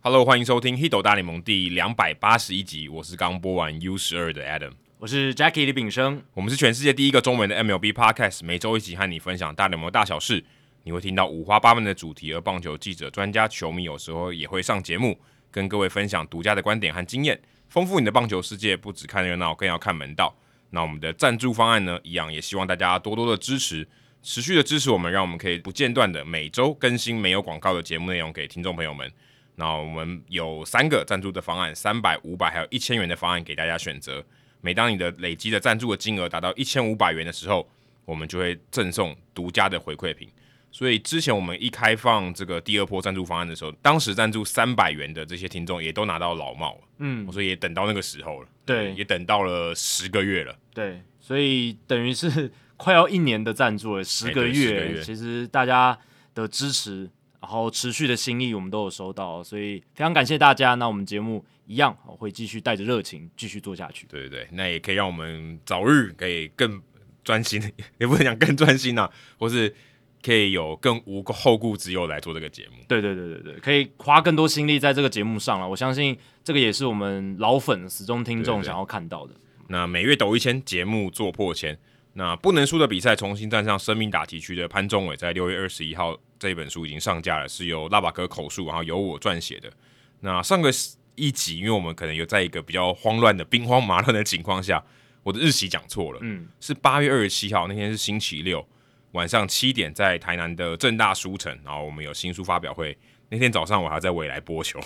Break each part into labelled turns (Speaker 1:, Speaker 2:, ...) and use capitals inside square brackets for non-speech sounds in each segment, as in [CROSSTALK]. Speaker 1: Hello，欢迎收听《h i d o 大联盟》第两百八十一集，我是刚播完 U 十二的 Adam。
Speaker 2: 我是 Jackie 李炳生，
Speaker 1: 我们是全世界第一个中文的 MLB Podcast，每周一集和你分享大联盟大小事。你会听到五花八门的主题，而棒球记者、专家、球迷有时候也会上节目，跟各位分享独家的观点和经验，丰富你的棒球世界。不只看热闹，更要看门道。那我们的赞助方案呢，一样也希望大家多多的支持，持续的支持我们，让我们可以不间断的每周更新没有广告的节目内容给听众朋友们。那我们有三个赞助的方案，三百、五百还有一千元的方案给大家选择。每当你的累积的赞助的金额达到一千五百元的时候，我们就会赠送独家的回馈品。所以之前我们一开放这个第二波赞助方案的时候，当时赞助三百元的这些听众也都拿到老帽了，
Speaker 2: 嗯，
Speaker 1: 所以也等到那个时候了，
Speaker 2: 对
Speaker 1: 也等到了十个月了。
Speaker 2: 对，所以等于是 [LAUGHS] 快要一年的赞助了，哎十个
Speaker 1: 对
Speaker 2: 月，
Speaker 1: 十个月
Speaker 2: 其实大家的支持，然后持续的心意，我们都有收到，所以非常感谢大家。那我们节目一样哦会继续带着热情继续做下去。
Speaker 1: 对对对，那也可以让我们早日可以更专心， [LAUGHS] 也不能讲更专心啊，或是可以有更无后顾之忧来做这个节目。
Speaker 2: 对对对对对，可以花更多心力在这个节目上了。我相信这个也是我们老粉、始终听
Speaker 1: 对
Speaker 2: 众
Speaker 1: 对
Speaker 2: 想要看到的。
Speaker 1: 那每月抖一千，节目做破千。那不能输的比赛，重新站上生命打题区的潘宗伟，在六月二十一号这本书已经上架了，是由拉巴哥口述，然后由我撰写的。那上个一集，因为我们可能有在一个比较慌乱的兵荒马乱的情况下，我的日期讲错了，
Speaker 2: 嗯，
Speaker 1: 是八月二十七号，那天是星期六晚上七点，在台南的正大书城，然后我们有新书发表会。那天早上我还在未来播球，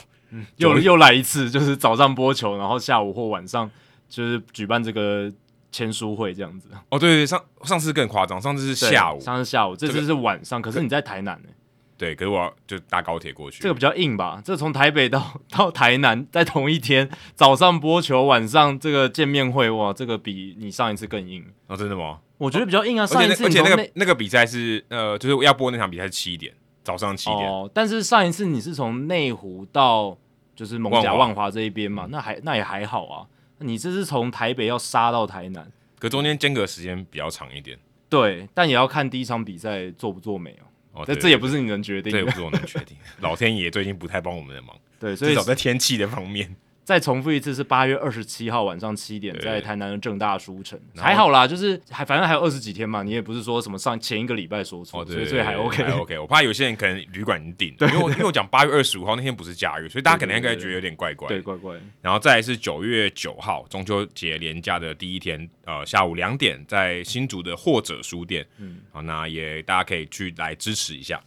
Speaker 2: 又又来一次，就是早上播球，然后下午或晚上就是举办这个签书会这样子。
Speaker 1: 哦，对对，对上上次更夸张，上次是
Speaker 2: 对
Speaker 1: 下午，
Speaker 2: 上次下午，这
Speaker 1: 这个
Speaker 2: 次是晚上。可是你在台南呢、
Speaker 1: 对，可是我要就搭高铁过去，
Speaker 2: 这个比较硬吧？这从台北到到台南，在同一天早上播球，晚上这个见面会，哇，这个比你上一次更硬。
Speaker 1: 哦，真的吗？
Speaker 2: 我觉得比较硬啊，上
Speaker 1: 而
Speaker 2: 一
Speaker 1: 且那
Speaker 2: 次
Speaker 1: 而
Speaker 2: 你
Speaker 1: 且
Speaker 2: 从
Speaker 1: 那个那个比赛是呃，就是要播那场比赛是七点，早上七点。
Speaker 2: 哦，但是上一次你是从内湖到就是蒙甲
Speaker 1: 万华嗯
Speaker 2: 万华这一边嘛，那还那也还好啊。你这是从台北要杀到台南，
Speaker 1: 可中间间隔时间比较长一点。
Speaker 2: 对，但也要看第一场比赛做不做美哦。
Speaker 1: 哦，
Speaker 2: 但
Speaker 1: 对
Speaker 2: 这也不是你能决定
Speaker 1: 这也不
Speaker 2: 的，
Speaker 1: 是我能确
Speaker 2: [LAUGHS]
Speaker 1: 定。老天爷最近不太帮我们的忙，
Speaker 2: 对，所
Speaker 1: 至
Speaker 2: 以
Speaker 1: 少在天气的方面。
Speaker 2: 再重复一次是八月二十七号晚上七点
Speaker 1: 对
Speaker 2: 在台南的正大书城，
Speaker 1: 然后
Speaker 2: 还好啦，就是还反正还有二十几天嘛，你也不是说什么上前一个礼拜说错，
Speaker 1: 哦，
Speaker 2: 所
Speaker 1: 对，
Speaker 2: 以所以还
Speaker 1: 对
Speaker 2: OK。
Speaker 1: 还 OK。我怕有些人可能旅馆已经订了，因为我因为我讲八月二十五号那天不是假日，所以大家可能应该觉得有点怪怪。
Speaker 2: [LAUGHS] 对，乖乖，
Speaker 1: 然后再来是九月九号中秋节连假的第一天，呃，下午两点在新竹的或者书店，
Speaker 2: 嗯
Speaker 1: 嗯，好，那也大家可以去来支持一下。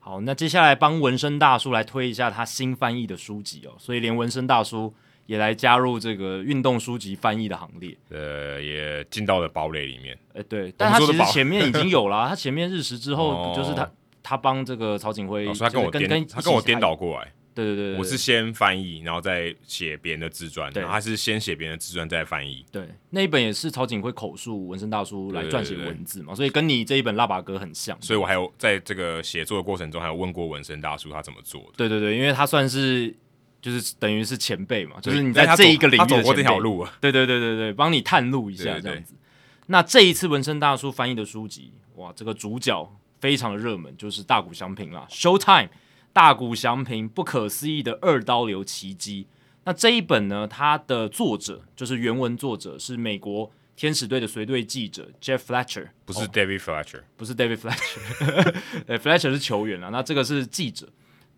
Speaker 2: 好，那接下来帮纹身大叔来推一下他新翻译的书籍哦，所以连纹身大叔也来加入这个运动书籍翻译的行列。
Speaker 1: 呃，也进到了堡垒里面。
Speaker 2: 哎、对，但他
Speaker 1: 哦说
Speaker 2: 其
Speaker 1: 的
Speaker 2: 实
Speaker 1: 宝
Speaker 2: 前面已经有啊 [LAUGHS] 啦，他前面日食之后
Speaker 1: 哦
Speaker 2: 不就是他、他帮这个曹景辉、
Speaker 1: 老师哦他跟我
Speaker 2: 就是
Speaker 1: 颠，
Speaker 2: 跟
Speaker 1: 他跟我颠，倒过来。
Speaker 2: 对对对对，
Speaker 1: 我是先翻译，然后再写别人的自传，
Speaker 2: 对
Speaker 1: 然后他是先写别人的自传再翻译。
Speaker 2: 对，那一本也是曹景辉口述纹身大叔来撰写文字嘛，所以跟你这一本《辣把哥》很像。
Speaker 1: 所以我还有在这个写作的过程中，还有问过纹身大叔他怎么做的。
Speaker 2: 对对对，因为他算是就是等于是前辈嘛，就是你
Speaker 1: 对
Speaker 2: 在
Speaker 1: 他
Speaker 2: 这
Speaker 1: 走
Speaker 2: 一个领域
Speaker 1: 他
Speaker 2: 的
Speaker 1: 走过
Speaker 2: 前
Speaker 1: 这条
Speaker 2: 辈。
Speaker 1: 路啊。
Speaker 2: 对对对对对，帮你探路一下
Speaker 1: 对对
Speaker 2: 这
Speaker 1: 对
Speaker 2: 样子。那这一次纹身大叔翻译的书籍，哇，这个主角非常的热门，就是大谷翔平啦，Showtime 大谷翔平不可思议的二刀流奇迹。那这一本呢，它的作者就是原文作者是美国天使队的随队记者 Jeff Fletcher，
Speaker 1: 不是 David Fletcher，、
Speaker 2: 不是 David Fletcher，对，Fletcher [LAUGHS] 是球员啊，那这个是记者。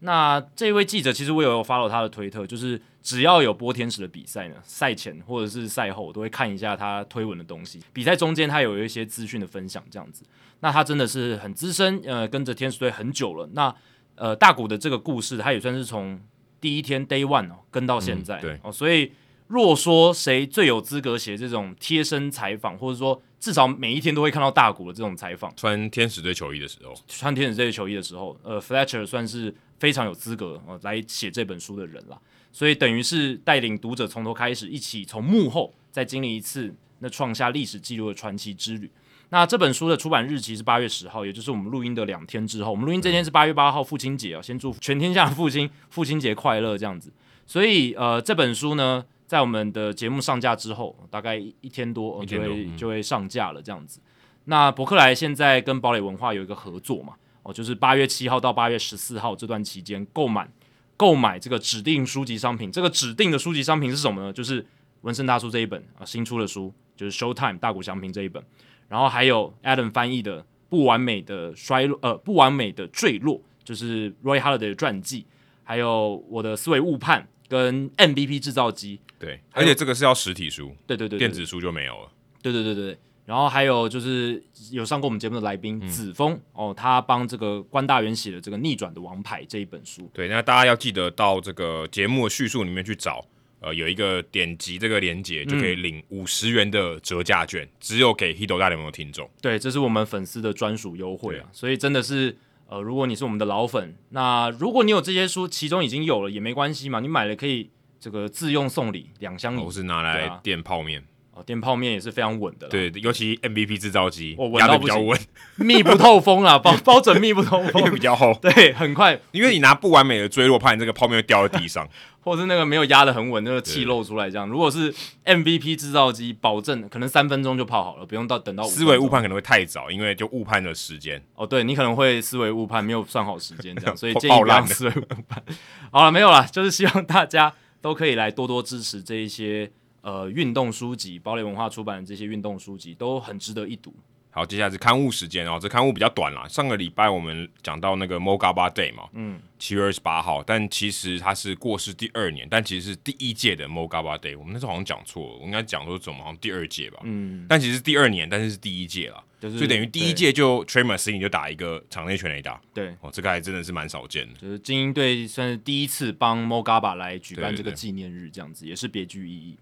Speaker 2: 那这位记者其实我有 follow 他的推特，就是只要有播天使的比赛呢，赛前或者是赛后，我都会看一下他推文的东西。比赛中间他有一些资讯的分享，这样子。那他真的是很资深，呃，跟着天使队很久了。那呃，大谷的这个故事，他也算是从第一天 Day One 哦跟到现在，
Speaker 1: 嗯对
Speaker 2: 哦，所以若说谁最有资格写这种贴身采访，或者说至少每一天都会看到大谷的这种采访。
Speaker 1: 穿天使队球衣的时候，
Speaker 2: 穿天使队球衣的时候，呃，Fletcher 算是非常有资格呃来写这本书的人啦，所以等于是带领读者从头开始，一起从幕后再经历一次那创下历史记录的传奇之旅。那这本书的出版日期是八月十号，也就是我们录音的两天之后。我们录音这天是八月八号，父亲节啊，先祝全天下的父亲父亲节快乐这样子。所以呃，这本书呢，在我们的节目上架之后，大概一一天多、呃
Speaker 1: 一
Speaker 2: 就
Speaker 1: 天多
Speaker 2: 会
Speaker 1: 嗯
Speaker 2: 就会上架了这样子。那伯克莱现在跟堡垒文化有一个合作嘛，哦，就是八月七号到八月十四号这段期间购买购买这个指定书籍商品。这个指定的书籍商品是什么呢？就是文森大叔这一本啊新出的书，就是《Showtime 大谷翔平》这一本，然后还有 Adam 翻译的《不完美的衰落》呃《不完美的坠落》，就是 Roy Holiday 的传记，还有我的思维误判跟 MVP 制造机。
Speaker 1: 对，
Speaker 2: 还有
Speaker 1: 而且这个是要实体书，
Speaker 2: 对对对对
Speaker 1: 电子书就没有了。
Speaker 2: 对对对对对。然后还有就是有上过我们节目的来宾、子枫哦，他帮这个关大元写的这个《逆转的王牌》这一本书，
Speaker 1: 对，那大家要记得到这个节目的叙述里面去找，呃，有一个点击这个链接就可以
Speaker 2: 嗯
Speaker 1: 领五十元的折价券，只有给 Hito 大联盟的听众。
Speaker 2: 对，这是我们粉丝的专属优惠
Speaker 1: 对
Speaker 2: 啊，所以真的是呃，如果你是我们的老粉，那如果你有这些书，其中已经有了也没关系嘛，你买了可以这个自用送礼两箱礼
Speaker 1: 我是拿来
Speaker 2: 对啊
Speaker 1: 垫泡面，
Speaker 2: 哦，电泡面也是非常稳的啦，
Speaker 1: 对，尤其 MVP 制造机
Speaker 2: 我闻
Speaker 1: 压
Speaker 2: 到
Speaker 1: 的
Speaker 2: 不
Speaker 1: 比较
Speaker 2: 行
Speaker 1: 稳，
Speaker 2: [LAUGHS] 密不透风啦，包包准 [LAUGHS] 密不
Speaker 1: [LAUGHS]
Speaker 2: 透
Speaker 1: 因为
Speaker 2: 风
Speaker 1: 比，较厚，
Speaker 2: 对，很快
Speaker 1: 因为你拿不完美的坠落，怕你这个泡面会掉在地
Speaker 2: [LAUGHS]
Speaker 1: 上。
Speaker 2: 或是那个没有压的很稳，那个气漏出来这样。如果是 MVP 制造机，保证可能三分钟就泡好了，不用到等到5
Speaker 1: 思维误
Speaker 2: 分钟。
Speaker 1: 判可能会太早，因为就误判了时间。
Speaker 2: 哦，对你可能会思维误判，没有算好时间这
Speaker 1: [LAUGHS]
Speaker 2: 样，所以
Speaker 1: 爆
Speaker 2: 建议不
Speaker 1: 爆
Speaker 2: 要
Speaker 1: 烂的
Speaker 2: 思维误判。好了，没有啦，就是希望大家都可以来多多支持这一些呃运动书籍，堡垒文化出版的这些运动书籍都很值得一读。
Speaker 1: 好，接下来是刊物时间哦，这刊物比较短啦。上个礼拜我们讲到那个 Mogaba Day 嘛，
Speaker 2: 嗯，
Speaker 1: 七月二十八号，但其实它是过世第二年，但其实是第一届的 Mogaba Day。我们那时候好像讲错了，我应该讲说怎么好像第二届吧，
Speaker 2: 嗯，
Speaker 1: 但其实是第二年，但是是第一届啦，
Speaker 2: 就是
Speaker 1: 所以等于第一届就 t r e m o r c i n 就打一个场内全垒打
Speaker 2: 对。对
Speaker 1: 哦，这个还真的是蛮少见的。
Speaker 2: 就是精英队算是第一次帮 Mogaba 来举办
Speaker 1: 对对
Speaker 2: 这个
Speaker 1: 对
Speaker 2: 纪念日，这样子也是别具意义。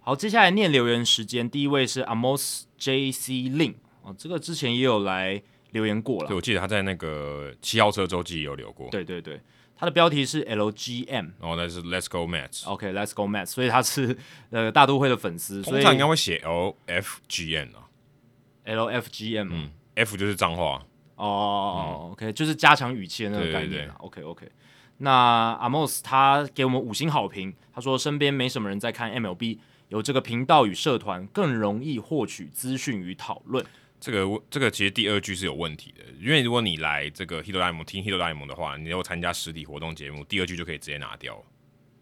Speaker 2: 好，接下来念留言时间，第一位是 Amos J C Lin 哦，这个之前也有来留言过
Speaker 1: 对，
Speaker 2: 了，
Speaker 1: 我记得他在那个七号车周记也有留过，
Speaker 2: 对对对，他的标题是 L G M。
Speaker 1: 然后但是 Let's Go Mets，、
Speaker 2: OK，Let's、go Matt，所以他是呃大都会的粉丝，所
Speaker 1: 通
Speaker 2: 以
Speaker 1: 常应该会写 L F G N 啊，
Speaker 2: LFGM
Speaker 1: 嗯，F 就是脏话，啊
Speaker 2: 哦哦、哦 o k 就是加强语气的那
Speaker 1: 嗯
Speaker 2: 个
Speaker 1: 对
Speaker 2: 概
Speaker 1: 对
Speaker 2: 念、啊。OK OK，那 Amos 他给我们五星好评，他说身边没什么人在看 MLB，有这个频道与社团更容易获取资讯与讨论。
Speaker 1: 这个这个其实第二句是有问题的，因为如果你来这个 Hito 大联盟听 Hito 大联盟的话，你有参加实体活动节目，第二句就可以直接拿掉了，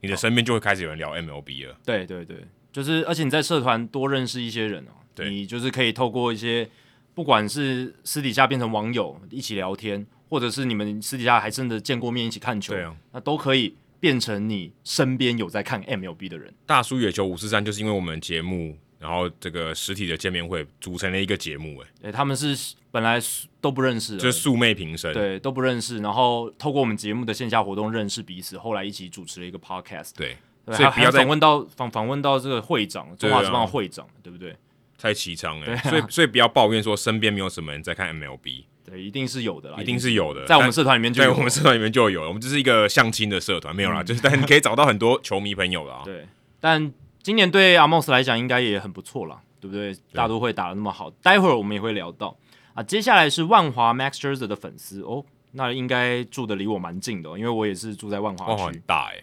Speaker 1: 你的身边就会开始有人聊 MLB 了。
Speaker 2: 对对对，就是而且你在社团多认识一些人哦，
Speaker 1: 对
Speaker 2: 你就是可以透过一些不管是私底下变成网友一起聊天，或者是你们私底下还真的见过面一起看球，
Speaker 1: 对啊，
Speaker 2: 那都可以变成你身边有在看 MLB 的人。
Speaker 1: 大叔野球五四三就是因为我们节目，然后这个实体的见面会组成了一个节目、哎，
Speaker 2: 对，他们是本来是都不认识的，
Speaker 1: 就是素昧平生。
Speaker 2: 对都不认识，然后透过我们节目的线下活动认识彼此，后来一起主持了一个 podcast，
Speaker 1: 对，
Speaker 2: 对
Speaker 1: 所以
Speaker 2: 还
Speaker 1: 不要
Speaker 2: 还
Speaker 1: 再
Speaker 2: 访问到访访问到这个会长，中华职棒的会长，对不对？
Speaker 1: 太凄惨了，所以
Speaker 2: 啊
Speaker 1: 所以不要抱怨说身边没有什么人在看 MLB，
Speaker 2: 对，一定是有的啦，
Speaker 1: 一定是有的，
Speaker 2: 啊在我
Speaker 1: 但
Speaker 2: 们社团里面就
Speaker 1: 对
Speaker 2: 有，嗯
Speaker 1: 我们社团里面就有，我们这是一个相亲的社团，没有啦，就是但你可以找到很多球迷朋友啦。
Speaker 2: [LAUGHS] 对，但今年对阿莫斯来讲应该也很不错啦，对不对？大都会打的那么好，待会儿我们也会聊到啊。接下来是万华 Max Scherzer 的粉丝哦，那应该住的离我蛮近的、哦，因为我也是住在万华
Speaker 1: 哇，
Speaker 2: 区，
Speaker 1: 很大哎、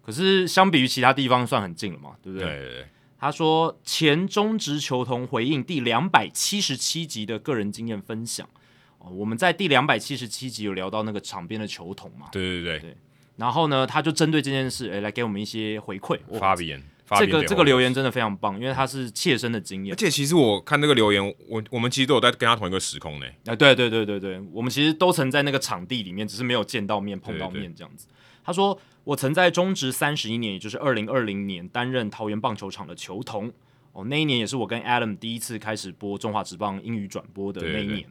Speaker 2: 可是相比于其他地方算很近了嘛，对不
Speaker 1: 对对对。
Speaker 2: 他说前中职球童回应第两百七十七集的个人经验分享。哦，我们在第两百七十七集有聊到那个场边的球童嘛，
Speaker 1: 对对对
Speaker 2: 然后呢，他就针对这件事，哎，来给我们一些回馈。哇
Speaker 1: 发言，
Speaker 2: 这个这个留言真的非常棒，因为他是切身的经验
Speaker 1: 而。且其实我看这个留言，我我们其实都有在跟他同一个时空呢。
Speaker 2: 啊，对对对对对，我们其实都曾在那个场地里面，只是没有见到面、碰到
Speaker 1: 对对
Speaker 2: 面这样子。他说，我曾在中职三十一年，也就是二零二零年，担任桃园棒球场的球童。哦，那一年也是我跟 Adam 第一次开始播中华职棒英语转播的那一年。
Speaker 1: 对对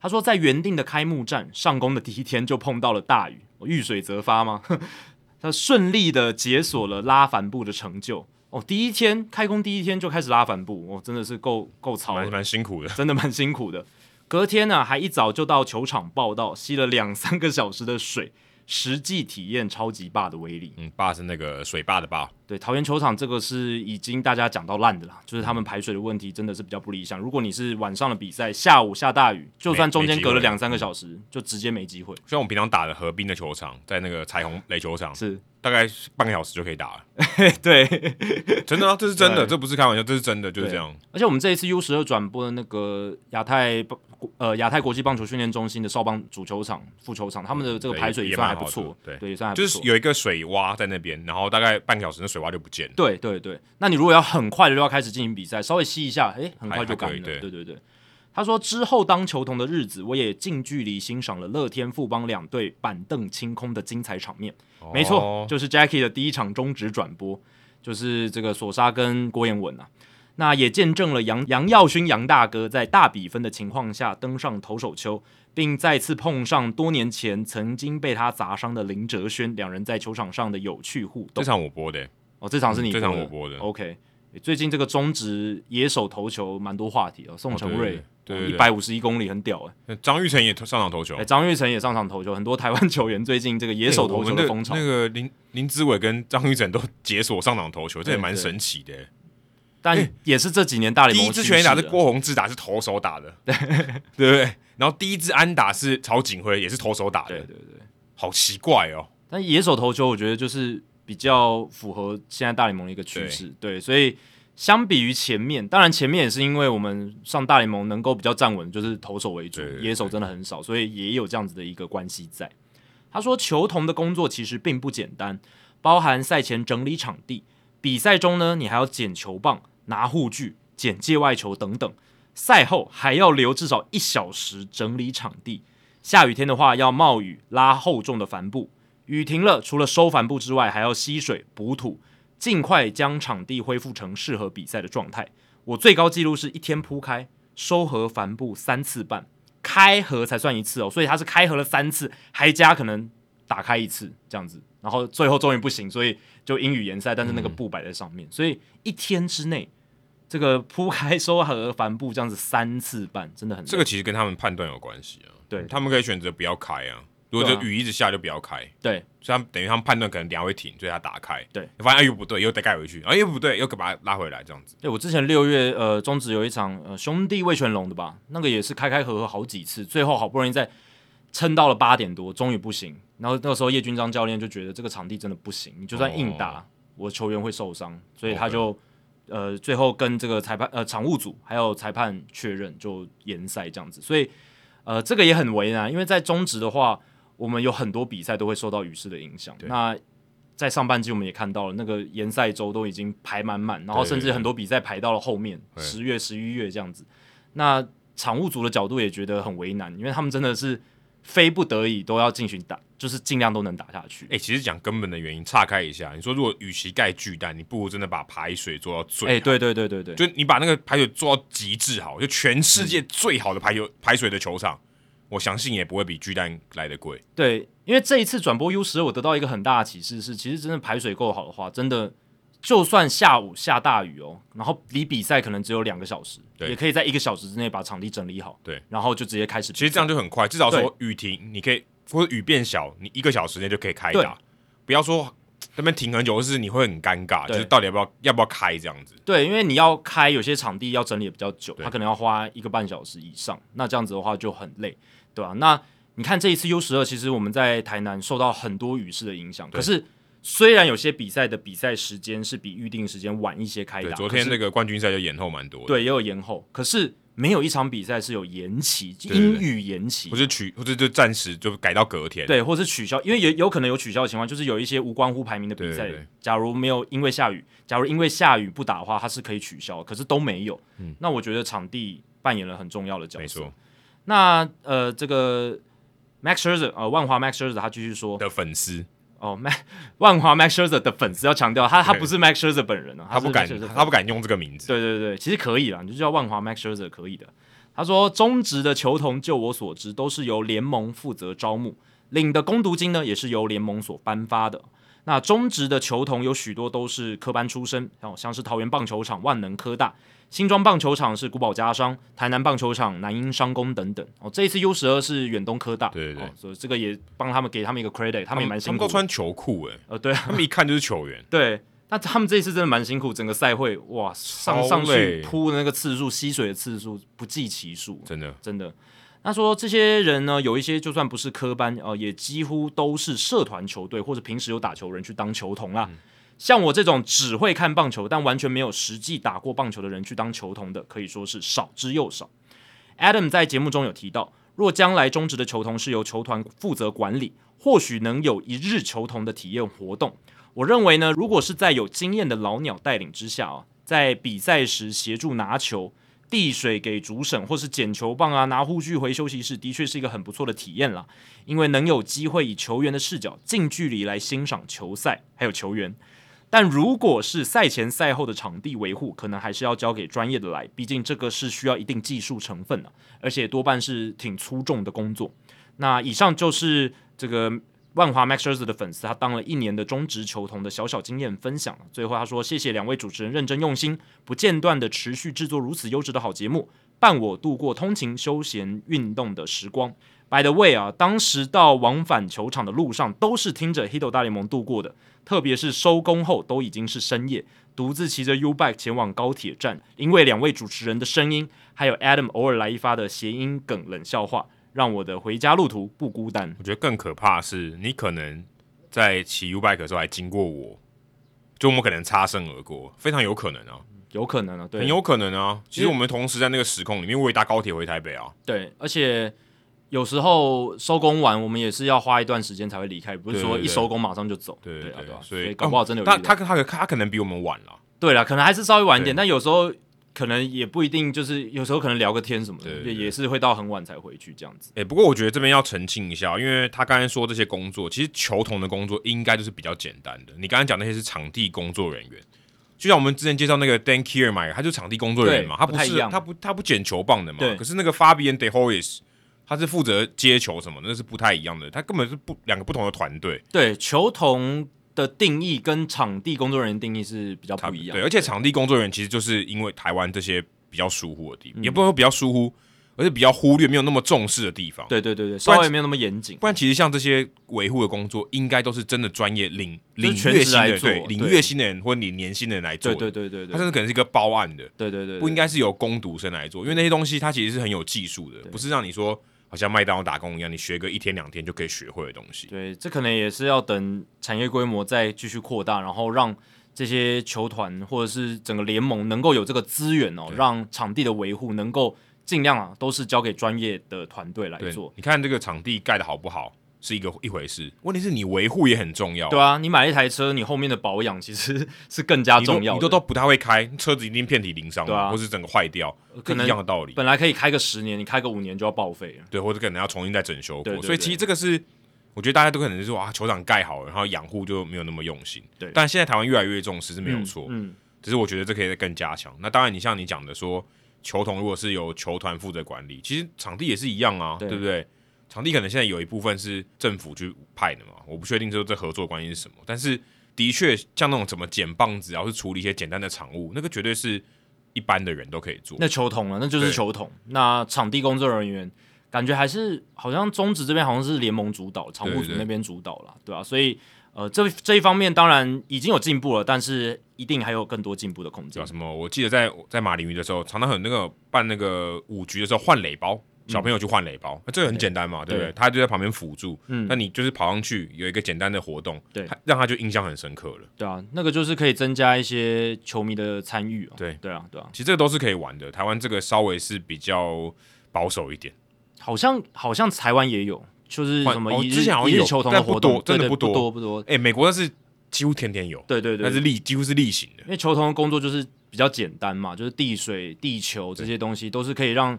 Speaker 2: 他说，在原定的开幕战上工的第一天就碰到了大雨，哦遇水则发吗？ [LAUGHS] 他顺利的解锁了拉帆布的成就。哦，第一天开工第一天就开始拉帆布，哦，真的是够够操
Speaker 1: 蛮
Speaker 2: 的。
Speaker 1: 蛮辛苦的，
Speaker 2: 真的蛮辛苦的。隔天呢、还一早就到球场报道，吸了两三个小时的水，实际体验超级霸的威力。
Speaker 1: [LAUGHS] 嗯，爸是那个水坝的爸，
Speaker 2: 对，桃园球场这个是已经大家讲到烂的啦，就是他们排水的问题真的是比较不理想。如果你是晚上的比赛，下午下大雨，就算中间隔了两
Speaker 1: 嗯
Speaker 2: 三个小时，就直接没机会。
Speaker 1: 虽然我们平常打的河滨的球场，在那个彩虹垒球场，
Speaker 2: 是，
Speaker 1: 大概半个小时就可以 [LAUGHS] 打了，
Speaker 2: 对，
Speaker 1: 真的啊，这是真的，
Speaker 2: 对
Speaker 1: 这不是开玩笑，这是真的，就是
Speaker 2: 对
Speaker 1: 这样。
Speaker 2: 而且我们这一次 U 十二转播的那个亚太呃亚太国际棒球训练中心的少棒主球场、副球场，他们的这个
Speaker 1: 对
Speaker 2: 排水
Speaker 1: 也
Speaker 2: 算还
Speaker 1: 蛮
Speaker 2: 不
Speaker 1: 好的
Speaker 2: 错，
Speaker 1: 对
Speaker 2: 对，也算还不
Speaker 1: 就
Speaker 2: 错。
Speaker 1: 是有一个水洼在那边，然后大概半小时，那水洼就不见了。
Speaker 2: 对对对，那你如果要很快的就要开始进行比赛，稍微吸一下，诶，很快就干
Speaker 1: 还
Speaker 2: 了。
Speaker 1: 还可以对
Speaker 2: 对对对，他说之后当球童的日子，我也近距离欣赏了乐天富邦两队板凳清空的精彩场面。没错
Speaker 1: 哦，
Speaker 2: 就是 Jackie 的第一场中职转播，就是这个索沙跟郭彦文啊。那也见证了杨杨耀勋杨大哥在大比分的情况下登上投手丘，并再次碰上多年前曾经被他砸伤的林哲轩，两人在球场上的有趣互
Speaker 1: 这。
Speaker 2: 动
Speaker 1: 场我播的、
Speaker 2: 哦，这场是你
Speaker 1: 这
Speaker 2: 播
Speaker 1: 场
Speaker 2: 的
Speaker 1: 我播的
Speaker 2: OK，诶最近这个中职野手投球蛮多话题哦，宋承瑞
Speaker 1: 哦对哦对对对
Speaker 2: 一百五十一公里很屌哎、
Speaker 1: 那张玉成也上场投球
Speaker 2: 诶，张玉成也上场投球，很多台湾球员最近这个野手投
Speaker 1: 我
Speaker 2: 球
Speaker 1: 们
Speaker 2: 的风潮，
Speaker 1: 那个林林志伟跟张玉成都解锁上场投球，这也
Speaker 2: 对
Speaker 1: 蛮
Speaker 2: 对
Speaker 1: 神奇的、
Speaker 2: 但也是这几年大联
Speaker 1: 第
Speaker 2: 盟
Speaker 1: 一支
Speaker 2: 趋
Speaker 1: 全垒打
Speaker 2: 势
Speaker 1: 是
Speaker 2: 啊
Speaker 1: 郭宏志打，是投手打的， [LAUGHS] 对对不对？然后第一支安打是曹景辉，也是投手打
Speaker 2: 对
Speaker 1: 的，
Speaker 2: 对对，
Speaker 1: 好奇怪哦。
Speaker 2: 但野手投球我觉得就是比较符合现在大联盟的一个趋势，对，所以。相比于前面，当然前面也是因为我们上大联盟能够比较站稳，就是投手为主，
Speaker 1: 对对对
Speaker 2: 野手真的很少，所以也有这样子的一个关系在。他说，球童的工作其实并不简单，包含赛前整理场地，比赛中呢，你还要捡球棒、拿护具、捡界外球等等。赛后还要留至少一小时整理场地，下雨天的话要冒雨拉厚重的帆布，雨停了除了收帆布之外，还要吸水补土，尽快将场地恢复成适合比赛的状态。我最高纪录是一天铺开收合帆布三次半，开合才算一次哦，所以他是开合了三次，还加可能打开一次这样子，然后最后终于不行，所以就英语联赛，但是那个布摆在上面，所以一天之内。这个铺开收合帆布这样子三次半，真的很累
Speaker 1: 这个其实跟他们判断有关系啊。
Speaker 2: 对
Speaker 1: 他们可以选择不要开啊。如果
Speaker 2: 对
Speaker 1: 这
Speaker 2: 啊
Speaker 1: 雨一直下就不要开，
Speaker 2: 对
Speaker 1: 所以他们等于他们判断可能等一下会停，所以他打开，
Speaker 2: 对，
Speaker 1: 发现哎又不对，又再盖回去，哎又不对，又把它拉回来这样子。
Speaker 2: 对，我之前六月呃中职有一场呃兄弟魏全龙的吧，那个也是开开合合好几次，最后好不容易在撑到了八点多，终于不行。然后那个时候叶军章教练就觉得这个场地真的不行，你就算硬打，我球员会受伤，所以他就呃最后跟这个裁判呃场务组还有裁判确认就延赛这样子，所以呃这个也很为难，因为在中职的话，我们有很多比赛都会受到雨势的影响。
Speaker 1: 对
Speaker 2: 那在上半季我们也看到了，那个延赛周都已经排满满，然后
Speaker 1: 对
Speaker 2: 甚至很多比赛排到了后面
Speaker 1: 对
Speaker 2: 十月、十一月这样子。那场务组的角度也觉得很为难，因为他们真的是非不得已都要进行打，就是尽量都能打下去。
Speaker 1: 哎、其实讲根本的原因，岔开一下，你说如果与其盖巨蛋，你不如真的把排水做到最
Speaker 2: 哎、
Speaker 1: 好
Speaker 2: 对对对对对，
Speaker 1: 就你把那个排水做到极致好，就全世界最好的排球排水的球场，我相信也不会比巨蛋来的贵。
Speaker 2: 对，因为这一次转播 U 十，我得到一个很大的启示是，其实真的排水够好的话，真的就算下午下大雨哦，然后离比赛可能只有两个小时，
Speaker 1: 对
Speaker 2: 也可以在一个小时之内把场地整理好，
Speaker 1: 对，
Speaker 2: 然后就直接开始比赛。
Speaker 1: 其实这样就很快，至少说雨停，你可以或者雨变小，你一个小时内就可以开打，不要说那边停很久，或是你会很尴尬，就
Speaker 2: 对
Speaker 1: 是到底要不要要不要开这样子。
Speaker 2: 对，因为你要开有些场地要整理的比较久，
Speaker 1: 对
Speaker 2: 它可能要花一个半小时以上，那这样子的话就很累，对吧、那你看这一次 U 十二，其实我们在台南受到很多雨势的影响，
Speaker 1: 对
Speaker 2: 可是虽然有些比赛的比赛时间是比预定时间晚一些开
Speaker 1: 对，
Speaker 2: 打，
Speaker 1: 昨
Speaker 2: 可
Speaker 1: 天
Speaker 2: 是
Speaker 1: 那个冠军赛就延后蛮多的，，
Speaker 2: 对也有延后，可是没有一场比赛是有延期，
Speaker 1: 对对
Speaker 2: 因雨延期
Speaker 1: 或，是取或者就暂时就改到隔天。
Speaker 2: 对，或是取消，因为有有可能有取消的情况，就是有一些无关乎排名的比
Speaker 1: 对
Speaker 2: 赛，
Speaker 1: 对对
Speaker 2: 假如没有因为下雨，假如因为下雨不打的话，它是可以取消，可是都没有。嗯，那我觉得场地扮演了很重要的角色。
Speaker 1: 没错。
Speaker 2: 那呃，这个 Max Scherzer 呃，万华 Max Scherzer 他继续说，
Speaker 1: 的粉丝
Speaker 2: 哦，Max [LAUGHS] 万华 Max Scherzer 的粉丝要强调，他他
Speaker 1: 对
Speaker 2: 不是 Max Scherzer 本人啊，
Speaker 1: 他
Speaker 2: 是
Speaker 1: 不敢
Speaker 2: Max Scherzer 的粉丝
Speaker 1: 他不敢用这个名字，
Speaker 2: 对对对，其实可以啦，你就叫万华 Max Scherzer 可以的。他说，中职的球童，就我所知，都是由联盟负责招募，领的工读金呢，也是由联盟所颁发的。那中职的球童有许多都是科班出身，哦，像是桃园棒球场、万能科大、新庄棒球场是古堡家商、台南棒球场、南英商工等等。哦，这一次 U 十二是远东科大，
Speaker 1: 对对对
Speaker 2: 哦，所以这个也帮他们给他们一个 credit，他
Speaker 1: 他
Speaker 2: 们也蛮
Speaker 1: 他
Speaker 2: 辛
Speaker 1: 们
Speaker 2: 苦
Speaker 1: 都
Speaker 2: 的。
Speaker 1: 穿球裤哎、
Speaker 2: 呃，对啊，
Speaker 1: 他们一看就是球员。
Speaker 2: 对，那他们这一次真的蛮辛苦，整个赛会哇，上
Speaker 1: 超
Speaker 2: 上
Speaker 1: 累
Speaker 2: 去扑的那个次数、吸水的次数不计其数，
Speaker 1: 真的，
Speaker 2: 真的。那说这些人呢，有一些就算不是科班，呃，也几乎都是社团球队或者平时有打球人去当球童啦。像我这种只会看棒球但完全没有实际打过棒球的人去当球童的，可以说是少之又少。 Adam 在节目中有提到，若将来中职的球童是由球团负责管理，或许能有一日球童的体验活动。我认为呢，如果是在有经验的老鸟带领之下啊，在比赛时协助拿球、递水给主审，或是捡球棒啊、拿护具回休息室，的确是一个很不错的体验啦。因为能有机会以球员的视角近距离来欣赏球赛，还有球员。但如果是赛前赛后的场地维护，可能还是要交给专业的来，毕竟这个是需要一定技术成分的、而且多半是挺粗重的工作。那以上就是这个万华 Max Scherzer 的粉丝，他当了一年的中职球童的小小经验分享。最后他说：“谢谢两位主持人认真用心、不间断的持续制作如此优质的好节目，伴我度过通勤、休闲、运动的时光。” By the way 啊，当时到往返球场的路上都是听着《Hito 大联盟》度过的，特别是收工后都已经是深夜，独自骑着 U bike 前往高铁站，因为两位主持人的声音，还有 Adam 偶尔来一发的谐音梗冷笑话，让我的回家路途不孤单。
Speaker 1: 我觉得更可怕的是，你可能在骑 U bike 的时候还经过我，就我们可能擦身而过，非常有可能啊，
Speaker 2: 有可能啊，对，
Speaker 1: 很有可能啊。其实我们同时在那个时空里面，我也搭高铁回台北啊，
Speaker 2: 对，而且有时候收工完，我们也是要花一段时间才会离开，不是说
Speaker 1: 对对
Speaker 2: 一收工马上就走。
Speaker 1: 对
Speaker 2: 对啊
Speaker 1: 对
Speaker 2: 啊，
Speaker 1: 所
Speaker 2: 所
Speaker 1: 以
Speaker 2: 搞不好真的有、
Speaker 1: 他他他他可能比我们晚了，
Speaker 2: 对啦，可能还是稍微晚一点，
Speaker 1: 对
Speaker 2: 但有时候可能也不一定，就是有时候可能聊个天什么的，
Speaker 1: 对对
Speaker 2: 也也是会到很晚才回去这样子。
Speaker 1: 哎、不过我觉得这边要澄清一下，因为他刚才说这些工作，其实球童的工作应该就是比较简单的。你刚才讲那些是场地工作人员，就像我们之前介绍那个 Dan Kiermaier，他就是场地工作人员嘛，
Speaker 2: 对
Speaker 1: 他不
Speaker 2: 不太一
Speaker 1: 是
Speaker 2: 样
Speaker 1: 他不他不捡球棒的嘛
Speaker 2: 对。
Speaker 1: 可是那个 Fabian De Horis，他是负责接球什么的，那是不太一样的。他根本是不两个不同的团队，
Speaker 2: 对，球童的定义跟场地工作人员定义是比较
Speaker 1: 差
Speaker 2: 不一样。
Speaker 1: 对，而且场地工作人员其实就是因为台湾这些比较疏忽的地方，
Speaker 2: 嗯
Speaker 1: 也不能说比较疏忽，而是比较忽略没有那么重视的地方。
Speaker 2: 对对对对，
Speaker 1: 不然
Speaker 2: 稍微没有那么严谨。
Speaker 1: 不然其实像这些维护的工作，应该都是真的专业领
Speaker 2: 就
Speaker 1: 领
Speaker 2: 是全
Speaker 1: 月
Speaker 2: 职
Speaker 1: 薪
Speaker 2: 来
Speaker 1: 的，
Speaker 2: 做
Speaker 1: 对，领
Speaker 2: 对
Speaker 1: 月薪的人或领年薪的人来做
Speaker 2: 对
Speaker 1: 的。
Speaker 2: 对对对
Speaker 1: 他
Speaker 2: 对，
Speaker 1: 甚至可能是一个包案的，
Speaker 2: 对对对，
Speaker 1: 不应
Speaker 2: 该
Speaker 1: 该是由工读生来做，因为那些东西它其实是很有技术的，不是让你说好像麦当劳打工一样，你学个一天两天就可以学会的东西。
Speaker 2: 对，这可能也是要等产业规模再继续扩大，然后让这些球团或者是整个联盟能够有这个资源哦，让场地的维护能够尽量啊都是交给专业的团队来
Speaker 1: 对
Speaker 2: 做。，
Speaker 1: 你看这个场地盖的好不好是一个一回事，问题是你维护也很重要。
Speaker 2: 对啊，你买一台车，你后面的保养其实 [LAUGHS] 是更加
Speaker 1: 你都
Speaker 2: 重要的。
Speaker 1: 你都都不太会开，车子一定遍体鳞伤嘛，
Speaker 2: 对啊
Speaker 1: 或是整个坏掉，
Speaker 2: 可能
Speaker 1: 一样的道理。
Speaker 2: 本来可以开个十年，你开个五年就要报废了。
Speaker 1: 对，或者可能要重新再整修过。
Speaker 2: 对对
Speaker 1: 所以
Speaker 2: 对
Speaker 1: 其实这个是，我觉得大家都可能是说啊，球场盖好了，然后养护就没有那么用心。
Speaker 2: 对
Speaker 1: 但现在台湾越来越重视是没有错，
Speaker 2: 嗯，
Speaker 1: 只是我觉得这可以再更加强。那当然，你像你讲的说，球童如果是由球团负责管理，其实场地也是一样啊，
Speaker 2: 对
Speaker 1: 不对？场地可能现在有一部分是政府去派的嘛，我不确定说这合作关系是什么，但是的确像那种怎么捡棒子啊，或是处理一些简单的场务，那个绝对是一般的人都可以做。
Speaker 2: 那球童了，那就是
Speaker 1: 对
Speaker 2: 球童。那场地工作人员感觉还是好像中职这边好像是联盟主导，场务
Speaker 1: 对
Speaker 2: 组
Speaker 1: 对
Speaker 2: 那边主导啦，对吧、所以呃，这这一方面当然已经有进步了，但是一定还有更多进步的空
Speaker 1: 叫
Speaker 2: 间。
Speaker 1: 啊什么？我记得在在马林鱼的时候，常常有那个办那个五局的时候换垒包，小朋友去换垒包，那、这个很简单嘛，对不对？
Speaker 2: 嗯对
Speaker 1: 他就在旁边辅助，
Speaker 2: 嗯
Speaker 1: 那你就是跑上去有一个简单的活动，
Speaker 2: 对
Speaker 1: 他让他就印象很深刻了。
Speaker 2: 对啊，那个就是可以增加一些球迷的参与、啊。
Speaker 1: 对
Speaker 2: 对啊，对啊，
Speaker 1: 其实这个都是可以玩的，台湾这个稍微是比较保守一点，
Speaker 2: 好像好像台湾也有，就是
Speaker 1: 换
Speaker 2: 什么
Speaker 1: 哦
Speaker 2: 一日、
Speaker 1: 之前好像
Speaker 2: 一
Speaker 1: 有
Speaker 2: 日球童的
Speaker 1: 但不
Speaker 2: 活动，
Speaker 1: 多真的
Speaker 2: 对对
Speaker 1: 不
Speaker 2: 不
Speaker 1: 多
Speaker 2: 不多。
Speaker 1: 哎、美国那是几乎天天有，
Speaker 2: 对对对，
Speaker 1: 那是例几乎是例行的。
Speaker 2: 因为球童的工作就是比较简单嘛，就是地水、地球这些东西都是可以让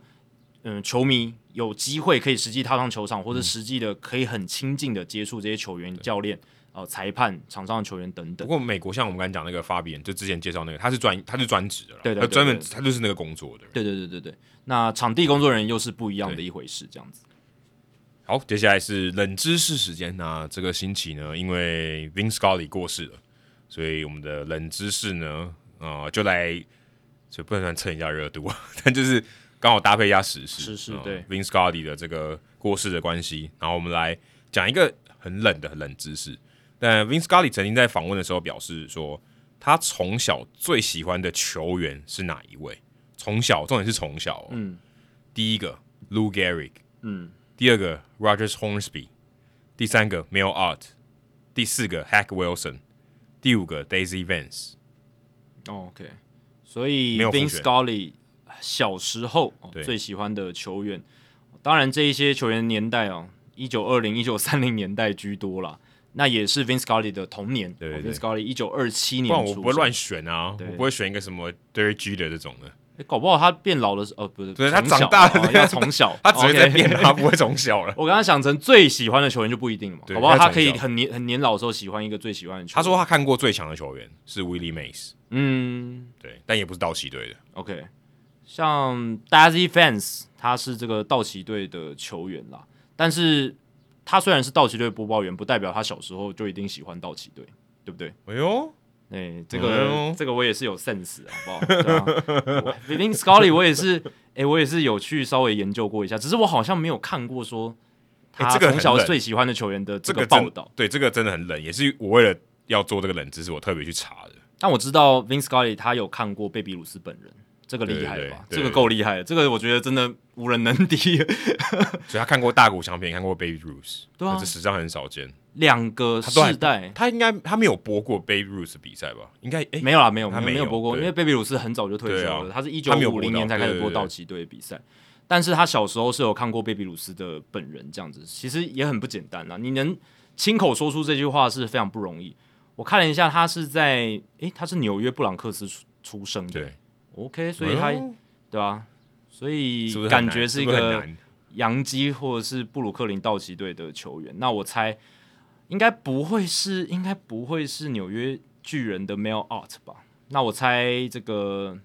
Speaker 2: 嗯球迷有机会可以实际踏上球场，或者实际的可以很亲近的接触这些球员、教练、呃裁判、场上的球员等
Speaker 1: 不
Speaker 2: 等。
Speaker 1: 过美国像我们刚才讲那个发比人，就之前介绍那个，他是专他是专职的啦，
Speaker 2: 对对
Speaker 1: 他
Speaker 2: 对
Speaker 1: 专门
Speaker 2: 对
Speaker 1: 他就是那个工作的人。
Speaker 2: 对对对对对，那场地工作人员又是不一样的
Speaker 1: 对
Speaker 2: 一回事，这样子。
Speaker 1: 好，接下来是冷知识时间。那这个星期呢，因为 Vin Scully 过世了，所以我们的冷知识呢，呃，就来就不能算蹭一下热度啊， [LAUGHS] 但就是刚好搭配一下时事。
Speaker 2: 时事
Speaker 1: 呃
Speaker 2: 对
Speaker 1: Vin Scully 的这个过世的关系，然后我们来讲一个很冷的冷知识。但 Vin Scully 曾经在访问的时候表示说，他从小最喜欢的球员是哪一位？从小，重点是从小、哦。
Speaker 2: 嗯，
Speaker 1: 第一个 Lou Gehrig，
Speaker 2: 嗯，
Speaker 1: 第二个 Rogers Hornsby，第三个 Mel Art，第四个 Hack Wilson，第五个 Daisy Vance。
Speaker 2: 哦 OK，所以
Speaker 1: 没有
Speaker 2: Vin
Speaker 1: 复选
Speaker 2: Scully 小时候、哦
Speaker 1: 对
Speaker 2: 最喜欢的球员。当然，这一些球员年代哦，一九二零、一九三零年代居多啦。那也是 Vince Scully 的童年。
Speaker 1: 对对
Speaker 2: 哦
Speaker 1: 对
Speaker 2: Vince Scully 一九二七
Speaker 1: 不
Speaker 2: 年
Speaker 1: 然
Speaker 2: 出
Speaker 1: 我
Speaker 2: 生，
Speaker 1: 不会乱选啊，
Speaker 2: 对
Speaker 1: 我不会选一个什么 Derek Jeter 这种的，
Speaker 2: 诶搞不好他变老的时候，呃，不是，
Speaker 1: 对他
Speaker 2: 从小
Speaker 1: 长大了
Speaker 2: 哦
Speaker 1: 对
Speaker 2: 要从小，
Speaker 1: [LAUGHS] 他只会在
Speaker 2: OK
Speaker 1: 变他不会从小了。
Speaker 2: [LAUGHS] 我刚刚想成最喜欢的球员就不一定了嘛，
Speaker 1: 对
Speaker 2: 搞不好
Speaker 1: 他
Speaker 2: 他
Speaker 1: 从
Speaker 2: 可以
Speaker 1: 小
Speaker 2: 很年很年老的时候喜欢一个最喜欢的球员。
Speaker 1: 他说他看过最强的球员是 Willie Mays，
Speaker 2: 嗯
Speaker 1: 对，但也不是道奇队的。
Speaker 2: ，OK，像 Dazzy Fans，他是这个道奇队的球员啦，但是他虽然是道奇队播报员，不代表他小时候就一定喜欢道奇队，对不对？
Speaker 1: 哎呦，
Speaker 2: 哎、这个、
Speaker 1: 哎呦
Speaker 2: 这个我也是有 sense，的好不好？ [LAUGHS] 对啊，我 Vin Scully 我也是，哎、我也是有去稍微研究过一下，只是我好像没有看过说
Speaker 1: 哎
Speaker 2: 他
Speaker 1: 这个
Speaker 2: 从
Speaker 1: 很
Speaker 2: 小
Speaker 1: 冷
Speaker 2: 最喜欢的球员的这
Speaker 1: 这
Speaker 2: 个
Speaker 1: 个
Speaker 2: 报
Speaker 1: 真
Speaker 2: 道。
Speaker 1: 对，这个真的很冷，也是我为了要做这个冷知识，我特别去查的。
Speaker 2: 但我知道 Vince Scully 他有看过贝比鲁斯本人，这个厉害了吧？
Speaker 1: 对对对
Speaker 2: 这个够厉害了，这个我觉得真的无人能敌。
Speaker 1: 所以他看过大谷翔平，看过 Babe Ruth，
Speaker 2: 对啊
Speaker 1: 这史上很少见。
Speaker 2: 两个
Speaker 1: 他都还
Speaker 2: 世代
Speaker 1: 他应该他没有播过 Babe Ruth 比赛吧？应该哎，
Speaker 2: 没有啦，没有
Speaker 1: 他
Speaker 2: 没
Speaker 1: 没有
Speaker 2: 有播过，因
Speaker 1: 对
Speaker 2: 为贝比鲁斯很早就退休了，
Speaker 1: 对啊
Speaker 2: 他是一九
Speaker 1: 他没有
Speaker 2: 五
Speaker 1: 播
Speaker 2: 零
Speaker 1: 到
Speaker 2: 年才开始播
Speaker 1: 对对对
Speaker 2: 道奇队的比赛。但是他小时候是有看过贝比鲁斯的本人，这样子其实也很不简单啦。你能亲口说出这句话是非常不容易。我看了一下，他是在诶、他是纽约布朗克斯出出生的
Speaker 1: 对，
Speaker 2: ，OK，所以他、
Speaker 1: 哎呦
Speaker 2: 对啊，所以
Speaker 1: 是不是很
Speaker 2: 感
Speaker 1: 难
Speaker 2: 觉
Speaker 1: 是
Speaker 2: 一
Speaker 1: 不是很
Speaker 2: 个
Speaker 1: 难
Speaker 2: 洋基或者是布鲁克林道奇队的球员。那我猜应该不会是，应该不会是纽约巨人的 Mel Art 吧？那我猜这个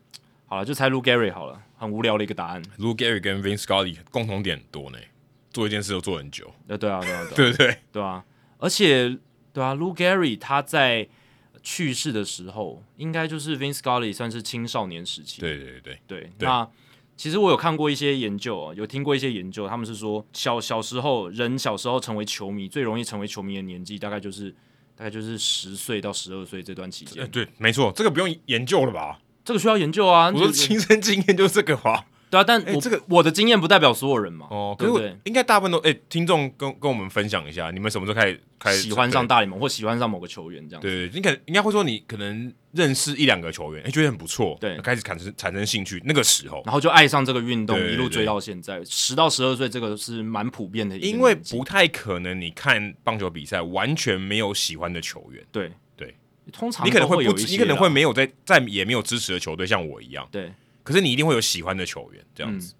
Speaker 2: 好了，就猜 Lu Gary 好了，很无聊的一个答案。
Speaker 1: Lou Gehrig 跟 Vince Scully 共同点很多呢，做一件事都做很久，
Speaker 2: 呃，对啊，对啊，对啊，
Speaker 1: 对不对？
Speaker 2: 对啊，而且对啊，Lu Gary 他在去世的时候，应该就是 Vince Scully 算是青少年时期，
Speaker 1: 对对对对，
Speaker 2: 对，
Speaker 1: 对
Speaker 2: 那其实我有看过一些研究哦，有听过一些研究，他们是说小小时候人小时候成为球迷最容易成为球迷的年纪，大概就是大概就是十岁到十二岁这段期
Speaker 1: 呃
Speaker 2: 间，
Speaker 1: 对，没错，这个不用研究了吧？
Speaker 2: 这个需要研究啊。
Speaker 1: 我说
Speaker 2: 就
Speaker 1: 亲身经验就是这个吧。
Speaker 2: 对啊，但
Speaker 1: 哎
Speaker 2: 我、
Speaker 1: 这个
Speaker 2: 我的经验不代表所有人嘛，
Speaker 1: 哦，可
Speaker 2: 对
Speaker 1: 是
Speaker 2: 不
Speaker 1: 我
Speaker 2: 对？
Speaker 1: 应该大部分都哎，听众跟跟我们分享一下，你们什么时候开始开始
Speaker 2: 喜欢上？大联盟或喜欢上某个球员这样子，
Speaker 1: 对对，你可能应该会说你可能认识一两个球员，哎，觉得很不错，
Speaker 2: 对
Speaker 1: 开始产生产生兴趣，那个时候。
Speaker 2: 然后就爱上这个运动，
Speaker 1: 对对
Speaker 2: 一路追
Speaker 1: 对
Speaker 2: 到现在，十到十二岁这个是蛮普遍的一个年纪，
Speaker 1: 因为不太可能，你看棒球比赛完全没有喜欢的球员，
Speaker 2: 对
Speaker 1: 对，
Speaker 2: 通常
Speaker 1: 你可能
Speaker 2: 都
Speaker 1: 会
Speaker 2: 有
Speaker 1: 不
Speaker 2: 一
Speaker 1: 知，
Speaker 2: 些
Speaker 1: 你可能
Speaker 2: 啦
Speaker 1: 会没有在在也没有支持的球队，像我一样。
Speaker 2: 对。
Speaker 1: 可是你一定会有喜欢的球员，这样
Speaker 2: 嗯
Speaker 1: 子。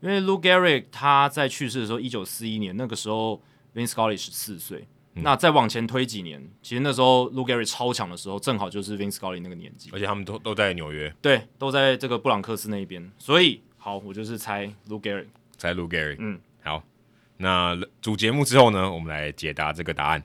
Speaker 2: 因为 Lou Gehrig 他在去世的时候，一九四一年，那个时候 Vince Scully 十四岁。
Speaker 1: 嗯
Speaker 2: 那再往前推几年，其实那时候 Lou Gehrig 超强的时候，正好就是 Vince Scully 那个年纪
Speaker 1: 而。且他们都都在纽约，
Speaker 2: 对，都在这个布朗克斯那一边。所以，好，我就是猜 Lou Gehrig。
Speaker 1: 在录 Gary。
Speaker 2: 嗯，
Speaker 1: 好，那主节目之后呢，我们来解答这个答案。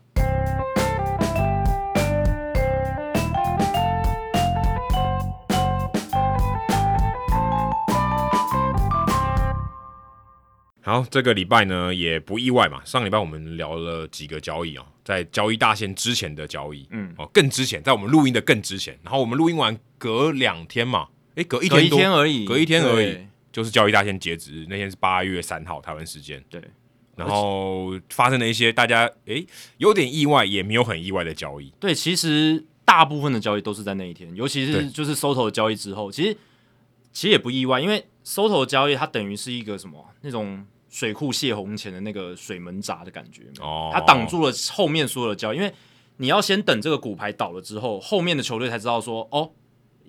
Speaker 1: 好，这个礼拜呢也不意外嘛。上礼拜我们聊了几个交易哦，在交易大限之前的交易，
Speaker 2: 嗯，
Speaker 1: 哦，更之前，在我们录音的更之前，然后我们录音完隔两天嘛，诶，隔一
Speaker 2: 隔
Speaker 1: 天
Speaker 2: 一
Speaker 1: 多
Speaker 2: 天而已，
Speaker 1: 隔一天而已
Speaker 2: 对。
Speaker 1: 就是交易大限截止日那天是八月三号台湾时间，
Speaker 2: 对，
Speaker 1: 然后发生了一些大家诶有点意外，也没有很意外的交易，
Speaker 2: 对，其实大部分的交易都是在那一天，尤其是
Speaker 1: 对
Speaker 2: 就是 Soto 的交易之后，其实其实也不意外，因为 Soto 的交易它等于是一个什么那种水库泄洪前的那个水门闸的感觉有没有
Speaker 1: 哦
Speaker 2: 它挡住了后面所有的交易，因为你要先等这个骨牌倒了之后，后面的球队才知道说哦，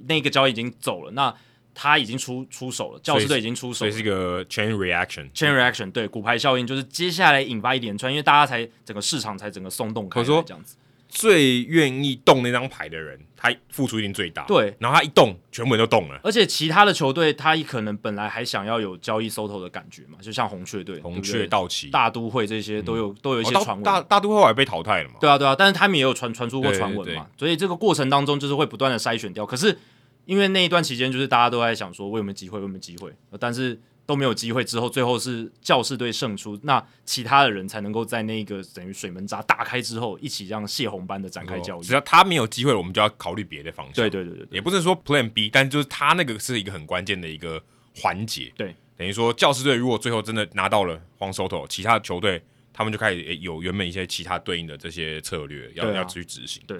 Speaker 2: 那个交易已经走了，那他已经出出手了，教
Speaker 1: 以
Speaker 2: 师队已经出
Speaker 1: 所
Speaker 2: 手
Speaker 1: 以
Speaker 2: 了
Speaker 1: 是。一个 chain reaction。
Speaker 2: chain reaction 对骨牌效应就是接下来引发一连串，因为大家才整个市场才整个松动开来
Speaker 1: 可说
Speaker 2: 这样子，
Speaker 1: 最愿意动那张牌的人，他付出一定最大。，
Speaker 2: 对，
Speaker 1: 然后他一动，全部人都动了。
Speaker 2: 而且其他的球队，他可能本来还想要有交易 Soto 的感觉嘛，就像红雀队、
Speaker 1: 红
Speaker 2: 对不
Speaker 1: 雀、
Speaker 2: 对
Speaker 1: 道奇，
Speaker 2: 大都会这些都有、都有一
Speaker 1: 哦
Speaker 2: 些
Speaker 1: 大
Speaker 2: 传闻。
Speaker 1: 大大都会后来被淘汰了嘛？
Speaker 2: 对啊，对啊，但是他们也有传传出过传闻
Speaker 1: 对
Speaker 2: 嘛，
Speaker 1: 对
Speaker 2: 所以这个过程当中就是会不断的筛选掉。可是因为那一段期间，就是大家都在想说我有没有机会，我有没有机会，呃但是都没有机会。之后最后是教士队胜出，那其他的人才能够在那个等于水门闸打开之后，一起这样泄洪般的展开交易
Speaker 1: 哦只。要他没有机会，我们就要考虑别的方向。
Speaker 2: 对对对对对，
Speaker 1: 也不是说 Plan B，但就是他那个是一个很关键的一个环节。
Speaker 2: 对，
Speaker 1: 等于说教师队如果最后真的拿到了黄手头，其他球队他们就开始诶有原本一些其他对应的这些策略要、
Speaker 2: 对啊
Speaker 1: 要去执行。
Speaker 2: 对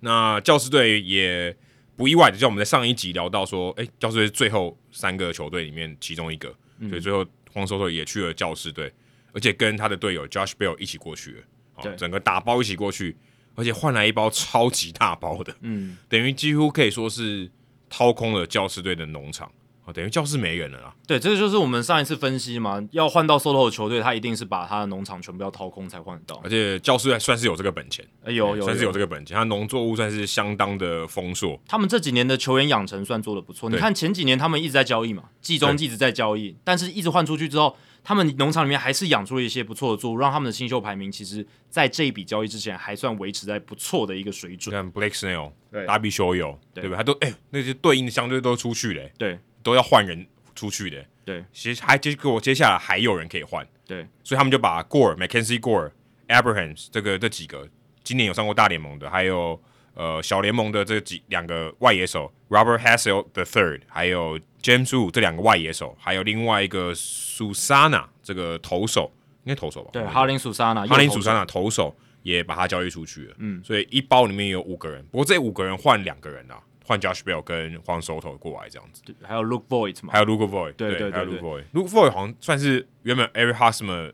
Speaker 1: 那教师队也不意外的，就像我们在上一集聊到说，哎、教士队是最后三个球队里面其中一个，
Speaker 2: 嗯
Speaker 1: 所以最后黄收头也去了教士队，而且跟他的队友 Josh Bell 一起过去了，好
Speaker 2: 嗯对
Speaker 1: 整个打包一起过去，而且换来一包超级大包的，
Speaker 2: 嗯，
Speaker 1: 等于几乎可以说是掏空了教士队的农场，啊，等于教室没人了啦。
Speaker 2: 对，这个就是我们上一次分析嘛，要换到 Solo 的球队，他一定是把他的农场全部要掏空才换得到
Speaker 1: 而。且教师还算是有这个本钱，
Speaker 2: 哎有
Speaker 1: 呃
Speaker 2: 有，
Speaker 1: 算是有这
Speaker 2: 个。
Speaker 1: 个本钱，他农作物算是相当的丰硕，
Speaker 2: 他们这几年的球员养成算做的不错。你
Speaker 1: 对
Speaker 2: 看前几年他们一直在交易嘛，季中一直在交易，但是一直换出去之后，他们农场里面还是养出了一些不错的作物，让他们的新秀排名其实在这一笔交易之前还算维持在不错的一个水
Speaker 1: 你
Speaker 2: 准。
Speaker 1: 看 Blake Snell、
Speaker 2: 对
Speaker 1: 达比修友，
Speaker 2: 对
Speaker 1: 对吧？他都哎、那些对应的相对都出去了、
Speaker 2: 对
Speaker 1: 都要换人出去的、
Speaker 2: 对
Speaker 1: 其实还结果接下来还有人可以换，
Speaker 2: 对，
Speaker 1: 所以他们就把 Gore、Mackenzie Gore、Abrahams 这个这几个今年有上过大联盟的，还有呃小联盟的这几两个外野手 Robert Hassel the Third，还有 James Wu 这两个外野手，还有另外一个 Susana 这个投手，应该投手吧？
Speaker 2: 对，
Speaker 1: 我没记
Speaker 2: 哈林苏莎纳，
Speaker 1: 哈林主
Speaker 2: 莎
Speaker 1: 山的投手也把他交易出去了，嗯，所以一包里面有五个人，不过这五个人换两个人啊，换 Josh Bell 跟黄 Soto 过来这样子，
Speaker 2: 还有 Luke Voigt 嘛，
Speaker 1: 还有 Luke Voy，
Speaker 2: 对对对
Speaker 1: 还有 Luke
Speaker 2: 对
Speaker 1: Voy，Luke Voy 好像算是原本 Eric Hosmer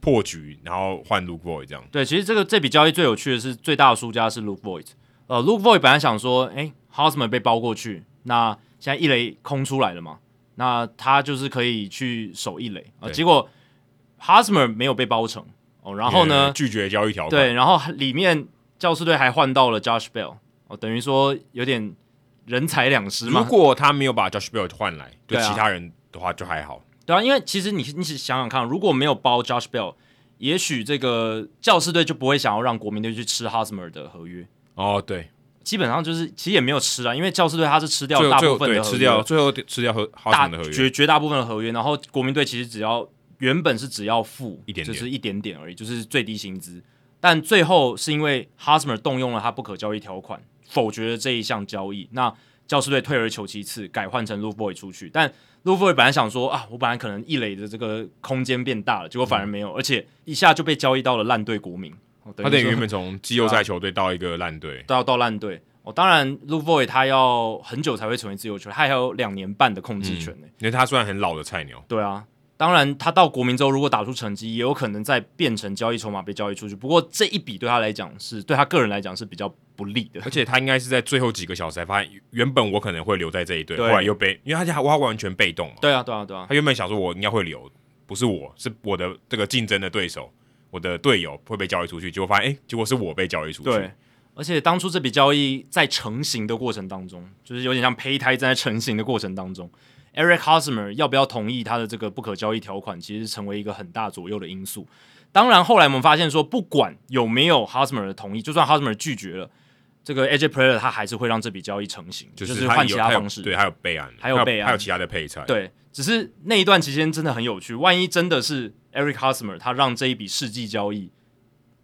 Speaker 1: 破局，然后换 Luke Voy 这样，
Speaker 2: 对，其实这个这笔交易最有趣的是，最大的输家是 Luke Voigt。呃，Luke Voigt 本来想说，诶 h o s m a n 被包过去，那现在一垒空出来了嘛，那他就是可以去守一垒啊、呃
Speaker 1: 对
Speaker 2: 结果 h o s m a n 没有被包成哦，然后
Speaker 1: 也
Speaker 2: 呢，
Speaker 1: 拒绝交易条款，
Speaker 2: 对，然后里面教师队还换到了 Josh Bell 哦，等于说有点人财两失
Speaker 1: 如
Speaker 2: 嘛。
Speaker 1: 果他没有把 Josh Bell 换来，就
Speaker 2: 对啊
Speaker 1: 其他人的话就还好，
Speaker 2: 对啊，因为其实你你只想想看，如果没有包 Josh Bell，也许这个教师队就不会想要让国民队去吃 h o s m a n 的合约。
Speaker 1: 哦对，
Speaker 2: 基本上就是其实也没有吃啊，因为教士队他是吃掉
Speaker 1: 最后
Speaker 2: 大
Speaker 1: 最后
Speaker 2: 部分
Speaker 1: 对
Speaker 2: 的合约
Speaker 1: 吃掉最后吃掉和 Hosmer
Speaker 2: 大
Speaker 1: 的合约，
Speaker 2: 绝绝大部分的合约，然后国民队其实只要原本是只要付
Speaker 1: 一点点
Speaker 2: 就是一点点而已，就是最低薪资，但最后是因为 Hosmer 动用了他不可交易条款，否决了这一项交易，那教士队退而求其次，改换成 l u v o y 出去，但 l u v o y 本来想说啊，我本来可能一垒的这个空间变大了，结果反而没有，而且一下就被交易到了烂队国民，哦
Speaker 1: 他等于
Speaker 2: 说
Speaker 1: 原本从季后赛球队到一个烂队，
Speaker 2: 到到烂队。哦，当然 l u v o y 他要很久才会成为自由球员，他还有两年半的控制权呢、欸
Speaker 1: 因为他虽然很老的菜鸟。
Speaker 2: 对啊，当然他到国民之后，如果打出成绩，也有可能再变成交易筹码被交易出去。不过这一笔对他来讲是对他个人来讲是比较不利的 [LAUGHS]
Speaker 1: 而。且他应该是在最后几个小时才发现，原本我可能会留在这一队，后
Speaker 2: 对
Speaker 1: 来又被，因为他他完全被动嘛，
Speaker 2: 对啊，对啊，对啊，
Speaker 1: 他原本想说我应该会留，不是我是我的这个竞争的对手，我的队友会被交易出去，结果发现哎、诶结果是我被交易出去，
Speaker 2: 对。而且当初这笔交易在成型的过程当中，就是有点像胚胎在成型的过程当中，Eric Hosmer 要不要同意他的这个不可交易条款，其实成为一个很大左右的因素。当然，后来我们发现说，不管有没有 Hosmer 的同意，就算 Hosmer 拒绝了，这个 AJ Player 他还是会让这笔交易成型，就是
Speaker 1: 他
Speaker 2: 换
Speaker 1: 有
Speaker 2: 其他
Speaker 1: 他有
Speaker 2: 方式。
Speaker 1: 对，还有备案，
Speaker 2: 还有备案
Speaker 1: 还有其他的配菜，，
Speaker 2: 对，只是那一段期间真的很有趣。万一真的是 Eric Hosmer 他让这一笔世纪交易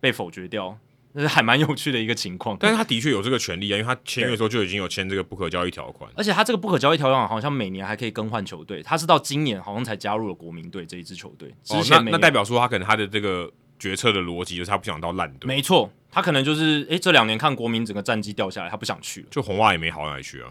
Speaker 2: 被否决掉，那是还蛮有趣的一个情况。
Speaker 1: 但是他的确有这个权利啊，因为他签约的时候就已经有签这个不可交易条款，
Speaker 2: 而且他这个不可交易条款好像每年还可以更换球队，他是到今年好像才加入了国民队这一支球队，之
Speaker 1: 哦，
Speaker 2: 前
Speaker 1: 那
Speaker 2: 没有、
Speaker 1: 那代表说他可能他的这个决策的逻辑就是他不想到烂队，
Speaker 2: 没错，他可能就是诶这两年看国民整个战绩掉下来，他不想去了。
Speaker 1: 就红袜也没好到哪里去啊，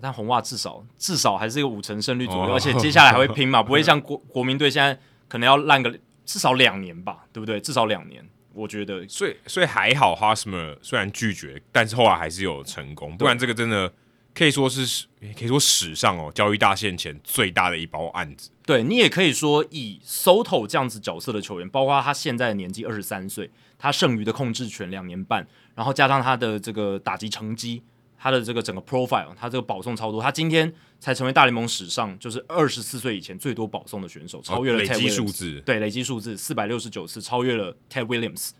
Speaker 2: 但红袜至少至少还是一个五成胜率左右，
Speaker 1: 哦
Speaker 2: 而且接下来还会拼
Speaker 1: [LAUGHS]
Speaker 2: 嘛，不会像国国民队现在可能要烂个至少两年吧，对不对？至少两年，我觉得
Speaker 1: 所以所以还好 Hosmer 虽然拒绝，但是后来还是有成功，不然这个真的可以说是也可以说史上哦交易大限前最大的一包案子。
Speaker 2: 对你也可以说，以 Soto 这样子角色的球员，包括他现在的年纪二十三岁，他剩余的控制权两年半，然后加上他的这个打击成绩，他的这个整个 profile，他这个保送超多，他今天才成为大联盟史上就是二十四岁以前最多保送的选手，超越
Speaker 1: 哦
Speaker 2: 了
Speaker 1: 呃累
Speaker 2: Ted
Speaker 1: 积数
Speaker 2: Williams
Speaker 1: 字，
Speaker 2: 对，累积数字四百六十九次，超越了 Ted Williams，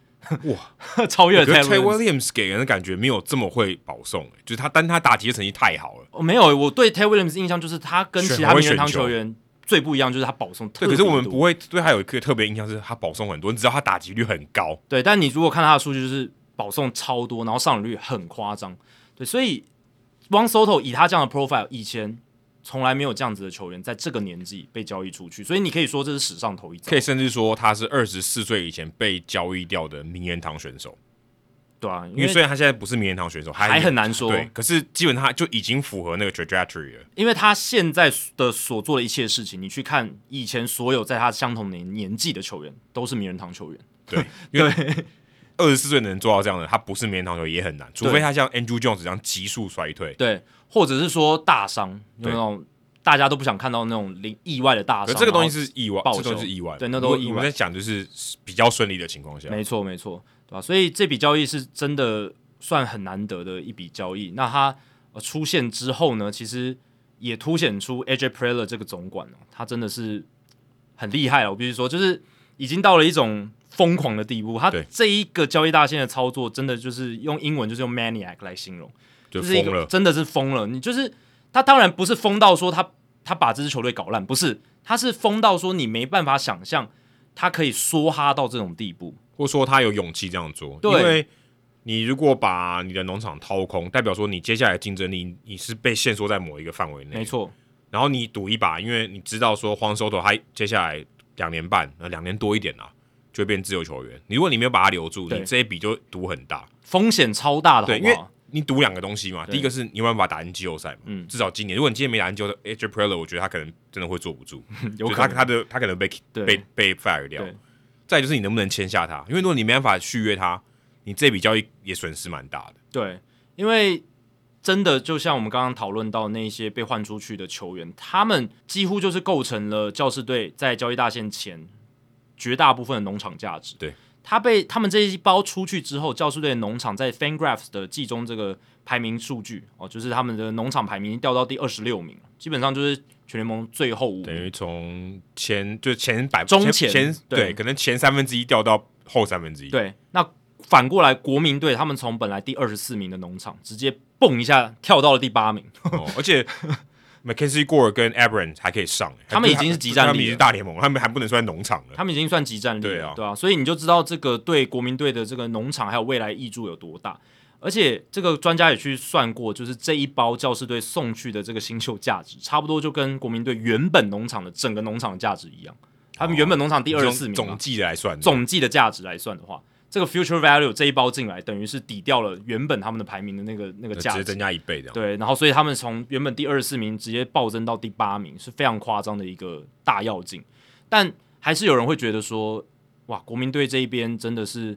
Speaker 1: 哇！
Speaker 2: [LAUGHS] 超越
Speaker 1: 我觉
Speaker 2: 了 Ted
Speaker 1: 得 Tay
Speaker 2: Williams。
Speaker 1: Williams 给人的感觉没有这么会保送、欸就是他，但他打击的成绩太好了。
Speaker 2: 哦，没有，我对 Ted Williams 印象就是他跟
Speaker 1: 选
Speaker 2: 其他名人
Speaker 1: 选
Speaker 2: 堂
Speaker 1: 球
Speaker 2: 球员最不一样，就是他保送特
Speaker 1: 对，可
Speaker 2: 别
Speaker 1: 是我们
Speaker 2: 多
Speaker 1: 不会对他有一个特别印象，是他保送很多，你知道他打击率很高，
Speaker 2: 对，但你如果看他的数据，就是保送超多，然后上垒率很夸张。对，所以 o n Soto 以他这样的 profile，以前从来没有这样子的球员在这个年纪被交易出去，所以你可以说这是史上头一
Speaker 1: 可
Speaker 2: 次。
Speaker 1: 以甚至说他是二十四岁以前被交易掉的名人堂选手。
Speaker 2: 对啊，
Speaker 1: 因
Speaker 2: 因
Speaker 1: 为虽
Speaker 2: 为
Speaker 1: 然他现在不是名人堂选手，还
Speaker 2: 还很难说，
Speaker 1: 对，可是基本上他就已经符合那个 trajectory 了。
Speaker 2: 因为他现在的所做的一切事情，你去看以前所有在他相同年年纪的球员，都是名人堂球员。
Speaker 1: 对，因为二十四岁能做到这样的，他不是名人堂球也很难，除非他像 Andrew Jones 这样急速衰退。
Speaker 2: 对，或者是说大伤，有
Speaker 1: 对
Speaker 2: 那种大家都不想看到那种零意外的大
Speaker 1: 可
Speaker 2: 啊伤。
Speaker 1: 这个东西
Speaker 2: 然后
Speaker 1: 是意外，
Speaker 2: 报
Speaker 1: 这
Speaker 2: 销
Speaker 1: 都是意外，
Speaker 2: 对那都是意外
Speaker 1: 我们在讲就是比较顺利的情况下，
Speaker 2: 没错没错，对吧？所以这笔交易是真的算很难得的一笔交易。那他、呃出现之后呢，其实也凸显出 AJ Preller 这个总管哦，他真的是很厉害了。我必须说，就是已经到了一种。疯狂的地步，他
Speaker 1: 对
Speaker 2: 这一个交易大线的操作，真的就是用英文就是用 maniac 来形容。
Speaker 1: 就
Speaker 2: 就是一
Speaker 1: 疯
Speaker 2: 个
Speaker 1: 了。
Speaker 2: 真的是疯了。你就是他，当然不是疯到说他他把这支球队搞烂，不是，他是疯到说你没办法想象他可以梭哈到这种地步。
Speaker 1: 或说他有勇气这样做，
Speaker 2: 对
Speaker 1: 因为你如果把你的农场掏空，代表说你接下来竞争力你是被限缩在某一个范围内，
Speaker 2: 没。错，
Speaker 1: 然后你赌一把，因为你知道说黄收头他接下来两年半，呃两年多一点啦、就会变自由球员。如果你没有把他留住，
Speaker 2: 对
Speaker 1: 你这一笔就赌很大。
Speaker 2: 风险超大的，
Speaker 1: 对，
Speaker 2: 好
Speaker 1: 因
Speaker 2: 不
Speaker 1: 为
Speaker 2: 好？
Speaker 1: 你赌两个东西嘛，第一个是你有没有办法打进季后赛嘛，
Speaker 2: 嗯
Speaker 1: 至少今年。如果你今年没打进季后赛 a j p r e l l 我觉得他可能真的会坐不住，
Speaker 2: 有
Speaker 1: 就
Speaker 2: 可
Speaker 1: 他
Speaker 2: 能
Speaker 1: 他的他可能被
Speaker 2: 对
Speaker 1: 被被 fire 掉
Speaker 2: 对。
Speaker 1: 再就是你能不能签下他，因为如果你没办法续约他，你这笔交易也损失蛮大的。
Speaker 2: 对，因为真的就像我们刚刚讨论到那些被换出去的球员，他们几乎就是构成了教士队在交易大限前绝大部分的农场价值。
Speaker 1: 对，
Speaker 2: 他被他们这一包出去之后，教士队的农场在 FanGraphs 的季中这个排名数据哦，就是他们的农场排名掉到第二十六名了，基本上就是全联盟最后五
Speaker 1: 等
Speaker 2: 名。
Speaker 1: 于从前就前百
Speaker 2: 嗯中前
Speaker 1: 前
Speaker 2: 对
Speaker 1: 对，可能前三分之一掉到后三分之一。
Speaker 2: 对，那反过来，国民队他们从本来第二十四名的农场，直接蹦一下跳到了第八名。
Speaker 1: 哦，而且 McKenzie Gore 跟 Abram 还可以上，
Speaker 2: 他们已经是集战力了
Speaker 1: 他们已经是大联盟，他们还不能算农场了。
Speaker 2: 他们已经算集战力了，
Speaker 1: 对啊
Speaker 2: 所以你就知道这个对国民队的这个农场还有未来益助有多大。而且这个专家也去算过，就是这一包教士队送去的这个新秀价值，差不多就跟国民队原本农场的整个农场的价值一样。他们原本农场第二十四
Speaker 1: 哦你
Speaker 2: 名
Speaker 1: 就
Speaker 2: 嘛
Speaker 1: 用总计来算的，
Speaker 2: 总计的价值来算的话，这个 future value 这一包进来，等于是抵掉了原本他们的排名的那个那个
Speaker 1: 直
Speaker 2: 价
Speaker 1: 接
Speaker 2: 值
Speaker 1: 增。加一倍这样。
Speaker 2: 对，然后所以他们从原本第二十四名直接暴增到第八名，是非常夸张的一个大跃进。但还是有人会觉得说，哇，国民队这一边真的是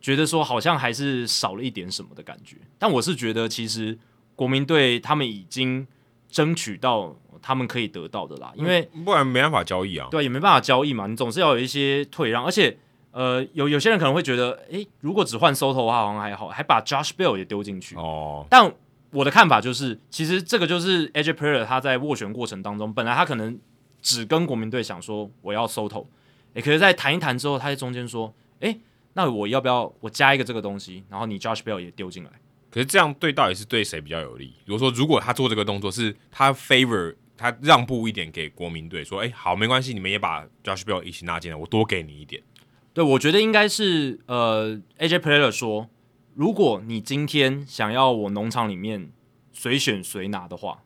Speaker 2: 觉得说好像还是少了一点什么的感觉。但我是觉得，其实国民队他们已经争取到他们可以得到的啦，因为
Speaker 1: 不然没办法交易啊。
Speaker 2: 对啊，也没办法交易嘛，你总是要有一些退让，而且呃，有有些人可能会觉得，诶，如果只换 Soto 的话，好像还好，还把 Josh Bell 也丢进去。
Speaker 1: 哦，
Speaker 2: 但我的看法就是，其实这个就是 AJ p r e r 他在斡旋过程当中，本来他可能只跟国民队想说我要 Soto，也可是在谈一谈之后，他在中间说，诶，那我要不要我加一个这个东西，然后你 Josh Bell 也丢进来？
Speaker 1: 可是这样对到底是对谁比较有利？如果说如果他做这个动作是他 favor 他让步一点给国民队，说哎好没关系，你们也把 Josh Bell 一起纳进来，我多给你一点。
Speaker 2: 对，我觉得应该是呃，AJ Player 说，如果你今天想要我农场里面随选随拿的话，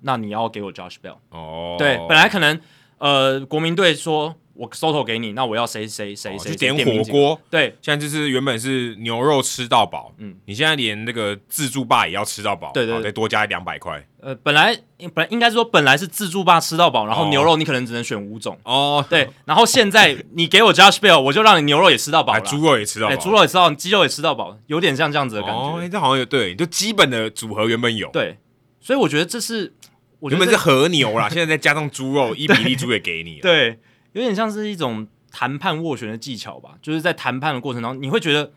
Speaker 2: 那你要给我 Josh Bell。
Speaker 1: 哦，
Speaker 2: 对，本来可能呃，国民队说我 Soto 给你，那我要谁谁谁
Speaker 1: 哦
Speaker 2: 谁
Speaker 1: 去
Speaker 2: 谁
Speaker 1: 点
Speaker 2: 名
Speaker 1: 火
Speaker 2: 几个，
Speaker 1: 锅，
Speaker 2: 对，
Speaker 1: 现在就是原本是牛肉吃到饱，
Speaker 2: 嗯
Speaker 1: 嗯，你现在连那个自助霸也要吃到饱，
Speaker 2: 对对
Speaker 1: 好
Speaker 2: 对
Speaker 1: 再多加两百块
Speaker 2: 呃，本来本来应该说本来是自助霸吃到饱，然后
Speaker 1: 哦
Speaker 2: 牛肉你可能只能选五
Speaker 1: [LAUGHS]
Speaker 2: 种，
Speaker 1: 哦，
Speaker 2: 对，然后现在你给我 Josh Bell，我就让你牛肉也吃到饱
Speaker 1: 哎，
Speaker 2: 了，
Speaker 1: 猪肉也吃到
Speaker 2: 哎
Speaker 1: 饱，
Speaker 2: 猪肉也吃到，鸡肉也吃到饱，有点像这样子的感觉，
Speaker 1: 哦，哎这好像有对，就基本的组合原本有，
Speaker 2: 对，所以我觉得这是我觉
Speaker 1: 原
Speaker 2: 得
Speaker 1: 本
Speaker 2: 这
Speaker 1: 是和牛
Speaker 2: [LAUGHS]
Speaker 1: 啦，现在再加上猪肉，一比例猪也给你，，
Speaker 2: 对，有点像是一种谈判斡旋的技巧吧，就是在谈判的过程当中，你会觉得。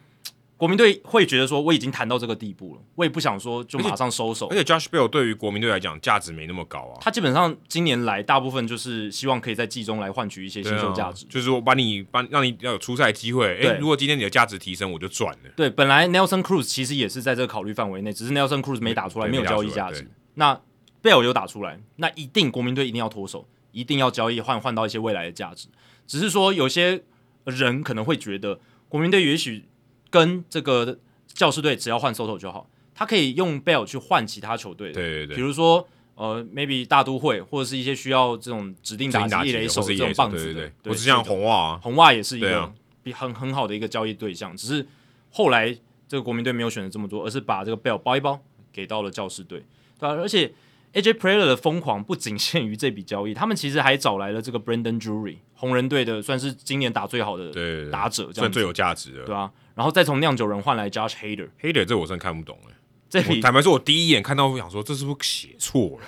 Speaker 2: 国民队会觉得说我已经谈到这个地步了，我也不想说就马上收手
Speaker 1: 而。且 Josh Bell 对于国民队来讲价值没那么高啊，
Speaker 2: 他基本上今年来大部分就是希望可以在季中来换取一些新
Speaker 1: 对啊
Speaker 2: 秀价值。
Speaker 1: 就是我把你把让你要有出赛机会，
Speaker 2: 对
Speaker 1: 哎，如果今天你的价值提升，我就赚了，
Speaker 2: 对，本来 Nelson Cruz 其实也是在这个考虑范围内，只是 Nelson Cruz 没打出来，
Speaker 1: 对
Speaker 2: 没有
Speaker 1: 没打
Speaker 2: 交易
Speaker 1: 出来
Speaker 2: 价值
Speaker 1: 对。
Speaker 2: 那贝尔有打出来，那一定国民队一定要脱手，一定要交易换换到一些未来的价值。只是说有些人可能会觉得，国民队也许跟这个教士队只要换 Soto 就好，他可以用贝尔去换其他球队的，
Speaker 1: 对对
Speaker 2: 比
Speaker 1: 对，
Speaker 2: 如说。呃，maybe 大都会或者是一些需要这种指定
Speaker 1: 指
Speaker 2: 打
Speaker 1: 定打
Speaker 2: 击、一
Speaker 1: 击
Speaker 2: 垒
Speaker 1: 的
Speaker 2: 手
Speaker 1: 或是
Speaker 2: 这
Speaker 1: 一
Speaker 2: 种
Speaker 1: 垒
Speaker 2: 棒
Speaker 1: 手，
Speaker 2: 子
Speaker 1: 对
Speaker 2: 的
Speaker 1: 对对，
Speaker 2: 对
Speaker 1: 我只像
Speaker 2: 这种
Speaker 1: 红袜啊，
Speaker 2: 红袜也是一
Speaker 1: 对
Speaker 2: 个
Speaker 1: 啊
Speaker 2: 比很很好的一个交易对象，只是后来这个国民队没有选择这么多，而是把这个 Bell 包一包给到了教士队，对啊吧、而且 AJ Preller 的疯狂不仅限于这笔交易，他们其实还找来了这个 Brandon Drury，红人队的算是今年打最好的
Speaker 1: 对对对
Speaker 2: 打者，这
Speaker 1: 算
Speaker 2: 样
Speaker 1: 最
Speaker 2: 子
Speaker 1: 有价值的。
Speaker 2: 对啊，然后再从酿酒人换来 Josh Hader，
Speaker 1: 黑的这我真的看不懂哎、
Speaker 2: [LAUGHS] 这
Speaker 1: 我
Speaker 2: 笔
Speaker 1: 坦白说，我第一眼看到我想说，这是不是写错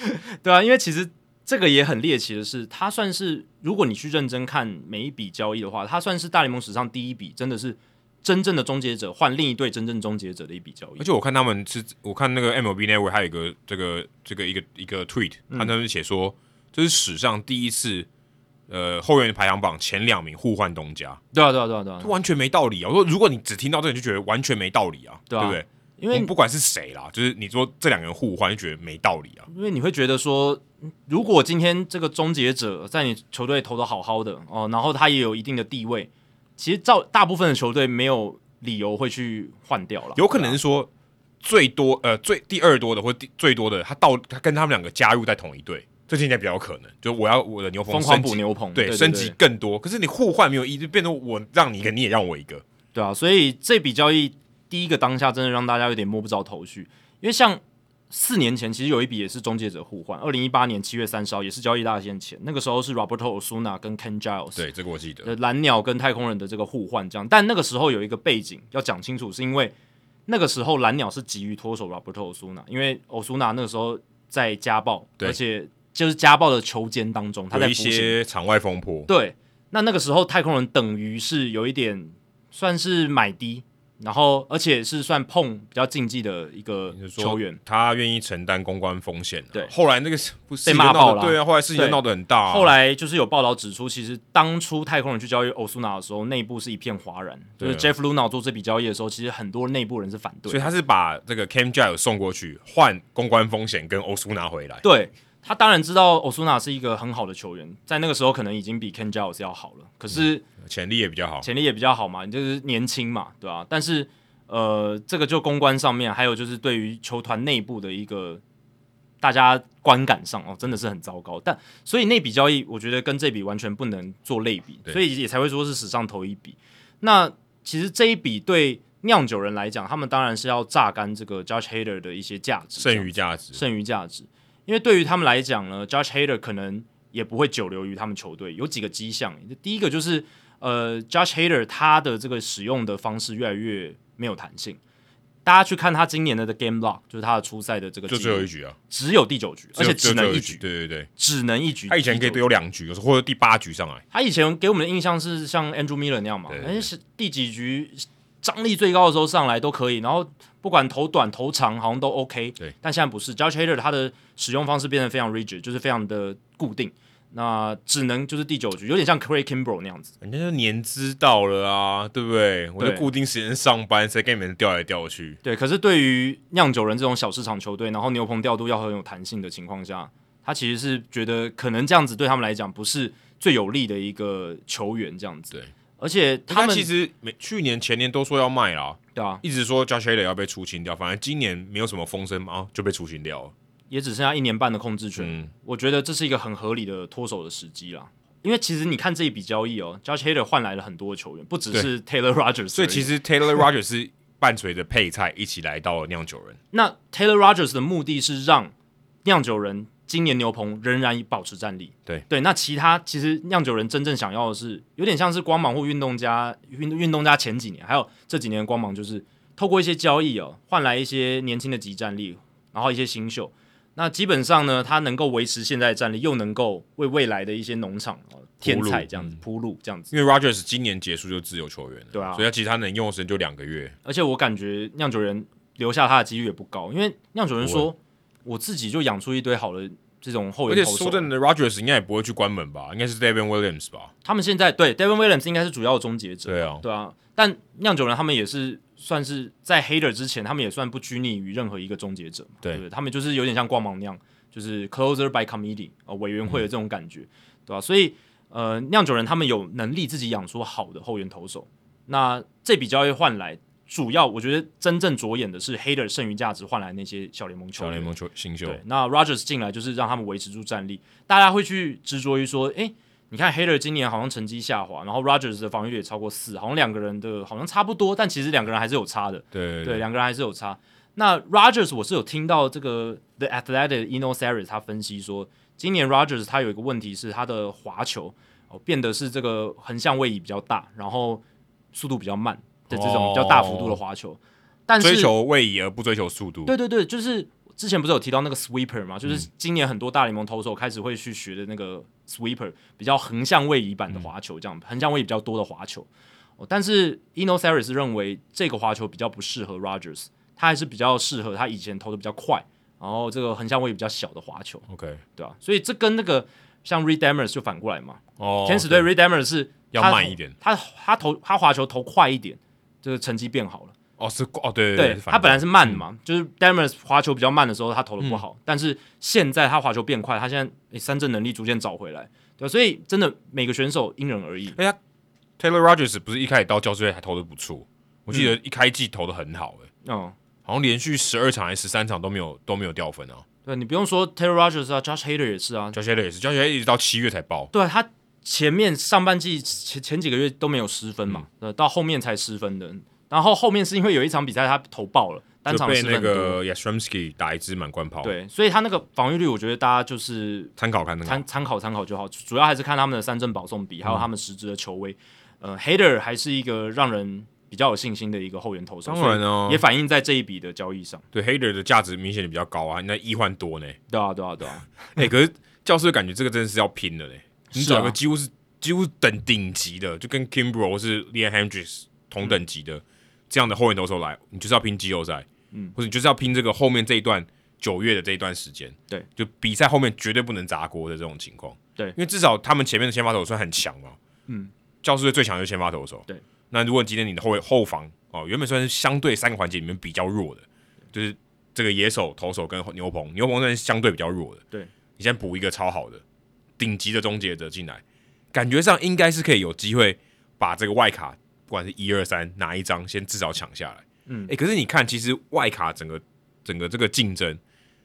Speaker 2: 嗯
Speaker 1: 了？
Speaker 2: 对啊，因为其实这个也很猎奇的是，他算是如果你去认真看每一笔交易的话，他算是大联盟史上第一笔真的是真正的终结者换另一队真正终结者的一笔交易
Speaker 1: 而。且我看他们是，我看那个 MLB Network 还有一个这个这个一个一个 tweet，他
Speaker 2: 嗯
Speaker 1: 那边写说，这是史上第一次，呃，后援排行榜前两名互换东家，
Speaker 2: 对啊，对啊，对啊，对啊
Speaker 1: 这，完全没道理啊！我说，如果你只听到这，你就觉得完全没道理啊，
Speaker 2: 对啊
Speaker 1: 不对？
Speaker 2: 因为
Speaker 1: 我们不管是谁啦，就是你说这两个人互换，就觉得没道理啊。
Speaker 2: 因为你会觉得说，嗯如果今天这个终结者在你球队投的好好的哦，然后他也有一定的地位，其实照大部分的球队没有理由会去换掉了。
Speaker 1: 有可能是
Speaker 2: 对啊
Speaker 1: 说最多呃最第二多的或第最多的，他到他跟他们两个加入在同一队，这听起来比较有可能。就我要我的牛棚
Speaker 2: 啊疯狂
Speaker 1: 升级
Speaker 2: 补牛棚，
Speaker 1: 对
Speaker 2: 对
Speaker 1: 升级更多，可是你互换没有意义，就变成我让你一个，你也让我一个。
Speaker 2: 对啊，所以这笔交易第一个当下真的让大家有点摸不着头绪，因为像四年前其实有一笔也是终结者互换，二零一八年七月三十号也是交易大限前，那个时候是 Roberto Osuna 跟 Ken Giles，
Speaker 1: 对，这个我记得。
Speaker 2: 呃，蓝鸟跟太空人的这个互换这样，但那个时候有一个背景要讲清楚，是因为那个时候蓝鸟是急于脱手 Roberto Osuna，因为 Osuna 那个时候在家暴，
Speaker 1: 对
Speaker 2: 而且就是家暴的囚监当中，他
Speaker 1: 有
Speaker 2: 在
Speaker 1: 一
Speaker 2: 服刑
Speaker 1: 些场外风波，
Speaker 2: 对，那那个时候太空人等于是有一点算是买低，然后而且是算碰比较竞技的一个
Speaker 1: 就是说
Speaker 2: 球员。
Speaker 1: 他愿意承担公关风险、啊。
Speaker 2: 对
Speaker 1: 后来那个不是
Speaker 2: 被骂爆了
Speaker 1: 对啊，后来事情就
Speaker 2: 对
Speaker 1: 闹得很大啊、
Speaker 2: 后来就是有报道指出，其实当初太空人去交易欧苏纳的时候，内部是一片哗然。就
Speaker 1: 对啊
Speaker 2: 是 Jeff Luna 做这笔交易的时候，其实很多内部人是反对
Speaker 1: 所以
Speaker 2: 的。
Speaker 1: 他是把这个 Cam Giles 送过去，换公关风险跟欧苏拿回来。
Speaker 2: 对他当然知道欧苏纳是一个很好的球员，在那个时候可能已经比 Ken Giles 要好了，可是
Speaker 1: 潜力也比较好。
Speaker 2: 潜力也比较好嘛，你就是年轻嘛，对吧、但是呃，这个就公关上面，还有就是对于球团内部的一个大家观感上哦，真的是很糟糕。但所以那笔交易，我觉得跟这笔完全不能做类比，
Speaker 1: 对
Speaker 2: 所以也才会说是史上头一笔。那其实这一笔对酿酒人来讲，他们当然是要榨干这个 Judge Hader 的一些价值，
Speaker 1: 剩余价值，
Speaker 2: 剩余价值。因为对于他们来讲呢，Judge Hader 可能也不会久留于他们球队，有几个迹象。第一个就是，呃，Judge Hader 他的这个使用的方式越来越没有弹性。大家去看他今年的 Game Log，就是他的初赛的这个
Speaker 1: 就
Speaker 2: 记
Speaker 1: 最
Speaker 2: 录
Speaker 1: 后一局啊，
Speaker 2: 只有第九局，而
Speaker 1: 就
Speaker 2: 且只
Speaker 1: 就
Speaker 2: 能
Speaker 1: 最后
Speaker 2: 一
Speaker 1: 一
Speaker 2: 局，
Speaker 1: 对对对，
Speaker 2: 只能一局。
Speaker 1: 他以前可以
Speaker 2: 第九
Speaker 1: 丢两局，有时候或者第八局上来，
Speaker 2: 他以前给我们的印象是像 Andrew Miller 那样嘛，
Speaker 1: 对对对
Speaker 2: 哎是第几局张力最高的时候上来都可以，然后不管投短投长好像都 OK。
Speaker 1: 对，
Speaker 2: 但现在不是，Judge Hader 他的使用方式变得非常 rigid，就是非常的固定，那只能就是第九局，有点像 Craig Kimbrel 那样子。
Speaker 1: 人家就年资到了啊，对不对？我就
Speaker 2: 对
Speaker 1: 固定时间上班，谁跟你们调来调去？
Speaker 2: 对，可是对于酿酒人这种小市场球队，然后牛棚调度要很有弹性的情况下，他其实是觉得可能这样子对他们来讲不是最有利的一个球员这样子。
Speaker 1: 对，
Speaker 2: 而且
Speaker 1: 他
Speaker 2: 他们
Speaker 1: 其实每去年前年都说要卖啦，
Speaker 2: 对啊，
Speaker 1: 一直说 Josh Hader 要被出清掉，反正今年没有什么风声啊，就被出清掉了。
Speaker 2: 也只剩下一年半的控制权，
Speaker 1: 嗯，
Speaker 2: 我觉得这是一个很合理的脱手的时机啦。因为其实你看这一笔交易哦，Judge Hader 换来了很多球员，不只是 Taylor Rogers，
Speaker 1: 所以其实 Taylor Rogers 是伴随着配菜一起来到了酿酒人，
Speaker 2: 那 Taylor Rogers 的目的是让酿酒人今年牛棚仍然保持战力。
Speaker 1: 对
Speaker 2: 对，那其他其实酿酒人真正想要的是，有点像是光芒或运动家运运动家前几年，还有这几年的光芒，就是透过一些交易哦，换来一些年轻的集战力，然后一些新秀。那基本上呢，他能够维持现在的战力，又能够为未来的一些农场哦天才这样子铺路，这样子。
Speaker 1: 因为 Rogers 今年结束就自由球员了，
Speaker 2: 对啊
Speaker 1: 所以他其实他能用的时间就两个月，
Speaker 2: 而且我感觉酿酒人留下他的几率也不高，因为酿酒人说我自己就养出一堆好的这种后
Speaker 1: 而
Speaker 2: 援
Speaker 1: 且
Speaker 2: 投手
Speaker 1: 说。真的，Rogers 应该也不会去关门吧，应该是 Devin Williams 吧？
Speaker 2: 他们现在对 Devin Williams 应该是主要的终结者，
Speaker 1: 对啊，
Speaker 2: 对啊。但酿酒人他们也是算是在 Hater 之前，他们也算不拘泥于任何一个终结者嘛，
Speaker 1: 对
Speaker 2: 不对？他们就是有点像光芒那样，就是 Closer by Committee 呃委员会
Speaker 1: 嗯
Speaker 2: 的这种感觉，对吧、所以呃，酿酒人他们有能力自己养出好的后援投手，那这笔交易换来。主要我觉得真正着眼的是 Hater 剩余价值换来那些小联盟球
Speaker 1: 小
Speaker 2: 员，
Speaker 1: 联盟球新秀，
Speaker 2: 对，那 Rogers 进来就是让他们维持住战力，大家会去执着于说，诶，你看 Hater 今年好像成绩下滑，然后 Rogers 的防御率也超过四，好像两个人的好像差不多，但其实两个人还是有差的。
Speaker 1: 对
Speaker 2: 对，两个人还是有差。那 Rogers 我是有听到这个 The Athletic Eno Saris 他分析说，今年 Rogers 他有一个问题是他的滑球哦变得是这个横向位移比较大，然后速度比较慢的这种比较大幅度的滑球，但是
Speaker 1: 追求位移而不追求速度。
Speaker 2: 对对对，就是之前不是有提到那个 sweeper 嘛，
Speaker 1: 嗯
Speaker 2: 就是今年很多大联盟投手开始会去学的那个 sweeper，比较横向位移版的滑球，这样、横向位移比较多的滑球。哦，但是 Eno Saris 认为这个滑球比较不适合 Rogers，他还是比较适合他以前投的比较快，然后这个横向位移比较小的滑球，
Speaker 1: OK，
Speaker 2: 对吧、所以这跟那个像 Redemers 就反过来嘛，
Speaker 1: 哦，
Speaker 2: 天使队 Redemers 是
Speaker 1: 要
Speaker 2: 他
Speaker 1: 慢
Speaker 2: 投
Speaker 1: 一点，
Speaker 2: 他他投他滑球投快一点，这个成绩变好了。
Speaker 1: 哦是哦对
Speaker 2: 对
Speaker 1: 对，嗯
Speaker 2: 他本
Speaker 1: 来
Speaker 2: 来是慢的嘛，就是 Demers 滑球比较慢的时候，他投
Speaker 1: 嗯
Speaker 2: 的不好，但是现在他滑球变快，他现在诶三振能力逐渐找回来，对，所以真的每个选手因人而异。
Speaker 1: Taylor Rogers 不是一开始到教师队还投的不错，我记得一开季投的很好诶、
Speaker 2: 嗯，
Speaker 1: 好像连续十二场还是十三场都没有都没有掉分啊。
Speaker 2: 对你不用说 Taylor Rogers 啊，Josh Hader 也是啊，
Speaker 1: 教学也是，教学一直到七月才爆。
Speaker 2: 对啊他前面上半季前前几个月都没有失分
Speaker 1: 嗯
Speaker 2: 嘛，呃，到后面才失分的，然后后面是因为有一场比赛他投爆了，单
Speaker 1: 就
Speaker 2: 场
Speaker 1: 被
Speaker 2: 失分
Speaker 1: 那
Speaker 2: 很多，
Speaker 1: 个 Yastrzemski 打一支满贯炮，，
Speaker 2: 对，所以他那个防御率，我觉得大家就是
Speaker 1: 参考看那个
Speaker 2: 参参考参考就好，主要还是看他们的三振保送比，还有他们实质的球威。呃，Hader 还是一个让人比较有信心的一个后援投手，
Speaker 1: 当然
Speaker 2: 所
Speaker 1: 哦
Speaker 2: 以也反映在这一笔的交易上。
Speaker 1: 对 Hader 的价值明显的比较高啊，那一换多呢。
Speaker 2: 对啊，对啊，对啊，
Speaker 1: 哎、可是教师感觉这个真的是要拼了嘞、你
Speaker 2: 是啊
Speaker 1: 找一个几乎是几乎等顶级的，就跟 Kimbro 是 Leon Hendricks 同等级的、这样的后援投手来，你就是要拼季后赛，
Speaker 2: 嗯，
Speaker 1: 或者你就是要拼这个后面这一段九月的这一段时间，
Speaker 2: 对，
Speaker 1: 就比赛后面绝对不能砸锅的这种情况，
Speaker 2: 对
Speaker 1: 因为至少他们前面的先发投手算很强嘛，
Speaker 2: 嗯，
Speaker 1: 教师队最强就是先发投手，
Speaker 2: 对，
Speaker 1: 那如果今天你的后卫后防哦，原本算是相对三个环节里面比较弱的，就是这个野手、投手跟牛棚，牛棚算是相对比较弱的，
Speaker 2: 对，
Speaker 1: 你先补一个超好的顶级的终结者进来，感觉上应该是可以有机会把这个外卡，不管是一二三哪一张，先至少抢下来。
Speaker 2: 嗯
Speaker 1: 诶、可是你看，其实外卡整个整个这个竞争，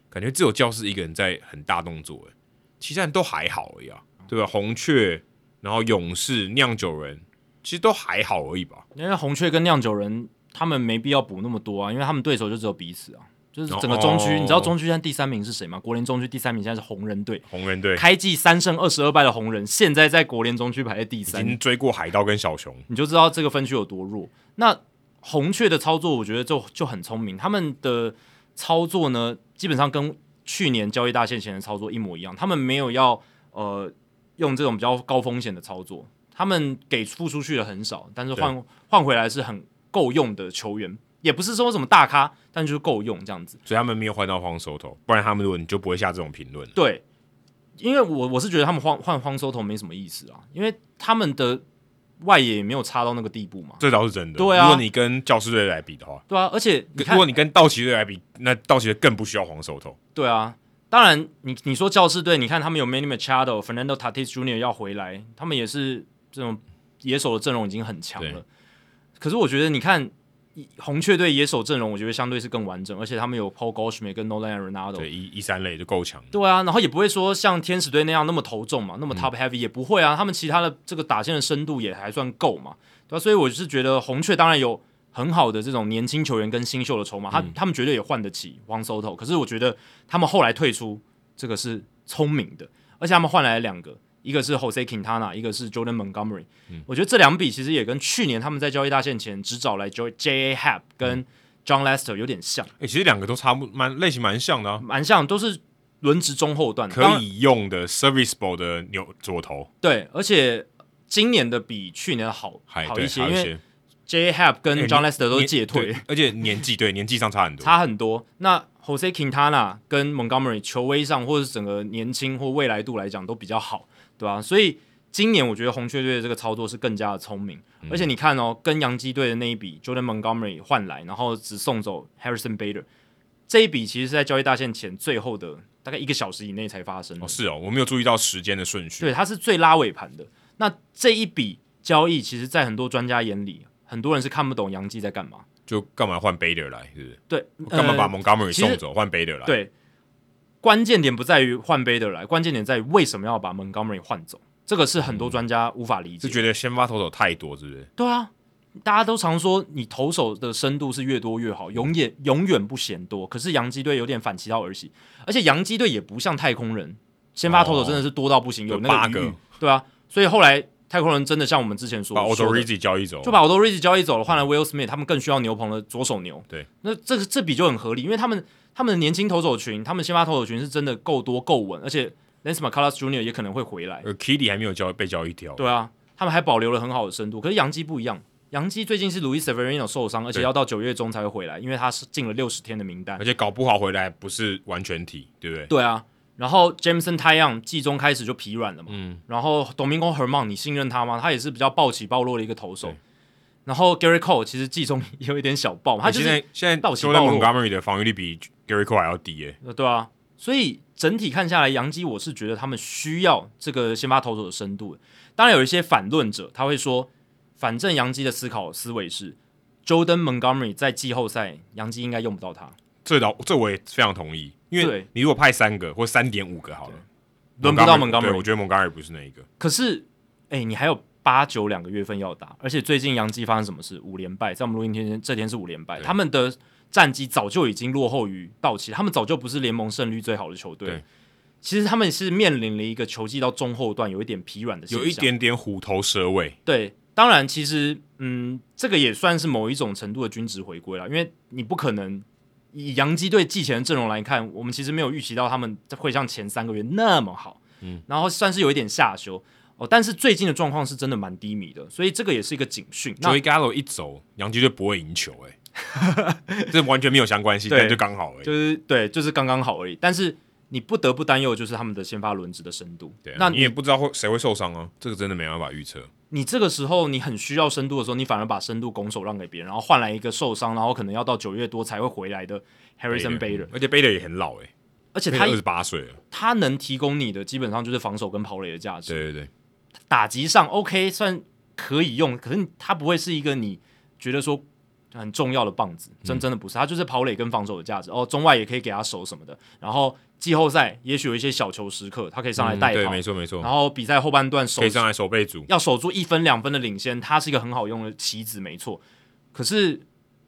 Speaker 1: 感觉只有教室一个人在很大动作、诶，其他人都还好而已啊，
Speaker 2: 哦
Speaker 1: 对吧？红雀，然后勇士、酿酒人，其实都还好而已吧。
Speaker 2: 因为红雀跟酿酒人他们没必要补那么多啊，因为他们对手就只有彼此啊。就是整个中区，
Speaker 1: 哦
Speaker 2: 你知道中区现在第三名是谁吗？国联中区第三名现在是红人队，
Speaker 1: 红人队
Speaker 2: 开季三胜二十二败的红人，现在在国联中区排在第
Speaker 1: 已
Speaker 2: 三，
Speaker 1: 经追过海盗跟小熊，
Speaker 2: 你就知道这个分区有多弱。那红雀的操作，我觉得就就很聪明，他们的操作呢，基本上跟去年交易大限前的操作一模一样，他们没有要呃用这种比较高风险的操作，他们给付出去的很少，但是换换回来是很够用的球员，也不是说什么大咖，但就是够用这样子。
Speaker 1: 所以他们没有换到荒收头，不然他们如果你就不会下这种评论了。
Speaker 2: 对，因为我我是觉得他们换换荒收头没什么意思啊，因为他们的外野也没有差到那个地步嘛。
Speaker 1: 这倒是真的。
Speaker 2: 对啊
Speaker 1: 如果你跟教师队来比的话，
Speaker 2: 对啊，而且你
Speaker 1: 如
Speaker 2: 看
Speaker 1: 果你跟道奇队来比，那道奇队更不需要黄手头。
Speaker 2: 对啊，当然，你你说教士队，你看他们有 Manny Machado、Fernando Tatis Jr. 要回来，他们也是这种野手的阵容已经很强
Speaker 1: 对
Speaker 2: 了。可是我觉得，你看以红雀队野手阵容，我觉得相对是更完整，而且他们有 Paul Goldschmidt 跟 Nolan Arenado。
Speaker 1: 对，一一三类就够强。
Speaker 2: 对啊，然后也不会说像天使队那样那么头重嘛，那
Speaker 1: 嗯
Speaker 2: 么 top heavy、也不会啊，他们其他的这个打线的深度也还算够嘛，对吧、啊所以我是觉得红雀当然有很好的这种年轻球员跟新秀的筹码，
Speaker 1: 嗯
Speaker 2: 他、他们绝对也换得起汪 Soto，可是我觉得他们后来退出这个是聪明的，而且他们换来了两个，一个是 Jose Quintana，一个是 Jordan Montgomery，、我
Speaker 1: 嗯
Speaker 2: 觉得这两笔其实也跟去年他们在交易大限前只找来 J J A Happ
Speaker 1: 嗯
Speaker 2: 跟 John Lester 有点像，
Speaker 1: 哎、其实两个都差不蛮类型蛮像的、啊，
Speaker 2: 蛮像，都是轮值中后段，当然
Speaker 1: 可以用的 serviceable 的牛左投，
Speaker 2: 对，而且今年的比去年好
Speaker 1: 还
Speaker 2: 好
Speaker 1: 对
Speaker 2: 一些，
Speaker 1: 还
Speaker 2: 因
Speaker 1: 有一
Speaker 2: 为
Speaker 1: 些
Speaker 2: J Hap 跟
Speaker 1: 哎
Speaker 2: John
Speaker 1: 你
Speaker 2: Lester 都是
Speaker 1: 年
Speaker 2: 戒退，
Speaker 1: 对而且年纪对年纪上差很多。
Speaker 2: 差很多。那 Jose Quintana 跟 Montgomery 球威上，或者是整个年轻或未来度来讲都比较好，对吧、所以今年我觉得红雀队的这个操作是更加的聪明，
Speaker 1: 嗯
Speaker 2: 而且你看哦，跟洋基队的那一笔 Jordan Montgomery 换来，然后只送走 Harrison Bader 这一笔，其实是在交易大限前最后的大概一个小时以内才发生的
Speaker 1: 哦，是哦，我没有注意到时间的顺序。
Speaker 2: 对，它是最拉尾盘的。那这一笔交易，其实在很多专家眼里，很多人是看不懂杨基在干嘛。
Speaker 1: 就干嘛换 Bader 来，是不是？
Speaker 2: 对，
Speaker 1: 嗯干嘛把
Speaker 2: 呃
Speaker 1: Montgomery
Speaker 2: 其实
Speaker 1: 送走，换 Bader 来？，
Speaker 2: 对，关键点不在于换杯的来，关键点在于为什么要把 Montgomery 换走，这个是很多专家无法理解
Speaker 1: 嗯是
Speaker 2: 的。
Speaker 1: 觉得先发投手太多，是不是？
Speaker 2: 对啊，大家都常说你投手的深度是越多越好，永远永远不嫌多。可是洋基队有点反其道而行，而且洋基队也不像太空人，先发投手真的是多到不行，
Speaker 1: 有
Speaker 2: 有那
Speaker 1: 哦八
Speaker 2: 余裕
Speaker 1: 个
Speaker 2: 对啊，所以后来太空人真的像我们之前说
Speaker 1: 把 o
Speaker 2: 说
Speaker 1: d
Speaker 2: 的
Speaker 1: o r i z i 交易走，
Speaker 2: 就把 o d o r i z 交易走了，换来 Will Smith，他们更需要牛棚的左手牛。
Speaker 1: 对，
Speaker 2: 那这个这笔就很合理，因为他们他们的年轻投手群，他们先发投手群是真的够多够稳，而且 Lance McCullers Jr. 也可能会回来。
Speaker 1: 呃 k i d y 还没有交被交易掉，
Speaker 2: 对啊，他们还保留了很好的深度。可是杨基不一样，杨基最近是 Luis Severino 受伤，而且
Speaker 1: 对
Speaker 2: 要到九月中才会回来，因为他是进了六十天的名单
Speaker 1: 而。且搞不好回来不是完全体，对不对？
Speaker 2: 对啊，然后 Jameson t a y o n 季中开始就疲软了嘛，
Speaker 1: 嗯，
Speaker 2: 然后 Domingo Herman 你信任他吗？他也是比较暴起暴落的一个投手
Speaker 1: 对。
Speaker 2: 然后 Gary Cole 其实季中 [LAUGHS] 也有一点小爆嘛，他就
Speaker 1: 现
Speaker 2: 是
Speaker 1: 在现在
Speaker 2: 到期
Speaker 1: j o
Speaker 2: 暴
Speaker 1: r
Speaker 2: 露
Speaker 1: Montgomery 的防御力比 Gary Cole 还要低耶、
Speaker 2: 呃，对啊，所以整体看下来，洋基我是觉得他们需要这个先发投手的深度的。当然，有一些反论者他会说，反正洋基的思考思维是，Jordan Montgomery 在季后赛，洋基应该用不到他，
Speaker 1: 这倒这我也非常同意，因为
Speaker 2: 对
Speaker 1: 你如果派三个或三点五个好了，
Speaker 2: 轮不到
Speaker 1: Montgomery- 对
Speaker 2: Montgomery。
Speaker 1: 我觉得 Montgomery 不是那一个，
Speaker 2: 可是，哎，你还有八九两个月份要打，而且最近洋基发生什么事？五连败，在我们录音天这天是五连败，
Speaker 1: 对
Speaker 2: 他们的战绩早就已经落后于道奇，他们早就不是联盟胜率最好的球队
Speaker 1: 对。
Speaker 2: 其实他们是面临了一个球季到中后段有一点疲软的现
Speaker 1: 有
Speaker 2: 象，
Speaker 1: 一点点虎头蛇尾，
Speaker 2: 对，当然，其实嗯，这个也算是某一种程度的均值回归了，因为你不可能以洋基队季前的阵容来看，我们其实没有预期到他们会像前三个月那么好，
Speaker 1: 嗯，
Speaker 2: 然后算是有一点下修哦，但是最近的状况是真的蛮低迷的，所以这个也是一个警讯。那
Speaker 1: Joey Gallo 一走，洋基就不会赢球、
Speaker 2: [LAUGHS]
Speaker 1: 哎，这完全没有相关系，
Speaker 2: 对
Speaker 1: 但就刚好、哎，
Speaker 2: 就是对，就是刚刚好而已，但是。你不得不担忧，就是他们的先发轮值的深度。
Speaker 1: 对啊、
Speaker 2: 那
Speaker 1: 你也不知道会谁会受伤啊，这个真的没办法预测。
Speaker 2: 你这个时候你很需要深度的时候，你反而把深度拱手让给别人，然后换来一个受伤，然后可能要到九月多才会回来的 Harrison Bader，
Speaker 1: 而且 Bader 也很老哎、
Speaker 2: 而且
Speaker 1: 欸，
Speaker 2: 他
Speaker 1: 二十八岁了。
Speaker 2: 他能提供你的基本上就是防守跟跑垒的价值，
Speaker 1: 对对对，
Speaker 2: 打击上 OK 算可以用，可是他不会是一个你觉得说很重要的棒子，
Speaker 1: 嗯
Speaker 2: 真真的不是，他就是跑垒跟防守的价值。哦，中外也可以给他守什么的，然后季后赛也许有一些小球时刻，他可以上来
Speaker 1: 嗯
Speaker 2: 带
Speaker 1: 对，
Speaker 2: 跑，
Speaker 1: 没错没错
Speaker 2: 然，后比赛后半段守
Speaker 1: 可以上来守备组。
Speaker 2: 要守住一分两分的领先，他是一个很好用的棋子，没错。可是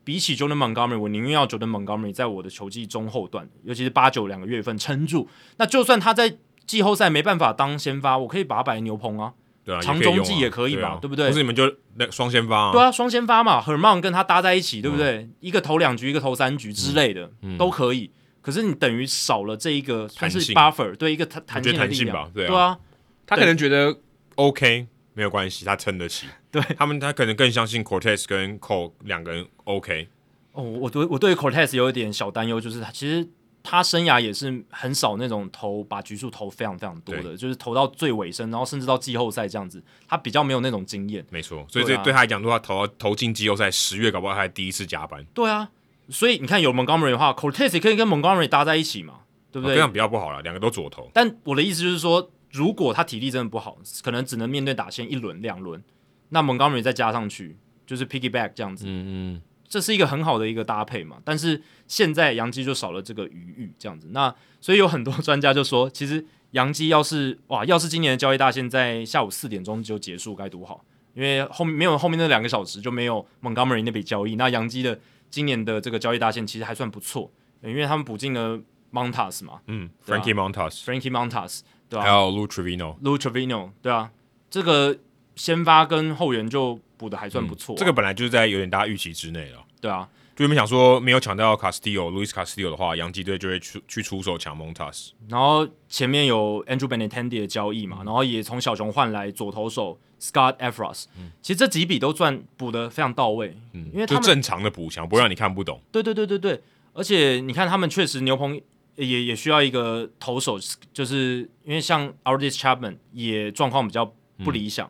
Speaker 2: 比起 Jordan Montgomery，我宁愿要 Jordan Montgomery 在我的球季中后段，尤其是八九两个月份撑住。那就算他在季后赛没办法当先发，我可以把他摆牛棚啊。
Speaker 1: 对啊，
Speaker 2: 长
Speaker 1: 也可以
Speaker 2: 中继
Speaker 1: 用啊
Speaker 2: 也可以嘛
Speaker 1: 啊
Speaker 2: 对不对
Speaker 1: 或是你们就那双先发啊？
Speaker 2: 对啊，双先发嘛，Herman 跟他搭在一起，对不对？
Speaker 1: 嗯
Speaker 2: 一个投两局，一个投三局之类的、都可以。可是你等于少了这一个算是
Speaker 1: 弹性
Speaker 2: buffer，对一个弹弹
Speaker 1: 我觉
Speaker 2: 性
Speaker 1: 得
Speaker 2: 的
Speaker 1: 弹
Speaker 2: 力
Speaker 1: 性
Speaker 2: 量
Speaker 1: 吧，对啊
Speaker 2: 对啊，
Speaker 1: 他可能觉得 OK 没有关系，他撑得起。
Speaker 2: 对
Speaker 1: 他们，他可能更相信 Cortez 跟 Cole 两个人 OK。
Speaker 2: 哦，我对我对 Cortez 有一点小担忧，就是他其实他生涯也是很少那种投把局数投非常非常多的，就是投到最尾声，然后甚至到季后赛这样子，他比较没有那种经验。
Speaker 1: 没错，所以
Speaker 2: 对
Speaker 1: 这
Speaker 2: 啊
Speaker 1: 对他来讲，如果他投到投进季后赛，十月搞不好他还第一次加班，
Speaker 2: 对啊，所以你看有 Montgomery 的话，Cortez 也可以跟 Montgomery 搭在一起嘛，对不
Speaker 1: 这
Speaker 2: 哦对？啊
Speaker 1: 样比较不好了。两个都左投，
Speaker 2: 但我的意思就是说，如果他体力真的不好，可能只能面对打线一轮两轮，那 Montgomery 再加上去就是 piggyback 这样子，
Speaker 1: 嗯嗯，
Speaker 2: 这是一个很好的一个搭配嘛。但是现在杨基就少了这个余裕，这样子。那所以有很多专家就说，其实杨基要是哇，要是今年的交易大限在下午四点钟就结束，该多好！因为后面没有后面那两个小时就没有 Montgomery 那笔交易，那杨基的今年的这个交易大限其实还算不错，因为他们补进了 Montas 嘛
Speaker 1: 嗯
Speaker 2: 对啊
Speaker 1: ，Frankie Montas，、
Speaker 2: ，Frankie Montas，对啊吧、
Speaker 1: 还有 Lu Trevino，
Speaker 2: l u Trevino，对啊，这个先发跟后援就补的还算不错啊、
Speaker 1: 嗯这个本来就是在有点大家预期之内了。
Speaker 2: 对啊，
Speaker 1: 就原本想说没有抢到 Castillo、Luis Castillo 的话，洋基队就会去去出手抢 Montas。
Speaker 2: 然后前面有 Andrew Benintendi 的交易嘛，
Speaker 1: 嗯
Speaker 2: 然后也从小熊换来左投手 Scott Efros，、其实这几笔都赚补的非常到位，因为
Speaker 1: 嗯就
Speaker 2: 他们
Speaker 1: 正常的补强，不会让你看不懂。
Speaker 2: 对对对对对，而且你看他们确实牛棚也也需要一个投手，就是因为像 Aldis Chapman 也状况比较不理想、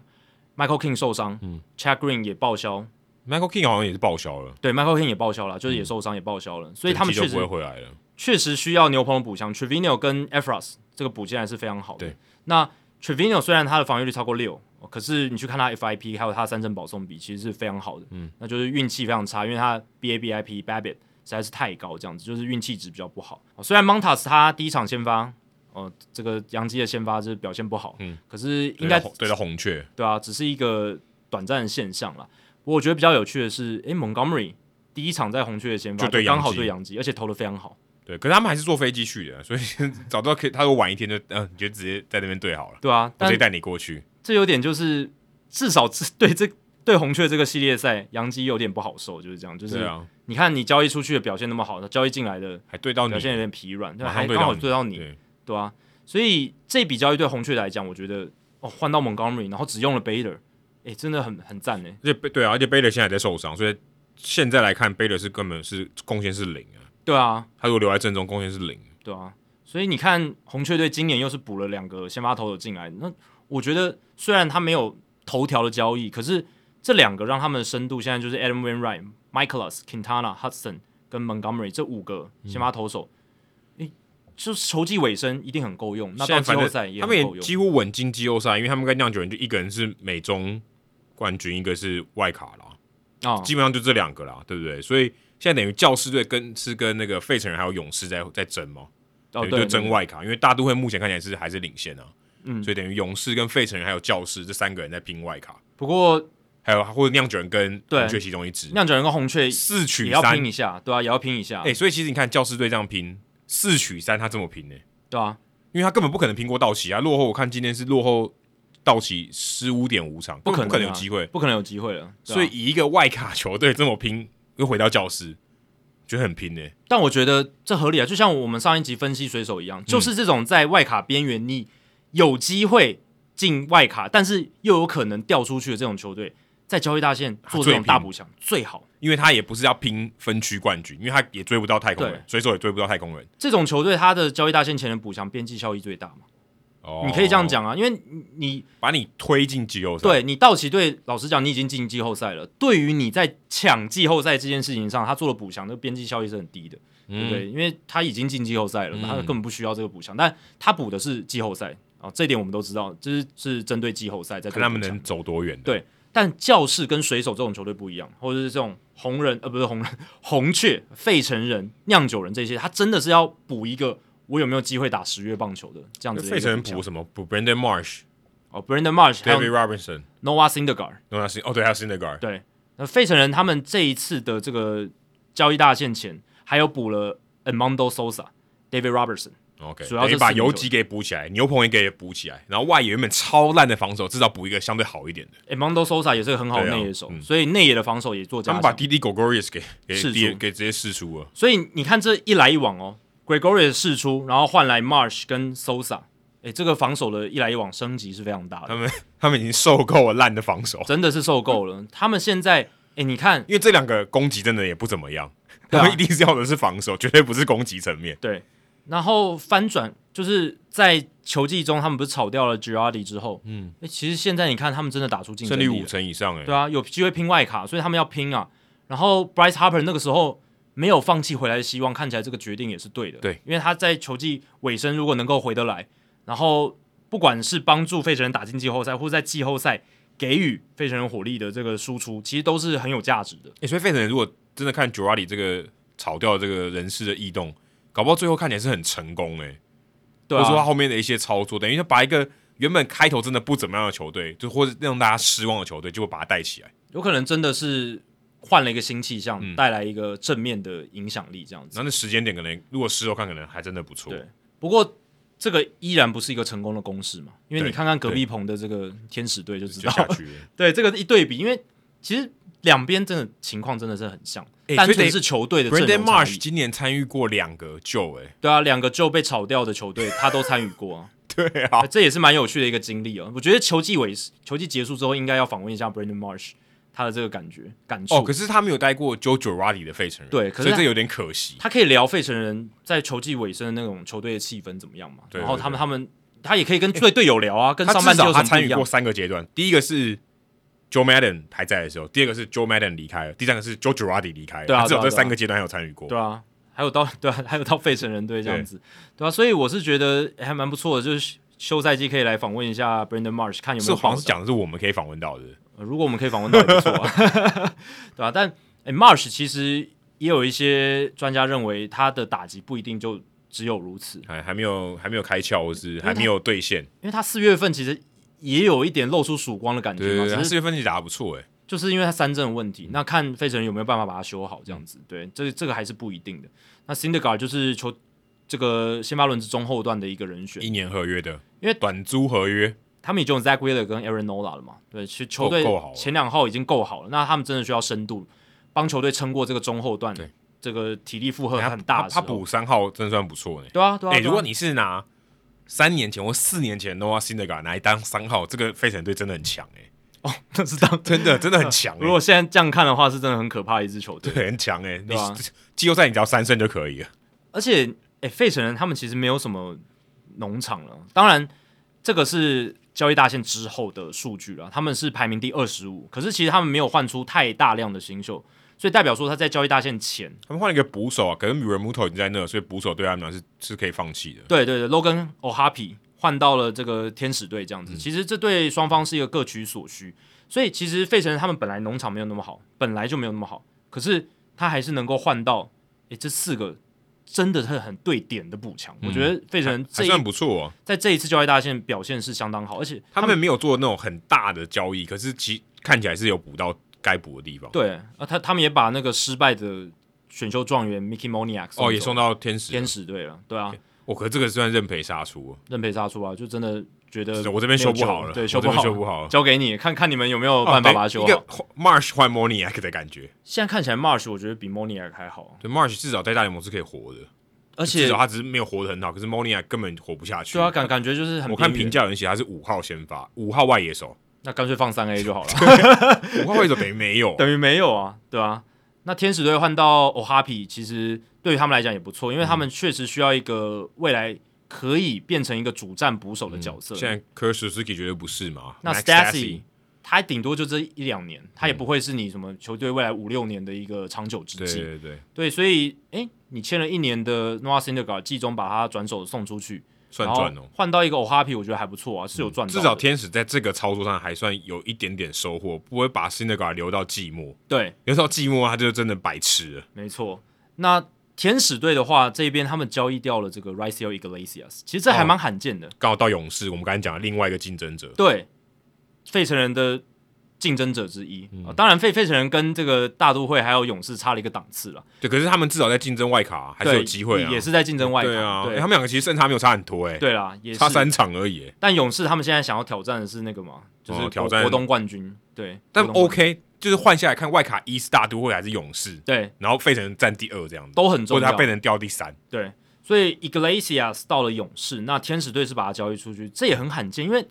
Speaker 1: 嗯
Speaker 2: m i c h a e l King 受伤、c h a c k Green 也报销，
Speaker 1: Michael King 好像也是报销了，
Speaker 2: 对，Michael King 也报销了，就是也受伤也报销了，所以他们
Speaker 1: 整嗯
Speaker 2: 确
Speaker 1: 季就
Speaker 2: 实
Speaker 1: 不会回来了。
Speaker 2: 确实需要牛棚的补强，Trevino 跟 Efras 这个补进来是非常好的。
Speaker 1: 对，
Speaker 2: 那 Trevino 虽然他的防御率超过六，可是你去看他 FIP 还有他三振保送比，其实是非常好的。嗯，那就是运气非常差，因为他 BABIP Babbitt 实在是太高，这样子就是运气值比较不好。虽然 Montas 他第一场先发呃，这个杨基的先发就是表现不好，
Speaker 1: 嗯，
Speaker 2: 可是应
Speaker 1: 对
Speaker 2: 该
Speaker 1: 到红对到红雀，
Speaker 2: 对啊，只是一个短暂的现象啦。不过我觉得比较有趣的是，诶 m o n t g o m e r y 第一场在红雀的先发
Speaker 1: 就对
Speaker 2: 刚
Speaker 1: 洋
Speaker 2: 好
Speaker 1: 基
Speaker 2: 对杨基，而且投的非常好。
Speaker 1: 对，可是他们还是坐飞机去的，所以 [LAUGHS] 早知道可以，他如果晚一天就，嗯、你就直接在那边对好了，
Speaker 2: 对啊，
Speaker 1: 我直
Speaker 2: 但
Speaker 1: 接带你过去。
Speaker 2: 这有点就是至少这对这对红雀这个系列赛，杨基有点不好受，就是这样。就是、
Speaker 1: 对啊，
Speaker 2: 你看你交易出去的表现那么好，那交易进来的
Speaker 1: 还对到你
Speaker 2: 表，现有点疲软，对，
Speaker 1: 嗯马
Speaker 2: 还
Speaker 1: 上对
Speaker 2: 刚好
Speaker 1: 到你
Speaker 2: 对到你，
Speaker 1: 对
Speaker 2: 对啊。所以这笔交易对红雀来讲，我觉得哦，换到 Montgomery，然后只用了 Bader，哎，真的很很赞呢。
Speaker 1: 而且贝对啊，而且贝勒现在还在受伤，所以现在来看，贝勒是根本是贡献是零啊。
Speaker 2: 对啊，
Speaker 1: 他如果留在正中，贡献是零。
Speaker 2: 对啊，所以你看红雀队今年又是补了两个先发投手进来，那我觉得虽然他没有头条的交易，可是这两个让他们的深度现在就是 Adam Wainwright、Michaelis、Quintana、Hudson 跟 Montgomery 这五个先发投手，诶、就是球季尾声一定很够用，那
Speaker 1: 现
Speaker 2: 到
Speaker 1: 在
Speaker 2: 季
Speaker 1: 反
Speaker 2: 后
Speaker 1: 正
Speaker 2: 赛也
Speaker 1: 他
Speaker 2: 很
Speaker 1: 们
Speaker 2: 够
Speaker 1: 也
Speaker 2: 用。
Speaker 1: 几乎稳进季后赛，因为他们跟酿酒人就一个人是美中冠军，一个是外卡啦，
Speaker 2: 啊、
Speaker 1: 基本上就这两个啦，对不对？所以现在等于教师队跟是跟那个费城人还有勇士在在争嘛，
Speaker 2: 哦
Speaker 1: 等于
Speaker 2: 对，
Speaker 1: 就争外卡，因为大都会目前看起来是还是领先啊，
Speaker 2: 嗯
Speaker 1: 所以等于勇士跟费城人还有教师这三个人在拼外卡，
Speaker 2: 不过
Speaker 1: 还有或者酿酒人跟
Speaker 2: 对
Speaker 1: 红雀其中一支，
Speaker 2: 酿酒人跟红雀
Speaker 1: 四取
Speaker 2: 也要
Speaker 1: 三
Speaker 2: 拼，一下，对啊，也要拼一下，
Speaker 1: 哎、所以其实你看教师队这样拼四取三，他这么拼呢、
Speaker 2: 对啊，
Speaker 1: 因为他根本不可能拼过道奇啊，落后我看今天是落后道奇十五点五场，
Speaker 2: 不
Speaker 1: 根
Speaker 2: 可
Speaker 1: 本
Speaker 2: 能、
Speaker 1: 不可能有机会。，
Speaker 2: 不可能有机会了。对啊
Speaker 1: 所以以一个外卡球队这么拼，又回到教室，觉得很拼呢、
Speaker 2: 但我觉得这合理啊，就像我们上一集分析水手一样，
Speaker 1: 嗯
Speaker 2: 就是这种在外卡边缘，你有机会进外卡，但是又有可能掉出去的这种球队，在交易大线做
Speaker 1: 啊
Speaker 2: 这
Speaker 1: 最
Speaker 2: 种
Speaker 1: 拼
Speaker 2: 大补强最好。
Speaker 1: 因为他也不是要拼分区冠军，因为他也追不到太空人
Speaker 2: 对，
Speaker 1: 水手也追不到太空人。
Speaker 2: 这种球队它的交易大线前的补强边际效益最大嘛？
Speaker 1: 哦
Speaker 2: 你可以这样，讲啊，因为你你
Speaker 1: 把你推进季后赛。，
Speaker 2: 对你道奇队，老实讲，你已经进季后赛了。对于你在抢季后赛这件事情上，他做了补强，这个边际效益是很低的。对不
Speaker 1: 嗯，
Speaker 2: 对？因为他已经进季后赛了，
Speaker 1: 嗯
Speaker 2: 他根本不需要这个补强，但他补的是季后赛啊，这一点我们都知道，就是是针对季后赛在做
Speaker 1: 看他们
Speaker 2: 补强
Speaker 1: 能。走多远的。
Speaker 2: 对但教士跟水手这种球队不一样，或者是这种红人呃不是红人 [LAUGHS] 红雀、费城人、酿酒人这些，他真的是要补一个我有没有机会打十月棒球的这样子的一个
Speaker 1: 费城人
Speaker 2: 强
Speaker 1: 补什么？补 Brandon Marsh、
Speaker 2: 哦，Brandon Marsh 还
Speaker 1: David
Speaker 2: 有
Speaker 1: Robinson，
Speaker 2: Noah Syndergaard。
Speaker 1: 然后他是哦，对，还有 Syndergaard，
Speaker 2: 对，那费城人他们这一次的这个交易大限前，还有补了 Armando Sosa、David Robertson。
Speaker 1: OK，
Speaker 2: 主要
Speaker 1: 等
Speaker 2: 是
Speaker 1: 于把
Speaker 2: 四名
Speaker 1: 游
Speaker 2: 球
Speaker 1: 击给补起来，牛棚也给补起来，然后外野原本超烂的防守，至少补一个相对好一点的。
Speaker 2: 欸 Mondo Sosa 也是个很好的
Speaker 1: 对啊
Speaker 2: 内野手，
Speaker 1: 嗯
Speaker 2: 所以内野的防守也做
Speaker 1: 他
Speaker 2: 加
Speaker 1: 们把
Speaker 2: 强。
Speaker 1: 滴滴 Gregorius 给给
Speaker 2: 释出
Speaker 1: 直给直接试出了，
Speaker 2: 所以你看这一来一往哦，Gregory 试出，然后换来 Marsh 跟 Sosa，哎、欸这个防守的一来一往升级是非常大
Speaker 1: 他
Speaker 2: 的，
Speaker 1: 们他们已经受够了烂的防守，
Speaker 2: 真的是受够了。他们现在，哎、你看，
Speaker 1: 因为这两个攻击真的也不怎么样，
Speaker 2: 对
Speaker 1: 他
Speaker 2: 啊
Speaker 1: 们一定是要的是防守，绝对不是攻击层面。
Speaker 2: 对，然后翻转就是在球季中，他们不是炒掉了 Girardi 之后，嗯，哎、其实现在你看他们真的打出竞争
Speaker 1: 胜
Speaker 2: 力
Speaker 1: 率
Speaker 2: 了，
Speaker 1: 五成以上、欸，
Speaker 2: 对啊，有机会拼外卡，所以他们要拼啊。然后 Bryce Harper 那个时候没有放弃回来的希望，看起来这个决定也是对的。
Speaker 1: 对，
Speaker 2: 因为他在球季尾声如果能够回得来，然后不管是帮助费城人打进季后赛，或者在季后赛给予费城人火力的这个输出，其实都是很有价值的。
Speaker 1: 欸所以费城人如果真的看 j u r a d i 这个炒掉这个人事的异动，搞不好最后看起来是很成功哎、欸，
Speaker 2: 对
Speaker 1: 或者说他
Speaker 2: 啊，
Speaker 1: 后面的一些操作，等于他把一个原本开头真的不怎么样的球队，就或者让大家失望的球队，就会把它带起来。
Speaker 2: 有可能真的是换了一个新气象，
Speaker 1: 嗯
Speaker 2: 带来一个正面的影响力，这样子
Speaker 1: 然。后那时间点可能如果事后看，可能还真的不错。
Speaker 2: 对不过这个依然不是一个成功的公式嘛，因为
Speaker 1: 对
Speaker 2: 你看看隔壁棚的这个天使队就知
Speaker 1: 就
Speaker 2: 道
Speaker 1: 下
Speaker 2: 了。
Speaker 1: 去了。
Speaker 2: 对这个一对比，因为其实两边真的情况真的是很像，
Speaker 1: 欸
Speaker 2: 单
Speaker 1: 所以
Speaker 2: 纯
Speaker 1: 得
Speaker 2: 是球队的阵
Speaker 1: Brandon
Speaker 2: 容差
Speaker 1: Marsh
Speaker 2: 异。
Speaker 1: 今年参与过两个救、欸，
Speaker 2: 对啊，两个就被炒掉的球队，他都参与过啊，
Speaker 1: [LAUGHS] 对啊，
Speaker 2: 这也是蛮有趣的一个经历哦。我觉得球季尾球季结束之后，应该要访问一下 Brandon Marsh 他的这个感觉感触。
Speaker 1: 哦，可是他没有待过 JoJo Ruddy 的费城人，
Speaker 2: 对可是
Speaker 1: 所以
Speaker 2: 他
Speaker 1: 这有点可惜。
Speaker 2: 他可以聊费城人在球季尾声的那种球队的气氛怎么样嘛？
Speaker 1: 对
Speaker 2: 然后他
Speaker 1: 对
Speaker 2: 们
Speaker 1: 对
Speaker 2: 他们他也可以跟队队友聊啊，跟
Speaker 1: 他
Speaker 2: 上
Speaker 1: 至
Speaker 2: 半季
Speaker 1: 少
Speaker 2: 有
Speaker 1: 他
Speaker 2: 什么
Speaker 1: 参
Speaker 2: 不一
Speaker 1: 与
Speaker 2: 样
Speaker 1: 过？三个阶段，第一个是 Joe Madden 还在的时候，第二个是 Joe Madden 离开了，第三个是 JoJo Ruddy 离开了，
Speaker 2: 对啊
Speaker 1: 他至少
Speaker 2: 对
Speaker 1: 这
Speaker 2: 啊对啊
Speaker 1: 三个阶段还有参与过。
Speaker 2: 对啊，还有到 [LAUGHS] 对、啊，还有到费城人队这样子，对啊，所以我是觉得还蛮不错的，就是休赛季可以来访问一下 Brandon Marsh，看有没
Speaker 1: 是
Speaker 2: 有
Speaker 1: 好像
Speaker 2: 报道
Speaker 1: 是。讲的是我们可以访问到的，
Speaker 2: 呃如果我们可以访问到也不错、啊， [LAUGHS] 对吧、但、诶 Marsh 其实也有一些专家认为他的打击不一定就只有如此，
Speaker 1: 还还没有还没有开窍，或是还没有兑现。
Speaker 2: 因为他四月份其实也有一点露出曙光的感觉
Speaker 1: 对
Speaker 2: 嘛，
Speaker 1: 对对，
Speaker 2: 只
Speaker 1: 他
Speaker 2: 是
Speaker 1: 四月份其实打得不错哎诶、
Speaker 2: 就是因为他三振的问题，那看费城人有没有办法把它修好，这样子，对，这这个还是不一定的。那 Syndergaard 就是球这个先发轮子中后段的一个人选
Speaker 1: 一，年合约的，
Speaker 2: 因为
Speaker 1: 短租合约，
Speaker 2: 他们已经有 Zach Wheeler 跟 Aaron Nola 了嘛，对，其实球队
Speaker 1: 够够好了
Speaker 2: 前两号已经够好了，那他们真的需要深度，帮球队撑过这个中后段
Speaker 1: 对，
Speaker 2: 这个体力负荷
Speaker 1: 他
Speaker 2: 很大
Speaker 1: 他
Speaker 2: 的时候
Speaker 1: 他补三号真算不错呢、
Speaker 2: 对啊，对啊，
Speaker 1: 哎、
Speaker 2: 对啊
Speaker 1: 如果你是拿三年前或四年前的话，新的感拿来当三号，这个费城队真的很强哎、
Speaker 2: 那是当
Speaker 1: 真的真的很强、欸，
Speaker 2: 如果现在这样看的话，是真的很可怕的一支球队。
Speaker 1: 对很强哎、你
Speaker 2: [LAUGHS] 对啊
Speaker 1: 季后赛你只要三胜就可以了。
Speaker 2: 而且，哎，费城人他们其实没有什么农场了。当然，这个是交易大限之后的数据了，他们是排名第二十五。可是其实他们没有换出太大量的新秀，所以代表说他在交易大限前，
Speaker 1: 他们换了一个捕手啊，可能 m u r a m u t o 已经在那，所以捕手对他们来说是是可以放弃的。
Speaker 2: 对对对，Logan O'Happy 换到了这个天使队
Speaker 1: 嗯
Speaker 2: 这样子。其实这对双方是一个各取所需，所以其实费城人他们本来农场没有那么好，本来就没有那么好，可是他还是能够换到，诶，这四个真的是很对点的补强。我觉得费城人这
Speaker 1: 嗯还
Speaker 2: 一
Speaker 1: 算不错、啊，
Speaker 2: 在这一次交易大线表现是相当好，而且
Speaker 1: 他们没有做那种很大的交易，可是其看起来是有补到该补的地方。
Speaker 2: 对啊，他他们也把那个失败的选秀状元 Mickey Moniak 走
Speaker 1: 哦，也送到天使了，
Speaker 2: 天使队了，对啊，
Speaker 1: 我、可这个算认赔杀出，哦
Speaker 2: 认赔杀出啊，就真的觉得
Speaker 1: 我这边修不好
Speaker 2: 没有救
Speaker 1: 了，
Speaker 2: 对，
Speaker 1: 我
Speaker 2: 修
Speaker 1: 这
Speaker 2: 不
Speaker 1: 边
Speaker 2: 好，
Speaker 1: 修不好了，
Speaker 2: 交给你看看你们有没有办法把它修
Speaker 1: 哦一
Speaker 2: 好。
Speaker 1: 个 March 换 Moniac 的感觉，
Speaker 2: 现在看起来 Marsh 我觉得比 Moniak 还好，
Speaker 1: 对 March 至少在大联盟是可以活的，
Speaker 2: 而
Speaker 1: 至
Speaker 2: 且
Speaker 1: 少他只是没有活得很好，可是 Moniac 根本活不下去。
Speaker 2: 对啊，感感觉就是很
Speaker 1: 我看
Speaker 2: 边缘
Speaker 1: 评，价有人写他是五号先发，五号外野手，
Speaker 2: 那干脆放三
Speaker 1: [LAUGHS]
Speaker 2: A 就好了，
Speaker 1: 五号外野手等于没有。
Speaker 2: 等于没有啊，对啊。那天使队换到 Ohapi，其实对于他们来讲也不错，因为他们确实需要一个未来可以变成一个主战捕手的角色。
Speaker 1: 嗯现在 k u r s z u k i 绝对不是嘛？
Speaker 2: 那
Speaker 1: Max
Speaker 2: Stassi 他顶多就这一两年，他也不会是你什么球队未来五六年的一个长久之
Speaker 1: 对
Speaker 2: 计。
Speaker 1: 对对，
Speaker 2: 对，所以诶，你签了一年的 Noah Syndergaard，季中把他转手送出去，
Speaker 1: 算
Speaker 2: 然后
Speaker 1: 赚哦。嗯
Speaker 2: 换到一个 Ohapi，我觉得还不错啊，是有赚到的、
Speaker 1: 至少天使在这个操作上还算有一点点收获，不会把 s i n e g a 留到寂寞，
Speaker 2: 对，
Speaker 1: 留到寂寞他就真的白痴了。
Speaker 2: 没错。那天使队的话，这边他们交易掉了这个 r i c e l Iglesias，其实这还蛮罕见的。
Speaker 1: 刚好到勇士，我们刚才讲的另外一个竞争者，
Speaker 2: 对，费城人的竞争者之一。
Speaker 1: 嗯
Speaker 2: 啊当然，费费城人跟这个大都会还有勇士差了一个档次了，
Speaker 1: 对，可是他们至少在竞争外卡啊、还是有
Speaker 2: 对
Speaker 1: 机会啊，
Speaker 2: 也是在竞争外卡。
Speaker 1: 对啊，
Speaker 2: 对
Speaker 1: 欸他们两个其实胜差没有差很多哎、欸，
Speaker 2: 对啦，也是
Speaker 1: 差。三场而已欸、
Speaker 2: 但勇士他们现在想要挑战的是那个嘛，就是
Speaker 1: 哦
Speaker 2: 国
Speaker 1: 挑战
Speaker 2: 国东冠军。对，
Speaker 1: 但
Speaker 2: 国东冠
Speaker 1: OK，就是换下来看外卡一是大都会还是勇士，
Speaker 2: 对
Speaker 1: 然后费城占第二这样子，
Speaker 2: 都很
Speaker 1: 或
Speaker 2: 重
Speaker 1: 者他
Speaker 2: 要。
Speaker 1: 被人掉第三，
Speaker 2: 对，所以 Iglesias 到了勇士，那天使队是把他交易出去，这也很罕见，因为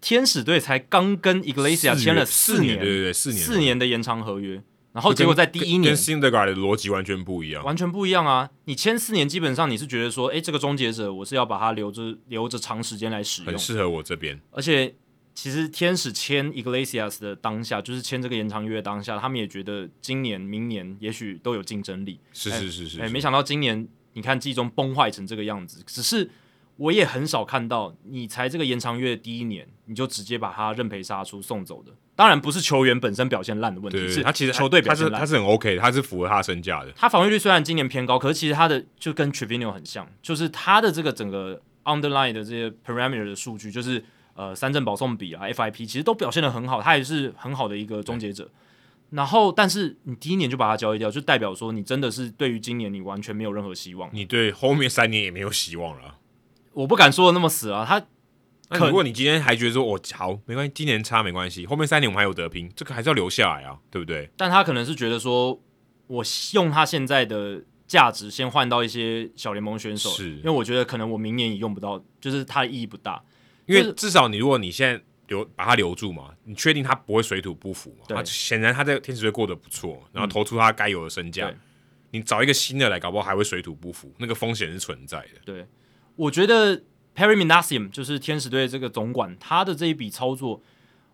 Speaker 2: 天使队才刚跟 Iglesias
Speaker 1: 四
Speaker 2: 签了
Speaker 1: 年四
Speaker 2: 年，
Speaker 1: 对对对，四年，
Speaker 2: 四年的延长合约，然后
Speaker 1: 就跟
Speaker 2: 结果在第一年
Speaker 1: 跟 s i n e g a 的逻辑完全不一样，
Speaker 2: 完全不一样啊！你签四年，基本上你是觉得说，诶，哎这个终结者我是要把它留着留着长时间来使用
Speaker 1: 很，适合我这边，
Speaker 2: 而且其实天使签 Iglesias 的当下，就是签这个延长约的当下，他们也觉得今年、明年也许都有竞争力，
Speaker 1: 是是是是
Speaker 2: 哎、
Speaker 1: 是
Speaker 2: 没想到今年你看季中崩坏成这个样子，只是我也很少看到你才这个延长约的第一年，你就直接把他认赔杀出送走的。当然不是球员本身表现烂的问题，
Speaker 1: 对对
Speaker 2: 是
Speaker 1: 对，他其实
Speaker 2: 球队
Speaker 1: 他
Speaker 2: 表
Speaker 1: 是
Speaker 2: 现烂
Speaker 1: 他。是很 OK，的他是符合他身价的。
Speaker 2: 他防御率虽然今年偏高，可是其实他的就跟 Trevino 很像，就是他的这个整个 underline 的这些 parameter 的数据，就是呃三振保送比啊 FIP 其实都表现的很好，他也是很好的一个终结者。然后，但是你第一年就把他交易掉，就代表说你真的是对于今年你完全没有任何希望。
Speaker 1: 你对后面三年也没有希望了啊。
Speaker 2: 我不敢说的那么死啊，他
Speaker 1: 那
Speaker 2: 可
Speaker 1: 如果你今天还觉得说，我、好没关系，今年差没关系，后面三年我们还有得拼，这个还是要留下来啊，对不对？
Speaker 2: 但他可能是觉得说，我用他现在的价值先换到一些小联盟选手，
Speaker 1: 是
Speaker 2: 因为我觉得可能我明年也用不到，就是它的意义不大。
Speaker 1: 因
Speaker 2: 就
Speaker 1: 为
Speaker 2: 是
Speaker 1: 至少你如果你现在留把他留住嘛，你确定他不会水土不服嘛？
Speaker 2: 对嗯
Speaker 1: 他显然他在天使队过得不错，然后投出他该有的身价。
Speaker 2: 对
Speaker 1: 你找一个新的来，搞不好还会水土不服，那个风险是存在的。
Speaker 2: 对，我觉得 Perry Minasium 就是天使队这个总管，他的这一笔操作，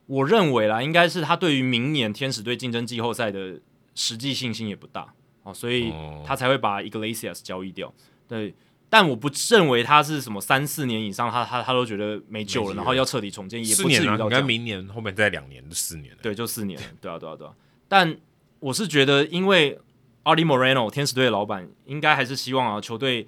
Speaker 2: 我认为啦，应该是他对于明年天使队竞争季后赛的实际信心也不大哦，所以
Speaker 1: 哦
Speaker 2: 他才会把 Iglesias 交易掉。对，但我不认为他是什么三四年以上，他他他都觉得没救
Speaker 1: 没
Speaker 2: 了，
Speaker 1: 机
Speaker 2: 然
Speaker 1: 会
Speaker 2: 后要彻底重建，也
Speaker 1: 四
Speaker 2: 不至
Speaker 1: 年
Speaker 2: 于
Speaker 1: 啊，
Speaker 2: 到
Speaker 1: 应
Speaker 2: 这
Speaker 1: 该
Speaker 2: 样。
Speaker 1: 明年后面再两年，就四年了。
Speaker 2: 对，就四年了，对啊，对啊，对啊。但我是觉得，因为 a r i Moreno 天使队的老板应该还是希望啊，球队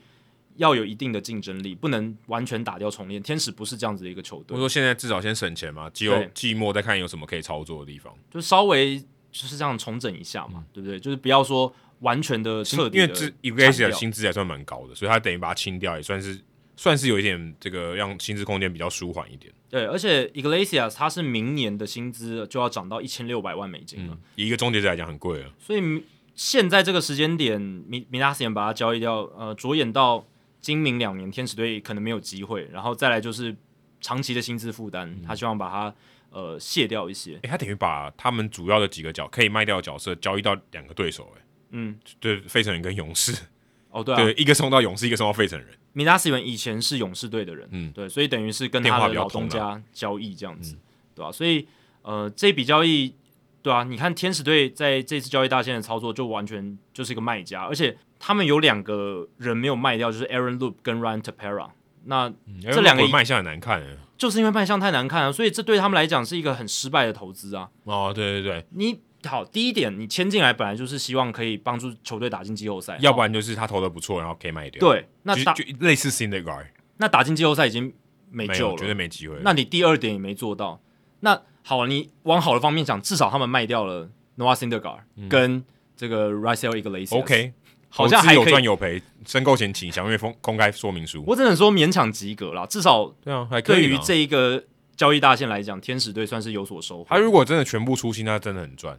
Speaker 2: 要有一定的竞争力，不能完全打掉重练。天使不是这样子的一个球
Speaker 1: 我
Speaker 2: 队，
Speaker 1: 说现在至少先省钱嘛，季后
Speaker 2: 对
Speaker 1: 季末再看有什么可以操作的地方。
Speaker 2: 就稍微就是这样重整一下嘛，对不对？就是不要说完全的彻底
Speaker 1: 因为
Speaker 2: 地
Speaker 1: 之
Speaker 2: 砍
Speaker 1: Iglesias 的
Speaker 2: 掉
Speaker 1: 薪资还算蛮高的，所以他等于把它清掉，也算是算是有一点这个让薪资空间比较舒缓一点。
Speaker 2: 对，而且 Iglesias 他是明年的薪资就要涨到一千六百万美金了，
Speaker 1: 嗯，以一个终结者来讲，很贵了。
Speaker 2: 所以明现在这个时间点，米米拉斯把他交易掉，呃，着眼到今明两年天使队可能没有机会，然后再来就是长期的薪资负担，他希望把它呃卸掉一些。
Speaker 1: 诶，他等于把他们主要的几个角可以卖掉的角色交易到两个对手、诶，
Speaker 2: 嗯，
Speaker 1: 对，费城人跟勇士，
Speaker 2: 哦 [LAUGHS] 对啊，
Speaker 1: 对，一个送到勇士，一个送到费城人。
Speaker 2: 米拉斯原以前是勇士队的人，
Speaker 1: 嗯
Speaker 2: 对，所以等于是跟
Speaker 1: 电话
Speaker 2: 他
Speaker 1: 比
Speaker 2: 的
Speaker 1: 较
Speaker 2: 老东
Speaker 1: 通啊
Speaker 2: 家交易这样子，对吧、所以呃，这笔交易，对啊，你看天使队在这次交易大线的操作就完全就是一个卖家，而且他们有两个人没有卖掉，就是 Aaron Loop 跟 Ryan Tapera。那
Speaker 1: 嗯
Speaker 2: 这两个
Speaker 1: 哎如果卖相很难看、诶
Speaker 2: 就是因为卖相太难看了、所以这对他们来讲是一个很失败的投资啊。
Speaker 1: 哦，对对对，
Speaker 2: 你好，第一点，你签进来本来就是希望可以帮助球队打进季后赛，
Speaker 1: 要不然就是他投的不错，然后可以卖掉。，
Speaker 2: 对，那
Speaker 1: 就
Speaker 2: 打
Speaker 1: 就类似 s i n d e g a r
Speaker 2: 那打进季后赛已经没
Speaker 1: 没
Speaker 2: 救
Speaker 1: 有，
Speaker 2: 了
Speaker 1: 绝，对没机会了。
Speaker 2: 那你第二点也没做到。那好，你往好的方面想，至少他们卖掉了 Noah Syndergaard、跟这个 Rysel
Speaker 1: 嗯
Speaker 2: Iglesias。
Speaker 1: OK，
Speaker 2: 好像
Speaker 1: 投资
Speaker 2: 还
Speaker 1: 有
Speaker 2: 可以
Speaker 1: 赚有赔，申购前请详阅公公开说明书。
Speaker 2: 我只能说勉强及格啦，至少
Speaker 1: 对啊，还可以
Speaker 2: 对
Speaker 1: 啦。
Speaker 2: 于这一个交易大线来讲，天使队算是有所收获
Speaker 1: 他。如果真的全部出清，那真的很赚。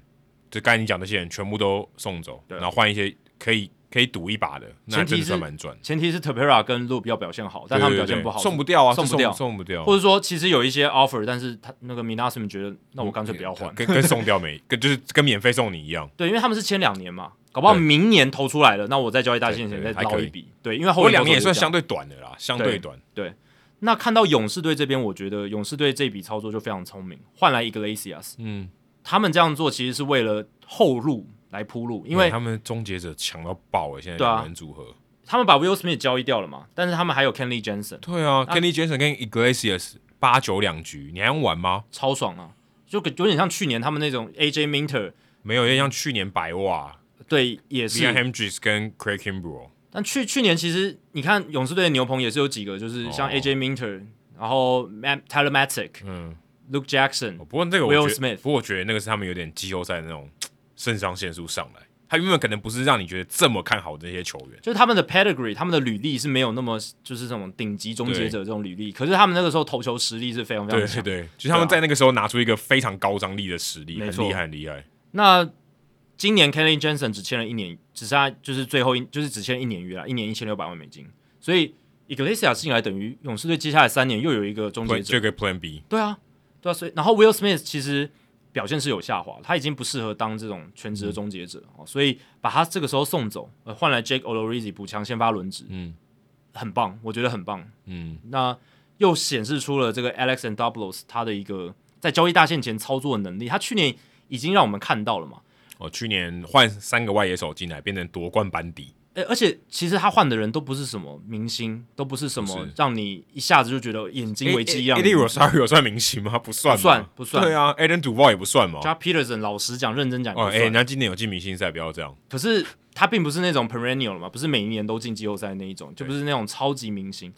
Speaker 1: 就刚才你讲那些人全部都送走，
Speaker 2: 对啊
Speaker 1: 然后换一些可以可以赌一把的，那
Speaker 2: 前提
Speaker 1: 真的
Speaker 2: 是
Speaker 1: 算蛮赚。
Speaker 2: 前提是 Tapera 跟 Loop 要表现好，但他们
Speaker 1: 对
Speaker 2: 表
Speaker 1: 对对
Speaker 2: 现不好，
Speaker 1: 送不掉啊，
Speaker 2: 送不
Speaker 1: 这
Speaker 2: 掉
Speaker 1: 送不掉。
Speaker 2: 或者说其实有一些 offer，但是他那个 Minasum 觉得，那我干脆不要换。
Speaker 1: 嗯跟跟送掉没，跟就是跟免费送你一样。
Speaker 2: 对，因为他们是签两年嘛，搞不好
Speaker 1: 对
Speaker 2: 明年投出来了，那我在交易大线
Speaker 1: 对
Speaker 2: 前
Speaker 1: 对
Speaker 2: 再
Speaker 1: 还可
Speaker 2: 捞
Speaker 1: 以
Speaker 2: 一笔。对，因为 [LAUGHS] 后
Speaker 1: 我
Speaker 2: 面
Speaker 1: 两年也
Speaker 2: 投手
Speaker 1: 算
Speaker 2: 是这样
Speaker 1: 相对短的啦，相
Speaker 2: 对
Speaker 1: 对短。
Speaker 2: 那看到勇士队这边，我觉得勇士队这笔操作就非常聪明，换来 Iglesias。
Speaker 1: 嗯，
Speaker 2: 他们这样做其实是为了后路来铺路，因
Speaker 1: 对
Speaker 2: 为
Speaker 1: 他们终结者强到爆欸了，现在
Speaker 2: 对啊
Speaker 1: 两人组合。
Speaker 2: 他们把 Will Smith 交易掉了嘛，但是他们还有 Kenley Jensen，
Speaker 1: 对啊，Kenny Jensen 跟 Iglesias 八九两局，你还用玩吗？
Speaker 2: 超爽啊！就给有点像去年他们那种 AJ Minter，
Speaker 1: 没有，有点像去年白袜
Speaker 2: 对，
Speaker 1: v
Speaker 2: 也
Speaker 1: i a
Speaker 2: 是。
Speaker 1: Hendricks 跟 Craig Kimbrel。
Speaker 2: 但去去年其实你看勇士队的牛棚也是有几个，就是像
Speaker 1: 哦
Speaker 2: AJ Minter，然后 Matt Tyler Matic、
Speaker 1: 嗯，
Speaker 2: Luke Jackson，
Speaker 1: 哦不过那个我
Speaker 2: Will
Speaker 1: 觉
Speaker 2: Smith
Speaker 1: 不过我觉得那个是他们有点季后赛的那种肾上腺素上来，他原本可能不是让你觉得这么看好的那些球员，
Speaker 2: 就是他们的 pedigree，他们的履历是没有那么就是这种顶级终结者这种履历，可是他们那个时候投球实力是非常非
Speaker 1: 对
Speaker 2: 常
Speaker 1: 对
Speaker 2: 强。
Speaker 1: 对，就是他们在那个时候拿出一个非常高张力的实力，
Speaker 2: 没
Speaker 1: 很
Speaker 2: 错
Speaker 1: 厉害很厉害。
Speaker 2: 那今年 Kenley Jensen 只签了一年，只剩下就是最后一就是只签一年约啊，一年一千六百万美金，所以 Iglesias 进来等于勇士队接下来三年又有一个终结
Speaker 1: Plan
Speaker 2: 者，
Speaker 1: 这个 Plan B
Speaker 2: 对啊，对啊，所以然后 Will Smith 其实表现是有下滑，他已经不适合当这种全
Speaker 1: 嗯
Speaker 2: 职的终结者、哦，所以把他这个时候送走，呃，换来 Jake Odorizzi 补强先发轮值，
Speaker 1: 嗯，
Speaker 2: 很棒，我觉得很棒，
Speaker 1: 嗯，
Speaker 2: 那又显示出了这个 Alex and Doblos 他的一个在交易大线前操作的能力。他去年已经让我们看到了嘛，
Speaker 1: 哦，去年换三个外野手进来，变成夺冠班底，
Speaker 2: 诶，而且其实他换的人都不是什么明星，都不是什
Speaker 1: 不
Speaker 2: 么
Speaker 1: 是
Speaker 2: 让你一下子就觉得眼睛为之一亮的
Speaker 1: Eddie
Speaker 2: 明星。
Speaker 1: Rosario 算明星吗？不算吗，
Speaker 2: 不算不算
Speaker 1: 对啊，Adam Duval 也不算嘛。
Speaker 2: 加 Peterson 老实讲，认真讲
Speaker 1: 哦，
Speaker 2: 不
Speaker 1: 哎、
Speaker 2: 算
Speaker 1: 人家今年有进明星赛，不要这样。
Speaker 2: 可是他并不是那种 perennial 了嘛，不是每一年都进季后赛那一种，就不是那种超级明星。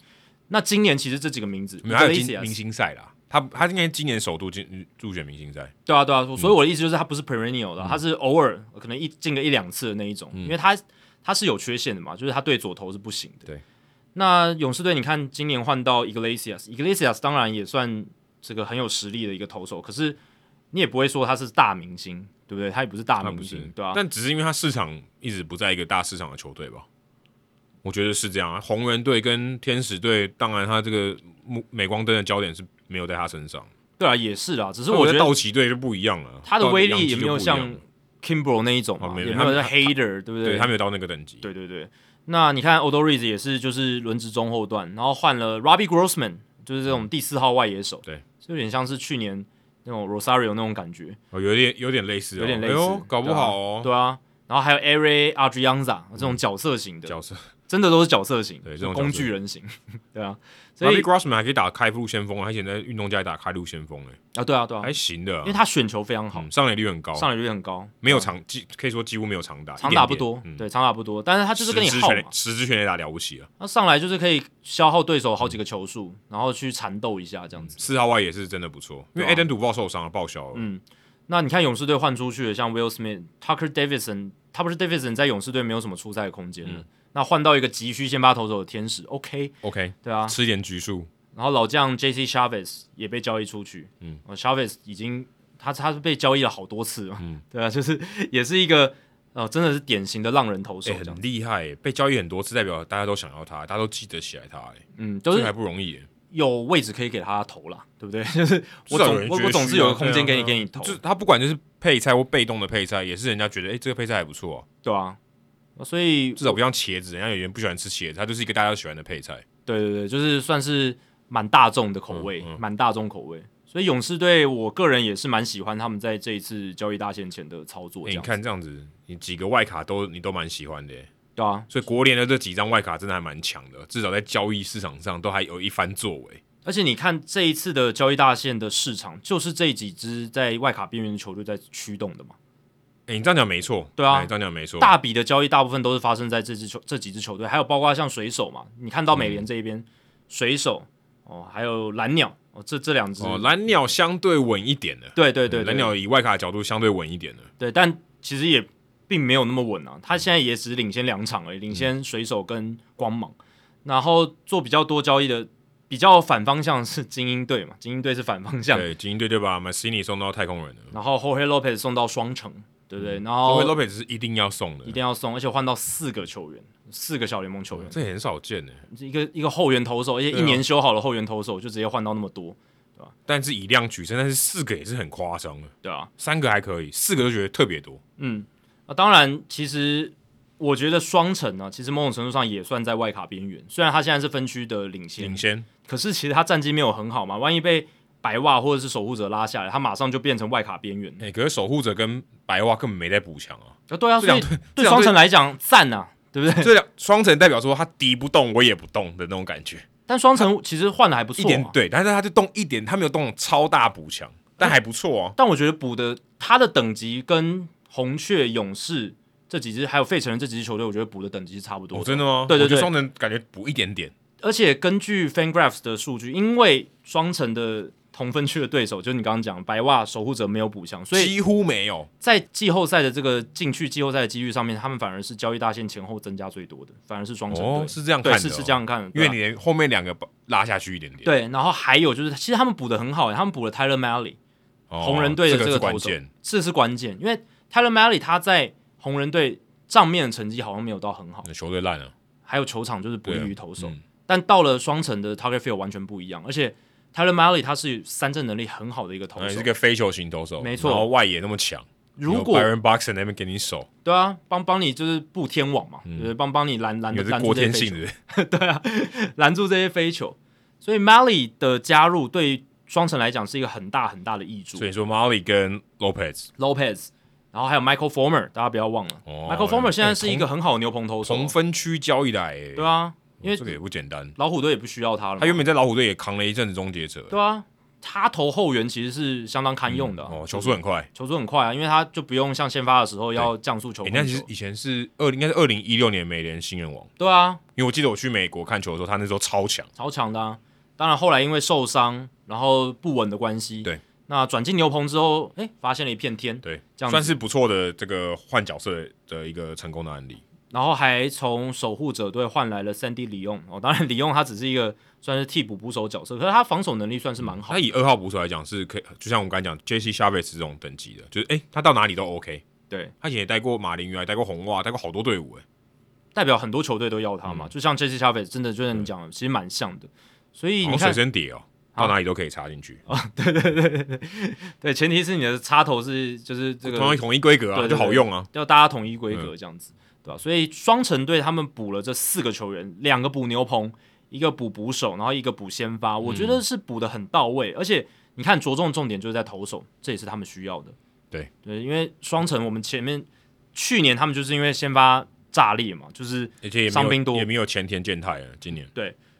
Speaker 2: 那今年其实这几个啊名字，
Speaker 1: 没有，他有
Speaker 2: Iglesias
Speaker 1: 进明星赛啦。他他应该今年首度进入选明星赛。
Speaker 2: 对啊，对啊，
Speaker 1: 嗯
Speaker 2: 所以我的意思就是他不是 perennial 的，他是偶尔可能一进个一两次的那一
Speaker 1: 嗯
Speaker 2: 种，因为他他是有缺陷的嘛，就是他对左投是不行的。
Speaker 1: 对，
Speaker 2: 那勇士队你看今年换到 Iglesias，Iglesias 当然也算这个很有实力的一个投手，可是你也不会说他是大明星，对不对？他也不是大
Speaker 1: 他
Speaker 2: 啊明
Speaker 1: 不是
Speaker 2: 星，，对吧、
Speaker 1: 但只是因为他市场一直不在一个大市场的球队吧，我觉得是这样啊。红人队跟天使队，当然他这个目镁光灯的焦点是没有在他身上，
Speaker 2: 对啊，也是啦，只是
Speaker 1: 但我
Speaker 2: 我觉得
Speaker 1: 道奇队就不一样了，
Speaker 2: 他的威力也
Speaker 1: 也
Speaker 2: 没有像 Kimbro 那一种嘛，
Speaker 1: 哦没有
Speaker 2: 也
Speaker 1: 他
Speaker 2: 没有
Speaker 1: 们
Speaker 2: 像 Hater，对不
Speaker 1: 对
Speaker 2: 对
Speaker 1: 他没有到那个等级。
Speaker 2: 对对对，那你看 o d o r i z 也是就是轮值中后段，然后换了 Robbie Grossman，就是这种第四号外野手，
Speaker 1: 对，
Speaker 2: 就有点像是去年那种 Rosario 那种感觉，
Speaker 1: 哦，有点有点类似、哦，
Speaker 2: 有点类似，
Speaker 1: 哎呦，搞不好
Speaker 2: 对啊
Speaker 1: 哦，嗯
Speaker 2: 对啊，然后还有 Ari Adrianza 这种角色型的，
Speaker 1: 角色
Speaker 2: 真的都是角色型，
Speaker 1: 对这
Speaker 2: 就
Speaker 1: 种
Speaker 2: 工
Speaker 1: 角色
Speaker 2: 具人型， [LAUGHS] 对啊，所以
Speaker 1: Robbie Grossman 还可以打开路先锋，啊他以前在运动家也打开路先锋、欸，
Speaker 2: 啊，对啊，对啊，
Speaker 1: 还行的啊、
Speaker 2: 因为他选球非常好，
Speaker 1: 嗯上垒率很高，
Speaker 2: 上垒率很高，
Speaker 1: 没有长几可以说几乎没有长打，
Speaker 2: 嗯长
Speaker 1: 一
Speaker 2: 打
Speaker 1: 点
Speaker 2: 不
Speaker 1: 点
Speaker 2: 多，
Speaker 1: 嗯，
Speaker 2: 对，长打不多，但是他就是跟你
Speaker 1: 十支
Speaker 2: 耗
Speaker 1: 全垒
Speaker 2: 嘛，
Speaker 1: 十支全垒打了不起啊，
Speaker 2: 他上来就是可以消耗对手好几个球数，然后去缠斗一下这样子。
Speaker 1: 四号外也是真的不错，因为
Speaker 2: 对啊
Speaker 1: Aden 赌报受伤了，报销了，
Speaker 2: 嗯那你看勇士队换出去的，像 Will Smith、Tucker Davidson，他不是 Davidson 在勇士队没有什么出赛的空间了。
Speaker 1: 嗯
Speaker 2: 那换到一个急需先发投手的天使，OK，
Speaker 1: OK，
Speaker 2: 对啊。
Speaker 1: 吃点局数，
Speaker 2: 然后老将 J.C. Chavez 也被交易出去，
Speaker 1: 嗯
Speaker 2: 呃，Chavez 已经他他是被交易了好多次了，
Speaker 1: 嗯
Speaker 2: [LAUGHS] 对啊，就是也是一个呃，真的是典型的浪人投手
Speaker 1: 哎、
Speaker 2: 这样，
Speaker 1: 很厉害、欸，被交易很多次，代表大家都想要他，大家都记得起来他、欸，
Speaker 2: 嗯，
Speaker 1: 这
Speaker 2: 都
Speaker 1: 还
Speaker 2: 是
Speaker 1: 不容易、欸，
Speaker 2: 有位置可以给他投啦，对不 [LAUGHS] 对？就是我
Speaker 1: 至少有
Speaker 2: 总
Speaker 1: 人
Speaker 2: 我
Speaker 1: 觉
Speaker 2: 我
Speaker 1: 得
Speaker 2: 总是
Speaker 1: 需要
Speaker 2: 有个空
Speaker 1: 对
Speaker 2: 间给
Speaker 1: 啊
Speaker 2: 你
Speaker 1: 对
Speaker 2: 给
Speaker 1: 啊
Speaker 2: 你投，
Speaker 1: 就是他不管就是配菜或被动的配菜，也是人家觉得哎、欸这个配菜还不错、啊，
Speaker 2: 对啊，所以
Speaker 1: 至少不像茄子，人家有人不喜欢吃茄子，它就是一个大家都喜欢的配菜。
Speaker 2: 对对对，就是算是蛮大众的口味，
Speaker 1: 嗯嗯
Speaker 2: 蛮、大众口味。所以勇士队，我个人也是蛮喜欢他们在这一次交易大限前的操作
Speaker 1: 欸
Speaker 2: 这
Speaker 1: 你
Speaker 2: 样子、
Speaker 1: 看这样子，你几个外卡都你都蛮喜欢的欸、
Speaker 2: 对啊，
Speaker 1: 所以国联的这几张外卡真的还蛮强的，至少在交易市场上都还有一番作为。
Speaker 2: 而且你看这一次的交易大限的市场，就是这几支在外卡边缘的球队在驱动的嘛。
Speaker 1: 哎、你这样讲没错，
Speaker 2: 对啊
Speaker 1: 欸你这样讲没错。
Speaker 2: 大笔的交易大部分都是发生在这支球这几支球队，还有包括像水手嘛，你看到美
Speaker 1: 嗯
Speaker 2: 联这一边、水手哦，还有蓝鸟哦，这这两支，
Speaker 1: 哦，蓝鸟相对稳一点的，
Speaker 2: 对对对
Speaker 1: 嗯
Speaker 2: 对，
Speaker 1: 蓝鸟以外卡的角度相对稳一点的。
Speaker 2: 对，但其实也并没有那么稳啊。他现在也只领先两场而已，
Speaker 1: 嗯
Speaker 2: 领先水手跟光芒。然后做比较多交易的，比较反方向是精英队嘛，精英队是反方向。
Speaker 1: 对，精英队对吧？Mancini 送到太空人了，
Speaker 2: 然后 Jorge Lopez 送到双城，对不对？然
Speaker 1: 因
Speaker 2: 后
Speaker 1: 为嗯 Lopez 是一定要送的
Speaker 2: 哦一，定要送，而且换到四个球员，四个小联盟球员，
Speaker 1: 这也很少见呢。
Speaker 2: 一个一个后援投手，而且
Speaker 1: 对啊
Speaker 2: 一年修好了后援投手就直接换到那么多，
Speaker 1: 但是以量取胜，但是四个也是很夸张的，
Speaker 2: 对啊。
Speaker 1: 三个还可以，四个都觉得特别多。
Speaker 2: 嗯，啊，当然，其实我觉得双城啊呢、其实某种程度上也算在外卡边缘。虽然他现在是啊分区的领先，
Speaker 1: 领先，
Speaker 2: 可是其实他战绩没有很好嘛。万一被白袜或者是守护者拉下来，他马上就变成外卡边缘。
Speaker 1: 哎、可是守护者跟白袜根本没在补强啊。
Speaker 2: 啊，对啊，
Speaker 1: 这
Speaker 2: 所
Speaker 1: 两
Speaker 2: 以
Speaker 1: 队这
Speaker 2: 对
Speaker 1: 两
Speaker 2: 双
Speaker 1: 队
Speaker 2: 城来讲，赞呐、对 [LAUGHS] 不对？
Speaker 1: 这两双城代表说他敌不动，我也不动的那种感觉，
Speaker 2: 但双城其实换的还不错、
Speaker 1: 一
Speaker 2: 啊，
Speaker 1: 点对，但是他就动一点，他没有动超大补强，但还不错哦、
Speaker 2: 但我觉得补的他的等级跟红雀、勇士这几支，还有费城人这几支球队，我觉得补的等级是差不多
Speaker 1: 哦，真的吗？
Speaker 2: 对对
Speaker 1: 我觉
Speaker 2: 对
Speaker 1: 得双城感觉补一点点，
Speaker 2: 而且根据 FanGraphs 的数据，因为双城的同分区的对手，就是你刚刚讲白袜守护者没有补强，所以
Speaker 1: 几乎没有。
Speaker 2: 在季后赛的这个进去季后赛的几率上面，他们反而是交易大限前后增加最多的，反而是双城队、
Speaker 1: 哦，是这样看
Speaker 2: 对
Speaker 1: 的、哦，
Speaker 2: 是是这，样看的，
Speaker 1: 因
Speaker 2: 对
Speaker 1: 为
Speaker 2: 啊
Speaker 1: 你连后面两个拉下去一点点，
Speaker 2: 对，然后还有就是，其实他们补的很好，欸他们补了 Tyler Malley，
Speaker 1: 哦，
Speaker 2: 红人队的
Speaker 1: 这
Speaker 2: 这
Speaker 1: 个是
Speaker 2: 个投
Speaker 1: 关
Speaker 2: 手
Speaker 1: 键，
Speaker 2: 这是关键，因为 Tyler Malley 他在红人队账面的成绩好像没有到很好，
Speaker 1: 那球队烂了，
Speaker 2: 还有球场就是不利于投手，
Speaker 1: 嗯
Speaker 2: 但到了双城的 target field 完全不一样，而且 Tyler Malley 他是三振能力很好的一个投
Speaker 1: 那也
Speaker 2: 手，
Speaker 1: 哎是个非球型投手，
Speaker 2: 没错
Speaker 1: 然后外野那么强，
Speaker 2: 如果
Speaker 1: Byron Boxer 那边给你守，
Speaker 2: 对啊，帮帮你就是布天网嘛，就是帮帮你拦拦
Speaker 1: 嗯也是
Speaker 2: 拦
Speaker 1: 郭
Speaker 2: 住
Speaker 1: 天
Speaker 2: 这些
Speaker 1: 信啊
Speaker 2: 飞
Speaker 1: 的，
Speaker 2: 球，拦住这些飞球，所以 Malley 的加入对于双城来讲是一个很大很大的益处
Speaker 1: 所。以说 Molly 跟 Lopez
Speaker 2: Lopez，然后还有 Michael Former，大家不要忘了、
Speaker 1: 哦
Speaker 2: Michael Former 现在是一
Speaker 1: 哎
Speaker 2: 个很好的牛棚投手
Speaker 1: 从，分区交易来、欸，
Speaker 2: 对啊，因为
Speaker 1: 这个也不简单。
Speaker 2: 老虎队也不需要他了嘛
Speaker 1: 他，原本在老虎队也扛了一阵子终结者，
Speaker 2: 对啊，他投后援其实是相当堪用的啊、
Speaker 1: 哦，球速很快。
Speaker 2: 球速很快啊，因为他就不用像先发的时候要降速球
Speaker 1: 人
Speaker 2: 控
Speaker 1: 家
Speaker 2: 球
Speaker 1: 哎其实以前是二，应该是二零一六年美联新人王，
Speaker 2: 对啊，
Speaker 1: 因为我记得我去美国看球的时候，他那时候超强，
Speaker 2: 超强的、啊。当然后来因为受伤，然后不稳的关系，
Speaker 1: 对，
Speaker 2: 那转进牛棚之后，哎、发现了一片天，
Speaker 1: 对，
Speaker 2: 这样子
Speaker 1: 算是不错的这个换角色的一个成功的案例。
Speaker 2: 然后还从守护者队换来了三 D 里用哦， [LAUGHS] 当然里用他只是一个算是替补捕手角色，可是他防守能力算是蛮好
Speaker 1: 他，以二号捕手来讲，是可以，就像我们刚才讲 J C Chavez 这种等级的，就是哎、诶他到哪里都 OK。
Speaker 2: 对，
Speaker 1: 他以前也带过马林鱼，还带过红袜，带过好多队伍、诶
Speaker 2: 代表很多球队都要他
Speaker 1: 嗯
Speaker 2: 嘛，就像这次 c 费真的就像你讲的，其实蛮像的，所
Speaker 1: 哎，
Speaker 2: 以你
Speaker 1: 好像水
Speaker 2: 看，哦
Speaker 1: 深碟哦、到哪里都可以插进去，
Speaker 2: 对，前提是你的插头是就是这个
Speaker 1: 同一同一规格啊，
Speaker 2: 对对
Speaker 1: 就好用啊。
Speaker 2: 要大家统一规格这样子，对吧、所以双城队他们补了这四个球员，两个补牛棚，一个补捕手，然后一个补先发，我觉得是补的很到位，而且你看着重重点就是在投手，这也是他们需要的。
Speaker 1: 对
Speaker 2: 对，因为双城我们前面去年他们就是因为先发炸裂嘛，就是
Speaker 1: 而且也没
Speaker 2: 伤
Speaker 1: 有
Speaker 2: 兵多
Speaker 1: 也没有前田健太了，今年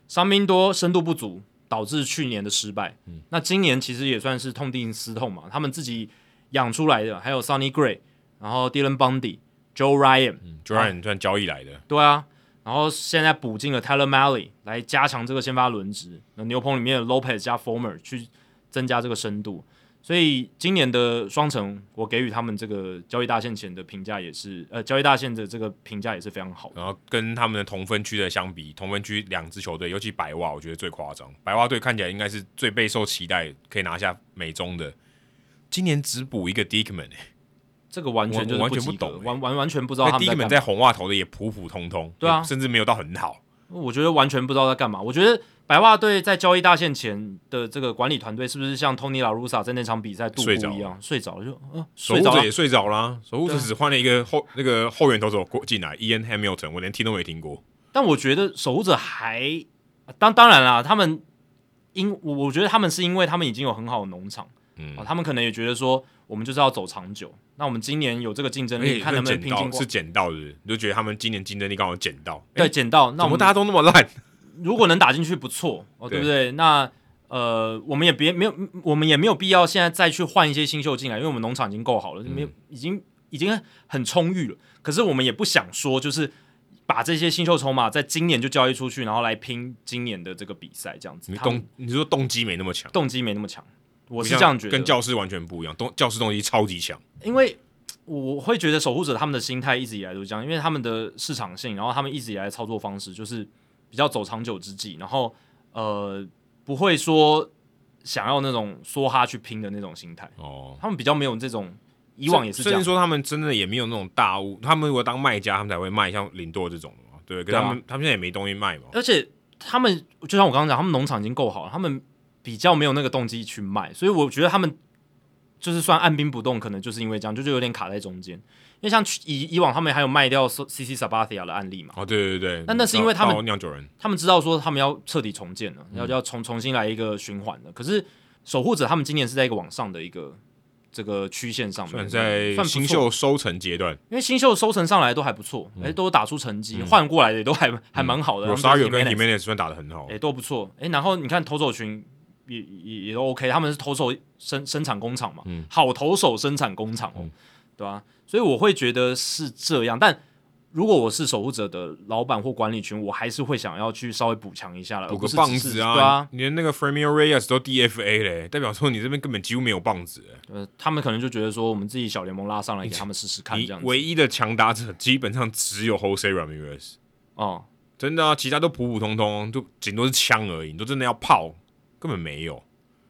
Speaker 2: 伤兵多、深度不足，导致去年的失败。那今年其实也算是痛定思痛嘛，他们自己养出来的，还有 Sonny Gray，然后 Dylan Bundy、Joe Ryan，、
Speaker 1: 就让你算交易来的，
Speaker 2: 对啊，然后现在补进了 Tyler Malley 来加强这个先发轮值，那牛棚里面的 Lopez 加 Former 去增加这个深度。所以今年的双城，我给予他们这个交易大限前的评价也是，呃，交易大限的这个评价也是非常好的。
Speaker 1: 然后跟他们的同分区的相比，同分区两支球队，尤其白袜，我觉得最夸张。白袜队看起来应该是最备受期待，可以拿下美中的。今年只补一个 Dickman，、欸、
Speaker 2: 这个完全就是
Speaker 1: 我完全
Speaker 2: 不及格
Speaker 1: 不懂欸
Speaker 2: 完完完全不知道
Speaker 1: 那
Speaker 2: 啊他们在干
Speaker 1: Dickman
Speaker 2: 嘛。
Speaker 1: 在红袜投的也普普通通，
Speaker 2: 对啊
Speaker 1: 也甚至没有到很好。
Speaker 2: 我觉得完全不知道在干嘛。我觉得白袜队在交易大限前的这个管理团队，是不是像 Tony La Russa 在那场比赛度
Speaker 1: 睡着
Speaker 2: 过一样，睡着了就呃
Speaker 1: 守
Speaker 2: 睡
Speaker 1: 护
Speaker 2: 着
Speaker 1: 者
Speaker 2: 了啊
Speaker 1: 也。睡着啦，守护者只换了一个后那个后援投手过进来，Ian Hamilton，我连听都没听过。
Speaker 2: 但我觉得守护者还当当然啦，他们因我我觉得他们是因为他们已经有很好的农场
Speaker 1: 嗯
Speaker 2: 啊、，他们可能也觉得说我们就是要走长久。那我们今年有这个竞争
Speaker 1: 而
Speaker 2: 力，
Speaker 1: 且
Speaker 2: 看能不能
Speaker 1: 捡
Speaker 2: 拼进
Speaker 1: 到
Speaker 2: 过
Speaker 1: 是。捡到的，你就觉得他们今年竞争力刚好捡到。
Speaker 2: 对，
Speaker 1: 欸，
Speaker 2: 捡到。那
Speaker 1: 怎
Speaker 2: 我
Speaker 1: 么
Speaker 2: 们
Speaker 1: 大家都那么烂？
Speaker 2: 如果能打进去不错哦，对不对？那呃，我们也别没有，我们也没有必要现在再去换一些新秀进来，因为我们农场已经够好了，没有已经已经很充裕了。可是我们也不想说，就是把这些新秀筹码在今年就交易出去，然后来拼今年的这个比赛，这样子。
Speaker 1: 你
Speaker 2: 他们
Speaker 1: 动你说动机没那么强，
Speaker 2: 动机没那么强，我
Speaker 1: 不
Speaker 2: 是
Speaker 1: 像
Speaker 2: 这样觉得。
Speaker 1: 跟教师完全不一样。动教师动机超级强，
Speaker 2: 因为我会觉得守护者他们的心态一直以来都是这样，因为他们的市场性，然后他们一直以来的操作方式就是比较走长久之计，然后呃不会说想要那种梭哈去拼的那种心态，
Speaker 1: 哦。
Speaker 2: 他们比较没有这种以往也是这
Speaker 1: 甚
Speaker 2: 样
Speaker 1: 至，说他们真的也没有那种大物，他们如果当卖家，他们才会卖像林多这种的嘛，对，可是
Speaker 2: 对啊
Speaker 1: 他们、他们现在也没东西卖嘛，
Speaker 2: 而且他们就像我刚刚讲，他们农场已经够好了，他们比较没有那个动机去卖，所以我觉得他们就是算按兵不动，可能就是因为这样，就是有点卡在中间。因为像去以以往他们还有卖掉 C C Sabathia 的案例嘛，
Speaker 1: 哦，对对对，
Speaker 2: 那那是因为他们
Speaker 1: 到酿酒人
Speaker 2: 他们知道说他们要彻底重建了，
Speaker 1: 嗯
Speaker 2: 要要重重新来一个循环了。可是守护者他们今年是在一个往上的一个这个曲线上
Speaker 1: 算
Speaker 2: 面，
Speaker 1: 在
Speaker 2: 嗯算不错
Speaker 1: 新，秀嗯收成阶段，
Speaker 2: 因为新秀收成上来都还不错，哎、都打出成绩，换、过来的也都还还蛮好的。
Speaker 1: 有
Speaker 2: 然后
Speaker 1: 沙
Speaker 2: 都
Speaker 1: 友
Speaker 2: 啊
Speaker 1: 嗯
Speaker 2: 是
Speaker 1: 跟
Speaker 2: Jimenez
Speaker 1: Jimenez 算打的很好
Speaker 2: 哎、，都不错。哎、然后你看投手群也也也都 OK，他们是投手生生产工厂嘛，
Speaker 1: 嗯
Speaker 2: 好投手生产工厂哦，
Speaker 1: 嗯
Speaker 2: 对啊，所以我会觉得是这样，但。如果我是守护者的老板或管理群，我还是会想要去稍微补强一下了，
Speaker 1: 补
Speaker 2: 而不
Speaker 1: 个
Speaker 2: 是
Speaker 1: 棒
Speaker 2: 只是
Speaker 1: 子
Speaker 2: 对啊，
Speaker 1: 啊，你连那个 Framio Reyes 都 DFA 嘞，代表说你这边根本几乎没有棒子，
Speaker 2: 呃，他们可能就觉得说，我们自己小联盟拉上来给他们试试看，
Speaker 1: 你
Speaker 2: 这样子
Speaker 1: 唯一的强打者基本上只有 Jose Ramirez，
Speaker 2: 哦、
Speaker 1: 真的啊，其他都普普通通，就顶多是枪而已，你都真的要炮，根本没有，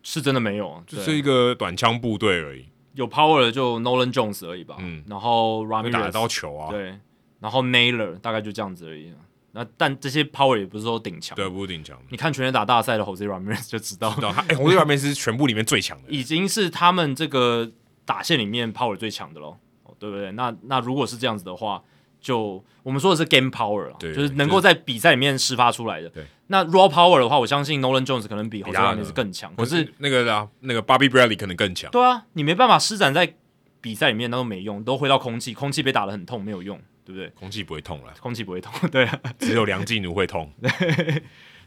Speaker 2: 是真的没有，
Speaker 1: 就
Speaker 2: 对
Speaker 1: 是一个短枪部队而已，
Speaker 2: 有 power 的就 Nolan Jones 而已吧，
Speaker 1: 嗯
Speaker 2: 然后
Speaker 1: 会打得
Speaker 2: Ramirez
Speaker 1: 到球啊，
Speaker 2: 对，然后 Naylor 大概就这样子而已。那但这些 power 也不是说顶强，
Speaker 1: 对，不是顶强。
Speaker 2: [LAUGHS] 你看全垒打大赛的 Jose Ramirez 就知道，
Speaker 1: 知道他，哎、红队那边是全部里面最强的，
Speaker 2: [LAUGHS] 已经是他们这个打线里面 power 最强的喽，哦对不对？那那如果是这样子的话，就我们说的是 game power 啊，
Speaker 1: 对
Speaker 2: 就是能够在比赛里面释发出来的。
Speaker 1: 对，
Speaker 2: 那 raw power 的话，我相信 Nolan Jones 可能比
Speaker 1: 比
Speaker 2: Jose
Speaker 1: 他呢
Speaker 2: Ramirez 更强，
Speaker 1: 可
Speaker 2: 可是
Speaker 1: 是那个啊，那个 Bobby Bradley 可能更强，
Speaker 2: 对啊，你没办法施展在比赛里面，那都没用，都回到空气，空气被打得很痛，没有用，对不对？
Speaker 1: 空气不会痛
Speaker 2: [LAUGHS]
Speaker 1: 了，
Speaker 2: 空气不会痛，对啊。
Speaker 1: 只有梁静茹会
Speaker 2: [LAUGHS]
Speaker 1: 痛。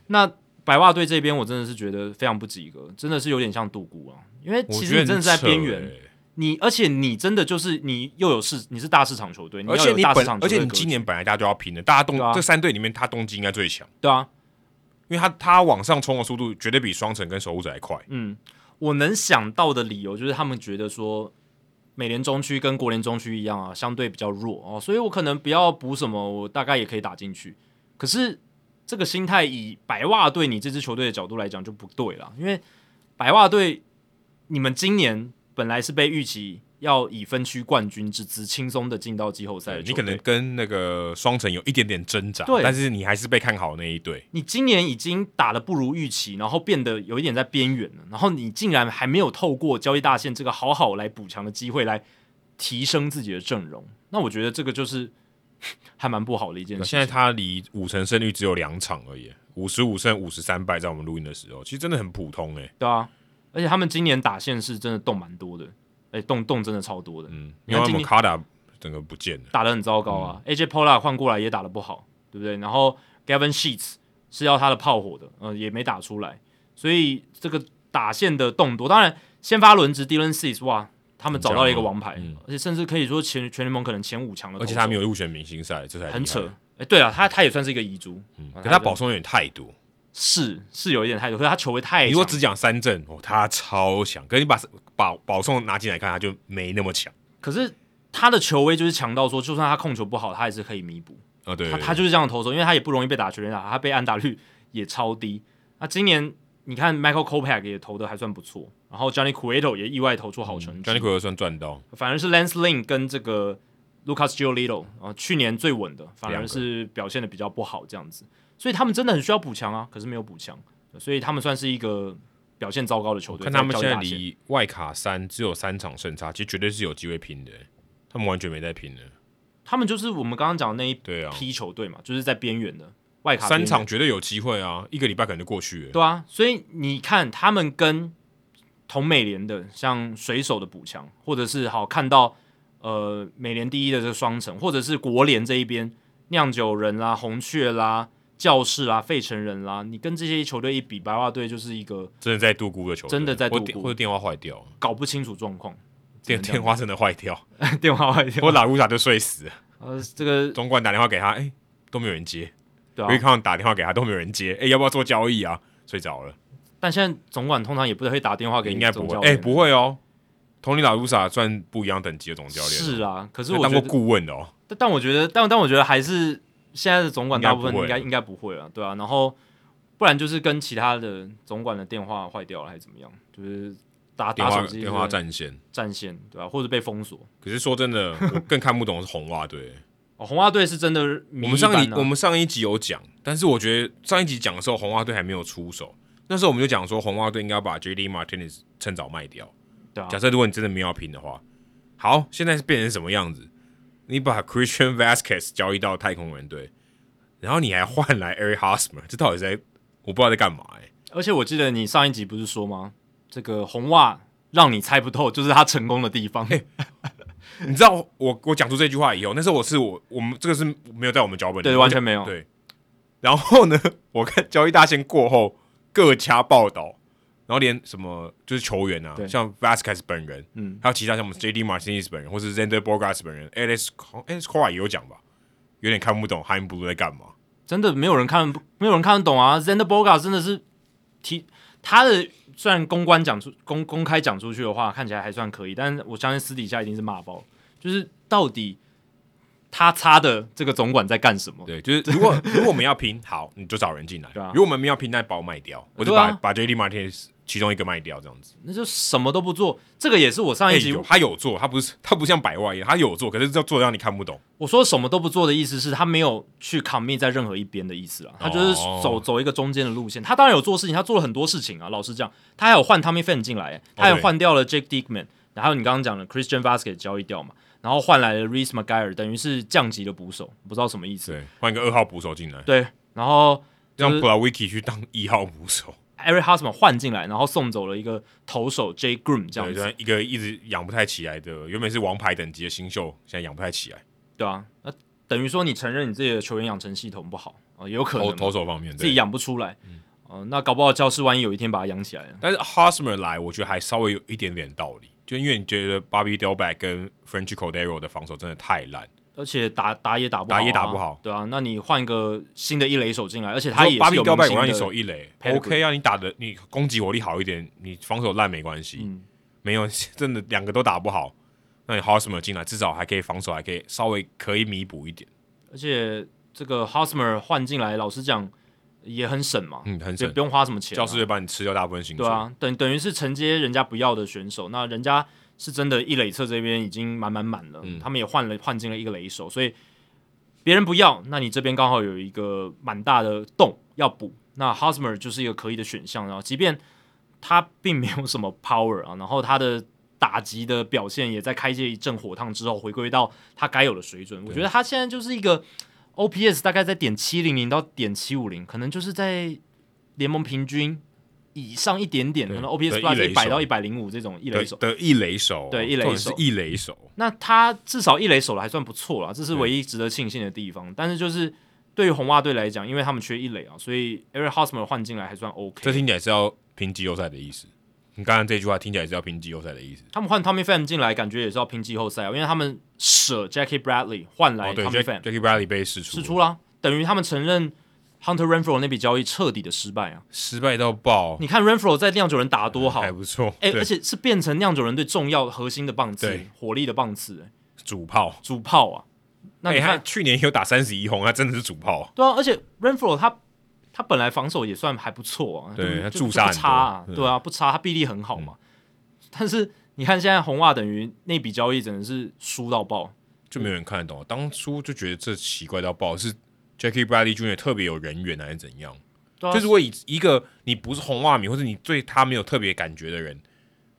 Speaker 2: 那白袜队这边，我真的是觉得非常不及格，真的是有点像杜姑啊，因为
Speaker 1: 我
Speaker 2: 其
Speaker 1: 觉
Speaker 2: 实
Speaker 1: 得
Speaker 2: 你真
Speaker 1: 很
Speaker 2: 的是在
Speaker 1: 扯
Speaker 2: 边缘，
Speaker 1: 欸
Speaker 2: 你而且你真的就是你又有市，你是大市场球队，你
Speaker 1: 而
Speaker 2: 要
Speaker 1: 且
Speaker 2: 有
Speaker 1: 你
Speaker 2: 大市
Speaker 1: 本
Speaker 2: 场球
Speaker 1: 而且
Speaker 2: 队
Speaker 1: 你
Speaker 2: 格局
Speaker 1: 今年本来大家就要拼的，大家动、
Speaker 2: 对啊
Speaker 1: 这三队里面他动机应该最强，
Speaker 2: 对啊，
Speaker 1: 因为他他往上冲的速度绝对比双城跟守护者还快。
Speaker 2: 嗯，我能想到的理由就是他们觉得说。美联中区跟国联中区一样啊，相对比较弱哦，所以我可能不要补什么，我大概也可以打进去。可是这个心态以白袜对你这支球队的角度来讲就不对了，因为白袜队你们今年本来是被预期要以分区冠军之姿轻松的进到季后赛的
Speaker 1: 对
Speaker 2: 球
Speaker 1: 你
Speaker 2: 队，
Speaker 1: 可能跟那个双城有一点点挣扎，
Speaker 2: 对
Speaker 1: 但是你还是被看好那一队。
Speaker 2: 你今年已经打得不如预期，然后变得有一点在边缘了，然后你竟然还没有透过交易大线这个好好来补强的机会来提升自己的阵容，那我觉得这个就是 [LAUGHS] 还蛮不好的一件事。
Speaker 1: 现在他离五成胜率只有两场而已，五十五胜五十三败，在我们录音的时候，其实真的很普通哎、
Speaker 2: 对啊，而且他们今年打线是真的动蛮多的，哎、动动真的超多的。
Speaker 1: 嗯，因
Speaker 2: 你
Speaker 1: 为
Speaker 2: 看今
Speaker 1: 我们
Speaker 2: 年
Speaker 1: 卡打整个不见了。
Speaker 2: 打得很糟糕啊。AJ
Speaker 1: 嗯
Speaker 2: Pola 换过来也打得不好，对不对？然后 Gavin Sheets 是要他的炮火的，嗯、也没打出来，所以这个打线的动多，当然先发轮值 Dylan Cease 哇，他们找到了一个王牌，
Speaker 1: 嗯
Speaker 2: 而且甚至可以说前全联盟可能前五强的投
Speaker 1: 而
Speaker 2: 手，
Speaker 1: 且他没有入选明星赛，这才厉害
Speaker 2: 很扯。。哎、对啊，他他也算是一个遗珠，
Speaker 1: 嗯
Speaker 2: 啊
Speaker 1: 可他保送有点太多。
Speaker 2: 是是有一点态度，可是他球威太
Speaker 1: 你
Speaker 2: 强，
Speaker 1: 如果只讲三振，哦，他超强。可是你把把保送拿进来看，他就没那么强。
Speaker 2: 可是他的球威就是强到说，就算他控球不好，他也是可以弥补。
Speaker 1: 啊，对，
Speaker 2: 他
Speaker 1: 对
Speaker 2: 他就是这样的投手，因为他也不容易被打全垒打，他被安打率也超低。那今年你看 Michael Kopech 也投的还算不错，然后 Johnny Cueto 也意外投出好成绩，
Speaker 1: 嗯 Johnny Cueto 算赚到，
Speaker 2: 反而是 Lance Lynn 跟这个 Lucas Giolito 啊，去年最稳的，反而是表现的比较不好这样子，所以他们真的很需要补强啊，可是没有补强，所以他们算是一个表现糟糕的球队。
Speaker 1: 看他们
Speaker 2: 在
Speaker 1: 现在
Speaker 2: 交易大限
Speaker 1: 离外卡三只有三场胜差，其实绝对是有机会拼的。他们完全没在拼的，
Speaker 2: 他们就是我们刚刚讲的那一
Speaker 1: 对啊，
Speaker 2: 批球队嘛，就是在边缘的外卡边
Speaker 1: 三
Speaker 2: 缘
Speaker 1: 场绝对有机会啊，一个礼拜可能就过去了。
Speaker 2: 对啊，所以你看他们跟同美联的，像水手的补强，或者是好看到呃美联第一的这个双城，或者是国联这一边酿酒人啦、红雀啦、教士啦、费城人啦，你跟这些球队一比，白袜队就是一个
Speaker 1: 真的在度估的球队，
Speaker 2: 真的在
Speaker 1: 或
Speaker 2: 度
Speaker 1: 电
Speaker 2: 估
Speaker 1: 或者电话坏掉，
Speaker 2: 搞不清楚状
Speaker 1: [LAUGHS]
Speaker 2: 况，
Speaker 1: 电
Speaker 2: 只能
Speaker 1: 电话真的坏 [LAUGHS] 掉，
Speaker 2: 这样电话坏掉，
Speaker 1: 我打乌打就睡死了。
Speaker 2: 呃，这个
Speaker 1: 总管打电话给他，哎、都没有人接。
Speaker 2: 对啊
Speaker 1: 维，康打电话给他都没有人接，哎、要不要做交易啊？睡着了，
Speaker 2: 但现在总管通常也不太会打电话给
Speaker 1: 应该不
Speaker 2: 总
Speaker 1: 会
Speaker 2: 教。
Speaker 1: 哎、
Speaker 2: 练
Speaker 1: 不会哦。同尼拉乌萨算不一样等级的总教练，哦
Speaker 2: 是啊，可是
Speaker 1: 他
Speaker 2: 我
Speaker 1: 当
Speaker 2: 觉
Speaker 1: 过
Speaker 2: 得
Speaker 1: 顾问的哦。
Speaker 2: 但但我觉得，但但我觉得还是现在的总管
Speaker 1: 应该
Speaker 2: 大部分
Speaker 1: 不会
Speaker 2: 应该应该不会了，对啊。然后不然就是跟其他的总管的电话坏掉了，还是怎么样？就是打
Speaker 1: 电
Speaker 2: 打
Speaker 1: 话
Speaker 2: 手机
Speaker 1: 电话战线。
Speaker 2: 占线，对吧、啊或者被封锁。
Speaker 1: 可是说真
Speaker 2: [LAUGHS]
Speaker 1: 的，我更看不懂是红袜队。
Speaker 2: 哦，红袜队是真的迷
Speaker 1: 我
Speaker 2: 一般啊、
Speaker 1: 们上一我们上一集有讲，但是我觉得上一集讲的时候，红袜队还没有出手。那时候我们就讲说，红袜队应该把 J.D. Martinez 趁早卖掉。
Speaker 2: 对啊
Speaker 1: 假，设如果你真的没有要拼的话，好，现在是变成什么样子？你把 Christian Vasquez 交易到太空人队，然后你还换来 Eric Hosmer，这到底在我不知道在干嘛哎、
Speaker 2: 而且我记得你上一集不是说吗？这个红袜让你猜不透，就是他成功的地方。
Speaker 1: 你知道我我讲出这句话以后，那时候我是我我们这个是没有在我们脚本里，
Speaker 2: 对，完全没有。
Speaker 1: 对。然后呢， [LAUGHS] 我看交易大限过后各家报道，然后连什么就是球员啊，
Speaker 2: 对
Speaker 1: 像 Vasquez 本人，
Speaker 2: 嗯，
Speaker 1: 还有其他像我们 J.D. Martinez 本人，或是 Zander Borgas 本人，Alex Co- Alex Cora 也有讲吧，有点看不懂 h a i m b l u 在干嘛。
Speaker 2: 真的没有人看，没有人看得懂啊。Zander Boga 真的是提他的，虽然公关讲出公公开讲出去的话，看起来还算可以，但是我相信私底下一定是骂爆。就是到底他擦的这个总管在干什么？
Speaker 1: 对，就是 [LAUGHS] 如果如果我们要拼，好，你就找人进来
Speaker 2: 哦对啊；
Speaker 1: 如果我们没有拼，那把我卖掉，我就
Speaker 2: 对
Speaker 1: 把
Speaker 2: 啊
Speaker 1: 把 J.D. Martinez 其中一个卖掉，这样子。
Speaker 2: 那就什么都不做。这个也是我上
Speaker 1: 哎，
Speaker 2: 一集、
Speaker 1: 有他有做，他不是他不像百万一样，他有做，可是这做得让你看不懂。
Speaker 2: 我说什么都不做的意思是他没有去 commit 在任何一边的意思啦，他就是
Speaker 1: 哦
Speaker 2: 走、走一个中间的路线。他当然有做事情，他做了很多事情啊。老实讲，他还有换 Tommy Fan 进来欸，他还
Speaker 1: 哦对
Speaker 2: 换掉了 Jake Dickman，然后你刚刚讲的 Christian Vasquez 交易掉嘛，然后换来了 Reese McGuire，等于是降级的捕手，不知道什么意思。
Speaker 1: 对，换一个二号捕手进来，
Speaker 2: 对，然后
Speaker 1: 让
Speaker 2: 就是
Speaker 1: b l a w i k i 去当一号捕手，
Speaker 2: Eric Hosman 换进来，然后送走了一个投手 J Groom 这样
Speaker 1: 对，
Speaker 2: 子
Speaker 1: 就。像一个一直养不太起来的，原本是王牌等级的新秀，现在养不太起来。
Speaker 2: 对啊，那等于说你承认你自己的球员养成系统不好啊、也有可能
Speaker 1: 投
Speaker 2: 嘛
Speaker 1: 投手方面，
Speaker 2: 自己
Speaker 1: 对。嗯
Speaker 2: 养不出来。哦、那搞不好教师万一有一天把他养起来了。
Speaker 1: 但是 Hosmer 来，我觉得还稍微有一点点道理，就因为你觉得 Bobby Delback 跟 French Cordero 的防守真的太烂，
Speaker 2: 而且打打也打不好、
Speaker 1: 打也打不好，
Speaker 2: 对啊，那你换一个新的一垒手进来，而且他也
Speaker 1: 巴
Speaker 2: 是
Speaker 1: 比
Speaker 2: 有
Speaker 1: 掉
Speaker 2: 明
Speaker 1: 拜，
Speaker 2: 星
Speaker 1: 我
Speaker 2: 的，
Speaker 1: 让你守一垒
Speaker 2: pedigree
Speaker 1: ，OK 啊，你打的你攻击火力好一点，你防守烂没关系，
Speaker 2: 嗯
Speaker 1: 没有 [LAUGHS] 真的两个都打不好，那你 Hosmer 进来至少还可以防守，还可以稍微可以弥补一点，
Speaker 2: 而且这个 Hosmer 换进来，老实讲也很省嘛，
Speaker 1: 嗯，很
Speaker 2: 也
Speaker 1: 省
Speaker 2: 不。用花什么钱、啊
Speaker 1: 教师队帮你吃掉大部分薪水，
Speaker 2: 对啊，等等于是承接人家不要的选手，那人家是真的一垒侧这边已经满满满了，
Speaker 1: 嗯
Speaker 2: 他们也换了换进了一个垒手，所以别人不要，那你这边刚好有一个蛮大的洞要补，那 Hosmer 就是一个可以的选项，然后即便他并没有什么 power 啊，然后他的。打击的表现也在开这一阵火烫之后回归到他该有的水准，我觉得他现在就是一个 OPS 大概在点七零零到点七五零，可能就是在联盟平均以上一点点，可能 OPS
Speaker 1: 对
Speaker 2: Plus
Speaker 1: 一
Speaker 2: 一
Speaker 1: 垒
Speaker 2: 百
Speaker 1: 手
Speaker 2: 到一百零五这种一垒
Speaker 1: 的
Speaker 2: 手，
Speaker 1: 的一垒手，
Speaker 2: 对一垒
Speaker 1: 重点是
Speaker 2: 手
Speaker 1: 一垒手，
Speaker 2: 那他至少一垒手了还算不错啦，这是唯一值得庆幸的地方。但是就是对于红袜队来讲，因为他们缺一垒啊，所以 Eric Hosmer 换进来还算 OK。
Speaker 1: 这听起来是要拼季后赛的意思。你刚刚这句话听起来是要拼季后赛的意思。
Speaker 2: 他们换 Tommy Pham 进来，感觉也是要拼季后赛啊，因为他们舍 Jackie Bradley 换来
Speaker 1: 哦，对
Speaker 2: Tommy
Speaker 1: ，Jack
Speaker 2: Pham，
Speaker 1: Jackie Bradley 被释出
Speaker 2: 是
Speaker 1: 了，
Speaker 2: 出啦，等于他们承认 Hunter Renfro 那笔交易彻底的失败啊。
Speaker 1: 失败到爆，
Speaker 2: 你看 Renfro 在酿酒人打得多好，
Speaker 1: 还不错。
Speaker 2: 哎、
Speaker 1: 对
Speaker 2: 而且是变成酿酒人队重要核心的棒次
Speaker 1: 对，
Speaker 2: 火力的棒次、哎
Speaker 1: 主炮，
Speaker 2: 主炮啊。那你
Speaker 1: 哎，
Speaker 2: 看，
Speaker 1: 他去年有打三十一轰，他真的是主炮。
Speaker 2: 对啊，而且 Renfro 他他本来防守也算还不错啊，
Speaker 1: 对
Speaker 2: 就
Speaker 1: 他
Speaker 2: 就
Speaker 1: 助杀
Speaker 2: 就不差啊
Speaker 1: 很，多嗯
Speaker 2: 对啊，不差，他臂力很好嘛。但是你看现在红袜等于那笔交易真的是输到爆，
Speaker 1: 就没有人看得懂。当初就觉得这奇怪到爆，是 Jackie Bradley Jr. 特别有人缘还是怎样？
Speaker 2: 对啊
Speaker 1: 就如果以一个你不是红袜迷，或者你对他没有特别感觉的人，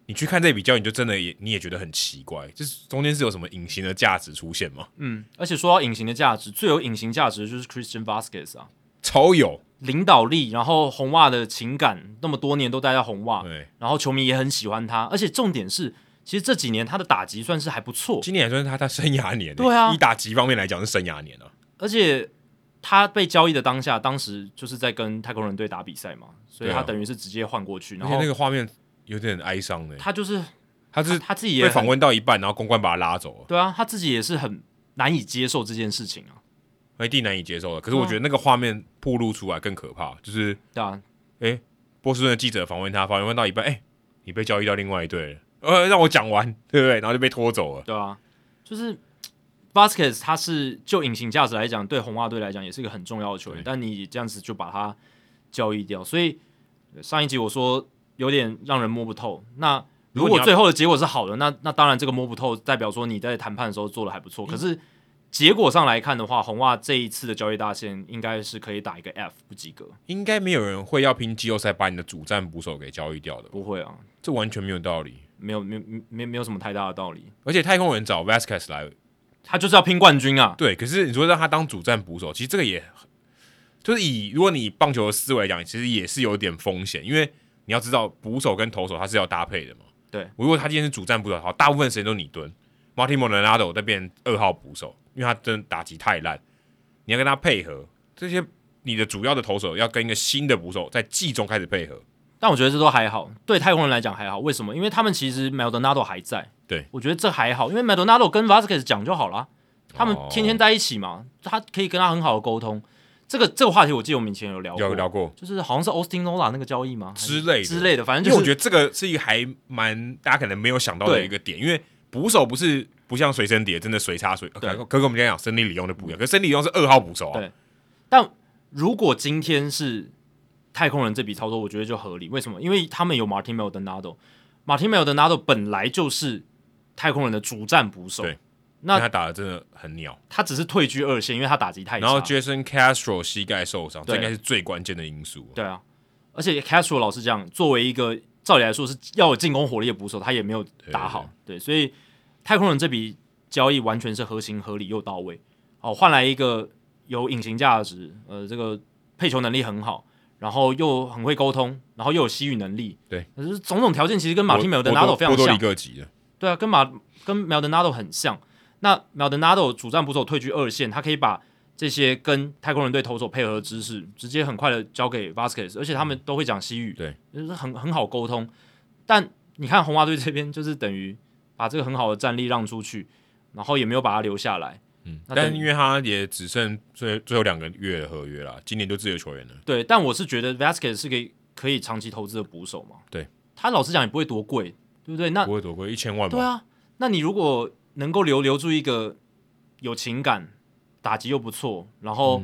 Speaker 1: 你去看这比较，你就真的也你也觉得很奇怪，就是中间是有什么隐形的价值出现吗？
Speaker 2: 嗯，而且说到隐形的价值，最有隐形价值的就是 Christian Vasquez 啊，
Speaker 1: 超有，
Speaker 2: 领导力，然后红袜的情感，那么多年都待在红袜，
Speaker 1: 对，
Speaker 2: 然后球迷也很喜欢他，而且重点是，其实这几年他的打击算是还不错，
Speaker 1: 今年还算是他他生涯年欸，
Speaker 2: 对啊
Speaker 1: 一打击方面来讲是生涯年啊，
Speaker 2: 而且他被交易的当下，当时就是在跟太空人队打比赛嘛，所以
Speaker 1: 对啊
Speaker 2: 他等于是直接换过去，
Speaker 1: 而
Speaker 2: 然
Speaker 1: 且
Speaker 2: 后
Speaker 1: 那个画面有点哀伤的，欸
Speaker 2: 他就是
Speaker 1: 他是
Speaker 2: 他他自己也
Speaker 1: 被
Speaker 2: 很
Speaker 1: 访问到一半，然后公关把他拉走了，
Speaker 2: 对啊，他自己也是很难以接受这件事情啊，
Speaker 1: 一定难以接受的。可是
Speaker 2: 对啊
Speaker 1: 我觉得那个画面暴露出来更可怕，就是
Speaker 2: 对啊，
Speaker 1: 波士顿的记者访问他，访问到一半，哎、你被交易到另外一队了，呃，让我讲完，对不对？然后就被拖走了。
Speaker 2: 对啊，就是 Vasquez 他是就隐形价值来讲，对红袜队来讲也是一个很重要的球员
Speaker 1: 对，
Speaker 2: 但你这样子就把他交易掉，所以呃上一集我说有点让人摸不透。那
Speaker 1: 如
Speaker 2: 如
Speaker 1: 果你要
Speaker 2: 果最后的结果是好的，那那当然这个摸不透代表说你在谈判的时候做的还不错，可是。结果上来看的话，红袜这一次的交易大限应该是可以打一个 F 不及格，
Speaker 1: 应该没有人会要拼季后赛把你的主战捕手给交易掉的吧，
Speaker 2: 不会啊，
Speaker 1: 这完全没有道理。
Speaker 2: 没有没有没有没有什么太大的道理，
Speaker 1: 而且太空人找 Vasquez 来，
Speaker 2: 他就是要拼冠军啊，
Speaker 1: 对，可是你说让他当主战捕手，其实这个也就是以如果你以棒球的思维来讲，其实也是有点风险，因为你要知道捕手跟投手他是要搭配的嘛。
Speaker 2: 对，
Speaker 1: 如果他今天是主战捕手，好，大部分时间都你蹲，Martin m o n a d o 在变二号捕手，因为他真的打击太烂，你要跟他配合，这些你的主要的投手要跟一个新的捕手在季中开始配合，
Speaker 2: 但我觉得这都还好，对太空人来讲还好。为什么？因为他们其实 Maldonado 还在。
Speaker 1: 对，
Speaker 2: 我觉得这还好，因为 Maldonado 跟 Vasquez 讲就好啦，他
Speaker 1: 哦
Speaker 2: 们天天在一起嘛，他可以跟他很好的沟通。这个这个话题我记得我们以前有聊过，
Speaker 1: 有聊过
Speaker 2: 就是好像是 Austin Nola 那个交易吗？还是
Speaker 1: 之类的
Speaker 2: 之类的，反正
Speaker 1: 因
Speaker 2: 就
Speaker 1: 为
Speaker 2: 是
Speaker 1: 我觉得这个是一个还蛮大家可能没有想到的
Speaker 2: 对
Speaker 1: 一个点，因为捕手不是不像随身碟，真的随插随。
Speaker 2: 对
Speaker 1: 可可跟我们今天讲森利里用的不一样，可是森利里用是二号捕手啊
Speaker 2: 对，但如果今天是太空人这笔操作，我觉得就合理。为什么？因为他们有 Martin Maldonado，Martin Maldonado 本来就是太空人的主战捕手，
Speaker 1: 对
Speaker 2: 那
Speaker 1: 但他打的真的很鸟。
Speaker 2: 他只是退居二线，因为他打击太差。
Speaker 1: 然后 Jason Castro 膝盖受伤，这
Speaker 2: 对
Speaker 1: 应该是最关键的因素。
Speaker 2: 对啊，而且 Castro 老师讲，作为一个照理来说是要有进攻火力的捕手，他也没有打好，对所以太空人这笔交易完全是合情合理又到位，哦，换来一个有隐形价值，呃，这个配球能力很好，然后又很会沟通，然后又有吸引能力，
Speaker 1: 对，
Speaker 2: 可是种种条件其实跟马
Speaker 1: 波
Speaker 2: 丁梅尔德
Speaker 1: 波
Speaker 2: 纳
Speaker 1: 多
Speaker 2: 多非常
Speaker 1: 波多
Speaker 2: 像
Speaker 1: 黎，各籍的，
Speaker 2: 对啊，跟马跟 Maldonado 很像。那 Maldonado 主战捕手退居二线，他可以把这些跟太空人队投手配合的知识，直接很快的交给 Vasquez，而且他们都会讲西语，
Speaker 1: 对，
Speaker 2: 就是很很好沟通。但你看红袜队这边，就是等于把这个很好的战力让出去，然后也没有把他留下来。
Speaker 1: 嗯，
Speaker 2: 那
Speaker 1: 但
Speaker 2: 等于
Speaker 1: 因为他也只剩最最后两个月的合约啦，今年就自由球员了。
Speaker 2: 对，但我是觉得 Vasquez 是个可以长期投资的捕手嘛，
Speaker 1: 对，
Speaker 2: 他老实讲也不会多贵，对不对？那
Speaker 1: 不会多贵，一千万
Speaker 2: 对
Speaker 1: 吧？
Speaker 2: 啊，那你如果能够留留住一个有情感、打击又不错，然后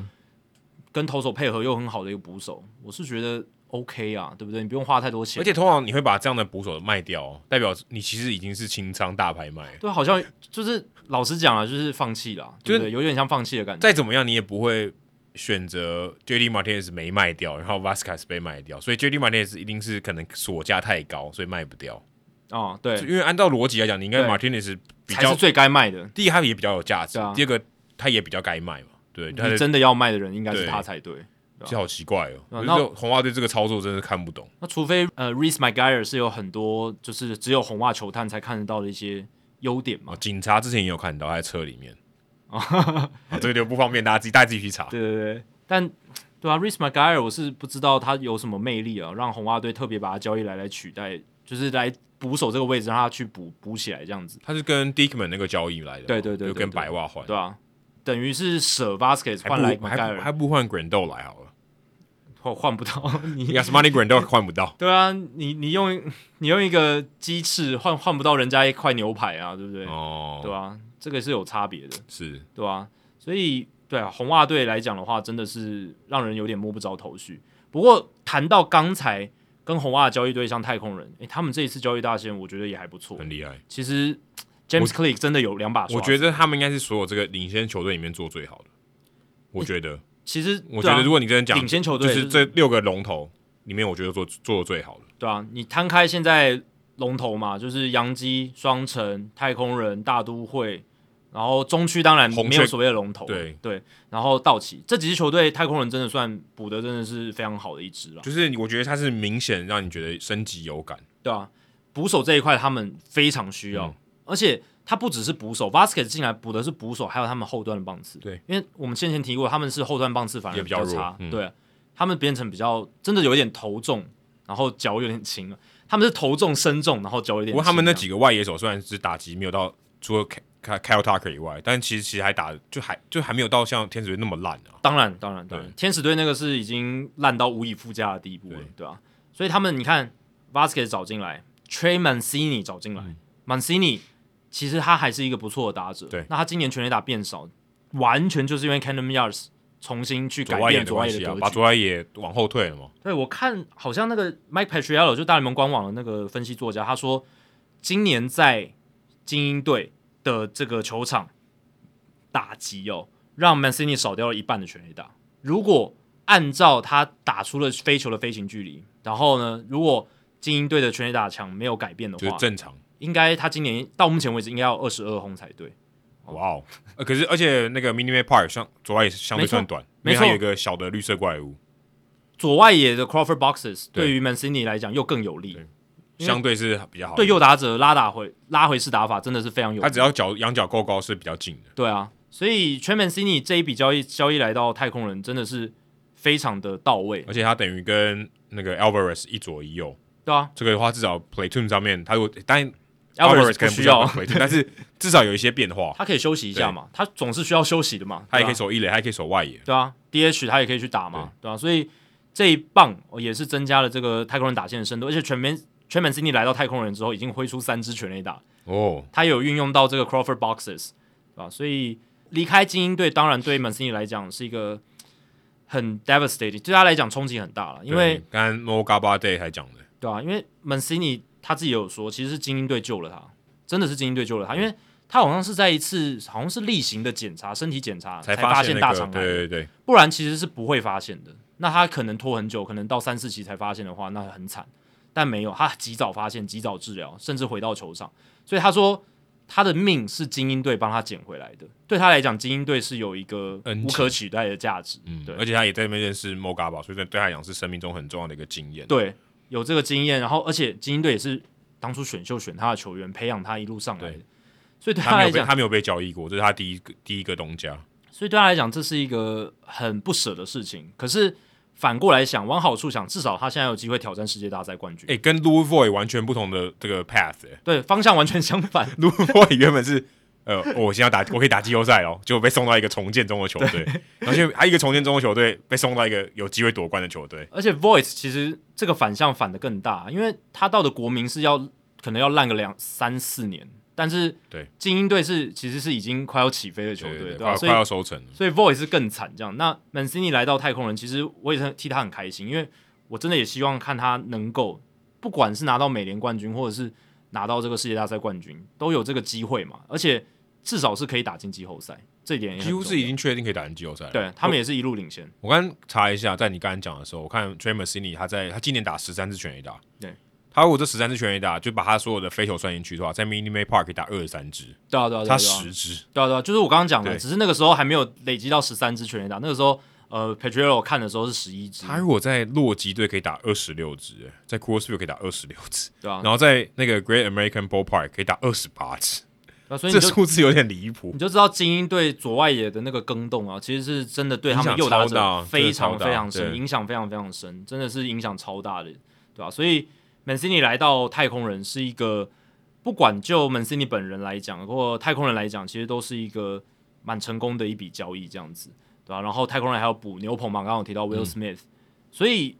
Speaker 2: 跟投手配合又很好的一个捕手，我是觉得 OK 啊，对不对？你不用花太多钱，
Speaker 1: 而且通常你会把这样的捕手卖掉，哦代表你其实已经是清仓大拍卖。
Speaker 2: 对，好像就是老实讲啊，就是放弃了，
Speaker 1: 就是
Speaker 2: 对不对有点像放弃的感觉。
Speaker 1: 再怎么样，你也不会选择 JD Martinez 没卖掉，然后 Vasquez 被卖掉，所以 JD Martinez 一定是可能锁价太高，所以卖不掉。
Speaker 2: 啊、对，
Speaker 1: 因为按照逻辑来讲，你应该
Speaker 2: 对
Speaker 1: Martinez 比
Speaker 2: 才
Speaker 1: 较
Speaker 2: 是最该卖的。
Speaker 1: 第一，他也比较有价值
Speaker 2: 对啊；嗯
Speaker 1: 第二个，他也比较该卖嘛。对，他
Speaker 2: 你
Speaker 1: 的
Speaker 2: 真的要卖的人应该是
Speaker 1: 对
Speaker 2: 他才对，
Speaker 1: 这好奇怪哦！
Speaker 2: 啊
Speaker 1: 我
Speaker 2: 那
Speaker 1: 就红袜队这个操作真是看不懂。
Speaker 2: 那除非呃 r e e s e McGuire 是有很多就是只有红袜球探才看得到的一些优点嘛
Speaker 1: 哦，。警察之前也有看到，他在车里
Speaker 2: [LAUGHS]
Speaker 1: 面。
Speaker 2: 哦
Speaker 1: 啊，这个就不方便大家自己大家自己去查。
Speaker 2: 对对对，但对啊 r i s McGuire 我是不知道他有什么魅力啊，让红袜队特别把他交易来来取代，就是来捕手这个位置，让他去补补起来这样子，
Speaker 1: 他是跟 Dickman 那个交易来的嘛，
Speaker 2: 对对对对
Speaker 1: 就跟
Speaker 2: 对
Speaker 1: 白袜换，
Speaker 2: 对啊，等于是舍 Vasquez 换
Speaker 1: 还
Speaker 2: 来
Speaker 1: 不还不
Speaker 2: McGuire
Speaker 1: 还不换 Grando 来好了。
Speaker 2: 换换不到你。
Speaker 1: Yasmani Grando 换不到，
Speaker 2: 对啊，你你用你用一个鸡翅换换不到人家一块牛排啊，对不对？
Speaker 1: 哦，
Speaker 2: 对啊，这个是有差别的。
Speaker 1: 是
Speaker 2: 对啊，所以对啊，红袜队来讲的话，真的是让人有点摸不着头绪。不过谈到刚才跟红袜的交易对象太空人，诶，他们这一次交易大线，我觉得也还不错。
Speaker 1: 很厉害。
Speaker 2: 其实 James Click 真的有两把
Speaker 1: 嗯
Speaker 2: 刷，
Speaker 1: 我觉得他们应该是所有这个领先球队里面做最好的。我觉得，
Speaker 2: 其实
Speaker 1: 我
Speaker 2: 对
Speaker 1: 觉
Speaker 2: 啊
Speaker 1: 得如果你真的讲
Speaker 2: 领先球队
Speaker 1: 就是这六个龙头里面，我觉得做做的最好的。
Speaker 2: 对啊，你摊开现在龙头嘛，就是洋基、双城、太空人、大都会，然后中区当然
Speaker 1: 红雀
Speaker 2: 没有所谓的龙头，
Speaker 1: 对
Speaker 2: 对，然后道奇这几支球队，太空人真的算补的真的是非常好的一支了。
Speaker 1: 就是你我觉得他是明显让你觉得升级有感，
Speaker 2: 对啊，捕手这一块他们非常需要，
Speaker 1: 嗯
Speaker 2: 而且他不只是捕手，Vasquez 进来补的是捕手，还有他们后段的棒次。
Speaker 1: 对，
Speaker 2: 因为我们先前提过，他们是后段棒次反而
Speaker 1: 也
Speaker 2: 比
Speaker 1: 比较弱
Speaker 2: 差，
Speaker 1: 嗯
Speaker 2: 对他们变成比较真的有点头重，然后脚有点轻了。他们是头重身重，然后脚有点轻这样。
Speaker 1: 不过他们那几个外野手虽然是打击没有到除了 Kyle Kyle Tucker 以外，但其实其实还打得就还就还没有到像天使队那么烂啊。
Speaker 2: 当然，当然，当然
Speaker 1: 对，
Speaker 2: 天使队那个是已经烂到无以复加的地步了
Speaker 1: 对，
Speaker 2: 对吧、所以他们你看，Vasquez 找进来，Trey Mancini 找进来、m
Speaker 1: 嗯
Speaker 2: a n c i n i 其实他还是一个不错的打者。
Speaker 1: 对
Speaker 2: 那他今年全垒打变少，完全就是因为 Cannon Yards 重新去
Speaker 1: 左
Speaker 2: 改
Speaker 1: 外野
Speaker 2: 变
Speaker 1: 的
Speaker 2: 左外
Speaker 1: 关
Speaker 2: 野
Speaker 1: 系
Speaker 2: 的
Speaker 1: 啊
Speaker 2: 格，局。
Speaker 1: 把左外野往后退了嘛。
Speaker 2: 对我看好像那个 Mike Patriello 就大联盟官网的那个分析作家，他说今年在精英队的这个球场打击哦，让 Mancini 少掉了一半的全垒打。如果按照他打出了飞球的飞行距离，然后呢，如果精英队的全垒打墙没有改变的
Speaker 1: 就是
Speaker 2: 话，
Speaker 1: 正常。
Speaker 2: 应该他今年到目前为止应该要二十二轰才对。
Speaker 1: 哇哦！呃可是而且那个 Mini Man Park 像左外也相对算短，因
Speaker 2: 没
Speaker 1: 为
Speaker 2: 错
Speaker 1: 它有一个小的绿色怪物，
Speaker 2: 左外野的 Crawford Boxes
Speaker 1: 对
Speaker 2: 对于 Mancini 来讲又更有利
Speaker 1: 对，
Speaker 2: 因为
Speaker 1: 相对是比较好的。
Speaker 2: 对右打者拉打回拉回式打法真的是非常有利。
Speaker 1: 他只要脚仰角够高是比较近的，
Speaker 2: 对啊，所以 t r e m a n c i n i 这一笔交易交易来到太空人，真的是非常的到位，
Speaker 1: 而且他等于跟那个 Alvarez 一左一右。
Speaker 2: 对啊
Speaker 1: 这个的话，至少 Platoon 上面，他如果当然
Speaker 2: ，Alvarez
Speaker 1: 可能不
Speaker 2: 不需
Speaker 1: 需要
Speaker 2: 要，
Speaker 1: Platoon，但是至少有一些变化。
Speaker 2: 他可以休息一下嘛，他总是需要休息的嘛，
Speaker 1: 他也可
Speaker 2: 对
Speaker 1: 以
Speaker 2: 啊
Speaker 1: 守一垒，他也可以守外野。
Speaker 2: 对啊，DH 他也可以去打嘛，对啊，所以这一棒哦也是增加了这个太空人打线的深度，而且全面。全本 Cindy E 来到太空人之后，已经挥出三支全垒打，
Speaker 1: 哦，
Speaker 2: 他也有运用到这个 Crawford Boxes，对吧？所以离开精英队，当然对 Mancini E 来讲是一个很 devastating，对他来讲冲击很大了，因为
Speaker 1: 对刚刚 Mo Gaba Day 还讲的，
Speaker 2: 对啊，因为 Mancini 他自己也有说，其实是精英队救了他，真的是精英队救了他，因为他好像是在一次好像是例行的检查，身体检查才
Speaker 1: 发
Speaker 2: 现
Speaker 1: 那
Speaker 2: 大
Speaker 1: 个
Speaker 2: 肠癌，
Speaker 1: 对对对，
Speaker 2: 不然其实是不会发现的。那他可能拖很久，可能到三四期才发现的话，那很惨。但没有，他及早发现，及早治疗，甚至回到球场。所以他说，他的命是精英队帮他捡回来的。对他来讲，精英队是有一个
Speaker 1: 恩
Speaker 2: 无可取代的价值。
Speaker 1: 嗯
Speaker 2: 对，
Speaker 1: 而且他也在那边认识 Mo Gaba，所以对他来讲是生命中很重要的一个经验。
Speaker 2: 对，有这个经验，然后而且精英队也是当初选秀选他的球员，培养他一路上来的
Speaker 1: 对，
Speaker 2: 所以对
Speaker 1: 他没
Speaker 2: 来
Speaker 1: 有被
Speaker 2: 讲，
Speaker 1: 他没有被交易过，这是他第一个第一个东家。
Speaker 2: 所以对他来讲，这是一个很不舍的事情。可是反过来想，往好处想，至少他现在有机会挑战世界大赛冠军。
Speaker 1: 哎、跟 Louis Voy 完全不同的这个 path、欸。
Speaker 2: 对，方向完全相反。
Speaker 1: [LAUGHS] Louis Voy 原本是呃，我现在要打， [LAUGHS] 我可以打季后赛哦，结果被送到一个重建中的球队，而且还有一个重建中的球队被送到一个有机会夺冠的球队。
Speaker 2: 而且 Voice 其实这个反向反的更大，因为他到的国民是要可能要烂个两三四年，但是
Speaker 1: 对
Speaker 2: 精英队是其实是已经快要起飞的球队，
Speaker 1: 对，
Speaker 2: 吧、
Speaker 1: 快
Speaker 2: 啊所
Speaker 1: 快
Speaker 2: 以
Speaker 1: 要收成了。
Speaker 2: 所以 Voice 是更惨这样。那 Mancini 来到太空人，其实我也是替他很开心，因为我真的也希望看他能够，不管是拿到美联冠军，或者是拿到这个世界大赛冠军，都有这个机会嘛。而且至少是可以打进季后赛，这一点也很
Speaker 1: 几乎
Speaker 2: 重
Speaker 1: 是
Speaker 2: 要
Speaker 1: 已经确定可以打进季后赛了。
Speaker 2: 对他们也是一路领先。
Speaker 1: 我刚查一下，在你刚才讲的时候，我看 t r e m o r c i n i 他在他今年打十三支全垒打，
Speaker 2: 对，
Speaker 1: 他如果这十三支全垒打就把他所有的飞球算进去的话，在 Mini May Park 可以打二十三支，
Speaker 2: 对啊，对啊，对
Speaker 1: 他
Speaker 2: 啊对啊
Speaker 1: 十支，
Speaker 2: 对啊，对啊，就是我刚刚讲的，
Speaker 1: 对
Speaker 2: 只是那个时候还没有累积到十三支全垒打，那个时候呃 p e t r e l o 看的时候是十一支，
Speaker 1: 他如果在洛基队可以打二十六支，哎在 Crossfield 可以打二十六支，
Speaker 2: 对啊
Speaker 1: 然后在那个 Great American Ballpark 可以打二十八支，
Speaker 2: 那啊所以
Speaker 1: 这
Speaker 2: 你就
Speaker 1: 数字有点离谱
Speaker 2: 你。就知道精英对左外野的那个更动啊，其实是真的对他们右打
Speaker 1: 影响超
Speaker 2: 者
Speaker 1: 大
Speaker 2: 非常
Speaker 1: 真的超大
Speaker 2: 非常深，
Speaker 1: 对
Speaker 2: 影响非常非常深，真的是影响超大的，对吧、所以 Mancini 来到太空人是一个，不管就 Mancini 本人来讲，或太空人来讲，其实都是一个蛮成功的一笔交易，这样子，对吧、然后太空人还要补牛棚嘛，刚刚有提到 Will Smith，、所以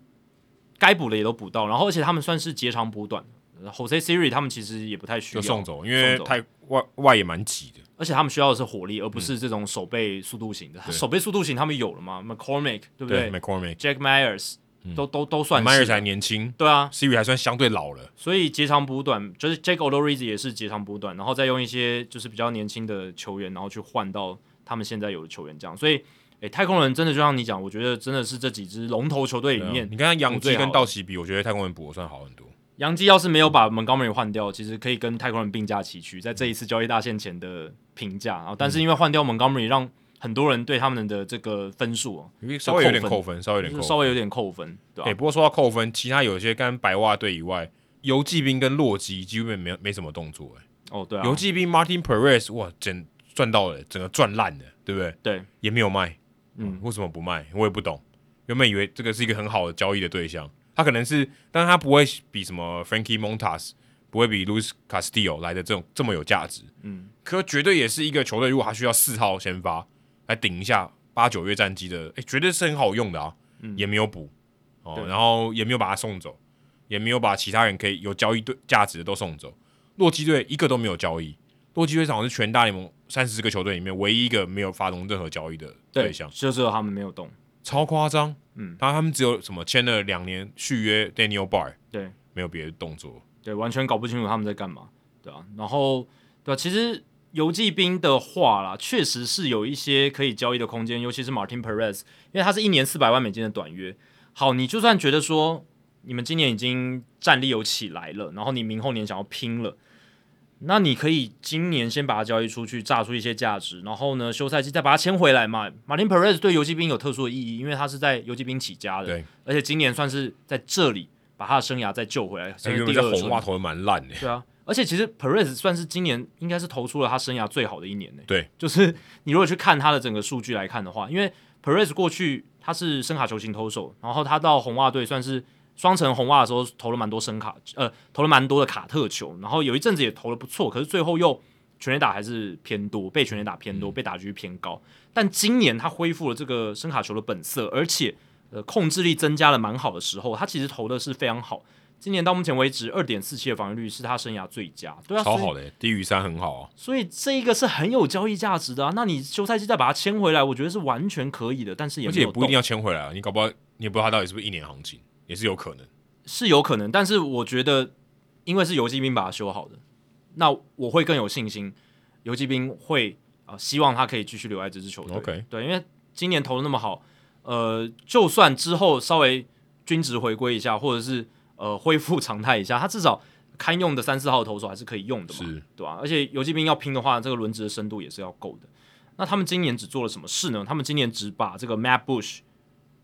Speaker 2: 该补的也都补到，然后而且他们算是截长补短。呃 Jose Siri 他们其实也不太需
Speaker 1: 就
Speaker 2: 要
Speaker 1: 送走，因为
Speaker 2: 送走
Speaker 1: 太外外也蛮挤的，
Speaker 2: 而且他们需要的是火力，而不是这种手背速度型的。手背速度型他们有了嘛？McCormick 对不对
Speaker 1: ，McCormick、
Speaker 2: j a c k Myers、都都都算
Speaker 1: m y e r
Speaker 2: 是
Speaker 1: s 还年轻
Speaker 2: 对啊，
Speaker 1: ，Siri 还算相对老了，
Speaker 2: 所以截长补短，就是 Jake Odorizzi 也是截长补短，然后再用一些就是比较年轻的球员，然后去换到他们现在有的球员这样。所以，诶，太空人真的就像你讲，我觉得真的是这几支龙头球队里面，
Speaker 1: 啊你看杨
Speaker 2: 最
Speaker 1: 基
Speaker 2: 好
Speaker 1: 跟
Speaker 2: 的
Speaker 1: 道奇比，我觉得太空人补的算好很多。
Speaker 2: 杨基要是没有把 Montgomery 换掉，其实可以跟太空人并驾齐驱，在这一次交易大限前的评价啊。
Speaker 1: 嗯
Speaker 2: 但是因为换掉 Montgomery，让很多人对他们的这个分数哦
Speaker 1: 因为稍微有点
Speaker 2: 扣分
Speaker 1: 扣分，稍微有点
Speaker 2: 就
Speaker 1: 扣
Speaker 2: 是
Speaker 1: 分。
Speaker 2: 稍微有点扣分，对
Speaker 1: 哎、
Speaker 2: 吧、
Speaker 1: 不过说到扣分，其他有些跟白袜队以外，游骑兵跟洛基基本没有没什么动作、欸。
Speaker 2: 哦，对啊，
Speaker 1: 游、骑兵 Martin Perez 哇，整赚到了，整个赚烂了，对不对？
Speaker 2: 对，
Speaker 1: 也没有卖，
Speaker 2: 嗯，
Speaker 1: 为什么不卖？我也不懂。原本以为这个是一个很好的交易的对象，他可能是，但是他不会比什么 Frankie Montas，不会比 Luis Castillo 来的这种这么有价值。
Speaker 2: 嗯，
Speaker 1: 可绝对也是一个球队，如果他需要四号先发来顶一下八九月战绩的，诶，绝对是很好用的啊。也没有补哦，
Speaker 2: 嗯对
Speaker 1: 然后也没有把他送走，也没有把其他人可以有交易对价值的都送走。洛基队一个都没有交易，洛基队好像是全大联盟三十个球队里面唯一一个没有发动任何交易的
Speaker 2: 对，
Speaker 1: 对象，
Speaker 2: 就只有他们没有动，
Speaker 1: 超夸张。
Speaker 2: 嗯，
Speaker 1: 他他们只有什么签了两年续约 Daniel Bar，
Speaker 2: 对，
Speaker 1: 没有别的动作。
Speaker 2: 对，完全搞不清楚他们在干嘛，对啊，然后对啊，其实游击兵的话啦，确实是有一些可以交易的空间，尤其是 Martin Perez，因为他是一年四百万美金的短约。好，你就算觉得说你们今年已经战力有起来了，然后你明后年想要拼了。那你可以今年先把它交易出去，榨出一些价值，然后呢，休赛季再把它签回来嘛。马丁 Perez 对游击兵有特殊的意义，因为他是在游击兵起家的，
Speaker 1: 对，
Speaker 2: 而且今年算是在这里把他的生涯再救回来，
Speaker 1: 他
Speaker 2: 成
Speaker 1: 原
Speaker 2: 为
Speaker 1: 本
Speaker 2: 哎
Speaker 1: 在
Speaker 2: 第二
Speaker 1: 红
Speaker 2: 春
Speaker 1: 袜投的蛮烂的，
Speaker 2: 对啊，而且其实 Perez 算是今年应该是投出了他生涯最好的一年呢、
Speaker 1: 对，
Speaker 2: 就是你如果去看他的整个数据来看的话，因为 Perez 过去他是声卡球型投手，然后他到红袜队算是双城红袜的时候投了蛮多声卡，呃，投了蛮多的卡特球，然后有一阵子也投的不错，可是最后又全垒打还是偏多，被全垒打
Speaker 1: 嗯
Speaker 2: 偏多，被打局偏高。但今年他恢复了这个声卡球的本色，而且呃控制力增加了蛮好的时候，他其实投的是非常好。今年到目前为止，二点四七的防御率是他生涯最佳，对啊，
Speaker 1: 超
Speaker 2: 所以
Speaker 1: 好的、低于三很好啊。
Speaker 2: 所以这一个是很有交易价值的啊。那你休赛季再把它签回来，我觉得是完全可以的，但是也
Speaker 1: 而
Speaker 2: 没
Speaker 1: 且也
Speaker 2: 有
Speaker 1: 不一
Speaker 2: 动
Speaker 1: 定要签回来啊，你搞不好你也不知道他到底是不是一年行情，也是有可能。
Speaker 2: 是有可能，但是我觉得因为是游击兵把它修好的，那我会更有信心，游击兵会啊、呃希望他可以继续留在这支球队。
Speaker 1: OK
Speaker 2: 对，因为今年投的那么好，呃，就算之后稍微均值回归一下，或者是呃恢复常态一下，他至少堪用的三四号投手还是可以用的嘛。
Speaker 1: 是，
Speaker 2: 对啊，而且游击兵要拼的话，这个轮值的深度也是要够的。那他们今年只做了什么事呢？他们今年只把这个 Matt Bush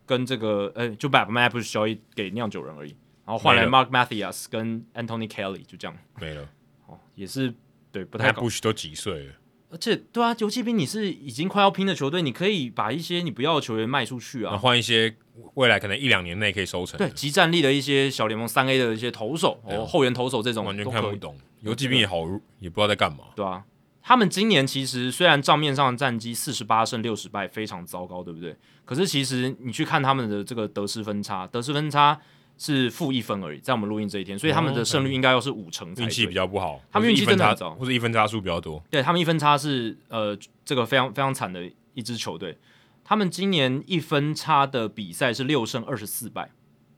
Speaker 2: 跟这个呃，就把 Matt Bush 交易给酿酒人而已，然后换来
Speaker 1: 没
Speaker 2: Mark Mathias 跟 Anthony Kelly，就这样。
Speaker 1: 没
Speaker 2: [LAUGHS]
Speaker 1: 了。
Speaker 2: 哦，也是对不太
Speaker 1: 那
Speaker 2: 搞。
Speaker 1: Bush 都几岁了？
Speaker 2: 而且对啊，游击兵你是已经快要拼的球队，你可以把一些你不要的球员卖出去
Speaker 1: 那
Speaker 2: 啊。
Speaker 1: 换一些未来可能一两年内可以收成的，
Speaker 2: 对，集战力的一些小联盟三 A 的一些投手，哦，后援投手这种
Speaker 1: 啊完全
Speaker 2: 都
Speaker 1: 看
Speaker 2: 可
Speaker 1: 不
Speaker 2: 以
Speaker 1: 懂。游击兵也好，也不知道在干嘛。
Speaker 2: 对啊，他们今年其实虽然账面上的战绩四十八胜六十败非常糟糕，对不对？可是其实你去看他们的这个得失分差，得失分差是负一分而已，在我们录音这一天，所以他们的胜率应该要是五成
Speaker 1: 哦
Speaker 2: 才
Speaker 1: 运气比
Speaker 2: 对。
Speaker 1: 较不好，
Speaker 2: 他们运气
Speaker 1: 或者一分
Speaker 2: 真的
Speaker 1: 差
Speaker 2: 很糟
Speaker 1: 或者一分差数比较多。
Speaker 2: 对他们一分差是呃这个非常非常惨的一支球队，他们今年一分差的比赛是六胜二十四败，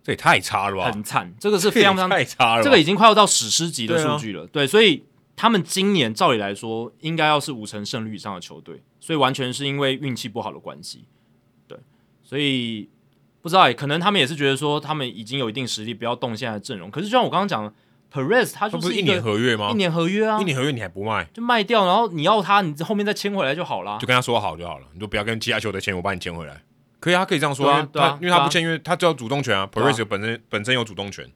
Speaker 1: 这也太差了吧！
Speaker 2: 很惨，这个是非常
Speaker 1: 这
Speaker 2: 非
Speaker 1: 也
Speaker 2: 常
Speaker 1: 太差了吧。
Speaker 2: 这个已经快要到史诗级的
Speaker 1: 对啊
Speaker 2: 数据了。对，所以他们今年照理来说应该要是五成胜率以上的球队，所以完全是因为运气不好的关系。对，所以不知道、欸，可能他们也是觉得说他们已经有一定实力，不要动现在的阵容。可是就像我刚刚讲的，Perez
Speaker 1: 他
Speaker 2: 他就
Speaker 1: 不是
Speaker 2: 一
Speaker 1: 一
Speaker 2: 个
Speaker 1: 年合约吗
Speaker 2: 一？年合约啊
Speaker 1: 一，年合约你还不卖，
Speaker 2: 就卖掉，然后你要他，你后面再签回来就好啦
Speaker 1: 就。跟他说好就好了，你就不要跟其他球队签，我把你签回来。可以啊，可以这样说啊，
Speaker 2: 对啊对啊
Speaker 1: 他因为他
Speaker 2: 对啊
Speaker 1: 不签约，他就要主动权啊。p e r
Speaker 2: 啊
Speaker 1: e z 本身本身有主动权，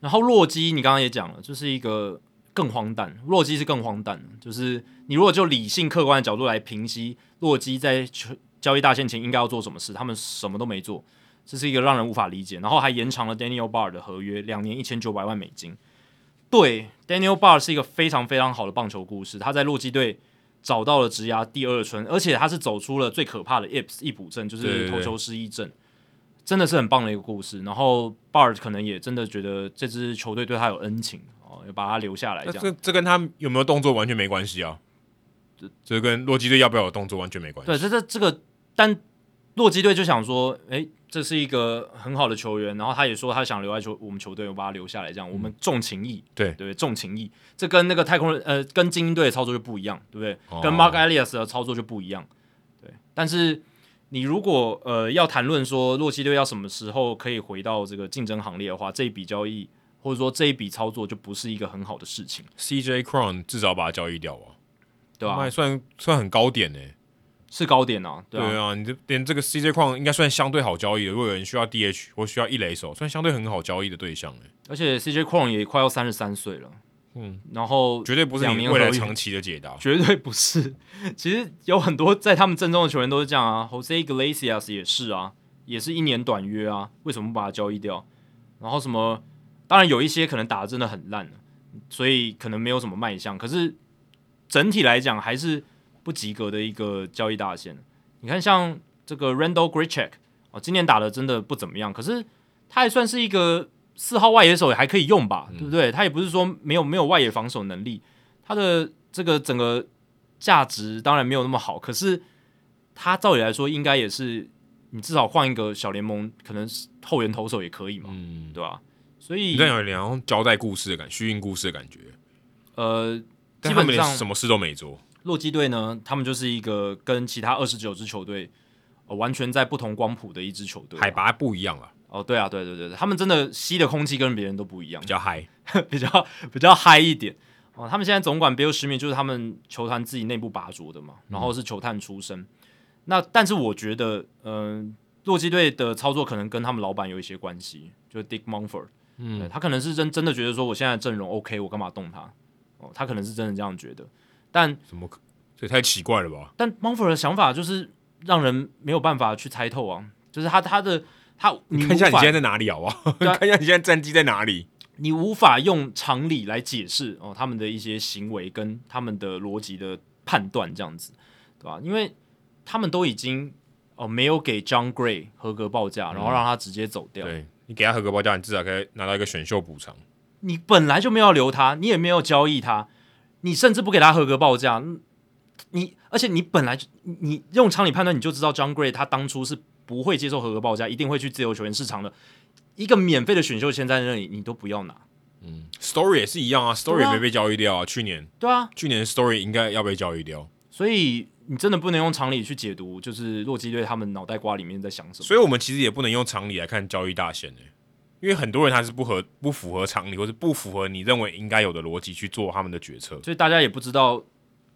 Speaker 2: 然后洛基，你刚刚也讲了，就是一个更荒诞。洛基是更荒诞的，就是你如果就理性客观的角度来评析洛基在球交易大限前应该要做什么事，他们什么都没做，这是一个让人无法理解。然后还延长了 Daniel Bar 的合约，两年一千九百万美金。对，Daniel Bar 是一个非常非常好的棒球故事，他在洛基队找到了职涯第二春，而且他是走出了最可怕的 IPS 易补症，就
Speaker 1: 对对
Speaker 2: 是
Speaker 1: 对
Speaker 2: 投球失忆症。真的是很棒的一个故事。然后 Bart 可能也真的觉得这支球队对他有恩情哦，也把他留下来
Speaker 1: 那
Speaker 2: 这样。
Speaker 1: 这这跟他有没有动作完全没关系啊。这跟洛基队要不要有动作完全没关系。
Speaker 2: 对，这这这个，但洛基队就想说，诶，这是一个很好的球员，然后他也说他想留在球我们球队，我把他留下来，这样我们重情义，
Speaker 1: 对
Speaker 2: 对不对，重情义，这跟那个太空人呃跟精英队的操作就不一样，对不对？
Speaker 1: 哦
Speaker 2: 跟 Mark Elias 的操作就不一样，对。但是你如果呃要谈论说洛基队要什么时候可以回到这个竞争行列的话，这一笔交易或者说这一笔操作就不是一个很好的事情，
Speaker 1: CJ Crown 至少把他交易掉啊，
Speaker 2: 对吧、
Speaker 1: 那还算算很高点呢、
Speaker 2: 是高点啊，对
Speaker 1: 对
Speaker 2: 啊，
Speaker 1: 啊，你这连这个 CJ Crown 应该算相对好交易的。如果有人需要 DH 或需要一垒手，算相对很好交易的对象呢、
Speaker 2: 而且 CJ Cron 也快要三十三岁了，
Speaker 1: 嗯，
Speaker 2: 然后
Speaker 1: 绝对不是
Speaker 2: 两
Speaker 1: 你
Speaker 2: 年
Speaker 1: 未来
Speaker 2: 合约
Speaker 1: 长期的解答。
Speaker 2: 啊绝对不是。其实有很多在他们阵中的球员都是这样啊，Jose Iglesias 也是啊，也是一年短约啊，为什么不把他交易掉？然后什么，当然有一些可能打的真的很烂了，啊所以可能没有什么卖相，可是整体来讲还是不及格的一个交易大线。你看，像这个 Randall Grichuk 哦，今年打的真的不怎么样，可是他还算是一个四号外野手，也还可以用吧，
Speaker 1: 嗯
Speaker 2: 对不对？他也不是说没有没有外野防守能力，他的这个整个价值当然没有那么好，可是他照理来说应该也是你至少换一个小联盟，可能是后援投手也可以嘛，
Speaker 1: 嗯，
Speaker 2: 对吧、所以
Speaker 1: 你这样有点好像交代故事的感觉，虚应故事的感觉。
Speaker 2: 呃，
Speaker 1: 但
Speaker 2: 基
Speaker 1: 他们
Speaker 2: 本
Speaker 1: 连
Speaker 2: 上
Speaker 1: 什么事都没做。
Speaker 2: 洛基队呢，他们就是一个跟其他二十九支球队、呃完全在不同光谱的一支球队。
Speaker 1: 海拔不一样啊，
Speaker 2: 哦，对啊，对对对，对他们真的吸的空气跟别人都不一样 [LAUGHS]
Speaker 1: 比，较嗨。
Speaker 2: 比较比较嗨一点。哦，他们现在总管 Bill s h 就是他们球团自己内部拔擢的嘛，
Speaker 1: 嗯
Speaker 2: 然后是球探出身。那但是我觉得，嗯、洛基队的操作可能跟他们老板有一些关系，就是 Dick Monfort，嗯，他可能是真真的觉得说我现在的阵容 OK，我干嘛动他？哦，他可能是真的这样觉得，但
Speaker 1: 怎么可？这也太奇怪了吧？
Speaker 2: 但 m o n f o r 的想法就是让人没有办法去猜透啊，就是他他的他，你
Speaker 1: 看一下
Speaker 2: 无
Speaker 1: 你
Speaker 2: 法
Speaker 1: 现在在哪里好不好？
Speaker 2: [LAUGHS] 对啊
Speaker 1: 看一下你现在战绩在哪里？
Speaker 2: 你无法用常理来解释哦他们的一些行为跟他们的逻辑的判断这样子，对吧？因为他们都已经哦没有给 John Gray 合格报价，然后让他直接走掉，
Speaker 1: 对你给他合格报价，你至少可以拿到一个选秀补偿。
Speaker 2: 你本来就没有要留他，你也没有交易他，你甚至不给他合格报价，嗯你而且你本来就你你用常理判断，你就知道 John Gray 他当初是不会接受合格报价，一定会去自由球员市场的。一个免费的选秀签在那里，你都不要拿，
Speaker 1: Story 也是一样啊，Story
Speaker 2: 对
Speaker 1: 也
Speaker 2: 啊
Speaker 1: 没被交易掉啊。去年
Speaker 2: 对啊，
Speaker 1: 去年 Story 应该要被交易掉，
Speaker 2: 所以你真的不能用常理去解读，就是洛基队他们脑袋瓜里面在想什么。
Speaker 1: 所以我们其实也不能用常理来看交易大限呢、因为很多人他是不合不符合常理，或是不符合你认为应该有的逻辑去做他们的决策。
Speaker 2: 所以大家也不知道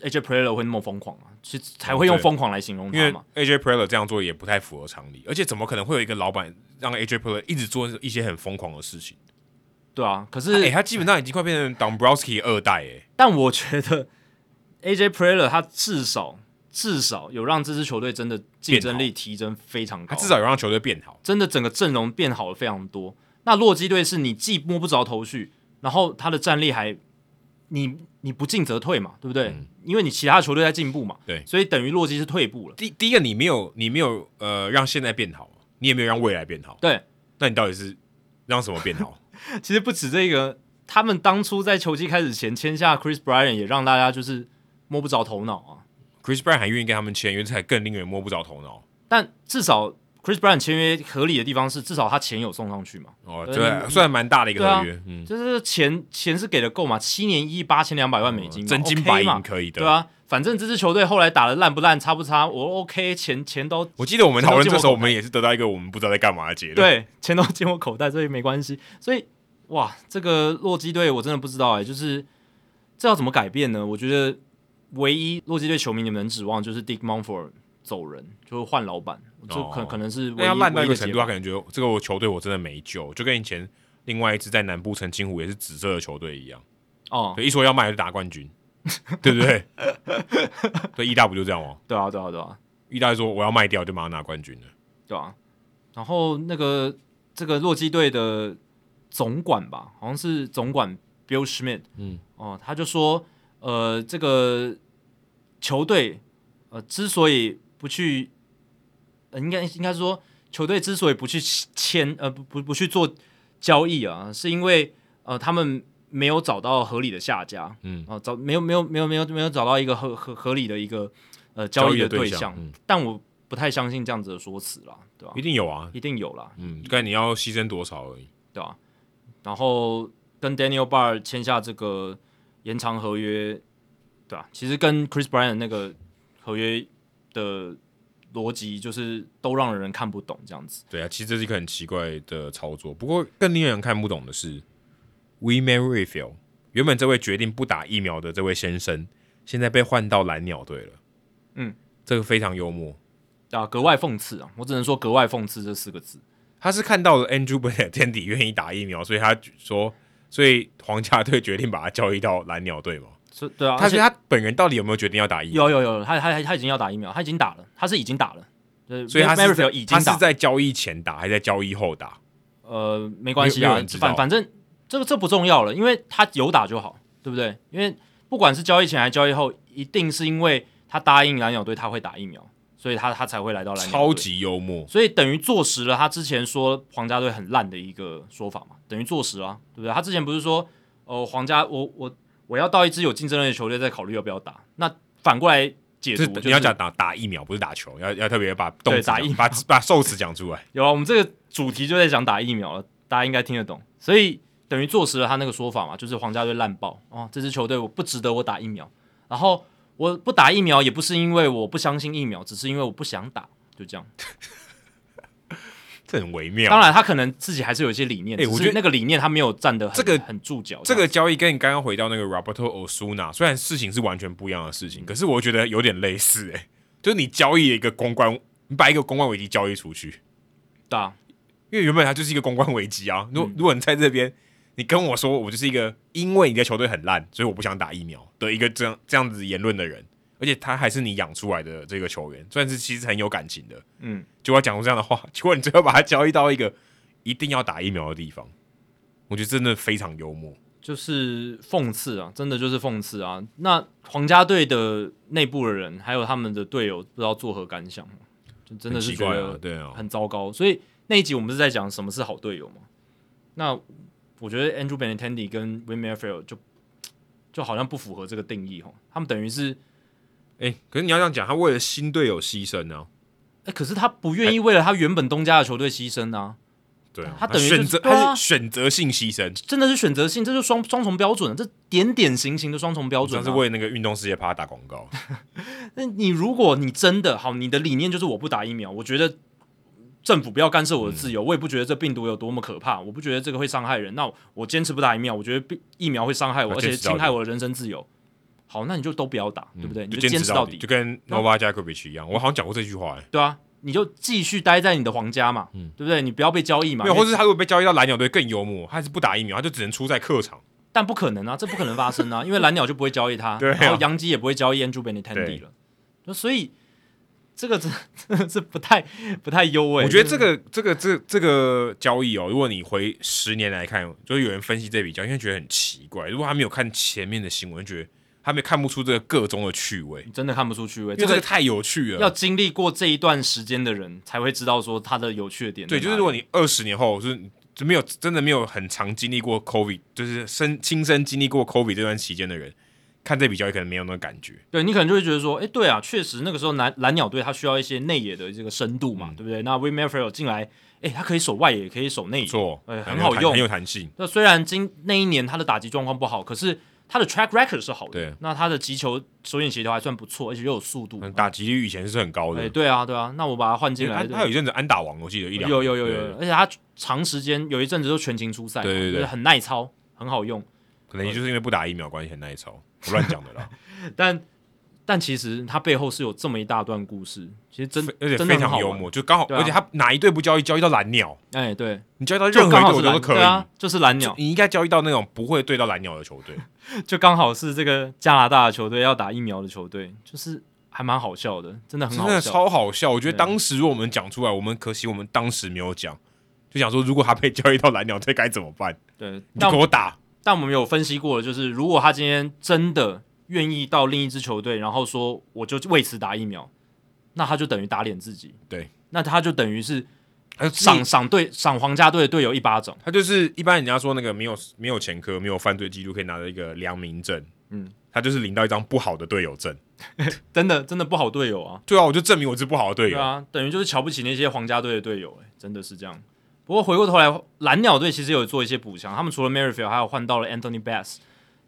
Speaker 2: AJ Preller 会那么疯狂啊，其实才会用
Speaker 1: 嗯对
Speaker 2: 疯狂来形容
Speaker 1: 因
Speaker 2: 他
Speaker 1: 为
Speaker 2: 嘛。
Speaker 1: AJ Preller 这样做也不太符合常理，而且怎么可能会有一个老板让 AJ Preller 一直做一些很疯狂的事情？
Speaker 2: 对啊，可是、
Speaker 1: 哎、他基本上已经快变成 Dombrowski 二代哎、
Speaker 2: 但我觉得 AJ Preller 他至少至少有让这支球队真的竞争力提升非常
Speaker 1: 他
Speaker 2: 高，
Speaker 1: 至少有让球队变好。
Speaker 2: 真的整个阵容变好了非常多。那洛基队是你既摸不着头绪，然后他的战力还你你不进则退嘛，对不对？因为你其他球队在进步嘛，
Speaker 1: 嗯对
Speaker 2: 所以等于洛基是退步了。
Speaker 1: 第第一个，你没有你没有呃让现在变好，你也没有让未来变好，
Speaker 2: 对，
Speaker 1: 那你到底是让什么变好？
Speaker 2: 其实不止这个，他们当初在球季开始前签下 Chris Bryan，也让大家就是摸不着头脑啊。
Speaker 1: Chris Brown 还愿意跟他们签约，这才更令人摸不着头脑。
Speaker 2: 但至少 Chris Bryan 签约合理的地方是，至少他钱有送上去嘛。
Speaker 1: 哦，
Speaker 2: 呃
Speaker 1: 对，
Speaker 2: 你
Speaker 1: 算蛮大的一
Speaker 2: 对
Speaker 1: 个
Speaker 2: 啊
Speaker 1: 合约，嗯，
Speaker 2: 就是钱钱是给的够嘛，七年一八千两百万美金嘛，
Speaker 1: 哦真金
Speaker 2: OK
Speaker 1: 白
Speaker 2: 嘛
Speaker 1: 银，可以的。
Speaker 2: 对啊，反正这支球队后来打的烂不烂，差不差，我 OK，钱钱都
Speaker 1: 我记得我们讨论
Speaker 2: 这
Speaker 1: 这
Speaker 2: 个
Speaker 1: 时候，我
Speaker 2: 我
Speaker 1: 们也是得到一个我们不知道在干嘛的 [LAUGHS] 结论。
Speaker 2: 对，钱都进我口袋，所以没关系。所以哇，这个洛基队我真的不知道哎、就是这要怎么改变呢？我觉得唯一洛基队球迷你们能指望就是 Dick Monfort 走人，就会换老板，就可、
Speaker 1: 哦
Speaker 2: 可能是唯
Speaker 1: 那
Speaker 2: 一
Speaker 1: 要烂到一
Speaker 2: 唯一
Speaker 1: 个
Speaker 2: 的
Speaker 1: 程
Speaker 2: 解
Speaker 1: 度，他
Speaker 2: 法
Speaker 1: 可能觉得这个我球队我真的没救，就跟以前另外一支在南部澄清湖也是紫色的球队一样，
Speaker 2: 哦，
Speaker 1: 对，一说要卖就打冠军，对不对？ [LAUGHS] 对，意大不就这样吗？
Speaker 2: 对啊，对啊，对啊，
Speaker 1: 意大说我要卖掉就马上拿冠军了，
Speaker 2: 对啊。然后那个这个洛基队的总管吧，好像是总管 Bill Schmidt，
Speaker 1: 嗯，
Speaker 2: 哦，他就说，呃，这个球队呃之所以不去，呃、应该应该说球队之所以不去签呃不不不去做交易啊，是因为呃他们没有找到合理的下家，
Speaker 1: 嗯
Speaker 2: 哦、找没有没有没有没有没有找到一个合合合理的一个呃交
Speaker 1: 易
Speaker 2: 的
Speaker 1: 的对
Speaker 2: 象，
Speaker 1: 象嗯
Speaker 2: 但我不太相信这样子的说辞啦，对吧、
Speaker 1: 一定有啊，
Speaker 2: 一定有啦，
Speaker 1: 嗯，看你要牺牲多少而已，
Speaker 2: 对吧、然后跟 Daniel Bar 签下这个延长合约，对吧、其实跟 Chris Bryant 那个合约的逻辑就是都让人看不懂这样子。
Speaker 1: 对啊，其实这是一个很奇怪的操作。不过更令人看不懂的是，We Man Refill 原本这位决定不打疫苗的这位先生，现在被换到蓝鸟队了，
Speaker 2: 嗯，
Speaker 1: 这个非常幽默。
Speaker 2: 对啊，格外讽刺啊！我只能说格外讽刺这四个字。
Speaker 1: 他是看到了 Andrew b e n 天底愿意打疫苗，所以他说，所以皇家队决定把他交易到蓝鸟队嘛。
Speaker 2: 是，对啊，
Speaker 1: 他
Speaker 2: 而
Speaker 1: 觉
Speaker 2: 且
Speaker 1: 得他本人到底有没有决定要打疫苗？
Speaker 2: 有有有，他他他已经要打疫苗，他已经打了，他是已经打了，就是
Speaker 1: 所以他
Speaker 2: m a r i
Speaker 1: 是
Speaker 2: f
Speaker 1: 在
Speaker 2: i e l 已经
Speaker 1: 他
Speaker 2: 打
Speaker 1: 是在交易前打，还是在交易后打？
Speaker 2: 呃，没关系
Speaker 1: 没有
Speaker 2: 啊
Speaker 1: 没有人，知道
Speaker 2: 反反正这个这不重要了，因为他有打就好，对不对？因为不管是交易前还是交易后，一定是因为他答应蓝鸟队他会打疫苗，所以他他才会来到蓝鸟队
Speaker 1: 超，级幽默，
Speaker 2: 所以等于坐实了他之前说皇家队很烂的一个说法嘛，等于坐实了、啊，对不对？他之前不是说，呃，皇家我我我要到一支有竞争力的球队再考虑要不要打，那反过来解
Speaker 1: 就是
Speaker 2: 读、就是、
Speaker 1: 你要讲打打疫苗，不是打球，要要特别把动词
Speaker 2: 对打
Speaker 1: 讲
Speaker 2: 疫苗
Speaker 1: 把把受词讲出来。 [LAUGHS]
Speaker 2: 有啊，我们这个主题就在讲打疫苗了，大家应该听得懂，所以等于坐实了他那个说法嘛，就是皇家队烂爆哦，这支球队我不值得我打疫苗，然后我不打疫苗也不是因为我不相信疫苗，只是因为我不想打，就这样。
Speaker 1: 这很微妙。
Speaker 2: 当，然，他可能自己还是有一些理念，
Speaker 1: 啊哎
Speaker 2: 只是
Speaker 1: 我觉得
Speaker 2: 那个理念他没有站得很
Speaker 1: 这个
Speaker 2: 很住脚样，
Speaker 1: 这个交易跟你刚刚回到那个 Roberto Osuna，虽然事情是完全不一样的事
Speaker 2: 嗯
Speaker 1: 情，可是我觉得有点类似、欸。就是你交易了一个公关，你把一个公关危机交易出去，
Speaker 2: 对啊，
Speaker 1: 因为原本它就是一个公关危机啊。如
Speaker 2: 嗯
Speaker 1: 果、如果你在这边，你跟我说我就是一个因为你的球队很烂，所以我不想打疫苗的一个这样这样子言论的人，而且他还是你养出来的这个球员，算是其实很有感情的，
Speaker 2: 嗯，
Speaker 1: 就要讲出这样的话， [LAUGHS] 结果你最后把他交易到一
Speaker 2: [LAUGHS]
Speaker 1: 个一定要打疫苗的地方，我觉得真的非常幽默。
Speaker 2: 就是讽刺啊，真的就是讽刺啊。那皇家队的内部的人还有他们的队友，不知道作何感想，就真的
Speaker 1: 很
Speaker 2: 是
Speaker 1: 奇
Speaker 2: 觉
Speaker 1: 怪
Speaker 2: 得
Speaker 1: 啊，对啊，
Speaker 2: 很糟糕。所以那一集我们不是在讲什么是好队友嘛？那我觉得 Andrew Benintendi 跟 Win Merrill 就就好像不符合这个定义哦。他们等于是，
Speaker 1: 哎、可是你要这样讲，他为了新队友牺牲呢、
Speaker 2: 哎、可是他不愿意为了他原本东家的球队牺牲啊，
Speaker 1: 对啊，
Speaker 2: 他等于
Speaker 1: 选
Speaker 2: 就是
Speaker 1: 择、
Speaker 2: 对啊
Speaker 1: 他是选择性牺牲，
Speaker 2: 真的是选择性，这就是双双重标准，这点点行行的双重标准、
Speaker 1: 像
Speaker 2: 啊。
Speaker 1: 是为那个运动世界趴打广告。
Speaker 2: 那你如果你真的好，你的理念就是我不打疫苗，我觉得政府不要干涉我的自由，我也不觉得这病毒有多么可怕，我不觉得这个会伤害人。那我坚持不打疫苗，我觉得病疫苗会伤害我，
Speaker 1: 啊
Speaker 2: 而且
Speaker 1: 坚持到底嗯
Speaker 2: 侵害我的人身自由。好，那你就都不要打，对不对？你
Speaker 1: 就
Speaker 2: 就坚
Speaker 1: 持
Speaker 2: 到
Speaker 1: 底，就跟 Nova Djokovic 一样。我好像讲过这句话、欸，
Speaker 2: 对啊，你就继续待在你的皇家嘛，对不对？你不要被交易嘛
Speaker 1: 嗯没有，，或
Speaker 2: 因为
Speaker 1: 是他如果被交易到蓝鸟队更幽默，他还是不打疫苗，他就只能出在客场。
Speaker 2: 但不可能啊，这不可能发生啊，因为蓝鸟就不会交易
Speaker 1: [LAUGHS]
Speaker 2: 他，
Speaker 1: 对啊
Speaker 2: 然后杨基也不会交易 Andrew b e n i t e n d
Speaker 1: 对
Speaker 2: y 了，就所以这个真 [LAUGHS] 真的是不太不太优诶、
Speaker 1: 我觉得这个这个这这个交易哦，如果你回十年来看，就有人分析这笔交易，因为觉得很奇怪。如果他没有看前面的新闻，就觉得他们看不出这个个中的趣味，
Speaker 2: 真的看不出趣味，
Speaker 1: 因为这个太有趣
Speaker 2: 嗯要
Speaker 1: 了。
Speaker 2: 经历过这一段时间的人才会知道说它的有趣的点在
Speaker 1: 对，
Speaker 2: 哪里。
Speaker 1: 就是如果你二十年后，就是就没有真的没有很常经历过 COVID，就是身亲身经历过 COVID 这段期间的人，看这笔交易可能没有那个感觉。
Speaker 2: 对你可能就会觉得说，哎，对啊，确实那个时候蓝蓝鸟队它需要一些内野的这个深度
Speaker 1: 嗯
Speaker 2: 嘛，对不对？那 w i m a f r e l 进来，哎，他可以守外野，也可以守内
Speaker 1: 不
Speaker 2: 野。
Speaker 1: 错，
Speaker 2: 哎很
Speaker 1: 有
Speaker 2: 好
Speaker 1: 弹
Speaker 2: 用
Speaker 1: 很有弹性。
Speaker 2: 那虽然今那一年他的打击状况不好，可是他的 track record 是好的。
Speaker 1: 对，
Speaker 2: 那他的击球手眼协调还算不错，而且又有速度。
Speaker 1: 嗯打击率以前是很高的哎
Speaker 2: 哎，，对啊，对啊，那我把他换进来，
Speaker 1: 他他有一阵子安打王，我记得一两
Speaker 2: 有
Speaker 1: 年
Speaker 2: 有有
Speaker 1: 对
Speaker 2: 有，而且他长时间有一阵子都全勤出赛嘛，
Speaker 1: 对对对
Speaker 2: 就是很耐操，很好用。
Speaker 1: 可能也就是因为不打疫苗关系很耐操，我乱讲的啦。
Speaker 2: 但但其实他背后是有这么一大段故事，其实 [LAUGHS] 真
Speaker 1: 而且
Speaker 2: 真的
Speaker 1: 非
Speaker 2: 很好
Speaker 1: 常
Speaker 2: 玩
Speaker 1: 幽默，就刚好，
Speaker 2: 对啊
Speaker 1: 而且他哪一队不交易，交易到蓝鸟，
Speaker 2: 哎、对，
Speaker 1: 你交易到
Speaker 2: 就
Speaker 1: 任何
Speaker 2: 刚
Speaker 1: 一
Speaker 2: 好
Speaker 1: 队
Speaker 2: 是
Speaker 1: 我觉
Speaker 2: 蓝
Speaker 1: 得都可
Speaker 2: 对啊
Speaker 1: 以。，
Speaker 2: 就是蓝鸟
Speaker 1: 就，你应该交易到那种不会对到蓝鸟的球队，
Speaker 2: 就刚好是这个加拿大的球队要打疫苗的球队，就是还蛮好笑的，真的很
Speaker 1: 真
Speaker 2: 好
Speaker 1: 的
Speaker 2: 笑。
Speaker 1: 超好笑。我觉得
Speaker 2: 对啊
Speaker 1: 当时如果我们讲出来，我们可惜我们当时没有讲，就想说如果他被交易到蓝鸟队该怎么办？
Speaker 2: 对，
Speaker 1: 你就
Speaker 2: 但
Speaker 1: 给我打，
Speaker 2: 但我们有分析过的，就是如果他今天真的愿意到另一支球队，然后说我就为此打疫苗，那他就等于打脸自己。
Speaker 1: 对，
Speaker 2: 那他就等于是
Speaker 1: 他就
Speaker 2: 赏赏队赏皇家队的队友一巴掌。
Speaker 1: 他就是一般人家说那个没有没有前科、没有犯罪记录，可以拿到一个良民证。
Speaker 2: 嗯，
Speaker 1: 他就是领到一张不好的队友证。
Speaker 2: 真的真的不好队友啊，
Speaker 1: 对啊，我就证明我是不好的队
Speaker 2: 对
Speaker 1: 友。
Speaker 2: 啊，等于就是瞧不起那些皇家队的队友、欸，真的是这样。不过回过头来，蓝鸟队其实有做一些补强，他们除了 Merrifield，还有换到了 Anthony Bass、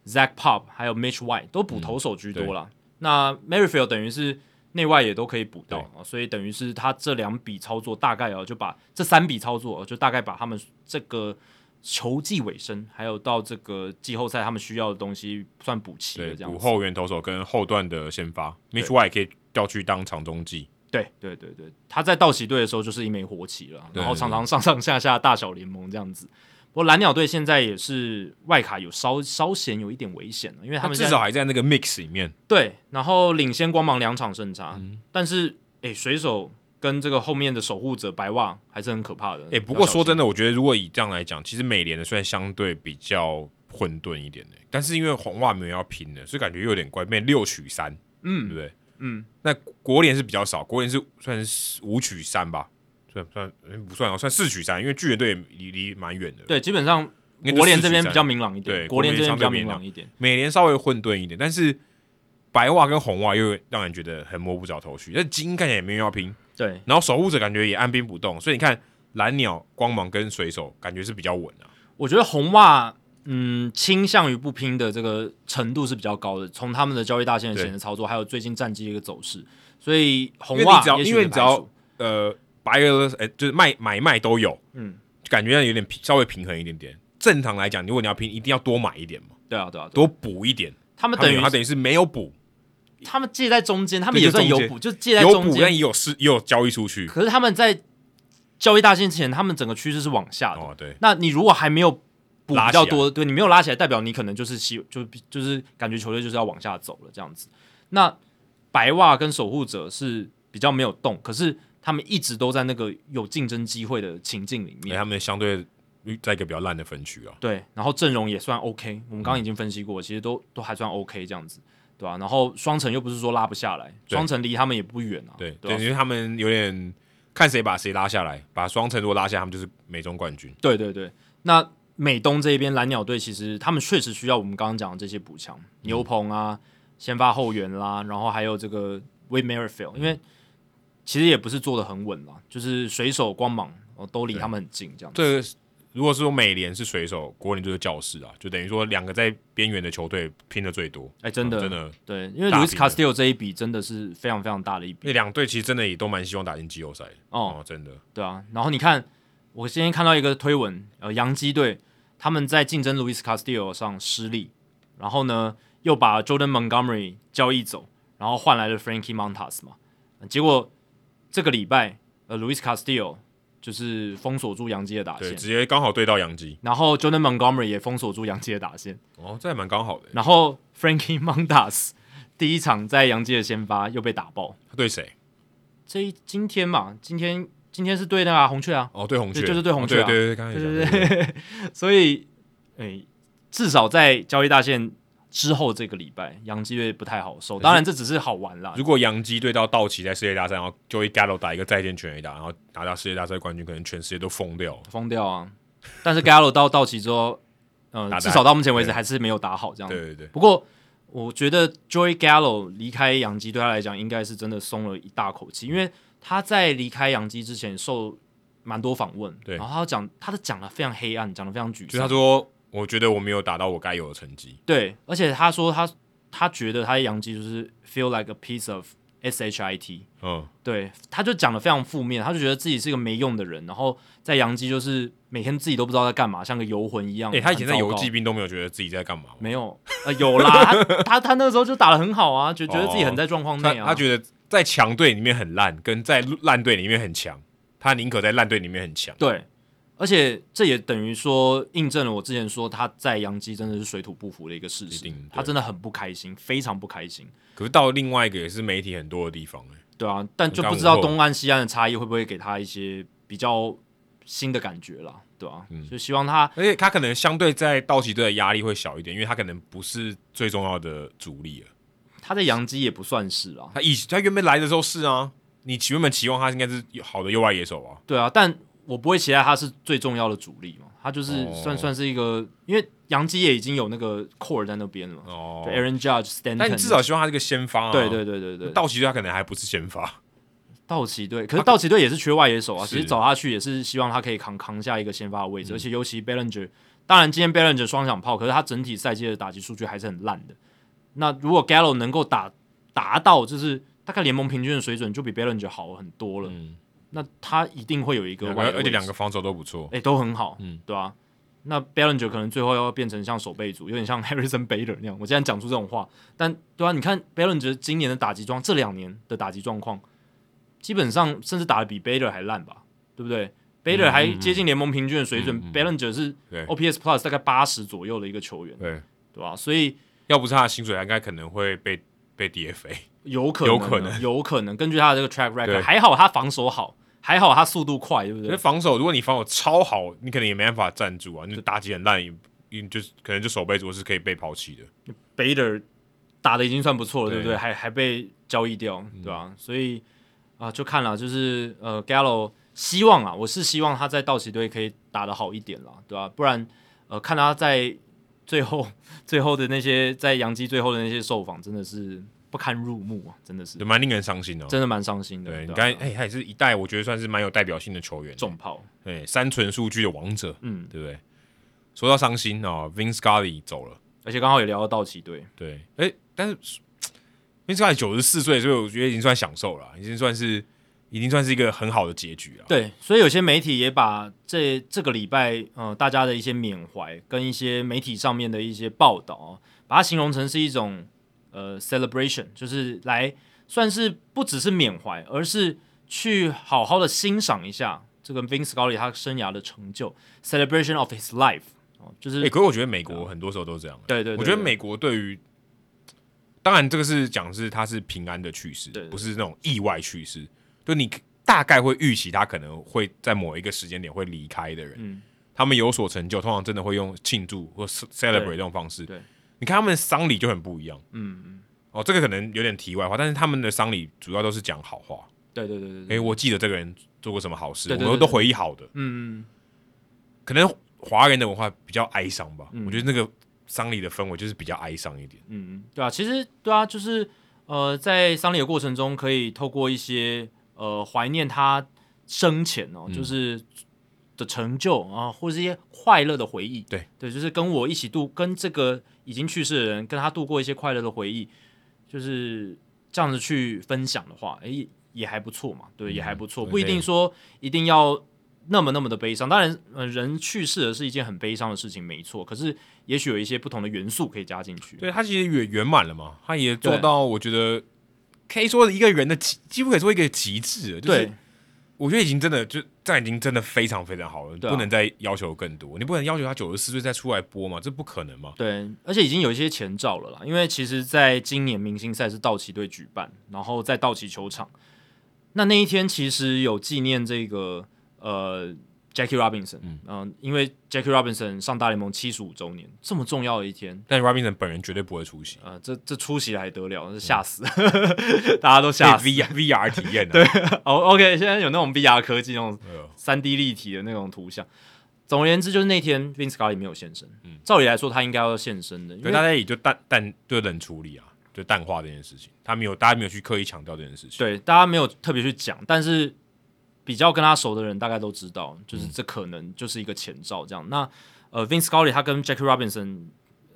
Speaker 2: Zach Pop，还有 Mitch White，都补投手居多
Speaker 1: 嗯
Speaker 2: 啦。那 Merrifield 等于是内外也都可以补到
Speaker 1: 对，
Speaker 2: 哦所以等于是他这两笔操作大概哦，就把这三笔操作哦就大概把他们这个球季尾声，还有到这个季后赛他们需要的东西算补齐了，
Speaker 1: 对，
Speaker 2: 这样
Speaker 1: 补
Speaker 2: 子。
Speaker 1: 后援投手跟后段的先发，Mitch White 可以调去当长中继。
Speaker 2: 对对对对，他在道奇队的时候就是一枚活棋了，
Speaker 1: 对
Speaker 2: 然后常常上上下下大小联盟这样子。不过蓝鸟队现在也是外卡有稍稍显有一点危险了，因为他
Speaker 1: 他
Speaker 2: 们
Speaker 1: 啊至
Speaker 2: 现在
Speaker 1: 少还在那个 mix 里面。
Speaker 2: 对，然后领先光芒两场胜差，
Speaker 1: 嗯
Speaker 2: 但是诶，水手跟这个后面的守护者白袜还是很可怕的。
Speaker 1: 哎、不过说真
Speaker 2: 的，
Speaker 1: 的，我觉得如果以这样来讲，其实美联的虽然相对比较混沌一点的、但是因为红袜没有要拼的，所以感觉又有点怪，变六取三，对不
Speaker 2: 嗯
Speaker 1: 对？
Speaker 2: 嗯，
Speaker 1: 那国联是比较少，国联是算是五取三吧，算算嗯不算哦，算四取三，因为巨人队也离离蛮远的。
Speaker 2: 对，基本上
Speaker 1: 应该就
Speaker 2: 国联这边
Speaker 1: 四取三
Speaker 2: 比较明朗一点，
Speaker 1: 对
Speaker 2: 国联这边比较
Speaker 1: 国联
Speaker 2: 明
Speaker 1: 相对
Speaker 2: 朗一点。
Speaker 1: 美联稍微混沌一点，但是白袜跟红袜又让人觉得很摸不着头绪。那金看起来也没有要拼，
Speaker 2: 对，
Speaker 1: 然后守护者感觉也按兵不动，所以你看蓝鸟、光芒跟水手感觉是比较稳的、啊。
Speaker 2: 我觉得红袜，嗯，倾向于不拼的这个程度是比较高的。从他们的交易大线的
Speaker 1: 对
Speaker 2: 显的操作，还有最近战绩的一个走势，所以红
Speaker 1: 因为
Speaker 2: 袜
Speaker 1: 你只要
Speaker 2: 也许
Speaker 1: 因为
Speaker 2: 可以
Speaker 1: 你只要
Speaker 2: 排除
Speaker 1: 呃，白俄哎、就是卖买卖都有，
Speaker 2: 嗯，
Speaker 1: 啊感觉有点平稍微平衡一点点。正常来讲，如果你要拼，一定要多买一点嘛，
Speaker 2: 对啊，对啊，对
Speaker 1: 多
Speaker 2: 啊
Speaker 1: 补一点。
Speaker 2: 他们
Speaker 1: 他
Speaker 2: 等于
Speaker 1: 他等于是没有补，
Speaker 2: 他们借在中间，他们
Speaker 1: 对
Speaker 2: 也
Speaker 1: 就
Speaker 2: 算有
Speaker 1: 中间
Speaker 2: 补，就是借在
Speaker 1: 有
Speaker 2: 中
Speaker 1: 补但
Speaker 2: 间。
Speaker 1: 也有是也有交易出去。
Speaker 2: 可是他们在交易大线之前，他们整个趋势是往下的。
Speaker 1: 哦，对，
Speaker 2: 那你如果还没有补
Speaker 1: 拉
Speaker 2: 比较
Speaker 1: 起来
Speaker 2: 多，对你没有拉起来，代表你可能就是希就就是感觉球队就是要往下走了这样子。那白袜跟守护者是比较没有动，可是他们一直都在那个有竞争机会的情境里
Speaker 1: 因
Speaker 2: 面。
Speaker 1: 为他们相对在一个比较烂的分区啊。
Speaker 2: 对，然后阵容也算 OK，我们刚刚已经分析
Speaker 1: 嗯
Speaker 2: 过，其实都都还算 OK 这样子，对吧、然后双城又不是说拉不下来，
Speaker 1: 对
Speaker 2: 双城离他们也不远啊，
Speaker 1: 对，
Speaker 2: 对啊
Speaker 1: 等于他们有点看谁把谁拉下来，把双城如果拉下来，他们就是美中冠军。
Speaker 2: 对对对，那美东这边蓝鸟队其实他们确实需要我们刚刚讲的这些补强，牛
Speaker 1: 嗯
Speaker 2: 棚啊、先发后援啦，然后还有这个 w a d e Merrifield，因为其实也不是做的很稳啦，就是水手、光芒哦都离他们很近这样子。
Speaker 1: 这个如果是说美联是水手，国联就是教士啊，就等于说两个在边缘的球队拼的最多。
Speaker 2: 哎，真的，
Speaker 1: 嗯真的，
Speaker 2: 对，因为
Speaker 1: 大
Speaker 2: Luis
Speaker 1: 比的
Speaker 2: Castillo 这一笔真的是非常非常大的一笔
Speaker 1: 那两队其实真的也都蛮希望打进季后赛的
Speaker 2: 哦，
Speaker 1: 哦，真的。
Speaker 2: 对啊，然后你看，我今天看到一个推文，呃，洋基队他们在竞争 Luis Castillo 上失利，然后呢又把 Jordan Montgomery 交易走，然后换来了 Frankie Montas 嘛，呃结果这个礼拜，呃，Luis Castillo 就是封锁住洋基的打
Speaker 1: 对，
Speaker 2: 线，
Speaker 1: 直接刚好对到杨基，
Speaker 2: 然后 Jordan Montgomery 也封锁住洋基的打线，
Speaker 1: 哦，这还蛮刚好的。
Speaker 2: 然后 Frankie [LAUGHS] Montas 第一场在洋基的先发又被打爆，
Speaker 1: 他对谁？
Speaker 2: 这一今天嘛，今天今天是对那个啊、红雀啊，
Speaker 1: 哦，对红雀，
Speaker 2: 对就是对红雀啊
Speaker 1: 哦对对对，刚才
Speaker 2: 对
Speaker 1: 也
Speaker 2: 对 [LAUGHS]
Speaker 1: 讲对对，
Speaker 2: 所以，诶、至少在交易大限之后这个礼拜，洋基队不太好受。当然，这只是好玩啦。
Speaker 1: 如果杨基对到道奇在世界大赛，然后就一 Gallo 打一个再见全垒打，然后拿到世界大赛冠军，可能全世界都疯掉了。
Speaker 2: 疯掉啊！但是 Gallo 到 [LAUGHS] 到期之后，呃，
Speaker 1: 打得
Speaker 2: 至少到目前为止
Speaker 1: 对
Speaker 2: 还是没有打好这样
Speaker 1: 对
Speaker 2: 子。
Speaker 1: 对对，
Speaker 2: 不过，我觉得 Joy Gallo 离开洋基对他来讲，应该是真的松了一大口气，因为他在离开洋基之前受蛮多访问，
Speaker 1: 对
Speaker 2: 然后他讲他的讲的非常黑暗，讲的非常沮
Speaker 1: 就是他
Speaker 2: 丧，
Speaker 1: 说，我觉得我没有达到我该有的成绩。
Speaker 2: 对，而且他说他他觉得他在洋基就是 feel like a piece of shit，
Speaker 1: 嗯，
Speaker 2: 对，他就讲的非常负面，他就觉得自己是一个没用的人，然后在洋基就是每天自己都不知道在干嘛，像个游魂一样。
Speaker 1: 哎、他以前在
Speaker 2: 很糟
Speaker 1: 游
Speaker 2: 糕
Speaker 1: 击兵都没有觉得自己在干嘛吗，
Speaker 2: 没有，呃，有啦，他他他那个时候就打的很好啊，觉觉得自己很在状况
Speaker 1: 哦他
Speaker 2: 内啊。
Speaker 1: 他觉得在强队里面很烂，跟在烂队里面很强，他宁可在烂队里面很强。
Speaker 2: 对，而且这也等于说印证了我之前说他在杨基真的是水土不服的一个事
Speaker 1: 一
Speaker 2: 实
Speaker 1: 定对，
Speaker 2: 他真的很不开心，非常不开心。
Speaker 1: 可是到另外一个也是媒体很多的地方、欸，
Speaker 2: 对啊，但就
Speaker 1: 很
Speaker 2: 不
Speaker 1: 干
Speaker 2: 知道
Speaker 1: 无后
Speaker 2: 东岸西岸的差异会不会给他一些比较新的感觉啦，对啊，
Speaker 1: 嗯
Speaker 2: 就希望他
Speaker 1: 而且他可能相对在道奇队的压力会小一点，因为他可能不是最重要的主力了。
Speaker 2: 他在杨基也不算是啦，
Speaker 1: 他以他原本来的时候是啊，你原本期望他应该是好的右外野手啊，
Speaker 2: 对啊，但我不会期待他是最重要的主力嘛，他就是
Speaker 1: 哦
Speaker 2: 算、算是一个，因为杨基也已经有那个 core 在那边了嘛、
Speaker 1: 哦
Speaker 2: 对，，Aaron Judge、Stanton，
Speaker 1: 但你至少希望他是个先发啊。
Speaker 2: 对对对对对，
Speaker 1: 道奇队他可能还不是先发，
Speaker 2: 道奇队，可是道奇队也是缺外野手啊。
Speaker 1: 是嗯
Speaker 2: 其实找他去也是希望他可以扛扛下一个先发的位置，而且尤其 Bellinger，当然今天 Bellinger 双响炮，可是他整体赛季的打击数据还是很烂的。那如果 Gallo 能够打达到就是大概联盟平均的水准，就比 Bellinger 好很多了。
Speaker 1: 嗯
Speaker 2: 那他一定会有一个
Speaker 1: 两
Speaker 2: 外野
Speaker 1: 个
Speaker 2: 位
Speaker 1: 而且
Speaker 2: 置
Speaker 1: 两个防守都不错。
Speaker 2: 哎、都很好，
Speaker 1: 嗯
Speaker 2: 嗯，对啊。那 Bellinger 可能最后要变成像守备组，有点像 [LAUGHS] Harrison Bader 那样。我竟然讲出这种话，但对啊，你看 Bellinger 今年的打击状，这两年的打击状况，基本上甚至打的比 Bader 还烂吧，对不对？Bader
Speaker 1: 嗯
Speaker 2: 还接近联盟平均的水准、b e l l i n g e r 是
Speaker 1: 对
Speaker 2: OPS Plus 大概八十左右的一个球员，
Speaker 1: 对，
Speaker 2: 对吧、所以
Speaker 1: 要不是他的薪水，他应该可能会被被 DFA。
Speaker 2: 有可能啊，
Speaker 1: 有可能
Speaker 2: 有可能根据他的这个 track
Speaker 1: 对
Speaker 2: record，还好他防守好，还好他速度快，对不
Speaker 1: 可是
Speaker 2: 对？
Speaker 1: 防守，如果你防守超好，你可能也没办法站住啊，你打击很烂，也你就是可能就守备组是可以被抛弃的。
Speaker 2: Bader 打的已经算不错了，对不
Speaker 1: 对嗯
Speaker 2: 对？还还被交易掉，对吧、所以啊、就看了，就是呃，Gallo 希望啊，我是希望他在道奇队可以打得好一点啦，对吧、不然呃，看他在最后 [LAUGHS] 最后的那些在洋基最后的那些受访，真的是不堪入目啊，真的是
Speaker 1: 对，蛮令人伤心的、哦
Speaker 2: 真的蛮伤心的。
Speaker 1: 对
Speaker 2: 对
Speaker 1: 你
Speaker 2: 吧，
Speaker 1: 刚才，哎、他也是一代，我觉得算是蛮有代表性的球员，
Speaker 2: 重炮，
Speaker 1: 对，三纯数据的王者，
Speaker 2: 嗯，
Speaker 1: 对不对？说到伤心哦 v i n c e Scully 走了，
Speaker 2: 而且刚好也聊到道奇队，
Speaker 1: 对，哎、但是 Vince Scully 九十四岁，所以我觉得已经算享受了啊，已经算是已经算是一个很好的结局了。啊
Speaker 2: 对，所以有些媒体也把这这个礼拜呃大家的一些缅怀跟一些媒体上面的一些报道啊，把它形容成是一种呃 celebration，就是来算是不只是缅怀，而是去好好的欣赏一下这个 Vince Scully 他生涯的成就，celebration of his life 哦，就是、啊
Speaker 1: 哎、可是我觉得美国很多时候都这样、啊
Speaker 2: 对对对
Speaker 1: 我觉得
Speaker 2: 对
Speaker 1: 美国对于，当然这个是讲是他是平安的去世，
Speaker 2: 对对
Speaker 1: 不是那种意外去世，就你大概会预期他可能会在某一个时间点会离开的人，
Speaker 2: 嗯
Speaker 1: 他们有所成就，通常真的会用庆祝或 ce- celebrate 这
Speaker 2: 对
Speaker 1: 种方式。
Speaker 2: 对
Speaker 1: 你看他们的丧礼就很不一样
Speaker 2: 嗯嗯，
Speaker 1: 哦，这个可能有点题外话，但是他们的丧礼主要都是讲好话，
Speaker 2: 对对对对
Speaker 1: 诶、
Speaker 2: 对，
Speaker 1: 我记得这个人做过什么好事，
Speaker 2: 嗯对对
Speaker 1: 我们
Speaker 2: 对
Speaker 1: 都
Speaker 2: 对
Speaker 1: 回忆好的。
Speaker 2: 嗯嗯
Speaker 1: 可能华人的文化比较哀伤吧，我觉得那个丧礼的氛围就是比较哀伤一点。
Speaker 2: 嗯，对啊，其实对啊，就是呃，在丧礼的过程中，可以透过一些呃怀念他生前哦，
Speaker 1: 嗯
Speaker 2: 就是的成就啊，或者是一些快乐的回忆。
Speaker 1: 对
Speaker 2: 对，就是跟我一起度，跟这个已经去世的人，跟他度过一些快乐的回忆，就是这样子去分享的话，诶，也还不错嘛。对，也还不错，
Speaker 1: 嗯对
Speaker 2: 不一定说一定要那么那么的悲伤。当然，呃，人去世了是一件很悲伤的事情，没错。可是也许有一些不同的元素可以加进去。
Speaker 1: 对他其实圆圆满了嘛，他也做
Speaker 2: 对
Speaker 1: 到，我觉得可以说一个人的极，几乎可以说一个极致了。就是
Speaker 2: 对，
Speaker 1: 我觉得已经真的就这样已经真的非常非常好了，
Speaker 2: 对啊
Speaker 1: 不能再要求更多。你不能要求他九十四岁再出来播嘛，这不可能嘛。
Speaker 2: 对，而且已经有一些前兆了啦，因为其实在今年明星赛是道奇队举办，然后在道奇球场，那那一天其实有纪念这个呃 Jackie Robinson，嗯、因为 Jackie Robinson 上大联盟七十五周年，这么重要的一天，
Speaker 1: 但 Robinson 本人绝对不会出席，
Speaker 2: 呃，这这出席还得了，这吓死， [LAUGHS] 大家都 [LAUGHS] 吓
Speaker 1: 被
Speaker 2: 死。
Speaker 1: VR VR 体
Speaker 2: [LAUGHS]
Speaker 1: 验、啊。 [LAUGHS] 啊对，
Speaker 2: 哦，OK，现在有那种 VR 科技那种
Speaker 1: 呦
Speaker 2: 三 D 立体的那种图像。总而言之，就是那天 Vince Scully 没有现身。照理来说，他应该要现身的，
Speaker 1: 嗯
Speaker 2: 因
Speaker 1: 对，
Speaker 2: 为
Speaker 1: 大家也就淡淡就冷处理啊，就淡化这件事情。他没有，大家没有去刻意强调这件事情。
Speaker 2: 对，大家没有特别去讲，但是比较跟他熟的人大概都知道，
Speaker 1: 嗯
Speaker 2: 就是这可能就是一个前兆这样。那呃，Vince Scully 他跟 Jackie Robinson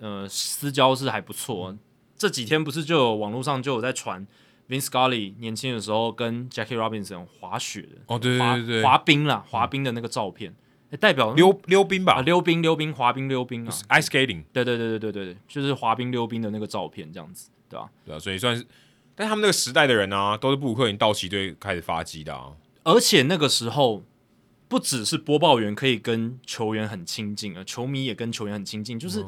Speaker 2: 呃私交是还不错，
Speaker 1: 嗯
Speaker 2: 这几天不是就有网络上就有在传 Vince Scully 年轻的时候跟 Jackie Robinson 滑雪的
Speaker 1: 哦，对对对对，
Speaker 2: 滑滑冰啦，滑冰的那个照片。诶代表
Speaker 1: 溜溜冰吧、
Speaker 2: 啊溜冰溜冰滑冰溜冰啊，
Speaker 1: i c e skating
Speaker 2: 对对对对对对对，就是滑冰溜冰的那个照片这样子，对吧、
Speaker 1: 对啊，所以算是，但他们那个时代的人啊，都是布鲁克林道奇队开始发迹的啊，
Speaker 2: 而且那个时候不只是播报员可以跟球员很亲近，呃，球迷也跟球员很亲近，就是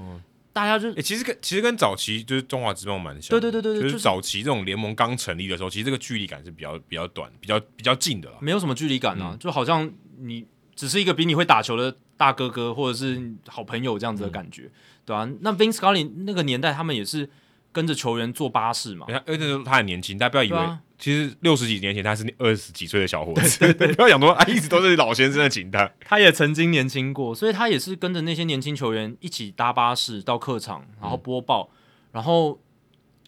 Speaker 2: 大家就
Speaker 1: 诶、其实跟其实跟早期就是中华职棒蛮像
Speaker 2: 对
Speaker 1: 的，
Speaker 2: 对对对
Speaker 1: 就
Speaker 2: 对就是是
Speaker 1: 早期这种联盟刚成立的时候，其实这个距离感是比较比较短、比较比较近的啦。
Speaker 2: 没有什么距离感啊，就好像你只是一个比你会打球的大哥哥或者是好朋友这样子的感觉，对啊，那 Vince Scully 那个年代，他们也是跟着球员坐巴士嘛，
Speaker 1: 而且而且那时候他很年轻，大家不要以为、
Speaker 2: 对啊
Speaker 1: 其实六十几年前他是二十几岁的小伙子， [LAUGHS] 不要想说啊，一直都是老先生的景叹。
Speaker 2: 他也曾经年轻过，所以他也是跟着那些年轻球员一起搭巴士到客场，然后播报，然后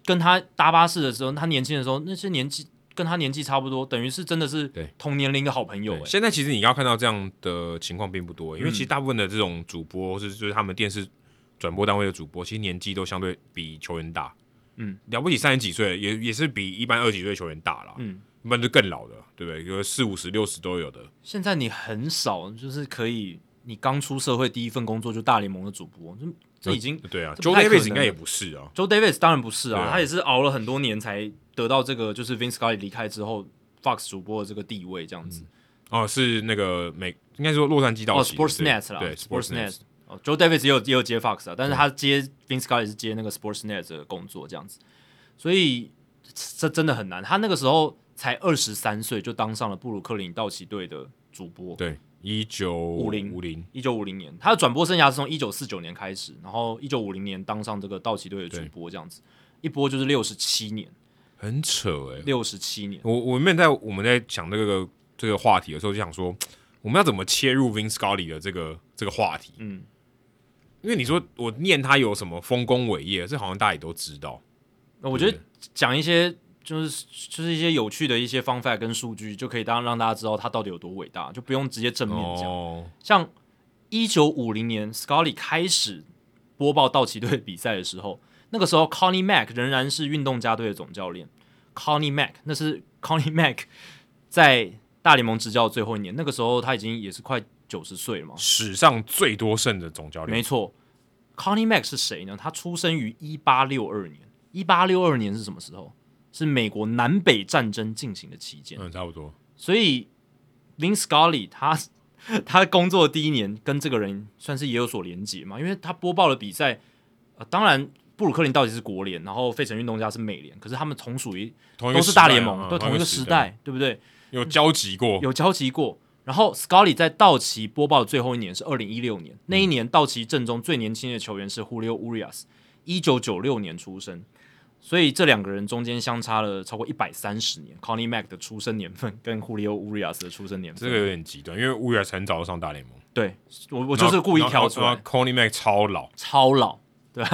Speaker 2: 跟他搭巴士的时候，他年轻的时候，那些年纪跟他年纪差不多，等于是真的是
Speaker 1: 对
Speaker 2: 同年龄的好朋友、欸。
Speaker 1: 现在其实你要看到这样的情况并不多，因为
Speaker 2: 嗯
Speaker 1: 其实大部分的这种主播，或是就是他们电视转播单位的主播，其实年纪都相对比球员大，
Speaker 2: 嗯，
Speaker 1: 了不起三十几岁，也也是比一般二十几岁球员大啦，
Speaker 2: 嗯，
Speaker 1: 一般就更老的，对不对？有的四五十、六十都有的，
Speaker 2: 现在你很少就是可以，你刚出社会第一份工作就大联盟的主播，这这已经
Speaker 1: 对啊
Speaker 2: 这
Speaker 1: ，Joe
Speaker 2: 不太可能
Speaker 1: Davis 应该也不是啊，
Speaker 2: Joe Davis 当然不是啊，
Speaker 1: 对啊
Speaker 2: 他也是熬了很多年才得到这个，就是 Vince Scully 离开之后 Fox 主播的这个地位这样子。
Speaker 1: 哦，是那个美，应该说洛杉矶道
Speaker 2: 哦
Speaker 1: 奇的
Speaker 2: ，Sportsnet 啦，
Speaker 1: 对
Speaker 2: Sportsnet。哦，Joe Davis 也有也有接 Fox 啊，但是他接 Vince Scully 是接那个 Sportsnet 的工作这样子，所以这这真的很难。他那个时候才二十三岁就当上了布鲁克林道奇队的主播，
Speaker 1: 对，一九五
Speaker 2: 50
Speaker 1: 五零，
Speaker 2: 一九五零年，他的转播生涯是从一九四九年开始，然后一九五零年当上这个道奇队的主
Speaker 1: 对
Speaker 2: 播这样子，一播就是六十七年，
Speaker 1: 很扯哎、
Speaker 2: 六十七年，
Speaker 1: 我我们在我们在讲这个这个话题的时候，就想说我们要怎么切入 Vin Scully 的这个这个话题，
Speaker 2: 嗯，
Speaker 1: 因为你说我念他有什么丰功伟业，这好像大家也都知道。
Speaker 2: 那呃我觉得
Speaker 1: 对
Speaker 2: 讲一些就是就是一些有趣的一些方法跟数据，就可以当让大家知道他到底有多伟大，就不用直接正面讲。
Speaker 1: 哦，
Speaker 2: 像一九五零年 Scully 开始播报道奇队比赛的时候，那个时候 Connie Mack 仍然是运动家队的总教练。Connie Mack 那是 Connie Mack 在大联盟执教的最后一年，那个时候他已经也是快九十岁了嘛。
Speaker 1: 史上最多胜的总教练，
Speaker 2: 没错，Connie Mack 是谁呢？他出生于一八六二年。一八六二年是什么时候？是美国南北战争进行的期间。
Speaker 1: 嗯，差不多。
Speaker 2: 所以 Vin Scully 他 [LAUGHS] 他工作的第一年跟这个人算是也有所连结嘛，因为他播报的比赛，呃，当然布鲁克林到底是国联，然后费城运动家是美联，可是他们同属于
Speaker 1: 同一
Speaker 2: 都
Speaker 1: 个
Speaker 2: 是
Speaker 1: 时代
Speaker 2: 大
Speaker 1: 啊
Speaker 2: 联
Speaker 1: 嗯
Speaker 2: 盟，都同一个时
Speaker 1: 代，
Speaker 2: 代，对不对？
Speaker 1: 有交集过，
Speaker 2: 有交集过。然后 Scully 在道奇播报的最后一年是二零一六
Speaker 1: 嗯
Speaker 2: 年，那一年道奇阵中最年轻的球员是 Julio Urias，一九九六年出生，所以这两个人中间相差了超过一百三十年。Connie Mack 的出生年份跟 Julio Urias 的出生年份，
Speaker 1: 这个有点极端，因为乌尔很早就上大联盟，
Speaker 2: 对我我
Speaker 1: 我
Speaker 2: 就是故意挑出来，
Speaker 1: Connie Mack 超
Speaker 2: [LAUGHS]
Speaker 1: 老，
Speaker 2: 超老，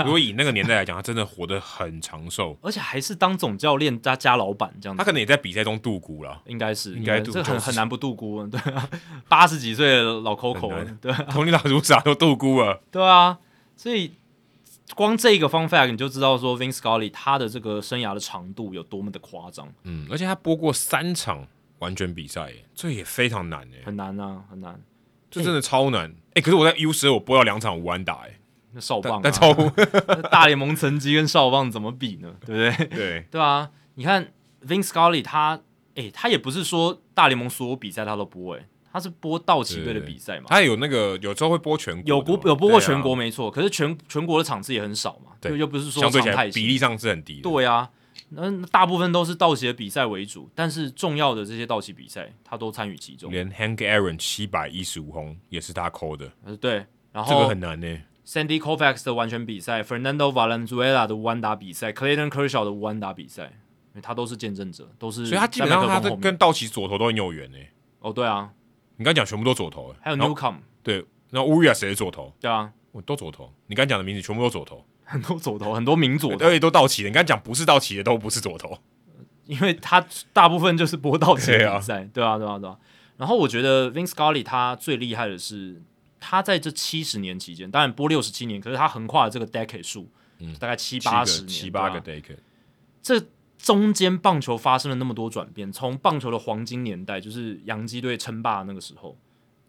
Speaker 1: 如果以那个年代来讲，他真的活得很长寿，
Speaker 2: 而且还是当总教练加加老板这样
Speaker 1: 他
Speaker 2: 子，
Speaker 1: 可能也在比赛中度孤了。
Speaker 2: 应该是
Speaker 1: 应该
Speaker 2: 这个
Speaker 1: 度
Speaker 2: 很
Speaker 1: 就是
Speaker 2: 很难不度孤，对啊，八十几岁的老 Coco，
Speaker 1: 很
Speaker 2: 了
Speaker 1: 难
Speaker 2: 对啊
Speaker 1: Tony 老叔啥都度孤了，
Speaker 2: 对啊，所以光这一个方 fact 你就知道说 Vince Scully 他的这个生涯的长度有多么的夸张，
Speaker 1: 嗯，而且他播过三场完全比赛耶，这也非常难哎，
Speaker 2: 很难啊，很难，
Speaker 1: 这真的超难哎。可是我在 U 十我播到两场无安打哎，
Speaker 2: 那少棒、
Speaker 1: 但 [LAUGHS]
Speaker 2: 啊，
Speaker 1: 但
Speaker 2: [LAUGHS]
Speaker 1: 超
Speaker 2: 大联盟成绩跟少棒怎么比呢？对不对？
Speaker 1: [LAUGHS] 对
Speaker 2: 对啊，你看 Vince Scully 他，诶、他也不是说大联盟所有比赛他都播、诶，他是播道奇队的
Speaker 1: 对
Speaker 2: 比赛嘛，
Speaker 1: 他有那个有时候会播全国的嘛，
Speaker 2: 有国有播过
Speaker 1: 对啊
Speaker 2: 全国，没错，可是全全国的场次也很少嘛，
Speaker 1: 对
Speaker 2: 又又不是说
Speaker 1: 相对起
Speaker 2: 常
Speaker 1: 来
Speaker 2: 态
Speaker 1: 比
Speaker 2: 性
Speaker 1: 例上是很低的。
Speaker 2: 对啊，那大部分都是道奇的比赛为主，但是重要的这些道奇比赛他都参与其中，
Speaker 1: 连 Hank Aaron 七百一十五轰也是他扣的，
Speaker 2: 呃对。然
Speaker 1: 这个
Speaker 2: 后
Speaker 1: 很难呢。
Speaker 2: Sandy Koufax 的完全比赛，Fernando Valenzuela 的弯打比赛，Clayton Kershaw 的弯打比赛，因为他都是见证者，都是
Speaker 1: 所以他基本上
Speaker 2: 在麦
Speaker 1: 他
Speaker 2: 克
Speaker 1: 这
Speaker 2: 风后面
Speaker 1: 跟道奇左投都很有缘呢。
Speaker 2: 哦对啊，
Speaker 1: 你刚讲全部都左投，
Speaker 2: 还有
Speaker 1: 然后
Speaker 2: Newcom
Speaker 1: 对，然后 Urias 也是左投，
Speaker 2: 对啊，
Speaker 1: 我都左投。你刚讲的名字全部都左投，
Speaker 2: 很多左投，很多民左的，
Speaker 1: 而且都道奇的。你刚讲不是道奇的都不是左投。
Speaker 2: 因为他大部分就是播道奇
Speaker 1: 对
Speaker 2: 的
Speaker 1: 啊
Speaker 2: 比赛，对啊，对啊，对啊。然后我觉得 Vince Scully 他最厉害的是，他在这七十年期间，当然播六十七年，可是他横跨了这个 decade 数，大概七八十
Speaker 1: 嗯七
Speaker 2: 年，
Speaker 1: 个七八
Speaker 2: 对
Speaker 1: 个 Dake，
Speaker 2: 啊这中间棒球发生了那么多转变，从棒球的黄金年代，就是洋基队称霸那个时候，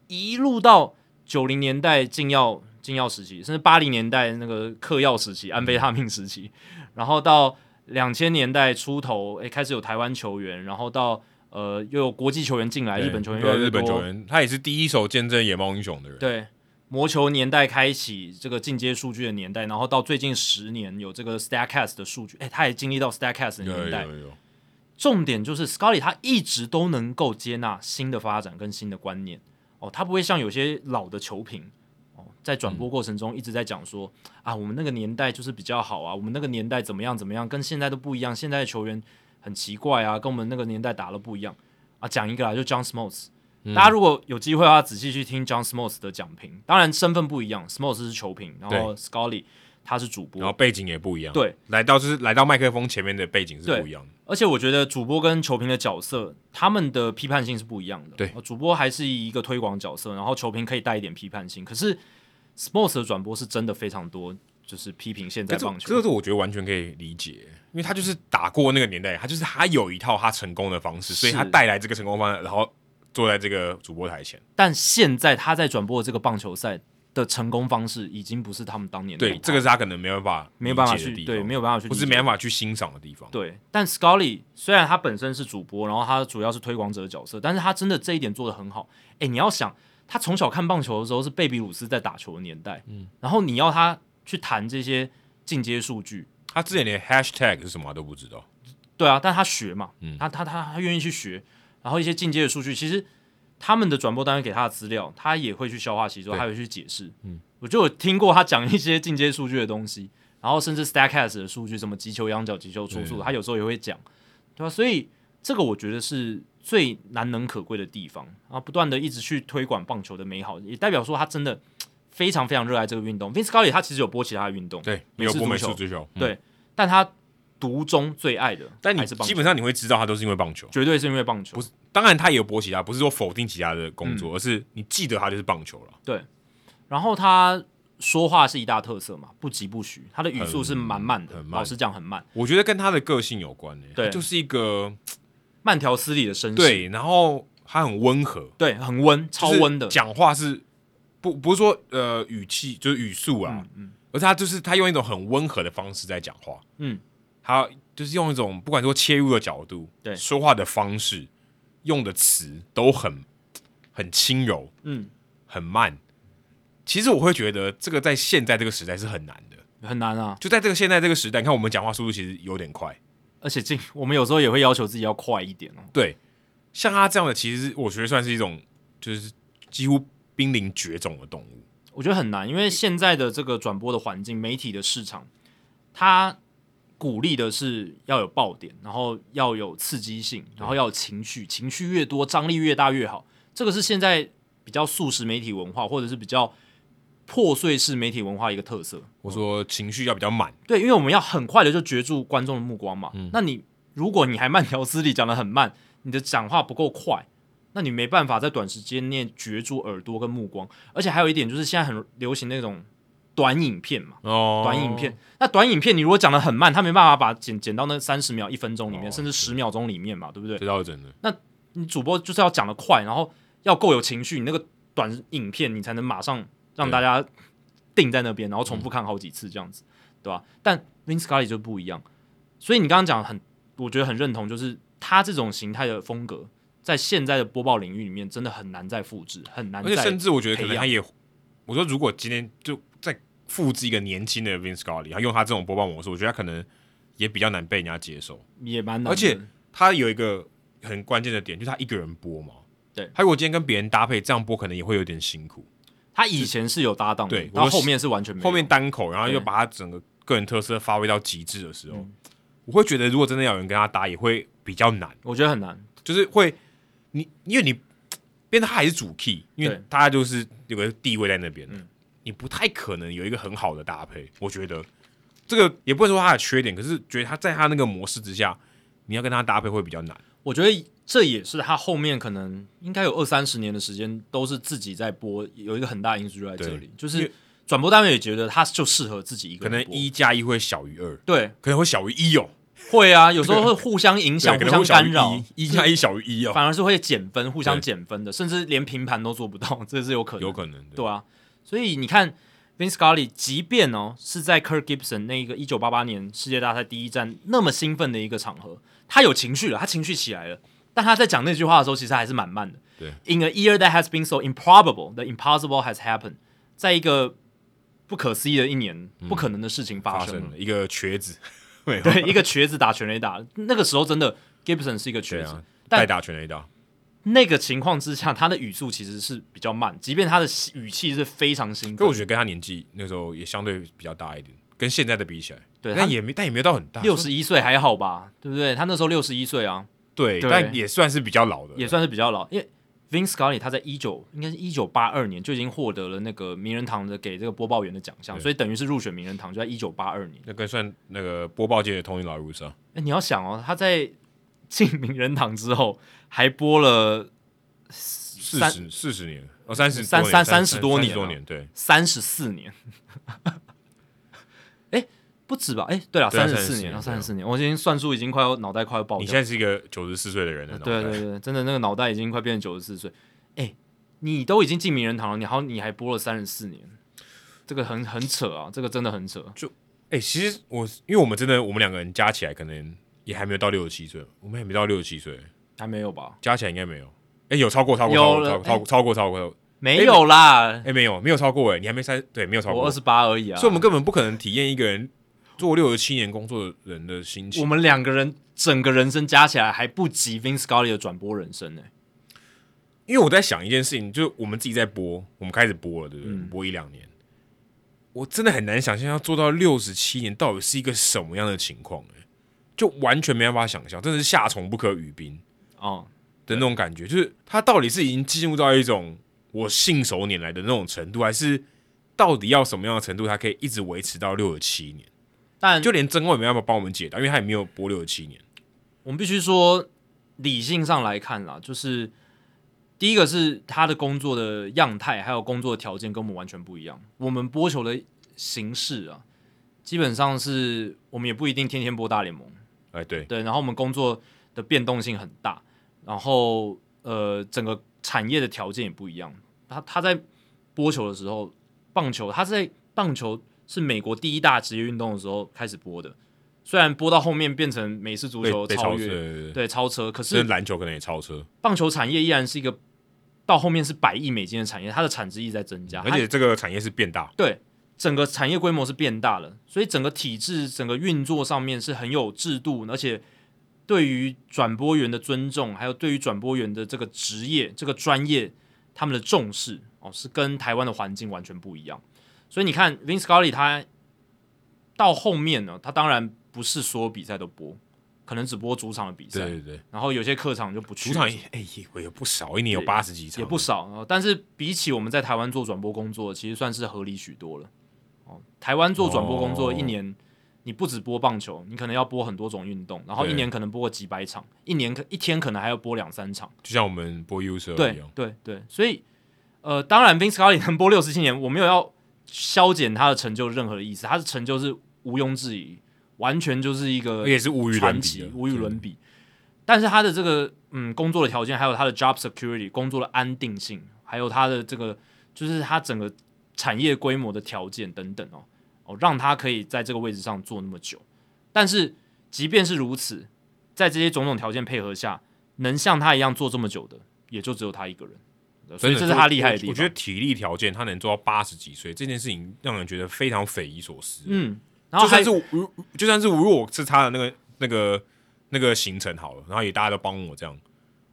Speaker 2: 一路到九零年代禁药禁药时期，甚至八零年代那个嗑药时期、安非他命时期，然后到两千年代出头，诶、开始有台湾球员，然后到呃又有国际球员进来，日本球员越
Speaker 1: 对啊
Speaker 2: 来越
Speaker 1: 日
Speaker 2: 多，
Speaker 1: 本球员，他也是第一手见证野猫英雄的人。
Speaker 2: 对，魔球年代开启这个进阶数据的年代，然后到最近十年有这个 Statcast 的数据，哎，他也经历到 Statcast 的
Speaker 1: 有
Speaker 2: 年代。
Speaker 1: 有有，
Speaker 2: 重点就是 Scully 他一直都能够接纳新的发展跟新的观念哦，他不会像有些老的球评哦，在转播过程中一直在讲说、啊，我们那个年代就是比较好啊，我们那个年代怎么样怎么样，跟现在都不一样，现在的球员很奇怪啊，跟我们那个年代打的不一样啊。讲一个啊，就 John Smoltz，、大家如果有机会的话，仔细去听 John Smoltz 的讲评，当然身份不一样，Smoltz 是球评，然后 Scully 他是主播，
Speaker 1: 然后背景也不一样。
Speaker 2: 对，
Speaker 1: 来到就是来到麦克风前面的背景是
Speaker 2: 对
Speaker 1: 不一样的。
Speaker 2: 而且我觉得主播跟球评的角色，他们的批判性是不一样的。
Speaker 1: 对
Speaker 2: 呃主播还是以一个推广角色，然后球评可以带一点批判性。可是 sports 的转播是真的非常多，就是批评现在
Speaker 1: 可是
Speaker 2: 棒
Speaker 1: 这
Speaker 2: 球
Speaker 1: 个。是我觉得完全可以理解，因为他就是打过那个年代，他就是他有一套他成功的方式，所以
Speaker 2: 是
Speaker 1: 他带来这个成功方式，然后坐在这个主播台前。
Speaker 2: 但现在他在转播的这个棒球赛的成功方式，已经不是他们当年的那
Speaker 1: 对，
Speaker 2: 一套
Speaker 1: 这个是他可能没办法
Speaker 2: 没有办法
Speaker 1: 理解的
Speaker 2: 去
Speaker 1: 地
Speaker 2: 对，
Speaker 1: 方
Speaker 2: 没有办法去
Speaker 1: 不是
Speaker 2: 理解
Speaker 1: 没办法去欣赏的地方。
Speaker 2: 对，但 Scully 虽然他本身是主播，然后他主要是推广者的角色，但是他真的这一点做得很好。诶，你要想，他从小看棒球的时候是贝比鲁斯在打球的年代，嗯，然后你要他去谈这些进阶数据，
Speaker 1: 他之前连 hashtag 是什么啊他都不知道。
Speaker 2: 对啊，但他学嘛，
Speaker 1: 嗯
Speaker 2: 他他他他愿意去学，然后一些进阶的数据，其实他们的转播单位给他的资料，他也会去消化吸收，
Speaker 1: 对
Speaker 2: 他也会去解释。嗯，我就有听过他讲一些进阶数据的东西，然后甚至 Stacks 的数据，什么击球、仰角、击球、出速，他有时候也会讲，对啊，所以这个我觉得是最难能可贵的地方啊，不断的一直去推广棒球的美好，也代表说他真的非常非常热爱这个运动。Vince Scully 他其实有播其他的运动，
Speaker 1: 对，
Speaker 2: 美
Speaker 1: 有
Speaker 2: 式
Speaker 1: 播
Speaker 2: 足
Speaker 1: 美
Speaker 2: 球
Speaker 1: 式足球。嗯
Speaker 2: 对但他独中最爱的，
Speaker 1: 但你
Speaker 2: 还是棒球
Speaker 1: 基本上你会知道他都是因为棒球。
Speaker 2: 绝对是因为棒球，
Speaker 1: 不是当然，他也有播其他，不是说否定其他的工
Speaker 2: 嗯
Speaker 1: 作，而是你记得他就是棒球了。
Speaker 2: 然后他说话是一大特色嘛，不疾不徐，他的语速是蛮慢的，
Speaker 1: 很慢
Speaker 2: 老实讲很慢，
Speaker 1: 我觉得跟他的个性有关诶、欸
Speaker 2: 对
Speaker 1: 他就是一个
Speaker 2: 慢条斯理的绅士，
Speaker 1: 对，然后他很温和，
Speaker 2: 对很温，超温的，
Speaker 1: 就是讲话是不不是说呃语气就是语速啊，而是他就是他用一种很温和的方式在讲话，
Speaker 2: 嗯，
Speaker 1: 他就是用一种不管说切入的角度，
Speaker 2: 对
Speaker 1: 说话的方式、用的词都很很轻柔，
Speaker 2: 嗯，
Speaker 1: 很慢。其实我会觉得这个在现在这个时代是很难的，
Speaker 2: 很难啊。
Speaker 1: 就在这个现在这个时代，你看我们讲话速度其实有点快，
Speaker 2: 而且进我们有时候也会要求自己要快一点哦。
Speaker 1: 对，像他这样的，其实我觉得算是一种就是几乎濒临绝种的动物。
Speaker 2: 我觉得很难，因为现在的这个转播的环境、媒体的市场，它鼓励的是要有爆点，然后要有刺激性，然后要有情绪，情绪越多，张力越大越好。这个是现在比较素食媒体文化，或者是比较破碎式媒体文化一个特色。
Speaker 1: 我说情绪要比较满，
Speaker 2: 对，因为我们要很快的就攫住观众的目光嘛。
Speaker 1: 嗯
Speaker 2: 那你如果你还慢条斯理，讲的很慢，你的讲话不够快，那你没办法在短时间内攫住耳朵跟目光。而且还有一点就是，现在很流行那种短影片嘛，
Speaker 1: 哦，
Speaker 2: 短影片。那短影片你如果讲的很慢，他没办法把剪剪到那三十秒、一分钟里面，
Speaker 1: 哦
Speaker 2: 甚至十秒钟里面嘛，对不对
Speaker 1: 这？倒是真的。
Speaker 2: 你主播就是要讲的快，然后要够有情绪，你那个短影片你才能马上让大家定在那边，然后重复看好几次这样
Speaker 1: 嗯
Speaker 2: 子，对吧、但 Vince Scully 就不一样，所以你刚刚讲很，我觉得很认同，就是他这种形态的风格，在现在的播报领域里面真的很难再复制，很难
Speaker 1: 而且
Speaker 2: 再
Speaker 1: 甚至我觉得可
Speaker 2: 培
Speaker 1: 能
Speaker 2: 养
Speaker 1: 他也，我说如果今天就再复制一个年轻的 Vince Scully，他用他这种播报模式，我觉得他可能也比较难被人家接受。
Speaker 2: 也蛮难的，
Speaker 1: 而且他有一个很关键的点，就是他一个人播嘛。
Speaker 2: 对
Speaker 1: 他如果今天跟别人搭配这样播，可能也会有点辛苦。
Speaker 2: 他以前是有搭档的，
Speaker 1: 对我
Speaker 2: 到
Speaker 1: 说
Speaker 2: 后面是完全没有
Speaker 1: 后面单口，然后
Speaker 2: 对嗯
Speaker 1: 又把他整个个人特色发挥到极致的时候，我会觉得如果真的要有人跟他搭，也会比较难，
Speaker 2: 我觉得很难，
Speaker 1: 就是会你因为你变得他还是主 key，因为
Speaker 2: 对嗯
Speaker 1: 他就是有个地位在那边的，你不太可能有一个很好的搭配。我觉得这个也不能说他的缺点，可是觉得他在他那个模式之下，你要跟他搭配会比较难。
Speaker 2: 我觉得这也是他后面可能应该有二三十年的时间都是自己在播，有一个很大因素就在这里，就
Speaker 1: 因
Speaker 2: 是
Speaker 1: 为
Speaker 2: 转播单位也觉得他就适合自己一个
Speaker 1: 可
Speaker 2: 人
Speaker 1: 能
Speaker 2: 播
Speaker 1: 一加一会小于二，
Speaker 2: 对
Speaker 1: 可能会小于一哦。
Speaker 2: 会啊，有时候会互相影响、
Speaker 1: 对，可
Speaker 2: 互
Speaker 1: 能
Speaker 2: 相
Speaker 1: 会小
Speaker 2: 干
Speaker 1: 于
Speaker 2: 扰，
Speaker 1: 一，一加一小于一
Speaker 2: [LAUGHS]
Speaker 1: 哦，
Speaker 2: 反而是会减分、互相
Speaker 1: 对
Speaker 2: 减分的，甚至连平盘都做不到，这是有可能的。
Speaker 1: 有可能
Speaker 2: 对啊，所以你看 Vince Scully，即便哦是在 Kirk Gibson 那个一九八八年世界大赛第一站那么兴奋的一个场合，他有情绪了，他情绪起来了。但他在讲那句话的时候，其实还是蛮慢的。
Speaker 1: 对
Speaker 2: ，In a year that has been so improbable, the impossible has happened，在一个不可思议的一年，不可能的事情发
Speaker 1: 嗯发
Speaker 2: 生了。
Speaker 1: 生了一个瘸子，没有
Speaker 2: 对，一个瘸子打全垒打，那个时候真的 Gibson 是一个
Speaker 1: 对
Speaker 2: 瘸子，
Speaker 1: 啊，
Speaker 2: 但
Speaker 1: 代打全垒打，
Speaker 2: 那个情况之下，他的语速其实是比较慢，即便他的语气是非常兴
Speaker 1: 可
Speaker 2: 奋
Speaker 1: 我。觉得跟他年纪那时候也相对比较大一点，跟现在的比起来，
Speaker 2: 对
Speaker 1: 那
Speaker 2: 他
Speaker 1: 也没但也没有到很大，
Speaker 2: 六十一岁还好吧，对不对？他那时候六十一岁啊，
Speaker 1: 对，
Speaker 2: 对
Speaker 1: 但也算是比较老的，
Speaker 2: 也算是比较老。因为 Vince Scully 他在一九应该是一九八二年就已经获得了那个名人堂的给这个播报员的奖项，
Speaker 1: 对
Speaker 2: 所以等于是入选名人堂就在一九八二年。
Speaker 1: 那跟算那个播报界的 Tony La Russa，
Speaker 2: 哎，你要想哦，他在进名人堂之后还播了
Speaker 1: 四
Speaker 2: 三
Speaker 1: 十四十年，哦三十
Speaker 2: 三
Speaker 1: 多年
Speaker 2: 三
Speaker 1: 三
Speaker 2: 三十多
Speaker 1: 年
Speaker 2: 年
Speaker 1: 多
Speaker 2: 啊
Speaker 1: 年，对，
Speaker 2: 三十四年， [LAUGHS] 哎，不止吧？哎，对了，
Speaker 1: 对啊
Speaker 2: 三十四年，
Speaker 1: 34
Speaker 2: 三十四年，我已经算数已经快要脑袋快要爆
Speaker 1: 你
Speaker 2: 掉
Speaker 1: 现。在是一个九十四岁的人了，
Speaker 2: 对
Speaker 1: 脑袋
Speaker 2: 对对，真的那个脑袋已经快变成九十四岁。哎，你都已经进名人堂了，你好，你还播了三十四年，这个很很扯啊，这个真的很扯。
Speaker 1: 哎、其实我因为我们真的我们两个人加起来可能也还没有到六十七岁，我们还没到六十七岁，
Speaker 2: 还没有吧？
Speaker 1: 加起来应该没有。哎、有超过超过超
Speaker 2: 有
Speaker 1: 过
Speaker 2: 了哎
Speaker 1: 超过超过超过超过，
Speaker 2: 没有啦
Speaker 1: 哎、，没有没有超过哎、你还没三对没有超过，
Speaker 2: 我二十八而已啊。
Speaker 1: 所以我们根本不可能体验一个人做六十七年工作的人的心
Speaker 2: 我
Speaker 1: 情。
Speaker 2: 们两个人整个人生加起来还不及 Vince Scully 的转播人生呢、
Speaker 1: 因为我在想一件事情，就是我们自己在播，我们开始播了，对不对？
Speaker 2: 嗯
Speaker 1: 播一两年，我真的很难想象要做到六十七年到底是一个什么样的情况、哎，就完全没办法想象，真的是夏虫不可语冰。
Speaker 2: 哦、
Speaker 1: 的那种感觉，就是他到底是已经进入到一种我信手拈来的那种程度，还是到底要什么样的程度，他可以一直维持到六十七年？
Speaker 2: 但
Speaker 1: 就连曾冠也没办法帮我们解答，因为他也没有播六十七年。
Speaker 2: 我们必须说，理性上来看啦，就是第一个是他的工作的样态，还有工作的条件跟我们完全不一样。我们播球的形式啊，基本上是我们也不一定天天播大联盟，
Speaker 1: 哎，对，
Speaker 2: 对，然后我们工作的变动性很大，然后呃，整个产业的条件也不一样。他他在播球的时候，棒球他在棒球是美国第一大职业运动的时候开始播的，虽然播到后面变成美式足
Speaker 1: 被
Speaker 2: 球
Speaker 1: 被
Speaker 2: 超
Speaker 1: 超
Speaker 2: 越，
Speaker 1: 车，
Speaker 2: 对，超车。可
Speaker 1: 这
Speaker 2: 是
Speaker 1: 篮球可能也超车，
Speaker 2: 棒球产业依然是一个到后面是百亿美金的产业，它的产值一直在增加，
Speaker 1: 嗯而
Speaker 2: 它
Speaker 1: 且这个产业是变大，
Speaker 2: 对整个产业规模是变大了，所以整个体制、整个运作上面是很有制度，而且对于转播员的尊重，还有对于转播员的这个职业、这个专业，他们的重视哦，是跟台湾的环境完全不一样。所以你看，Vince Scully 他到后面呢，他当然不是所有比赛都播，可能只播主场的比赛，
Speaker 1: 对对，
Speaker 2: 然后有些客场就不去
Speaker 1: 主
Speaker 2: 了。
Speaker 1: 场也哎也也不少，一年有八十几场，
Speaker 2: 也不少、呃但是比起我们在台湾做转播工作，其实算是合理许多了。哦，台湾做转播工作
Speaker 1: 哦
Speaker 2: 一年，你不只播棒球，你可能要播很多种运动，然后
Speaker 1: 对
Speaker 2: 一年可能播个几百场，一年可一天可能还要播两三场。
Speaker 1: 就像我们播 user 一
Speaker 2: 对
Speaker 1: 样，
Speaker 2: 对对，所以呃，当然 Vince Scully 能播六十七年，我没有要消减他的成就任何的意思，他的成就是毋庸置疑，完全就是一个
Speaker 1: 而且是无与伦
Speaker 2: 传
Speaker 1: 比
Speaker 2: 奇
Speaker 1: 的，，
Speaker 2: 无与伦比。但是他的这个嗯工作的条件，还有他的 job security 工作的安定性，还有他的这个就是他整个产业规模的条件等等哦哦，让他可以在这个位置上做那么久。但是即便是如此，在这些种种条件配合下，能像他一样做这么久的，也就只有他一个人。所
Speaker 1: 真
Speaker 2: 以
Speaker 1: 的
Speaker 2: 这是他厉害的地
Speaker 1: 我
Speaker 2: 方。
Speaker 1: 我觉得体力条件他能做到八十几岁这件事情，让人觉得非常匪夷所思。
Speaker 2: 嗯，然后
Speaker 1: 就算
Speaker 2: 还
Speaker 1: 是我如就算是如果我是他的那个那个那个行程好了，然后也大家都帮我这样，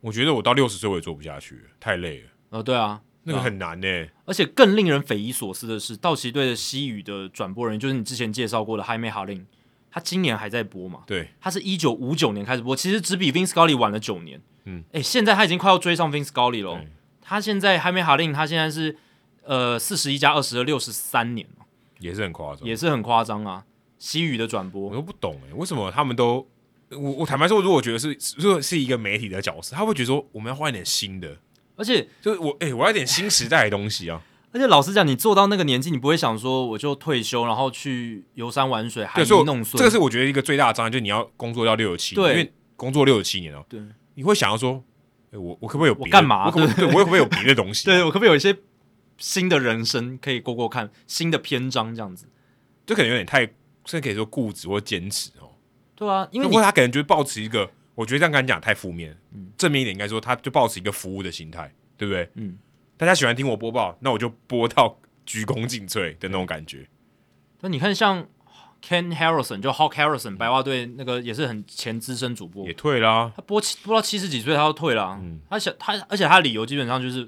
Speaker 1: 我觉得我到六十岁我也做不下去，太累了，
Speaker 2: 呃对啊，
Speaker 1: 那个很难呢、
Speaker 2: 而且更令人匪夷所思的是，道奇队的西语的转播人，就是你之前介绍过的 Jaime h a l i n 他今年还在播嘛？
Speaker 1: 对，
Speaker 2: 他是一九五九年开始播，其实只比 Vince Scully 晚了九年。
Speaker 1: 嗯，
Speaker 2: 哎、现在他已经快要追上 Vince Scully 了哦
Speaker 1: 对。
Speaker 2: 他现在 Jaime h a l i n 他现在是呃四十一加二十二，六十三年嘛
Speaker 1: 也是很夸张。
Speaker 2: 也是很夸张啊。西语的转
Speaker 1: 我
Speaker 2: 播，
Speaker 1: 都不懂哎、为什么他们都我我坦白说，如果觉得是如果是一个媒体的角色，他会觉得说我们要换一点新的，欸
Speaker 2: 而且 [LAUGHS]
Speaker 1: 就是我哎、我要一点新时代的东西啊。
Speaker 2: 而而且老实讲，你做到那个年纪，你不会想说我就退休，然后去游山玩水、含
Speaker 1: 对，
Speaker 2: 饴
Speaker 1: 所以
Speaker 2: 弄
Speaker 1: 我
Speaker 2: 孙。
Speaker 1: 这个是我觉得一个最大的障碍，就是你要工作到六十七，因
Speaker 2: 对
Speaker 1: 为工作六十七年哦，
Speaker 2: 对，
Speaker 1: 你会想要说，哎我我可不可以有别的
Speaker 2: 我干嘛
Speaker 1: 我可不对，我可不可以有别的东西？啊
Speaker 2: [LAUGHS] 对，我可不可以有一些新的人生可以过过看，新的篇章这样子？
Speaker 1: 这可能有点太，甚至可以说固执或坚持哦。
Speaker 2: 对啊，因为
Speaker 1: 不
Speaker 2: 你
Speaker 1: 过他可能就是抱持一个，我觉得这样跟你讲太负面，正面一点应该说，他就抱持一个服务的心态，对不对？
Speaker 2: 嗯，
Speaker 1: 大家喜欢听我播报，那我就播到鞠躬尽瘁的那种感觉。
Speaker 2: 那你看像 Ken Harrison 就 Hawk Harrison 白袜队那个也是很前资深主播
Speaker 1: 也，退啦，
Speaker 2: 他播七播到七十几岁他要退了啊、
Speaker 1: 嗯
Speaker 2: 他想他而且他理由基本上就是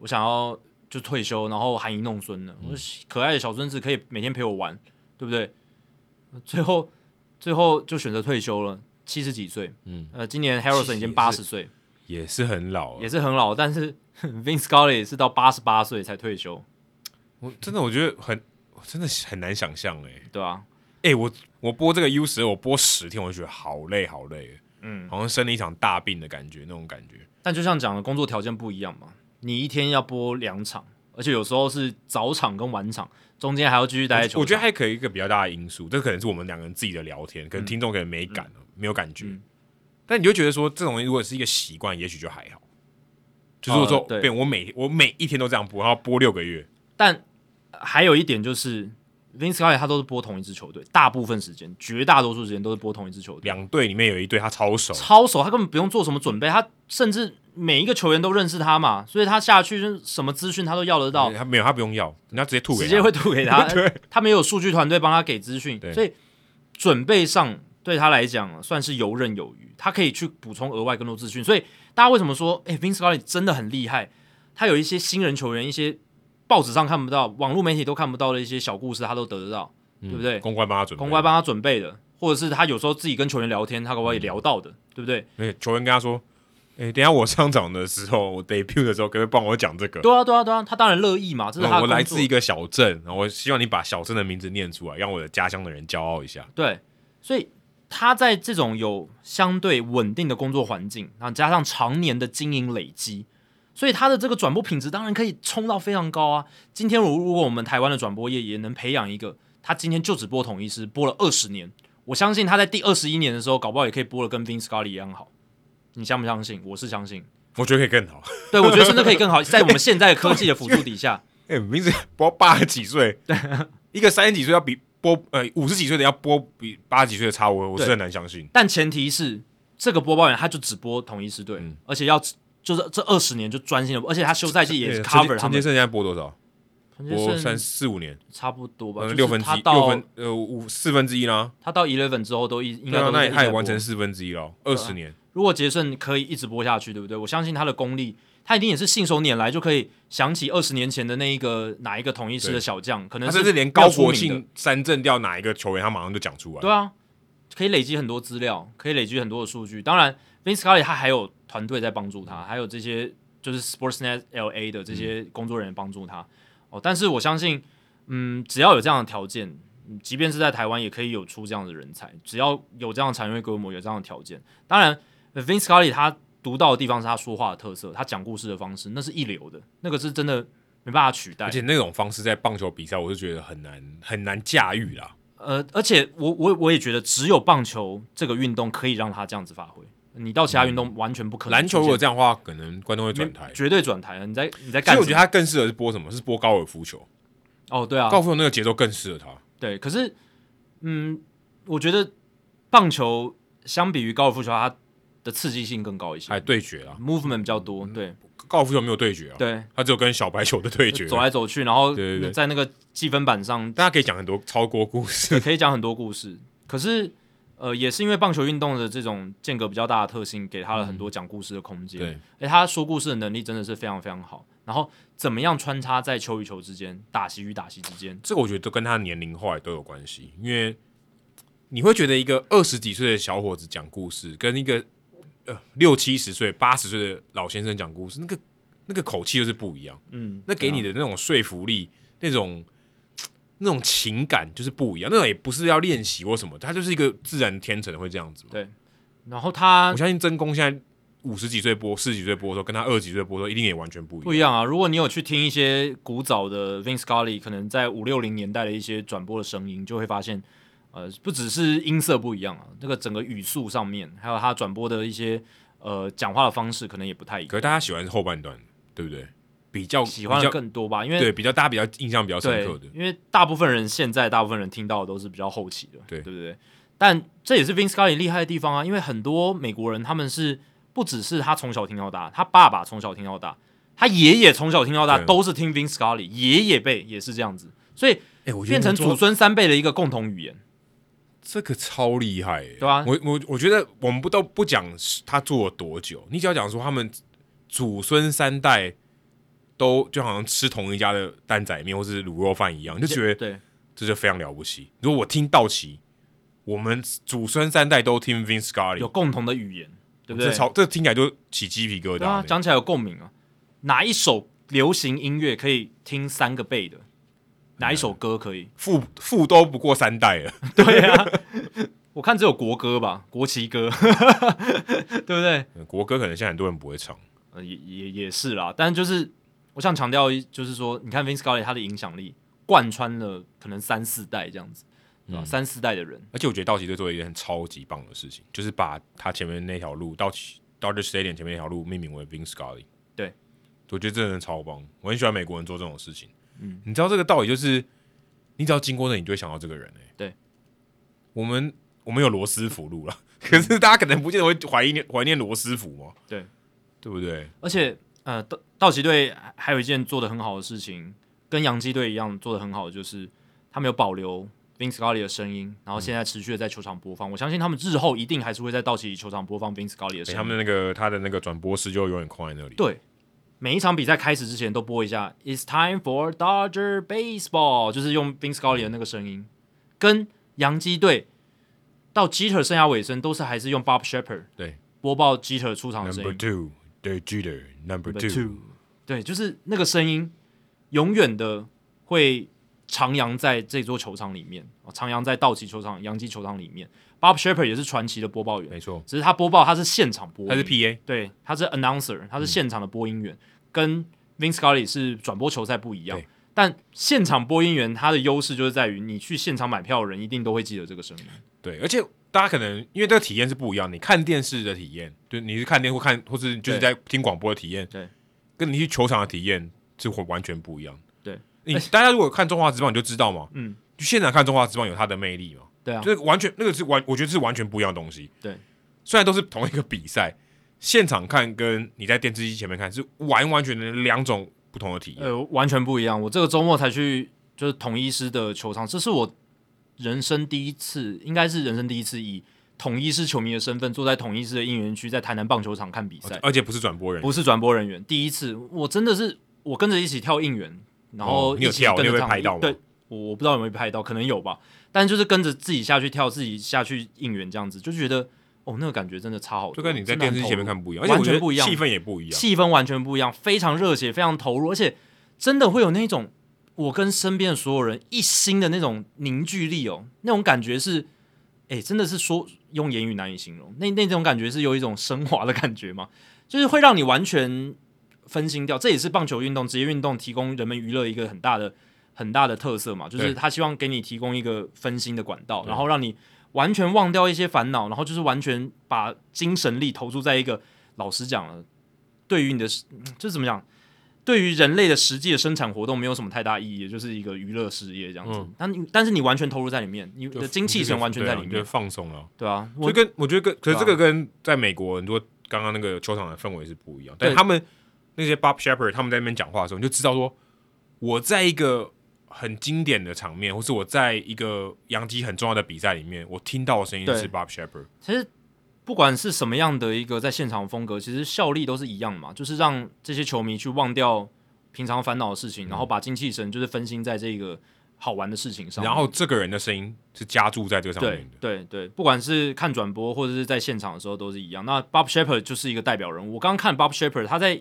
Speaker 2: 我想要就退休，然后含饴弄孙
Speaker 1: 嗯
Speaker 2: 了，我可爱的小孙子可以每天陪我玩，对不对？最后最后就选择退休了。七十几岁，
Speaker 1: 嗯，
Speaker 2: 呃，今年 Harrison 已经八十岁，
Speaker 1: 也是很老啊
Speaker 2: 也
Speaker 1: 了。
Speaker 2: 是很老，但是 [LAUGHS] Vince Scully 是到八十八岁才退休，
Speaker 1: 我真的我觉得很，我真的很难想象哎、
Speaker 2: 对啊吧、
Speaker 1: 哎、我我播这个 U 十，我播十天，我就觉得好累好累，
Speaker 2: 嗯，
Speaker 1: 好像生了一场大病的感觉，那种感觉。
Speaker 2: 但就像讲的，工作条件不一样嘛，你一天要播两场，而且有时候是早场跟晚场，中间还要继续待在球
Speaker 1: 我我觉得
Speaker 2: 场
Speaker 1: 还可以一个比较大的因素，这可能是我们两个人自己的聊天，可能听众可能没感、没有感觉，
Speaker 2: 嗯
Speaker 1: 但你就觉得说这种如果是一个习惯，也许就还好。就是我说，
Speaker 2: 哦对
Speaker 1: 变我每我每一天都这样播，然后播六个月，
Speaker 2: 但呃还有一点就是，Vince Scully 他都是播同一支球队，大部分时间，绝大多数时间都是播同一支球队。
Speaker 1: 两队里面有一队他超
Speaker 2: [LAUGHS]
Speaker 1: 熟，
Speaker 2: 超熟，他根本不用做什么准备，他甚至每一个球员都认识他嘛，所以他下去就是什么资讯他都要得到，
Speaker 1: 他没有他不用要，人家直接吐给他，。
Speaker 2: 直接会吐给他
Speaker 1: [LAUGHS] 对，
Speaker 2: 他们有数据团队帮他给资讯
Speaker 1: 对，
Speaker 2: 所以准备上对他来讲算是游刃有余，他可以去补充额外更多资讯。所以大家为什么说，哎、v i n c e Scully 真的很厉害？他有一些新人球员，一些报纸上看不到、网络媒体都看不到的一些小故事，他都得得到，
Speaker 1: 嗯
Speaker 2: 对不对
Speaker 1: 公关帮他准备，
Speaker 2: 公关帮他准备的，或者是他有时候自己跟球员聊天，他搞不好
Speaker 1: 嗯
Speaker 2: 也聊到的，对不对？
Speaker 1: 而且球员跟他说，哎、等一下我上场的时候，我 debut 的时候，可不可以帮我讲这个？
Speaker 2: 对啊，对啊，对啊，他当然乐意嘛，这是他
Speaker 1: 嗯我
Speaker 2: 的工作
Speaker 1: 来自一个小镇，然后我希望你把小镇的名字念出来，让我的家乡的人骄傲一下。
Speaker 2: 对，所以他在这种有相对稳定的工作环境，然后加上常年的经营累积，所以他的这个转播品质当然可以冲到非常高啊。今天如如果我们台湾的转播业也能培养一个，他今天就只播统一师，播了二十年，我相信他在第二十一年的时候，搞不好也可以播的跟 Vince Scully 一样好。你相不相信？我是相信，
Speaker 1: 我觉得可以更好。
Speaker 2: 对我觉得甚至可以更好，在我们现在的科技的辅助底下，
Speaker 1: 哎、名字播八十几岁，一个三十几岁要比播呃五十几岁的要播比八十几岁的差，我我是
Speaker 2: 对
Speaker 1: 很难相信。
Speaker 2: 但前提是这个播报员他就只播同一支队，
Speaker 1: 嗯
Speaker 2: 而且要就是这二十年就专心的，而且他休赛季也是
Speaker 1: 对
Speaker 2: cover
Speaker 1: 陈
Speaker 2: 他
Speaker 1: 陈
Speaker 2: 们
Speaker 1: 杰，胜现在播多少？
Speaker 2: 陈
Speaker 1: 播
Speaker 2: 杰
Speaker 1: 三
Speaker 2: 胜
Speaker 1: 四五年，
Speaker 2: 差不多吧，
Speaker 1: 呃，
Speaker 2: 就是
Speaker 1: 六分之
Speaker 2: 他
Speaker 1: 一，六
Speaker 2: 到
Speaker 1: 分呃五四分之一啦。
Speaker 2: 他到 eleven 之后都一应
Speaker 1: 对
Speaker 2: 该
Speaker 1: 啊
Speaker 2: 都，
Speaker 1: 那
Speaker 2: 是一直
Speaker 1: 他也
Speaker 2: 在
Speaker 1: 完
Speaker 2: 播
Speaker 1: 成。四分之一了，二十年。
Speaker 2: 如果杰胜可以一直播下去，对不对？我相信他的功力，他一定也是信手拈来就可以想起二十年前的那一个哪一个统一师
Speaker 1: 对
Speaker 2: 的小将，可能
Speaker 1: 他
Speaker 2: 是
Speaker 1: 甚至连
Speaker 2: 比较
Speaker 1: 高
Speaker 2: 出
Speaker 1: 国
Speaker 2: 名的
Speaker 1: 庆三振掉哪一个球员，他马上就讲出来。
Speaker 2: 对啊，可以累积很多资料，可以累积很多的数据。当然，Vince Scully 他还有团队在帮助他，还有这些就是 Sportsnet LA 的这些工作人员帮助他。哦，但是我相信，嗯，只要有这样的条件，嗯即便是在台湾也可以有出这样的人才，只要有这样的产业规模，有这样的条件。当然呃，Vince Scully 他独到的地方是他说话的特色，他讲故事的方式，那是一流的，那个是真的没办法取代
Speaker 1: 而。且那种方式在棒球比赛，我是觉得很难很难驾驭啦。
Speaker 2: 呃，而且我我我也觉得，只有棒球这个运动可以让他这样子发挥，你到其他运动完全不可
Speaker 1: 嗯
Speaker 2: 能
Speaker 1: 篮球
Speaker 2: 出现。
Speaker 1: 如果这样的话，可能观众会转台。
Speaker 2: 绝对转台了，啊你在你在
Speaker 1: 其实
Speaker 2: 干什么？
Speaker 1: 我觉得他更适合是播什么？是播高尔夫球，
Speaker 2: 哦，对啊
Speaker 1: 高，尔夫球那个节奏更适合他。
Speaker 2: 对，可是嗯，我觉得棒球相比于高尔夫球，它的刺激性更高一些、
Speaker 1: 哎，对决啊，
Speaker 2: m o v e m e n t 比较多，对
Speaker 1: 高尔夫球没有对决啊，
Speaker 2: 对，
Speaker 1: 他只有跟小白球的对决。
Speaker 2: [LAUGHS] 走来走去，然后
Speaker 1: 对对对
Speaker 2: 在那个积分板上
Speaker 1: 大家可以讲很多超国故事， [LAUGHS]
Speaker 2: 可以讲很多故事。可是，呃，也是因为棒球运动的这种间隔比较大的特性，给他了很多讲故事的空间。
Speaker 1: 嗯对，
Speaker 2: 哎，他说故事的能力真的是非常非常好。然后，怎么样穿插在球与球之间，打席与打席之间，
Speaker 1: 这个我觉得都跟他年龄后来都有关系，因为你会觉得一个二十几岁的小伙子讲故事，跟一个呃六七十岁、八十岁的老先生讲故事，那个那个口气就是不一样，
Speaker 2: 嗯，
Speaker 1: 那给你的那种说服力、那种那种情感就是不一样，那种也不是要练习或什么，他就是一个自然天成会这样子嘛。
Speaker 2: 对然后他
Speaker 1: 我相信真宫现在五十几岁播、四十几岁播的时候，跟他二十几岁播的时候，一定也完全不
Speaker 2: 不
Speaker 1: 一
Speaker 2: 一
Speaker 1: 样。
Speaker 2: 样啊！如果你有去听一些古早的 Vince Scully，可能在五六零年代的一些转播的声音，就会发现，呃，不只是音色不一样啊，这个整个语速上面，还有他转播的一些呃讲话的方式，可能也不太一
Speaker 1: 可
Speaker 2: 样。
Speaker 1: 是大家喜欢是后半段，对不对？比较
Speaker 2: 喜欢
Speaker 1: 比
Speaker 2: 的
Speaker 1: 较
Speaker 2: 更多吧，因为
Speaker 1: 对比较大家比较印象比较深
Speaker 2: 对
Speaker 1: 刻的，，
Speaker 2: 因为大部分人现在大部分人听到的都是比较后期的，
Speaker 1: 对
Speaker 2: 对不对？但这也是 Vince Scully 厉害的地方啊，因为很多美国人他们是不只是他从小听到大，他爸爸从小听到大，他爷爷从小听到大
Speaker 1: 对
Speaker 2: 都是听 Vince Scully，爷爷辈也是这样子，所以
Speaker 1: 哎、我觉得
Speaker 2: 变成
Speaker 1: 能做
Speaker 2: 祖孙三辈的一个共同语言。
Speaker 1: 这个超厉害、欸，
Speaker 2: 对啊
Speaker 1: 我我我觉得我们不都不讲他做了多久，你只要讲说他们祖孙三代都就好像吃同一家的蛋仔面或是卤肉饭一样，就觉得
Speaker 2: 对
Speaker 1: 这就非常了不起。如果我听道奇，我们祖孙三代都听 Vince
Speaker 2: 有
Speaker 1: Scully，
Speaker 2: 共同的语言，对不
Speaker 1: 这
Speaker 2: 对？
Speaker 1: 超这听起来就起鸡皮疙瘩
Speaker 2: 对啊
Speaker 1: 呢、，
Speaker 2: 讲起来有共鸣啊。哪一首流行音乐可以听三个倍的？哪一首歌可以？
Speaker 1: 父父都不过三代了， [LAUGHS]
Speaker 2: 啊我看只有国歌吧，国旗歌， [LAUGHS] 对不对？
Speaker 1: 国歌可能现在很多人不会唱，
Speaker 2: 呃也也也是啦，但就是我想强调一，就是说，你看 Vince Scully 他的影响力贯穿了可能三四代这样子，对吧？三四代的人，
Speaker 1: 而且我觉得道奇队做了一件超级棒的事情，就是把他前面那条路道奇 Dodger Stadium 前面那条路命名为 Vince Scully。
Speaker 2: 对，
Speaker 1: 我觉得真的超棒，我很喜欢美国人做这种事情。
Speaker 2: 嗯，
Speaker 1: 你知道这个道理就是，你只要经过那，你就会想到这个人、欸。
Speaker 2: 对，
Speaker 1: 我们我们有罗斯福路了，可是大家可能不见得会怀疑怀念罗斯福嘛？
Speaker 2: 对，
Speaker 1: 对不对？
Speaker 2: 而且呃，道道奇队还还有一件做的很好的事情，跟洋基队一样做的很好，就是他们有保留 Vince Scully 的声音，然后现在持续的在球场播放。我相信他们日后一定还是会在道奇球场播放 Vince Scully
Speaker 1: 欸
Speaker 2: 的声音。
Speaker 1: 他们的那个他的那个转播室就永远空在那里。
Speaker 2: 对，每一场比赛开始之前都播一下 "It's time for Dodger baseball"，就是用 Vince Scully 的那个声音，跟洋基队到 Jeter 生涯尾声都是还是用 Bob Shepard
Speaker 1: 对
Speaker 2: 播报 Jeter 出场的声
Speaker 1: ，Number
Speaker 2: 音
Speaker 1: Two。对，Jeter number
Speaker 2: Number
Speaker 1: two，
Speaker 2: 对，就是那个声音永远的会徜徉在这座球场里面，哦徜徉在道奇球场、洋基球场里面。Bob Shepard 也是传奇的播报员，
Speaker 1: 没错，
Speaker 2: 只是他播报他是现场播音，
Speaker 1: 他是 PA，
Speaker 2: 对，他是 announcer，他是
Speaker 1: 嗯
Speaker 2: 现场的播音员，跟 Vince Scully 是转播球赛不一样
Speaker 1: 对。
Speaker 2: 但现场播音员他的优势就是在于，你去现场买票的人一定都会记得这个声音。
Speaker 1: 对，而且大家可能因为这个体验是不一样，你看电视的体验，对，你是看电或看，或是就是在听广播的体验，
Speaker 2: 对，
Speaker 1: 跟你去球场的体验是完完全不一样。
Speaker 2: 对，
Speaker 1: 你大家如果看中华职棒，你就知道嘛，
Speaker 2: 嗯，
Speaker 1: 就现场看中华职棒有它的魅力嘛，
Speaker 2: 对啊，
Speaker 1: 就是完全那个是完，我觉得是完全不一样的东西。
Speaker 2: 对，
Speaker 1: 虽然都是同一个比赛，现场看跟你在电视机前面看是完完全全两种不同的体验。
Speaker 2: 呃，完全不一样。我这个周末才去就是统一师的球场，这是我人生第一次，应该是人生第一次以统一师球迷的身份坐在统一师的应援区，在台南棒球场看比赛，
Speaker 1: 而且不是转播人，
Speaker 2: 不是转播人员，第一次，我真的是我跟着一起跳应援，然后
Speaker 1: 哦你有
Speaker 2: 一起
Speaker 1: 跳
Speaker 2: 跟
Speaker 1: 你有
Speaker 2: 着
Speaker 1: 被
Speaker 2: 唱
Speaker 1: 拍到吗
Speaker 2: 对，我我不知道有没有被拍到，可能有吧，但就是跟着自己下去跳，自己下去应援这样子，就觉得哦，那个感觉真的差好多，
Speaker 1: 就跟你在
Speaker 2: 真的
Speaker 1: 电
Speaker 2: 很
Speaker 1: 视机前面
Speaker 2: 投入
Speaker 1: 看不一样，而且我觉
Speaker 2: 完
Speaker 1: 得
Speaker 2: 全不一样
Speaker 1: 气氛也不一样。
Speaker 2: 气氛完全不一样，非常热血，非常投入，而且真的会有那种我跟身边的所有人一心的那种凝聚力哦，那种感觉是，哎，真的是说用言语难以形容，那那种感觉是有一种升华的感觉嘛，就是会让你完全分心掉，这也是棒球运动、职业运动提供人们娱乐一个很大的、很大的特色嘛，就是
Speaker 1: 对
Speaker 2: 他希望给你提供一个分心的管道，然后让你完全忘掉一些烦恼，然后就是完全把精神力投注在一个老实讲了，对于你的嗯就是怎么讲，对于人类的实际的生产活动没有什么太大意义，也就是一个娱乐事业这样子。
Speaker 1: 嗯
Speaker 2: 但你但是你完全投入在里面，你
Speaker 1: 就
Speaker 2: 的精气神完全在里
Speaker 1: 对啊
Speaker 2: 面
Speaker 1: 就，放松了。
Speaker 2: 对啊，
Speaker 1: 就
Speaker 2: 我
Speaker 1: 跟我觉得跟，可是这
Speaker 2: 对
Speaker 1: 个跟在美国，你说刚刚那个球场的氛围是不一样。但
Speaker 2: 对
Speaker 1: 他们那些 Bob Shepard 他们在那边讲话的时候，你就知道说，我在一个很经典的场面，或是我在一个洋基很重要的比赛里面，我听到的声音
Speaker 2: 对
Speaker 1: 是 Bob Shepard。
Speaker 2: 其实不管是什么样的一个在现场风格，其实效力都是一样嘛，就是让这些球迷去忘掉平常烦恼的
Speaker 1: 嗯
Speaker 2: 事情，然后把精气神就是分心在这个好玩的事情上面。
Speaker 1: 然后这个人的声音是加注在这个上面
Speaker 2: 对
Speaker 1: 的，
Speaker 2: 对对，不管是看转播或者是在现场的时候都是一样。那 Bob Shepard 就是一个代表人物。我刚刚看 Bob Shepard，他在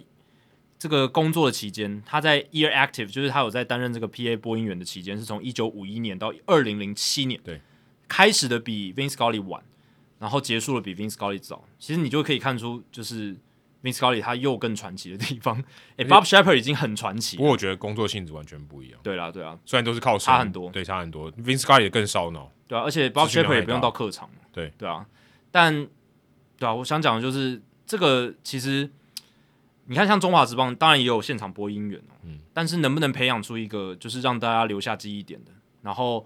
Speaker 2: 这个工作的期间，他在 Year Active，就是他有在担任这个 PA 播音员的期间，是从一九五一年到二零零七年，
Speaker 1: 对，
Speaker 2: 开始的比 Vince Scully 晚，然后结束的比 Vince Scully 早。其实你就可以看出，就是 Vince Scully 他又更传奇的地方。诶 b o b Shepard 已经很传奇
Speaker 1: 不
Speaker 2: 了。
Speaker 1: 过我觉得工作性质完全不一样，
Speaker 2: 对啦，对啦，啊
Speaker 1: 虽然都是靠
Speaker 2: 差
Speaker 1: 神
Speaker 2: 很多
Speaker 1: 对，差很多。Vince Scully 也更烧脑，
Speaker 2: 对啊，而且 Bob
Speaker 1: 资讯
Speaker 2: Shepard
Speaker 1: 量
Speaker 2: 也
Speaker 1: 太
Speaker 2: 不用
Speaker 1: 大
Speaker 2: 到客场。
Speaker 1: 对
Speaker 2: 对啊，但对啊，我想讲的就是这个，其实你看，像中华职棒，当然也有现场播音员哦，嗯，但是能不能培养出一个就是让大家留下记忆点的，然后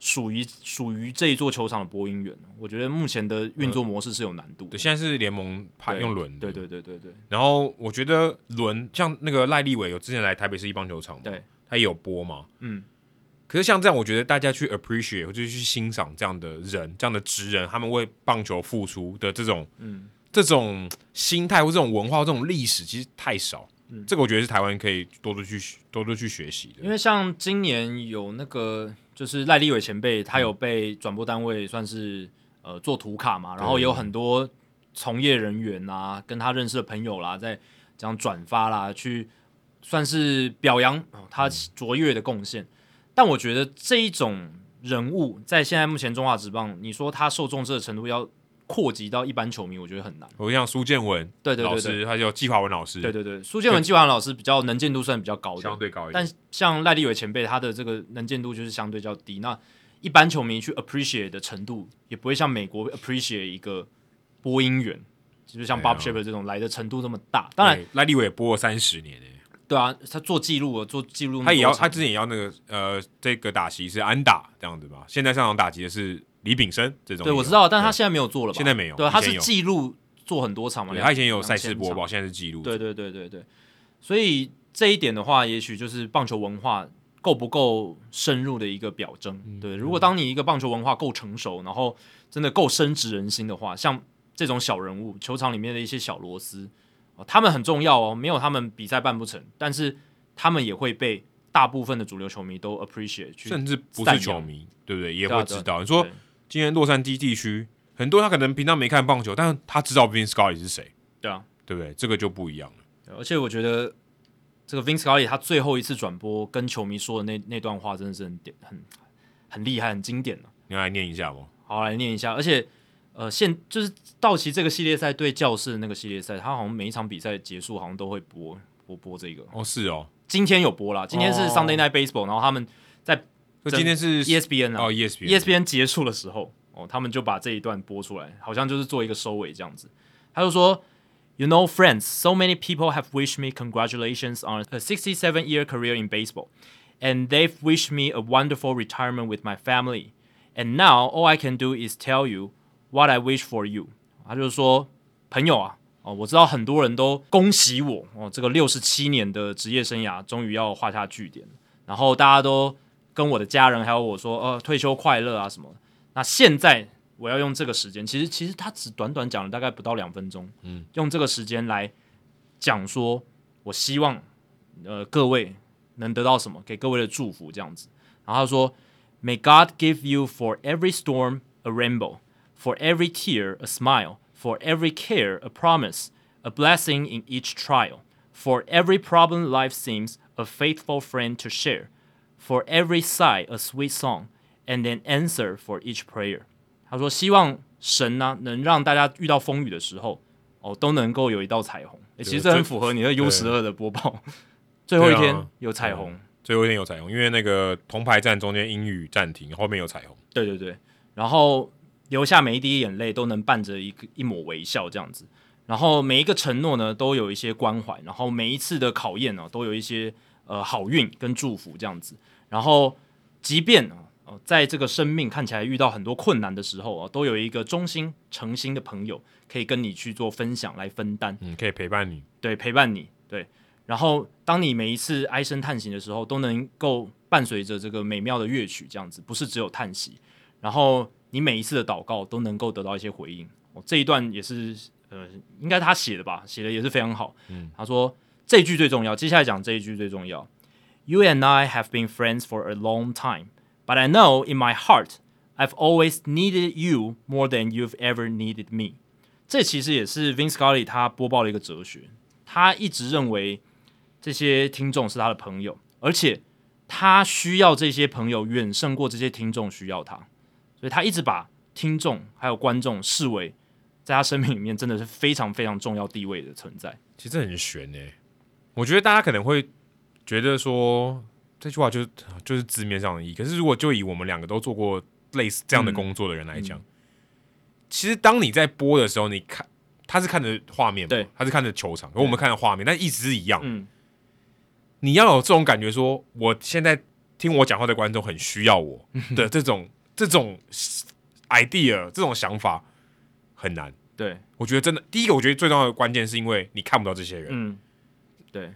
Speaker 2: 属于属于这一座球场的播音员，我觉得目前的运作模式是有难度的
Speaker 1: 对，。现在是联盟派
Speaker 2: 对
Speaker 1: 用轮，
Speaker 2: 呃对。对对对对
Speaker 1: 然后我觉得轮像那个赖立伟有之前来台北市一棒球场嘛，
Speaker 2: 对，
Speaker 1: 他也有播嘛，
Speaker 2: 嗯。
Speaker 1: 可是像这样，我觉得大家去 appreciate 或者去欣赏这样的人、这样的职人，他们为棒球付出的这种，
Speaker 2: 嗯，
Speaker 1: 这种心态或这种文化、这种历史，其实太少。
Speaker 2: 嗯
Speaker 1: 这个我觉得是台湾可以多多去学多多去学习的。
Speaker 2: 因为像今年有那个就是赖立伟前辈，他有被转播单位算是呃做图卡嘛，然后有很多从业人员啊，跟他认识的朋友啦，在这样转发啦，去算是表扬哦他卓越的贡献。但我觉得这一种人物在现在目前中华职棒，你说他受重视的程度要扩及到一般球迷，我觉得很难。
Speaker 1: 我像苏建文
Speaker 2: 对对
Speaker 1: 老
Speaker 2: 对对
Speaker 1: 师，他叫季华文老师，
Speaker 2: 对对对，苏建文、季华老师比较能见度算比较高的，
Speaker 1: 相对高一点。
Speaker 2: 但像赖立伟前辈，他的这个能见度就是相对较低。那一般球迷去 appreciate 的程度，也不会像美国 appreciate 一个播音员，就是像
Speaker 1: 对啊
Speaker 2: Bob Shepard 这种来的程度这么大。当然，
Speaker 1: 对赖立伟也播了三十年诶、欸
Speaker 2: 对啊，他做记录，做记录那么多场，
Speaker 1: 他也要他之前也要那个呃，这个打席是安打这样子吧？现在上场打击的是李炳生这种也有，
Speaker 2: 对我知道，但他
Speaker 1: 对
Speaker 2: 现在没有做了吧？
Speaker 1: 现在没有
Speaker 2: 对，他
Speaker 1: 以前
Speaker 2: 是
Speaker 1: 有
Speaker 2: 记录做很多场嘛，
Speaker 1: 对
Speaker 2: 两
Speaker 1: 他以前也有赛事播。
Speaker 2: 两千场
Speaker 1: 报，现在是记录。
Speaker 2: 对对对对对，所以这一点的话，也许就是棒球文化够不够深入的一个表征。
Speaker 1: 嗯
Speaker 2: 对，如果当你一个棒球文化够成熟，然后真的够深植人心的话，像这种小人物，球场里面的一些小螺丝，哦他们很重要哦，没有他们比赛办不成，但是他们也会被大部分的主流球迷都 appreciate 去
Speaker 1: 甚至不
Speaker 2: 散
Speaker 1: 是
Speaker 2: 扬
Speaker 1: 球迷，对不对？也
Speaker 2: 对啊
Speaker 1: 会知道。你说
Speaker 2: 对
Speaker 1: 今天洛杉矶地区很多他可能平常没看棒球，但是他知道 Vince Scully 是谁，
Speaker 2: 对啊，
Speaker 1: 对不对？这个就不一样了。
Speaker 2: 对而且我觉得这个 Vince Scully 他最后一次转播跟球迷说的那那段话，真的是很典很很厉害，很经典、啊
Speaker 1: 你要来念一下吗？
Speaker 2: 好，来念一下。而且，呃，现就是道奇这个系列赛对教室那个系列赛，它好像每一场比赛结束好像都会播播播这个。
Speaker 1: 哦，是哦，
Speaker 2: 今天有播啦，今天是
Speaker 1: 哦
Speaker 2: Sunday Night Baseball，、然后他们
Speaker 1: 那
Speaker 2: 真
Speaker 1: 今天是
Speaker 2: ESPN 啊、
Speaker 1: 哦 ESPN
Speaker 2: ESPN 结束的时候，哦，他们就把这一段播出来，好像就是做一个收尾这样子。他就说，You know, friends, so many people have wished me congratulations on a 67-year career in baseball, and they've wished me a wonderful retirement with my family. And now all I can do is tell you what I wish for you。他就说，朋友啊。哦，我知道很多人都恭喜我哦，这个六十七年的职业生涯终于要画下句点了。然后大家都跟我的家人还有我说，呃，退休快乐啊什么的。那现在我要用这个时间，其实其实他只短短讲了大概不到两分钟，嗯，用这个时间来讲说，我希望呃各位能得到什么，给各位的祝福这样子。然后他说，May God give you for every storm a rainbow, for every tear a smile, for every care a promise, a blessing in each trial, for every problem life seems a faithful friend to share, for every sigh a sweet song, and an answer for each prayer。他说，希望神呢、能让大家遇到风雨的时候，哦都能够有一道彩虹。诶其实这很符合你的 U 十二的播报。 [LAUGHS] 最后一
Speaker 1: 对
Speaker 2: 天
Speaker 1: 啊
Speaker 2: 有彩虹，
Speaker 1: 最后一天有彩虹，因为那个铜牌站中间英语暂停，后面有彩虹。
Speaker 2: 对对对，然后流下每一滴眼泪都能伴着一个一抹微笑这样子，然后每一个承诺呢都有一些关怀，然后每一次的考验呢、都有一些呃好运跟祝福这样子，然后即便啊、呃在这个生命看起来遇到很多困难的时候啊、都有一个忠心诚心的朋友可以跟你去做分享来分担，
Speaker 1: 嗯，可以陪伴你。
Speaker 2: 对，陪伴你，对。然后，当你每一次唉声叹息的时候，都能够伴随着这个美妙的乐曲，这样子，不是只有叹息。然后，你每一次的祷告都能够得到一些回应。哦、这一段也是，呃，应该他写的吧，写的也是非常好。嗯，他说这一句最重要，接下来讲这一句最重要。You and I have been friends for a long time, but I know in my heart I've always needed you more than you've ever needed me。这其实也是 Vince Scully 他播报的一个哲学。他一直认为这些听众是他的朋友，而且他需要这些朋友远胜过这些听众需要他，所以他一直把听众还有观众视为在他生命里面真的是非常非常重要地位的存在。
Speaker 1: 其实很悬诶、我觉得大家可能会觉得说这句话就是就是字面上的意义，可是如果就以我们两个都做过类似这样的工作的人来
Speaker 2: 嗯
Speaker 1: 讲，其实当你在播的时候，你看他是看着画面嘛，
Speaker 2: 对，
Speaker 1: 他是看着球场，跟我们看着画面，但意思是一样。
Speaker 2: 嗯，
Speaker 1: 你要有这种感觉说我现在听我讲话的观众很需要我
Speaker 2: [LAUGHS]
Speaker 1: 的这种这种 idea，这种想法很难。
Speaker 2: 对，
Speaker 1: 我觉得真的，第一个我觉得最重要的关键是因为你看不到这些人，
Speaker 2: 嗯，对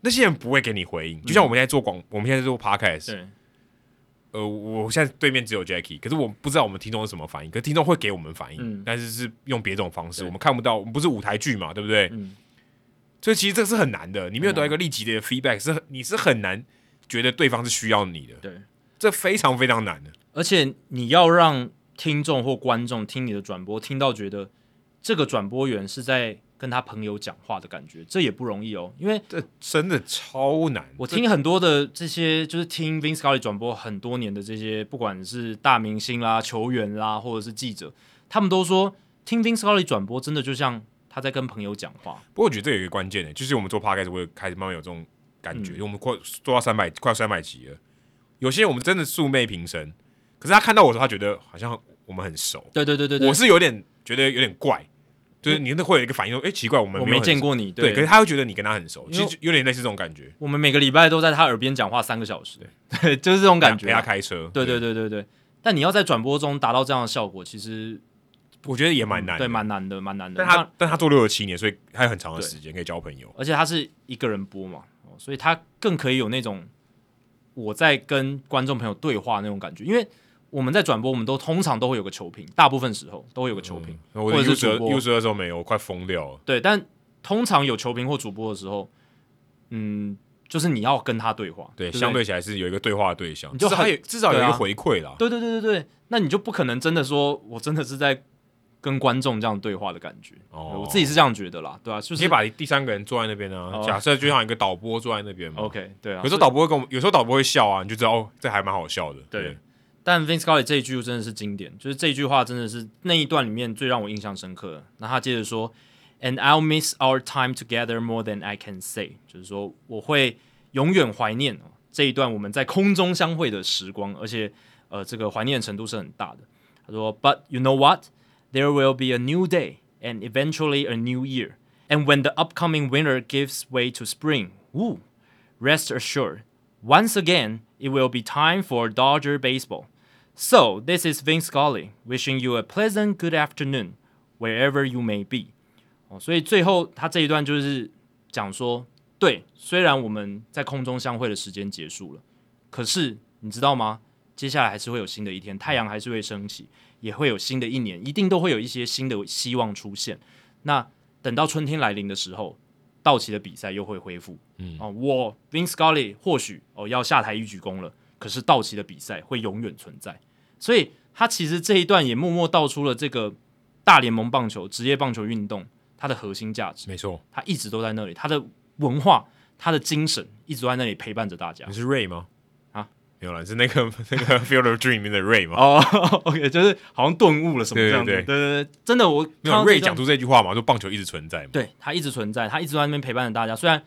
Speaker 1: 那些人不会给你回应。就像我们现在做广，我们现在做 podcast，
Speaker 2: 嗯对，
Speaker 1: 呃，我现在对面只有 Jackie，可是我不知道我们听众是什么反应，可是听众会给我们反应，
Speaker 2: 嗯
Speaker 1: 但是是用别种方式，
Speaker 2: 对
Speaker 1: 我们看不到，我们不是舞台剧嘛，对不对？
Speaker 2: 嗯
Speaker 1: 所以其实这是很难的，你没有
Speaker 2: 很难
Speaker 1: 得到一个立即的 feedback，是很你是很难觉得对方是需要你的，
Speaker 2: 对。
Speaker 1: 这非常非常难的。
Speaker 2: 而且你要让听众或观众听你的转播，听到觉得这个转播员是在跟他朋友讲话的感觉，这也不容易哦。因为
Speaker 1: 这真的超难。
Speaker 2: 我
Speaker 1: 这
Speaker 2: 听很多的这些，就是听 Vince Scully 转播很多年的这些，不管是大明星啦、球员啦，或者是记者，他们都说听 Vince Scully 转播真的就像他在跟朋友讲话。
Speaker 1: 不过我觉得这有一个关键呢，欸就是我们做 podcast，我也开始慢慢有这种感觉，
Speaker 2: 嗯
Speaker 1: 因为我们快做到三百，快三百集了。有些人我们真的素昧平生，可是他看到我的时候，他觉得好像我们很熟。
Speaker 2: 对对对对对，嗯
Speaker 1: 我是有点觉得有点怪，就是你那会有一个反应说，哎、奇怪，我们
Speaker 2: 我
Speaker 1: 没有
Speaker 2: 没
Speaker 1: 很
Speaker 2: 见
Speaker 1: 熟。
Speaker 2: 过你，
Speaker 1: 对，可是他会觉得你跟他很熟，
Speaker 2: 因为
Speaker 1: 其实有点类似这种感觉，
Speaker 2: 我们每个礼拜都在他耳边讲话三个小时，对，就是这种感觉啊
Speaker 1: 陪。他开车。
Speaker 2: 对对，对对对，但你要在转播中达到这样的效果，其实
Speaker 1: 我觉得也蛮难、
Speaker 2: 嗯对，。蛮难的，蛮难的。
Speaker 1: 但他
Speaker 2: 那
Speaker 1: 但他做六十七年，所以还有很长的时间可以交朋友。
Speaker 2: 而且他是一个人播嘛，哦所以他更可以有那种我在跟观众朋友对话那种感觉，因为我们在转播，我们都通常都会有个球评，大部分时候都会有个球评，
Speaker 1: 嗯我的
Speaker 2: 或者
Speaker 1: U
Speaker 2: 是
Speaker 1: 十
Speaker 2: 主播
Speaker 1: U 十二时候没有，我快疯掉了。
Speaker 2: 对，但通常有球评或主播的时候，嗯，就是你要跟他对话，
Speaker 1: 对，
Speaker 2: 不
Speaker 1: 相对起来是有一个对话的对象，
Speaker 2: 你就
Speaker 1: 至少
Speaker 2: 很
Speaker 1: 有至少有一
Speaker 2: 对
Speaker 1: 个
Speaker 2: 啊
Speaker 1: 回馈啦。
Speaker 2: 对对对对对，那你就不可能真的说我真的是在跟观众这样对话的感觉，
Speaker 1: 哦
Speaker 2: 我自己是这样觉得啦，对啊，就
Speaker 1: 你
Speaker 2: 是
Speaker 1: 可以把第三个人坐在那边啊，
Speaker 2: 哦
Speaker 1: 假设就像一个导播坐在那边嘛。
Speaker 2: OK 对啊，
Speaker 1: 有时候导播会跟我们，有时候导播会笑啊，你就知道哦，这还蛮好笑的。
Speaker 2: 对，但 Vince Scully 这一句真的是经典，就是这一句话真的是那一段里面最让我印象深刻的。那他接着说，And I'll miss our time together more than I can say，就是说我会永远怀念哦这一段我们在空中相会的时光，而且呃这个怀念的程度是很大的。他说，But you know what? There will be a new day and eventually a new year. And when the upcoming winter gives way to spring, woo, rest assured, once again, it will be time for Dodger baseball. So, this is Vince Scully wishing you a pleasant good afternoon, wherever you may be. 哦，所以最后他这一段就是讲说，对，虽然我们在空中相会的时间结束了，可是你知道吗？接下来还是会有新的一天，太阳还是会升起，也会有新的一年，一定都会有一些新的希望出现。那等到春天来临的时候，道奇的比赛又会恢复。嗯，哦，我 Vince Scully 或许哦要下台一鞠躬了，可是道奇的比赛会永远存在。所以他其实这一段也默默道出了这个大联盟棒球、职业棒球运动它的核心价值，
Speaker 1: 没错。
Speaker 2: 它一直都在那里，它的文化、它的精神一直都在那里陪伴着大家
Speaker 1: 你。是 Ray 吗？
Speaker 2: 啊，
Speaker 1: 没有啦，你是那个 [LAUGHS] 那个 Field of Dream 里面的 Ray 吗？
Speaker 2: 哦 [LAUGHS] ，OK，就是好像顿悟了什么
Speaker 1: 对
Speaker 2: 这样子，
Speaker 1: 对
Speaker 2: 对对对，真的我
Speaker 1: 没
Speaker 2: 看
Speaker 1: 有
Speaker 2: 到这
Speaker 1: Ray
Speaker 2: 一段
Speaker 1: 讲出这句话嘛，说棒球一直存在嘛。
Speaker 2: 对，它一直存在，它一直在那边陪伴着大家。虽然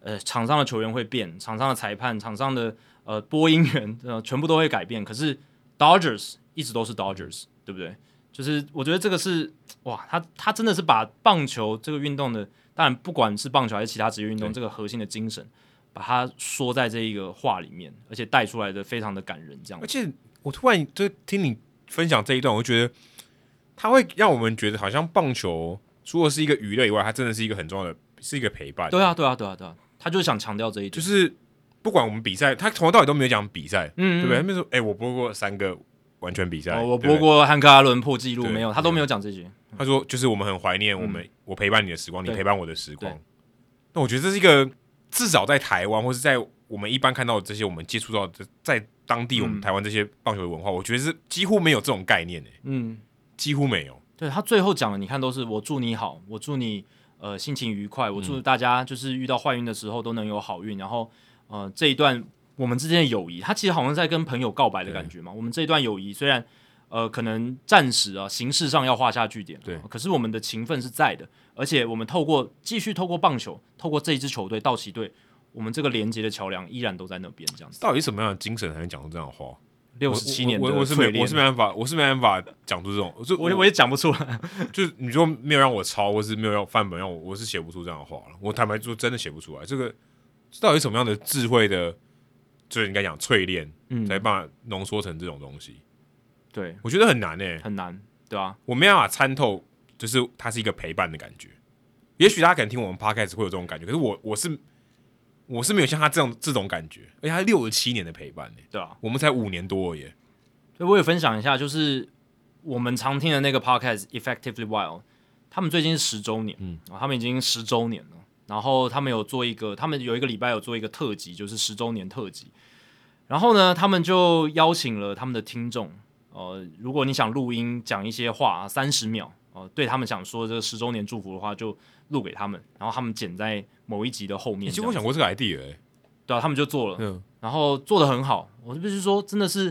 Speaker 2: 呃，场上的球员会变，场上的裁判、场上的呃播音员呃全部都会改变，可是 Dodgers 一直都是 Dodgers，对不对？就是我觉得这个是哇，他他真的是把棒球这个运动的，当然不管是棒球还是其他职业运动，
Speaker 1: 对
Speaker 2: 这个核心的精神，把它说在这一个话里面，而且带出来的非常的感人，这样
Speaker 1: 而。且我突然就听你分享这一段，我就觉得它会让我们觉得好像棒球除了是一个娱乐以外，它真的是一个很重要的，是一个陪伴。
Speaker 2: 对啊，对啊，对啊，对啊，他就是想强调这一
Speaker 1: 就
Speaker 2: 点，
Speaker 1: 是不管我们比赛，他从头到尾都没有讲比赛，对
Speaker 2: 嗯
Speaker 1: 不对？他们说，哎、我播过三个完全比赛，
Speaker 2: 哦，我
Speaker 1: 对不
Speaker 2: 播
Speaker 1: 对。
Speaker 2: 过汉克阿伦破纪录
Speaker 1: 对
Speaker 2: 没有？他都没有讲这些。
Speaker 1: 他说，就是我们很怀念我们，我陪伴你的时光，你
Speaker 2: 嗯对
Speaker 1: 陪伴我的时光
Speaker 2: 对。
Speaker 1: 那我觉得这是一个至少在台湾，或是在我们一般看到的这些，我们接触到的，在当地我们
Speaker 2: 嗯
Speaker 1: 台湾这些棒球的文化，我觉得是几乎没有这种概念诶、
Speaker 2: 嗯，
Speaker 1: 几乎没有。
Speaker 2: 对他最后讲的，你看都是我祝你好，我祝你呃心情愉快，我
Speaker 1: 嗯
Speaker 2: 祝大家就是遇到坏运的时候都能有好运。然后呃这一段我们之间的友谊，他其实好像在跟朋友告白的感觉嘛。我们这一段友谊虽然呃，可能暂时啊，形式上要画下句点。
Speaker 1: 对
Speaker 2: 可是我们的勤奋是在的，而且我们透过继续透过棒球，透过这一支球队道奇队，我们这个连接的桥梁依然都在那边，这样子。
Speaker 1: 到底什么样的精神才能讲出这样的话？
Speaker 2: 六十七
Speaker 1: 我
Speaker 2: 年的
Speaker 1: 我我我是
Speaker 2: 淬
Speaker 1: 没
Speaker 2: 炼
Speaker 1: 我是没办法，我是没办法讲出这种，就
Speaker 2: 我我也讲不
Speaker 1: [LAUGHS]
Speaker 2: 出来。
Speaker 1: 就是你说没有让我抄，或是没有让范本让我，我是写不出这样的话了。我坦白说，真的写不出来。这个这到底什么样的智慧的，就是应该讲淬炼，
Speaker 2: 嗯
Speaker 1: 才把它浓缩成这种东西？
Speaker 2: 对，
Speaker 1: 我觉得很难诶、
Speaker 2: 很难，对啊，
Speaker 1: 我没办法参透，就是它是一个陪伴的感觉。也许大家可能听我们 podcast 会有这种感觉，可是我我是我是没有像他这种这种感觉，而且他六十七年的陪伴呢、欸
Speaker 2: 对啊。
Speaker 1: 我们才五年多而已。欸
Speaker 2: 所以我也分享一下，就是我们常听的那个 podcast Effectively Wild，他们最近是十周年，嗯、他们已经十周年了。然后他们有做一个，他们有一个礼拜有做一个特辑，就是十周年特辑。然后呢，他们就邀请了他们的听众，呃，如果你想录音讲一些话，三十秒，呃，对他们想说这个十周年祝福的话，就录给他们，然后他们剪在某一集的后
Speaker 1: 你
Speaker 2: 面。
Speaker 1: 其实我
Speaker 2: 这样
Speaker 1: 想过这个 idea 欸
Speaker 2: 对啊，他们就做了，
Speaker 1: 嗯，
Speaker 2: 然后做的很好，我是不是说真的是，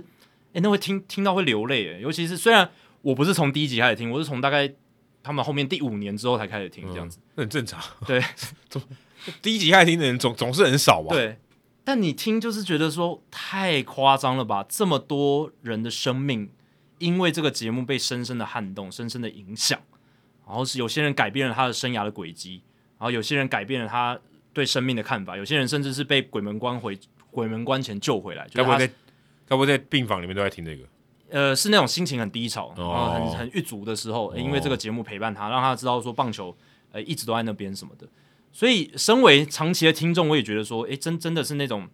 Speaker 2: 哎，那会听听到会流泪诶，尤其是虽然我不是从第一集开始听，我是从大概他们后面第五年之后才开始听这样子，
Speaker 1: 嗯那很正常。 [LAUGHS]
Speaker 2: 对，
Speaker 1: 总 [LAUGHS] 第一集开始听的人总总是很少吧？
Speaker 2: 对。但你听就是觉得说太夸张了吧，这么多人的生命因为这个节目被深深的撼动，深深的影响，然后是有些人改变了他的生涯的轨迹，然后有些人改变了他对生命的看法，有些人甚至是被鬼门关回鬼门关前救回来，就
Speaker 1: 该
Speaker 2: 是
Speaker 1: 不
Speaker 2: 他
Speaker 1: 会在该不会在病房里面都在听这个？
Speaker 2: 呃，是那种心情很低潮，然后
Speaker 1: 哦
Speaker 2: 很很郁卒的时候、呃因为这个节目陪伴他，让他知道说棒球呃一直都在那边什么的。所以，身为长期的听众，我也觉得说，诶，真真的是那种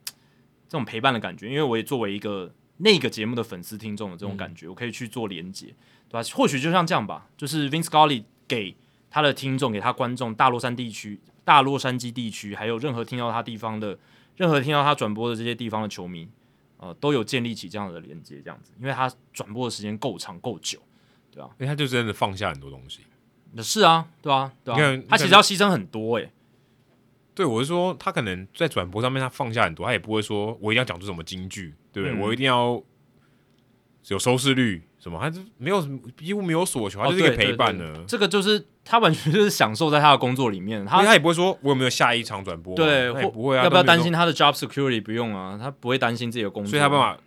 Speaker 2: 这种陪伴的感觉，因为我也作为一个那个节目的粉丝听众的这种感觉，我可以去做连接，对吧、或许就像这样吧，就是 Vince Scully 给他的听众、给他观众，大洛杉地区、大洛杉矶地区，还有任何听到他地方的、任何听到他转播的这些地方的球迷，呃，都有建立起这样的连接，这样子，因为他转播的时间够长够久。
Speaker 1: 因为他就真的放下很多东西。
Speaker 2: 那是啊，对啊，对
Speaker 1: 你
Speaker 2: 啊
Speaker 1: 看，
Speaker 2: 他其实要牺牲很多欸诶、
Speaker 1: 对，我是说，他可能在转播上面他放下很多，他也不会说我一定要讲出什么金句，对不对？
Speaker 2: 嗯
Speaker 1: 我一定要有收视率什么，他就没有什么几乎没有所求，他
Speaker 2: 哦
Speaker 1: 就是一个
Speaker 2: 对对
Speaker 1: 陪伴
Speaker 2: 对
Speaker 1: 呢。
Speaker 2: 这个就是他完全就是享受在他的工作里面，
Speaker 1: 因为
Speaker 2: 他
Speaker 1: 他也不会说我有没有下一场转播啊，他
Speaker 2: 对或
Speaker 1: 也不会啊，
Speaker 2: 要不要
Speaker 1: 都没有
Speaker 2: 担心他的 job security？不用啊，他不会担心自己的工
Speaker 1: 说？
Speaker 2: 作，
Speaker 1: 所以他办法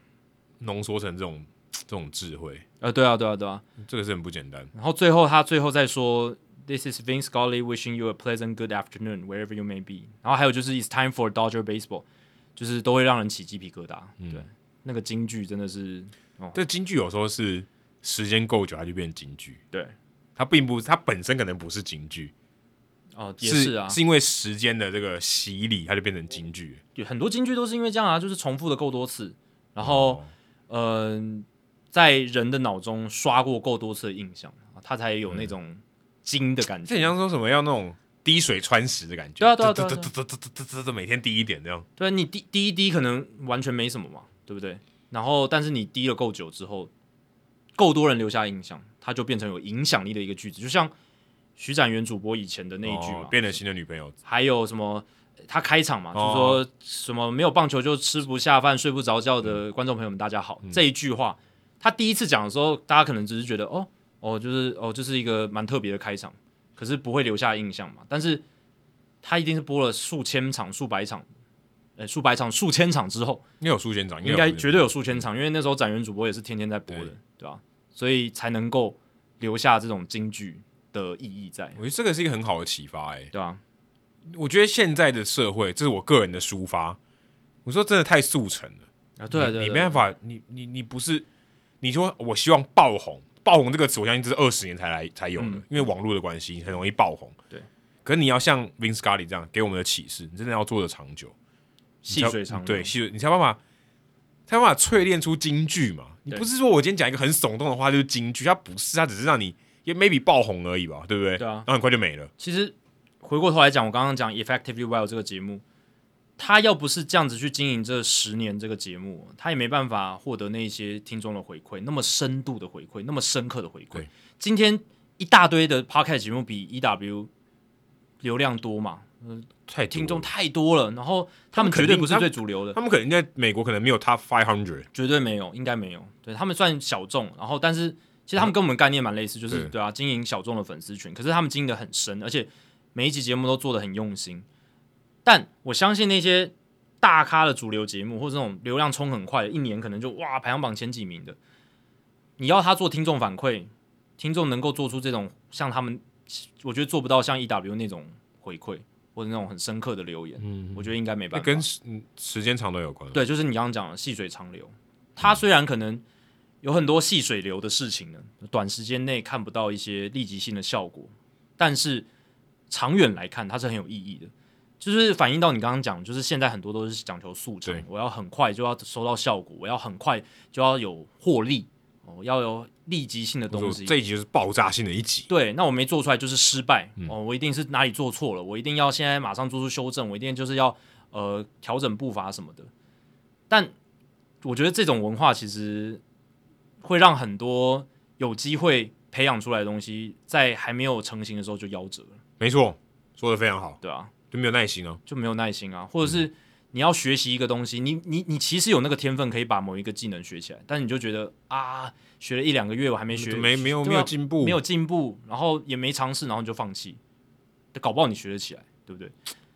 Speaker 1: 浓缩成这种这种智慧，
Speaker 2: 呃，对啊，对啊，对啊。
Speaker 1: 这个是很不简单。
Speaker 2: 然后最后他最后再说，This is Vince Scully wishing you a pleasant good afternoon wherever you may be。然后还有就是 It's time for Dodger baseball，就是都会让人起鸡皮疙瘩。
Speaker 1: 嗯
Speaker 2: 对，那个京剧真的是
Speaker 1: 这京剧有时候是时间够久，它就变京剧。
Speaker 2: 对，
Speaker 1: 它并不，它本身可能不是京剧，
Speaker 2: 哦、也是啊，
Speaker 1: 是因为时间的这个洗礼，它就变成京剧。
Speaker 2: 有很多京剧都是因为这样啊，就是重复的够多次，然后嗯、在人的脑中刷过够多次的印象，他才有那种精的感
Speaker 1: 这
Speaker 2: 觉。
Speaker 1: 很像说什么要那种滴水穿石的感觉，
Speaker 2: 对啊对啊对啊
Speaker 1: 哒哒哒哒哒哒哒哒每天滴一点这样。
Speaker 2: 对啊你滴滴一滴可能完全没什么嘛，对不对？然后但是你滴了够久之后，够多人留下印象，它就变成有影响力的一个句子，就像徐展元主播以前的那一句嘛，
Speaker 1: 哦变了心的女朋友，
Speaker 2: 还有什么？他开场嘛，就
Speaker 1: 哦
Speaker 2: 说什么没有棒球就吃不下饭、睡不着觉的观众朋友们，大家
Speaker 1: 嗯
Speaker 2: 好。这一句话，他第一次讲的时候，大家可能只是觉得哦哦，就是哦，就是一个蛮特别的开场，可是不会留下印象嘛。但是他一定是播了数千场、数百场，呃，数百场、数千场之后，
Speaker 1: 应该有苏仙长，
Speaker 2: 应
Speaker 1: 有
Speaker 2: 该
Speaker 1: 苏仙长
Speaker 2: 绝对有数千场，因为那时候展元主播也是天天在播的
Speaker 1: 对，
Speaker 2: 对吧、所以才能够留下这种金句的意义在，
Speaker 1: 我觉得这个是一个很好的启发、哎，
Speaker 2: 对吧、
Speaker 1: 我觉得现在的社会，这是我个人的抒发。我说真的太速成了，
Speaker 2: 啊，对啊对啊
Speaker 1: 你
Speaker 2: 对
Speaker 1: 没
Speaker 2: 啊
Speaker 1: 办法，你你你不是，你说我希望爆红，爆红这个词，我相信这是二十年才来才有的，因为网络的关系，很容易爆红。
Speaker 2: 嗯对，
Speaker 1: 可是你要像 Vince Scully 这样给我们的启示，你真的要做的长久。
Speaker 2: 细水长流，
Speaker 1: 对，细水，你才有办法，才有办法淬炼出金句嘛。你
Speaker 2: 对
Speaker 1: 不是说我今天讲一个很耸动的话就是金句，它不是，它只是让你也 maybe 爆红而已吧，对不对？
Speaker 2: 对啊
Speaker 1: 然后很快就没了。
Speaker 2: 其实回过头来讲，我刚刚讲《Effectively Well》这个节目，他要不是这样子去经营这十年这个节目，他也没办法获得那些听众的回馈，那么深度的回馈，那么深刻的回馈
Speaker 1: 对。
Speaker 2: E 今天一大堆的 Podcast 节目比 EW 流量多嘛？嗯、
Speaker 1: 太
Speaker 2: 听
Speaker 1: 多
Speaker 2: 众
Speaker 1: 了
Speaker 2: 太多了，然后他
Speaker 1: 他们
Speaker 2: 们
Speaker 1: 肯
Speaker 2: 绝对
Speaker 1: 定
Speaker 2: 不是
Speaker 1: 他
Speaker 2: 最
Speaker 1: 们
Speaker 2: 主流的
Speaker 1: 他，们可能在美国可能没有 Top Five Hundred，
Speaker 2: 绝对没有，应该没有。对他们算小众，然后但是其实他们跟我们概念蛮类似，就是对
Speaker 1: 对
Speaker 2: 啊，经营小众的粉丝群，可是他们经营的很深，而且每一集节目都做的很用心。但我相信那些大咖的主流节目，或者那种流量冲很快的，一年可能就哇排行榜前几名的，你要他做听众反馈，听众能够做出这种像他们，我觉得做不到像 EW 那种回馈或者那种很深刻的留言，
Speaker 1: 嗯，
Speaker 2: 我觉得应该没办
Speaker 1: 那
Speaker 2: 法。
Speaker 1: 跟时嗯时间长短有关。，
Speaker 2: 对，就是你刚刚讲的细水长流。它虽然可能有很多细水流的事情呢，短时间内看不到一些立即性的效果，但是长远来看，它是很有意义的。就是反映到你刚刚讲，就是现在很多都是讲求速成
Speaker 1: 对，
Speaker 2: 我要很快就要收到效果，我要很快就要有获利，哦，要有立即性的
Speaker 1: 我
Speaker 2: 东西
Speaker 1: 说。这一集就是爆炸性的一集，
Speaker 2: 对，那我没做出来就是失败、哦，我一定是哪里做错了，我一定要现在马上做出修正，我一定就是要呃调整步伐什么的。但我觉得这种文化其实会让很多有机会培养出来的东西，在还没有成型的时候就夭折了，
Speaker 1: 没错，说的非常好，
Speaker 2: 对啊，
Speaker 1: 就没有耐心啊。
Speaker 2: 就没有耐心啊，或者是你要学习一个东西，你你你其实有那个天分可以把某一个技能学起来，但你就觉得啊，学了一两个月我还没学，
Speaker 1: 没没有没
Speaker 2: 对啊
Speaker 1: 有进步，
Speaker 2: 没有进步，然后也没尝试，然后你就放弃，搞不好你学得起来，对不对？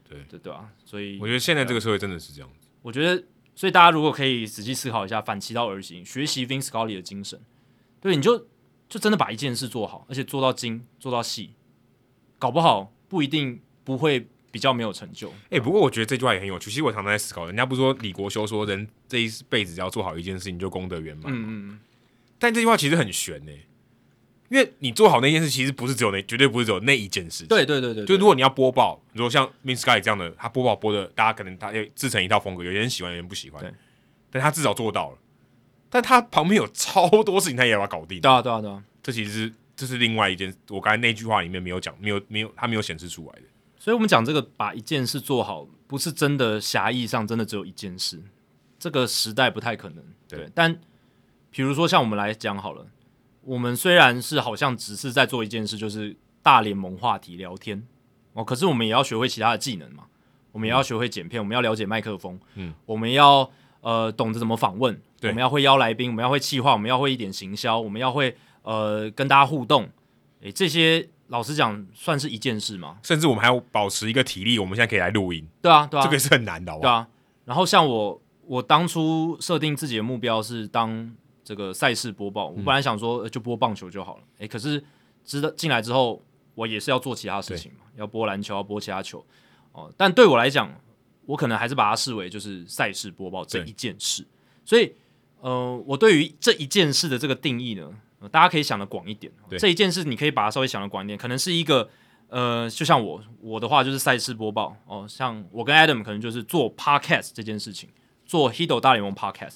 Speaker 1: 对
Speaker 2: 对对啊，所以
Speaker 1: 我觉得现在这个社会真的是这样子，
Speaker 2: 我觉得，所以大家如果可以仔细思考一下，反其道而行，学习 Vin Scully 的精神，对，你就就真的把一件事做好，而且做到精，做到细，搞不好不一定不会比较没有成就，
Speaker 1: 哎、不过我觉得这句话也很有趣。其实我常常在思考，人家不是说李国修说人这一辈子只要做好一件事情就功德圆满，
Speaker 2: 嗯嗯，
Speaker 1: 但这句话其实很悬呢、因为你做好那件事，其实不是只有那，绝对不是只有那一件事情。，
Speaker 2: 对对对对，
Speaker 1: 就
Speaker 2: 对
Speaker 1: 如果你要播报，如果像 Min Sky 这样的，他播报播的，大家可能他也自成一套风格，有些人喜欢，有些人不喜
Speaker 2: 对
Speaker 1: 欢，但他至少做到了。但他旁边有超多事情，他也要把它搞定。
Speaker 2: 对啊对啊对啊，
Speaker 1: 这其实是这是另外一件，我刚才那句话里面没有讲，没有没有，他没有显示出来的。
Speaker 2: 所以我们讲这个把一件事做好，不是真的狭义上真的只有一件事，这个时代不太可能。
Speaker 1: 对
Speaker 2: 但比如说像我们来讲好了，我们虽然是好像只是在做一件事，就是大联盟话题聊天哦，可是我们也要学会其他的技能嘛，我们也要学会剪片，我们要了解麦克风，
Speaker 1: 嗯，
Speaker 2: 我们要呃懂得怎么访问，我
Speaker 1: 对
Speaker 2: 们要会邀来宾，我们要会企划，我们要会一点行销，我们要会呃跟大家互动，诶，这些老实讲算是一件事吗？
Speaker 1: 甚至我们还要保持一个体力，我们现在可以来录音，
Speaker 2: 对啊，对啊，
Speaker 1: 这个是很难的，好不
Speaker 2: 对
Speaker 1: 好？
Speaker 2: 啊，然后像我，我当初设定自己的目标是当这个赛事播报，我本来想说呃就播棒球就好了，诶，可是知道进来之后，我也是要做其他事情嘛，要播篮球，要播其他球，哦、但对我来讲，我可能还是把它视为就是赛事播报这
Speaker 1: 对
Speaker 2: 一件事，所以，呃，我对于这一件事的这个定义呢，呃大家可以想的广一点，
Speaker 1: 对
Speaker 2: 这一件事你可以把它稍微想的广一点，可能是一个。呃，就像我我的话就是赛事播报哦，像我跟 Adam 可能就是做 podcast 这件事情，做 Hido 大联盟 podcast，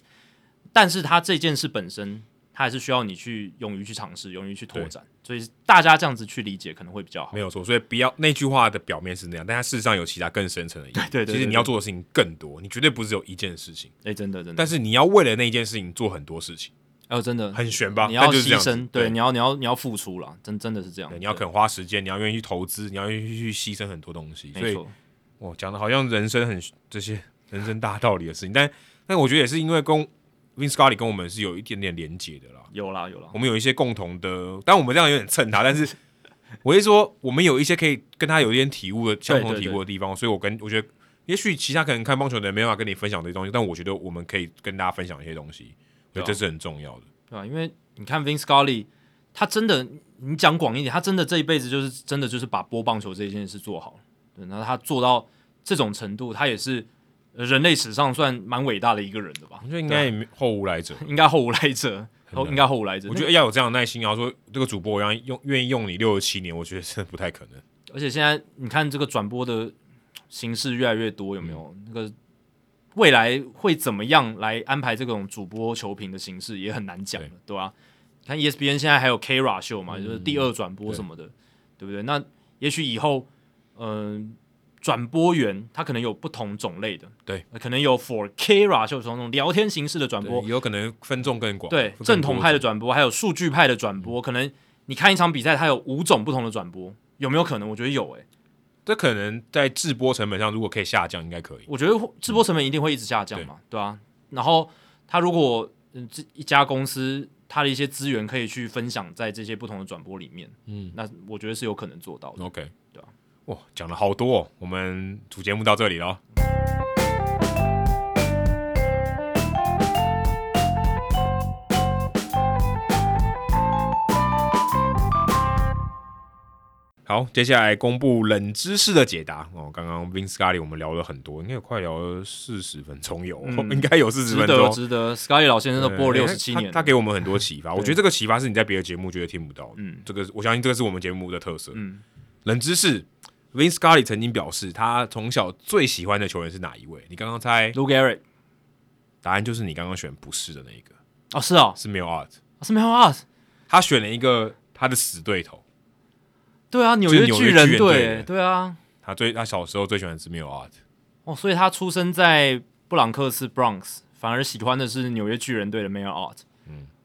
Speaker 2: 但是它这件事本身，它还是需要你去勇于去尝试，勇于去拓展，所以大家这样子去理解可能会比较好
Speaker 1: 没。有错，所以不要那句话的表面是那样，但它事实上有其他更深层的意义。
Speaker 2: 对对对
Speaker 1: 其实
Speaker 2: 对
Speaker 1: 你要做的事情更多，你绝对不是只有一件事情，
Speaker 2: 哎，真的真的，
Speaker 1: 但是你要为了那一件事情做很多事情，
Speaker 2: 哦真的，
Speaker 1: 很悬吧？
Speaker 2: 你要
Speaker 1: 但就是这
Speaker 2: 牺
Speaker 1: 样子
Speaker 2: 牲，
Speaker 1: 对
Speaker 2: 对，你要你要你要付出了，真真的是这样
Speaker 1: 对，你要肯花时间，你要愿意去投资，你要愿意去牺牲很多东西。所
Speaker 2: 没
Speaker 1: 以
Speaker 2: 错，
Speaker 1: 我讲的好像人生很这些人生大道理的事情，但但我觉得也是因为跟 Vin Scully 跟我们是有一点点连结的啦。
Speaker 2: 有啦有啦
Speaker 1: 我，们有一些共同的，但我们这样有点蹭他，但是我是说，我们有一些可以跟他有一点体悟的相同
Speaker 2: 对对
Speaker 1: 体悟的地方，所以我跟我觉得，也许其他可能看棒球的人没办法跟你分享这些东西，但我觉得我们可以跟大家分享一些东西，我觉
Speaker 2: 对啊
Speaker 1: 得这是很重要的。
Speaker 2: 对吧、因为你看 Vince Scully，他真的，你讲广一点，他真的这一辈子就是真的就是把播棒球这件事做好，对，然后他做到这种程度，他也是呃人类史上算蛮伟大的一个人的吧
Speaker 1: 我，觉得应该也没啊后无来 [LAUGHS] 者，
Speaker 2: 应该后无来者，后应该后无来者。
Speaker 1: 我觉得要有这样的耐心，然后说这个主播我让用愿意用你六十七年，我觉得真的不太可能。
Speaker 2: 而且现在你看这个转播的形式越来越多，有没有？
Speaker 1: 嗯
Speaker 2: 那个未来会怎么样来安排这种主播球评的形式，也很难讲了，对吧、你看 E ESPN 现在还有 Kra 秀嘛，
Speaker 1: 嗯
Speaker 2: 就是第二转播什么的，对不对？那也许以后，嗯、转播员他可能有不同种类的，
Speaker 1: 对，
Speaker 2: 可能有 For Kra 秀这种聊天形式的转播
Speaker 1: 对，，有可能分众更广，
Speaker 2: 对
Speaker 1: 分更
Speaker 2: 正统派的
Speaker 1: 多嗯
Speaker 2: 转播，还有数据派的转播，可能你看一场比赛，它有五种不同的转播，有没有可能？我觉得有诶、欸
Speaker 1: 这可能在制播成本上，如果可以下降，应该可以。
Speaker 2: 我觉得直播成本一定会一直下降嘛，对啊。然后他如果嗯这一家公司它的一些资源可以去分享在这些不同的转播里面，嗯，那我觉得是有可能做到的。
Speaker 1: OK，
Speaker 2: 对啊，
Speaker 1: 哇，讲了好多、哦，我们主节目到这里了。哦好，接下来公布冷知识的解答哦。刚刚 Vin Scully 我们聊了很多，应该有快聊了四十分钟有哦，
Speaker 2: 嗯
Speaker 1: [LAUGHS] 应该有四十
Speaker 2: 值
Speaker 1: 分钟
Speaker 2: 得，，值得。Sky 老先生都播
Speaker 1: 对
Speaker 2: 了六十七
Speaker 1: 他
Speaker 2: 年了
Speaker 1: 哎他给我们很多启发。我觉得这个启发是你在别的节目绝对听不到的。
Speaker 2: 嗯
Speaker 1: 这个我相信这个是我们节目的特色。
Speaker 2: 嗯，
Speaker 1: 冷知识，Vince Scully 曾经表示，他从小最喜欢的球员是哪一位？你刚刚猜，
Speaker 2: ，Lou Gehrig
Speaker 1: 答案就是你刚刚选不是的那一个，
Speaker 2: 哦，是哦，
Speaker 1: 是 Mil Art。
Speaker 2: 是 Mel a r t
Speaker 1: 他选了一个他的死对头，
Speaker 2: 对啊，纽
Speaker 1: 是
Speaker 2: 约
Speaker 1: 纽约
Speaker 2: 巨
Speaker 1: 巨人
Speaker 2: 人
Speaker 1: 队的
Speaker 2: 队，对啊，
Speaker 1: 他最他小时候最喜欢的是 Mil Art。
Speaker 2: 哦，所以他出生在布朗克斯 Bronx，反而喜欢的是纽约巨人队的 Mel Art。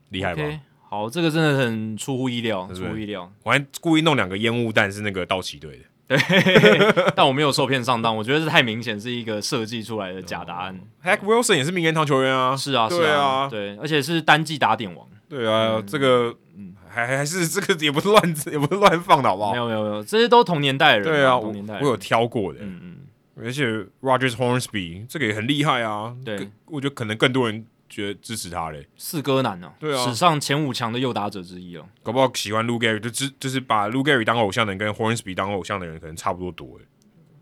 Speaker 1: 厉害吧
Speaker 2: OK，好，这个真的很出乎意料，
Speaker 1: 是
Speaker 2: 出乎意料。
Speaker 1: 我还故意弄两个烟雾弹，是那个道奇队的。
Speaker 2: [LAUGHS] 但我没有受骗上当，我觉得这太明显是一个设计出来的假答案。
Speaker 1: Hack Wilson 也是名人堂球员啊，
Speaker 2: 是啊，是
Speaker 1: 哦对啊，
Speaker 2: 对，而且是单季打点王。
Speaker 1: 对啊，这个
Speaker 2: 嗯
Speaker 1: 还还是这个也不是乱也不是乱放的好不好
Speaker 2: 没？有没有没有，这些都同年代人
Speaker 1: 哦
Speaker 2: 啊，
Speaker 1: 对啊，我
Speaker 2: 同年代人。
Speaker 1: 我有挑过的，
Speaker 2: 嗯嗯，
Speaker 1: 而且 Rogers Hornsby 这个也很厉害啊，
Speaker 2: 对
Speaker 1: 更，我觉得可能更多人觉得支持他嘞，
Speaker 2: 四哥男哦，
Speaker 1: 对啊
Speaker 2: 史上前五强的右打者之一哦。
Speaker 1: 搞不好喜欢 Lou Gehrig 就支就是把 Lou Gehrig 当偶像的人跟 Hornsby 当偶像的人可能差不多多哎，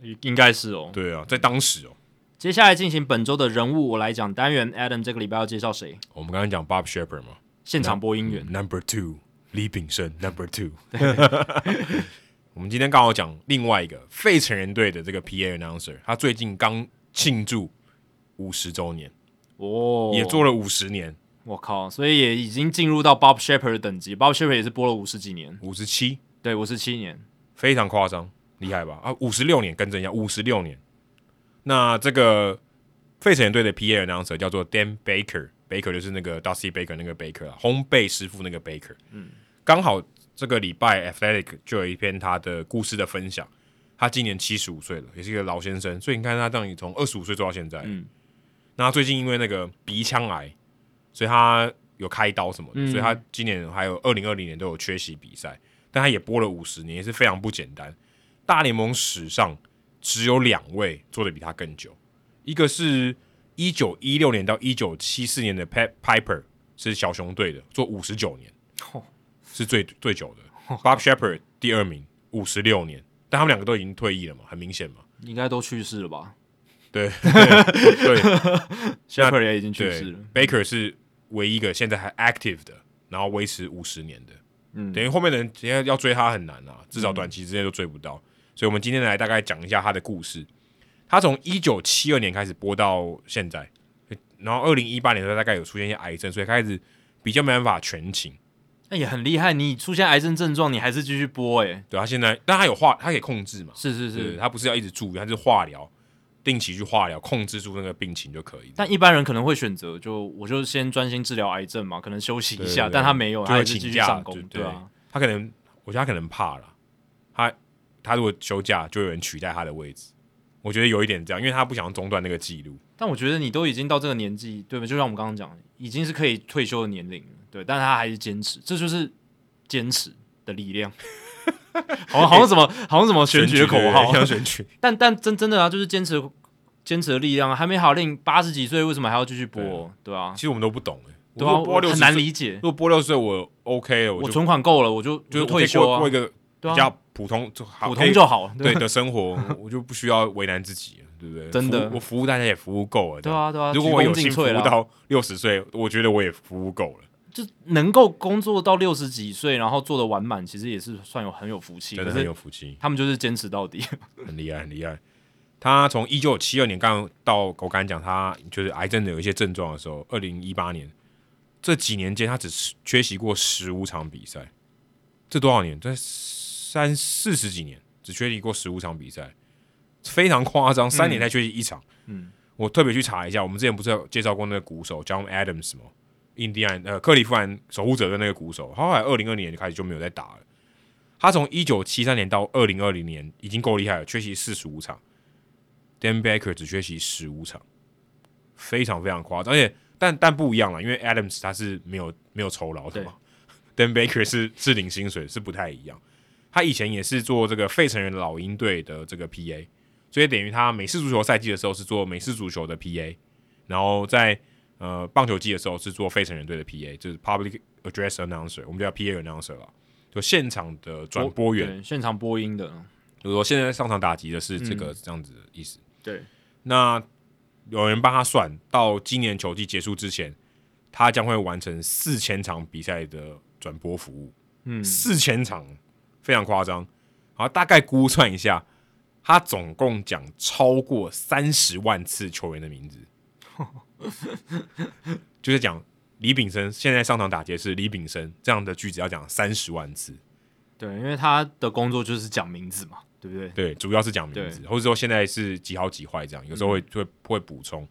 Speaker 2: 嗯应该是哦。
Speaker 1: 对啊，在当时哦，
Speaker 2: 接下来进行本周的人物我来讲单元，Adam 这个礼拜要介绍谁？
Speaker 1: 我们刚刚讲 Bob Shepard 嘛嗯
Speaker 2: 现场播音员。
Speaker 1: ，Number Two 李炳生 Number
Speaker 2: [LAUGHS]
Speaker 1: Two，我们今天刚好讲另外一个费城人队的这个 PA announcer，他最近刚庆祝五十周年，
Speaker 2: 哦，
Speaker 1: 也做了五十年，
Speaker 2: 我靠，所以也已经进入到 Bob Shepard 的等级。Bob Shepard 也是播了五十几年，
Speaker 1: 五十七，
Speaker 2: 对，五十七年。
Speaker 1: 非常夸张，厉害吧？啊，五十六年，更正一下，五十六年。那这个费城人队的 PA announcer 叫做 Dan Baker，Baker 就是那个 Dusty Baker 那个 Baker 啊，烘焙师傅那个 Baker。嗯，刚好这个礼拜 Athletic 就有一篇他的故事的分享。他今年七十五岁了，也是一个老先生，所以你看他让你从二十五岁做到现在。
Speaker 2: 嗯，
Speaker 1: 那他最近因为那个鼻腔癌，所以他有开刀什么的，
Speaker 2: 嗯
Speaker 1: 所以他今年还有二零二零年都有缺席比赛，但他也播了五十年，也是非常不简单。大联盟史上只有两位做的比他更久，一个是一九一六年到一九七四年的 Pat Piper 是小熊队的，做五十九年，
Speaker 2: 哦
Speaker 1: 是最最久的。Bob Shepard 第二名，五十六年，但他们两个都已经退役了嘛，很明显嘛。
Speaker 2: 应该都去世了吧
Speaker 1: 对对，
Speaker 2: ？Shepard 也已经去
Speaker 1: 对
Speaker 2: 世了。
Speaker 1: Baker 是唯一一个现在还 active 的，然后维持五十年的，
Speaker 2: 嗯
Speaker 1: 等于后面的人直接要追他很难啊，至少短期之内都追不到。所以，我们今天来大概讲一下他的故事。他从一九七二年开始播到现在，然后二零一八年的时候大概有出现一些癌症，所以开始比较没办法全勤。
Speaker 2: 那也很厉害，你出现癌症症状，你还是继续播、欸，
Speaker 1: 对他现在，但他有化，他可以控制嘛？
Speaker 2: 是是
Speaker 1: 对，
Speaker 2: 是。
Speaker 1: 他不是要一直住院，他是化疗，定期去化疗，控制住那个病情就可以。
Speaker 2: 但一般人可能会选择，就我就先专心治疗癌症嘛，可能休息一
Speaker 1: 对
Speaker 2: 下。
Speaker 1: 对对
Speaker 2: 但他没有，
Speaker 1: 就
Speaker 2: 他
Speaker 1: 会
Speaker 2: 还是
Speaker 1: 请
Speaker 2: 继续
Speaker 1: 假
Speaker 2: 上工
Speaker 1: 对，
Speaker 2: 对啊，
Speaker 1: 他可能，我觉得他可能怕了，他他如果休假，就有人取代他的位置。我觉得有一点这样，因为他不想中断那个记录。
Speaker 2: 但我觉得你都已经到这个年纪，对吧？就像我们刚刚讲，已经是可以退休的年龄了，对。但他还是坚持，这就是坚持的力
Speaker 1: [LAUGHS]
Speaker 2: 量。好像好像什么，好像什么选举的口号，
Speaker 1: 像选举，
Speaker 2: [LAUGHS] 但但真真的啊，就是坚持坚持的力量啊。还没好令八十几岁，为什么还要继续播？对啊
Speaker 1: 其，实我们都不懂哎、我
Speaker 2: 对啊，
Speaker 1: 如果播
Speaker 2: 我
Speaker 1: 六
Speaker 2: 很
Speaker 1: 十
Speaker 2: 难
Speaker 1: 岁
Speaker 2: 理解
Speaker 1: 如。果播六十岁，我 OK，了
Speaker 2: 我
Speaker 1: 我就
Speaker 2: 存款够了，我就
Speaker 1: 就
Speaker 2: 就是退休啊
Speaker 1: 过，一个比
Speaker 2: 对啊
Speaker 1: 较普通、就好
Speaker 2: 普
Speaker 1: 可以
Speaker 2: 通就好，
Speaker 1: 对的生活，我就不需要为难自己了，对不对？
Speaker 2: [LAUGHS] 真的
Speaker 1: 服务我服务大家也服务够了。
Speaker 2: 对啊对啊。
Speaker 1: 如果我有
Speaker 2: 鞠
Speaker 1: 幸
Speaker 2: 躬尽
Speaker 1: 服
Speaker 2: 瘁
Speaker 1: 务
Speaker 2: 了，
Speaker 1: 到六十岁，我觉得我也服务够了，
Speaker 2: 就能够工作到六十几岁，然后做的完满，其实也是算有很有福气。
Speaker 1: 真
Speaker 2: 可
Speaker 1: 的很
Speaker 2: 是
Speaker 1: 有福气。
Speaker 2: 他们就是坚持到底，
Speaker 1: 很厉害，很厉害。他从一九七二年刚到我刚才讲他就是癌症的有一些症状的时候，二零一八年这几年间他只是缺席过十五场比赛，这多少年？这三四十几年只缺席过十五场比赛，非常夸张，三年才缺席一场。
Speaker 2: 嗯，
Speaker 1: 我特别去查一下，我们之前不是有介绍过那个鼓手 John Adams 吗？印第安呃克利夫兰守护者的那个鼓手，他后来二零二零年就开始就没有再打了。他从一九七三年到二零二零年已经够厉害了，缺席四十五场，Dan Baker 只缺席十五场，非常非常夸张。而且，但但不一样了，因为 Adams 他是没有没有酬劳的嘛，Dan Baker 是是领薪水，是不太一样。他以前也是做这个费城人的老鹰队的这个 PA，所以等于他美式足球赛季的时候是做美式足球的 PA，然后在呃棒球季的时候是做费城人队的 PA，就是 Public Address Announcer，我们叫 PA Announcer 啦，就现场的转播员，
Speaker 2: 对现场播音的，
Speaker 1: 就是说现在上场打击的是这个、这样子的意思。
Speaker 2: 对，
Speaker 1: 那有人帮他算到今年球季结束之前，他将会完成四千场比赛的转播服务。
Speaker 2: 嗯，
Speaker 1: 四千场，非常夸张。然后大概估算一下，他总共讲超过三十万次球员的名字，就是讲李炳生现在上场打劫是李炳生这样的句子要讲三十万次，
Speaker 2: 对，因为他的工作就是讲名字嘛，对不对？
Speaker 1: 对，嗯主要是讲名字，或者说现在是几好几坏这样，有时候会、会会补充。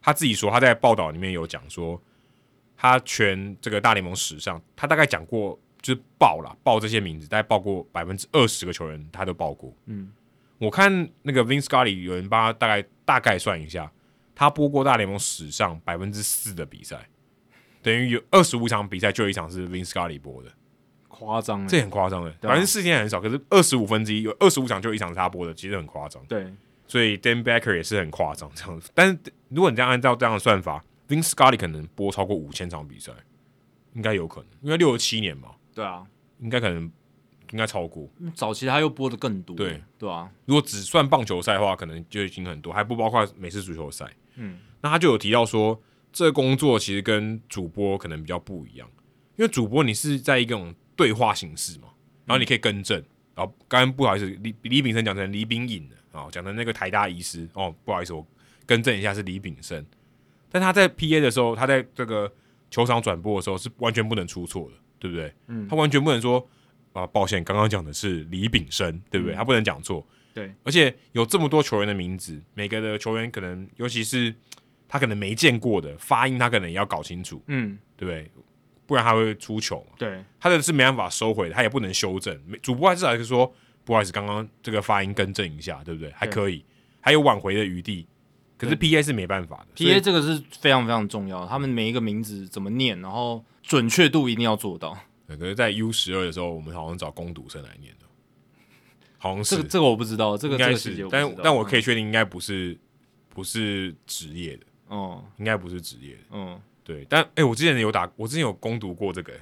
Speaker 1: 他自己说他在报道里面有讲说，他全这个大联盟史上，他大概讲过就是报啦，报这些名字，大概报过百分之二十个球员，他都报过。
Speaker 2: 嗯，
Speaker 1: 我看那个 Vince Scully 有人帮他大概大概算一下，他播过大联盟史上百分之四的比赛，等于有二十五场比赛就有一场是 Vince Scully 播的。
Speaker 2: 夸张欸，
Speaker 1: 这很夸张的，
Speaker 2: 对啊
Speaker 1: 反正四天很少，可是二十五分之一有二十五场就有一场是他播的，其实很夸张。
Speaker 2: 对
Speaker 1: 所以 Dan Becker 也是很夸张这样子。但是如果你这样按照这样的算法，Vince Scully 可能播超过五千场比赛，应该有可能，因为六十七年嘛，
Speaker 2: 对啊，
Speaker 1: 应该可能应该超过。
Speaker 2: 早期他又播的更多，
Speaker 1: 对
Speaker 2: 对啊，
Speaker 1: 如果只算棒球赛的话，可能就已经很多，还不包括美式足球赛。
Speaker 2: 嗯，
Speaker 1: 那他就有提到说，这个工作其实跟主播可能比较不一样，因为主播你是在一种对话形式嘛，
Speaker 2: 嗯
Speaker 1: 然后你可以更正。然后刚刚不好意思，李李炳生讲成李炳颖了啊，讲成那个台大医师哦，不好意思，我更正一下是李炳生。但他在 P A 的时候，他在这个球场转播的时候是完全不能出错的，对不对？
Speaker 2: 嗯
Speaker 1: 他完全不能说啊，抱歉，刚刚讲的是李炳生，对不对？
Speaker 2: 嗯
Speaker 1: 他不能讲错。
Speaker 2: 对，
Speaker 1: 而且有这么多球员的名字，每个的球员可能，尤其是他可能没见过的发音，他可能也要搞清楚，
Speaker 2: 嗯，
Speaker 1: 对不对？不然他会出糗嘛。
Speaker 2: 对，
Speaker 1: 他的是没办法收回的，他也不能修正。没主播还是来说，不好意思，刚刚这个发音更正一下，对不对？还可以，还有挽回的余地。可是 P A 是没办法的
Speaker 2: P
Speaker 1: 所
Speaker 2: A
Speaker 1: 以
Speaker 2: 这个是非常非常重要的，他们每一个名字怎么念，然后准确度一定要做到。
Speaker 1: 对可是在 U 十二的时候，我们好像找攻读生来
Speaker 2: [LAUGHS]
Speaker 1: 念的，好像
Speaker 2: 这
Speaker 1: 是
Speaker 2: 个这个我不知道，这个
Speaker 1: 应
Speaker 2: 这
Speaker 1: 该
Speaker 2: 个细节
Speaker 1: 是
Speaker 2: 我，不知道
Speaker 1: 但但我可
Speaker 2: 以，
Speaker 1: 以确定，应该不是不是职业的，
Speaker 2: 嗯
Speaker 1: 应该不是职业的。
Speaker 2: 嗯，
Speaker 1: 对，但哎、欸我之前有打，我之前有攻读过这个、欸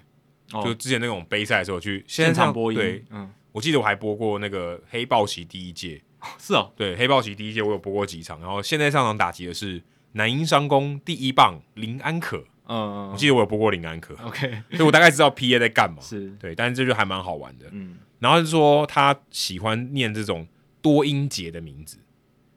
Speaker 2: 哦
Speaker 1: 就之前那种杯赛的时候去
Speaker 2: 现
Speaker 1: 上
Speaker 2: 场播音，
Speaker 1: 对，
Speaker 2: 嗯，
Speaker 1: 我记得我还播过那个黑豹旗第一届，
Speaker 2: 是哦，
Speaker 1: 对，黑豹旗第一届我有播过几场，然后现在上场打击的是南英商工第一棒林安可，
Speaker 2: 嗯，
Speaker 1: 我记得我有播过林安可，
Speaker 2: OK
Speaker 1: 所以我大概知道 PA 在干嘛。
Speaker 2: 哦是，
Speaker 1: 对，但是这就还蛮好玩的。
Speaker 2: 嗯
Speaker 1: 然后就说他喜欢念这种多音节的名字，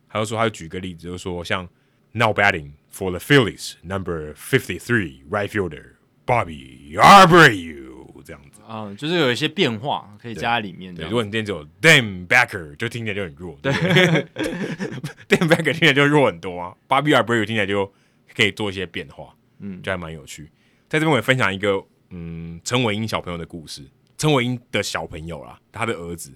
Speaker 1: 还有说他就举个例子，就是说像 Now batting for the Phillies number fifty three right fielder Bobby Abreu 这样子。
Speaker 2: 嗯，就是有一些变化可以加在里面这
Speaker 1: 对，
Speaker 2: 样
Speaker 1: 如。果你今天只有 Dan Becker，就听起来就很弱。对 [LAUGHS] ，Dan Becker 听起来就弱很多啊。Bobby Abreu 听起来就可以做一些变化，
Speaker 2: 嗯
Speaker 1: 就还蛮有趣。在这边我也分享一个，嗯，陈伟英小朋友的故事。陈伟英的小朋友啦，他的儿子，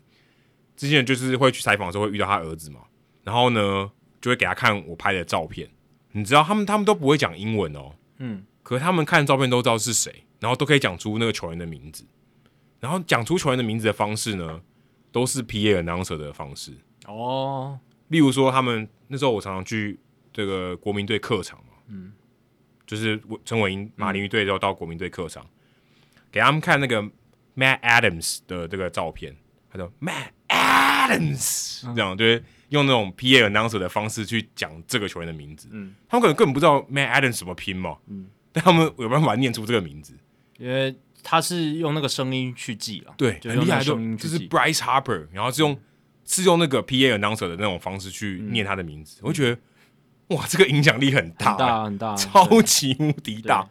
Speaker 1: 之前就是会去采访的时候会遇到他儿子嘛，然后呢就会给他看我拍的照片。你知道他们他们都不会讲英文哦，
Speaker 2: 嗯，
Speaker 1: 可是他们看照片都知道是谁，然后都可以讲出那个球员的名字，然后讲出球员的名字的方式呢，都是 PA announcer 的方式。
Speaker 2: 哦，
Speaker 1: 例如说，他们那时候我常常去这个国民队客场嘛，嗯，就是我陈伟英马林鱼队之后到国民队客场，给他们看那个 Matt Adams 的这个照片，他说 Matt Adams，、这样就是用那种 PA announcer 的方式去讲这个球员的名字，
Speaker 2: 嗯，
Speaker 1: 他们可能根本不知道 Matt Adams 怎么拼嘛，嗯，但他们有办法念出这个名字，
Speaker 2: 因为他是用那个声音去记了，
Speaker 1: 对，
Speaker 2: 就
Speaker 1: 很
Speaker 2: 用
Speaker 1: 厉
Speaker 2: 那
Speaker 1: 害，
Speaker 2: 个
Speaker 1: 就
Speaker 2: 声音
Speaker 1: 就
Speaker 2: 去
Speaker 1: 是
Speaker 2: 记。
Speaker 1: Bryce Harper，然后是用是用那个 PA announcer 的那种方式去
Speaker 2: 嗯
Speaker 1: 念他的名字，我就觉得哇，这个影响力很大，
Speaker 2: 很大啊很大，
Speaker 1: 超啊级无敌大。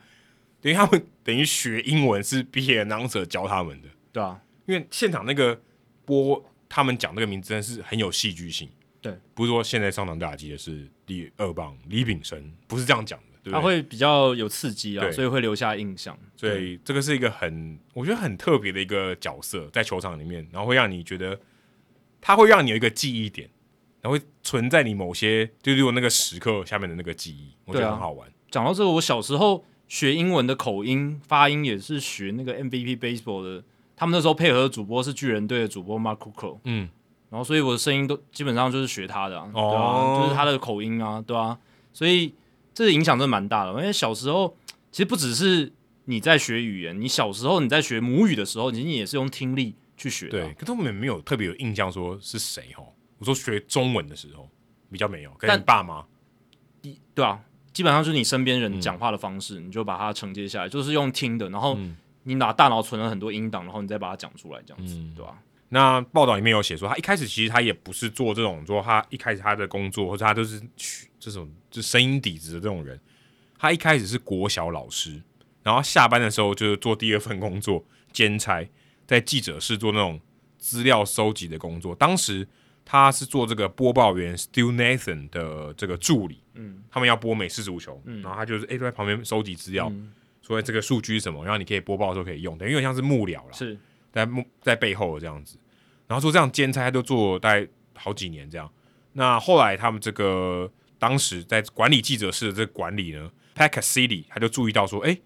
Speaker 1: 等于他们等于学英文是 PA announcer 教他们的，
Speaker 2: 对啊，
Speaker 1: 因为现场那个播他们讲这个名字真的是很有戏剧性。
Speaker 2: 对，
Speaker 1: 不是说现在上场打击的是第二棒李炳生，不是这样讲的，对不
Speaker 2: 它
Speaker 1: 对？
Speaker 2: 会比较有刺激啊，
Speaker 1: 对
Speaker 2: 所以会留下印象。
Speaker 1: 所以这个是一个很，我觉得很特别的一个角色，在球场里面，然后会让你觉得，它会让你有一个记忆点，然后会存在你某些，就是有那个时刻下面的那个记忆，我觉
Speaker 2: 对
Speaker 1: 得
Speaker 2: 啊
Speaker 1: 很好玩。
Speaker 2: 讲到这个，我小时候学英文的口音发音也是学那个 MVP Baseball 的，他们那时候配合的主播是巨人队的主播 Mark Cucro，
Speaker 1: 嗯，
Speaker 2: 然后所以我的声音都基本上就是学他的、啊，
Speaker 1: 哦
Speaker 2: 对啊，就是他的口音啊，对啊，所以这个影响真的蛮大的，因为小时候其实不只是你在学语言，你小时候你在学母语的时候，其实你也是用听力去学的啊、
Speaker 1: 对，可是我们没有特别有印象说是谁哦。我说学中文的时候比较没有，跟
Speaker 2: 但
Speaker 1: 你爸妈
Speaker 2: 对啊，基本上就是你身边人讲话的方式，你就把它承接下来，就是用听的，然后
Speaker 1: 嗯
Speaker 2: 你拿大脑存了很多音档，然后你再把它讲出来，这样子，
Speaker 1: 嗯
Speaker 2: 对啊吧、
Speaker 1: 那报道里面有写说，他一开始其实他也不是做这种，说他一开始他的工作或者他都是去这种就声音底子的这种人。他一开始是国小老师，然后下班的时候就是做第二份工作兼差，在记者室做那种资料收集的工作。当时他是做这个播报员 Stu Nathan 的这个助理，嗯，他们要播美式足球，嗯然后他就是诶都在旁边收集资料，说哎这个数据是什么，然后你可以播报的时候可以用，等于有点像是幕僚啦。
Speaker 2: 是
Speaker 1: 在幕在背后这样子。然后说这样兼差，他都做大概好几年这样。那后来他们这个当时在管理记者室的这个管理呢 p a c k a c i t y 他就注意到说，哎，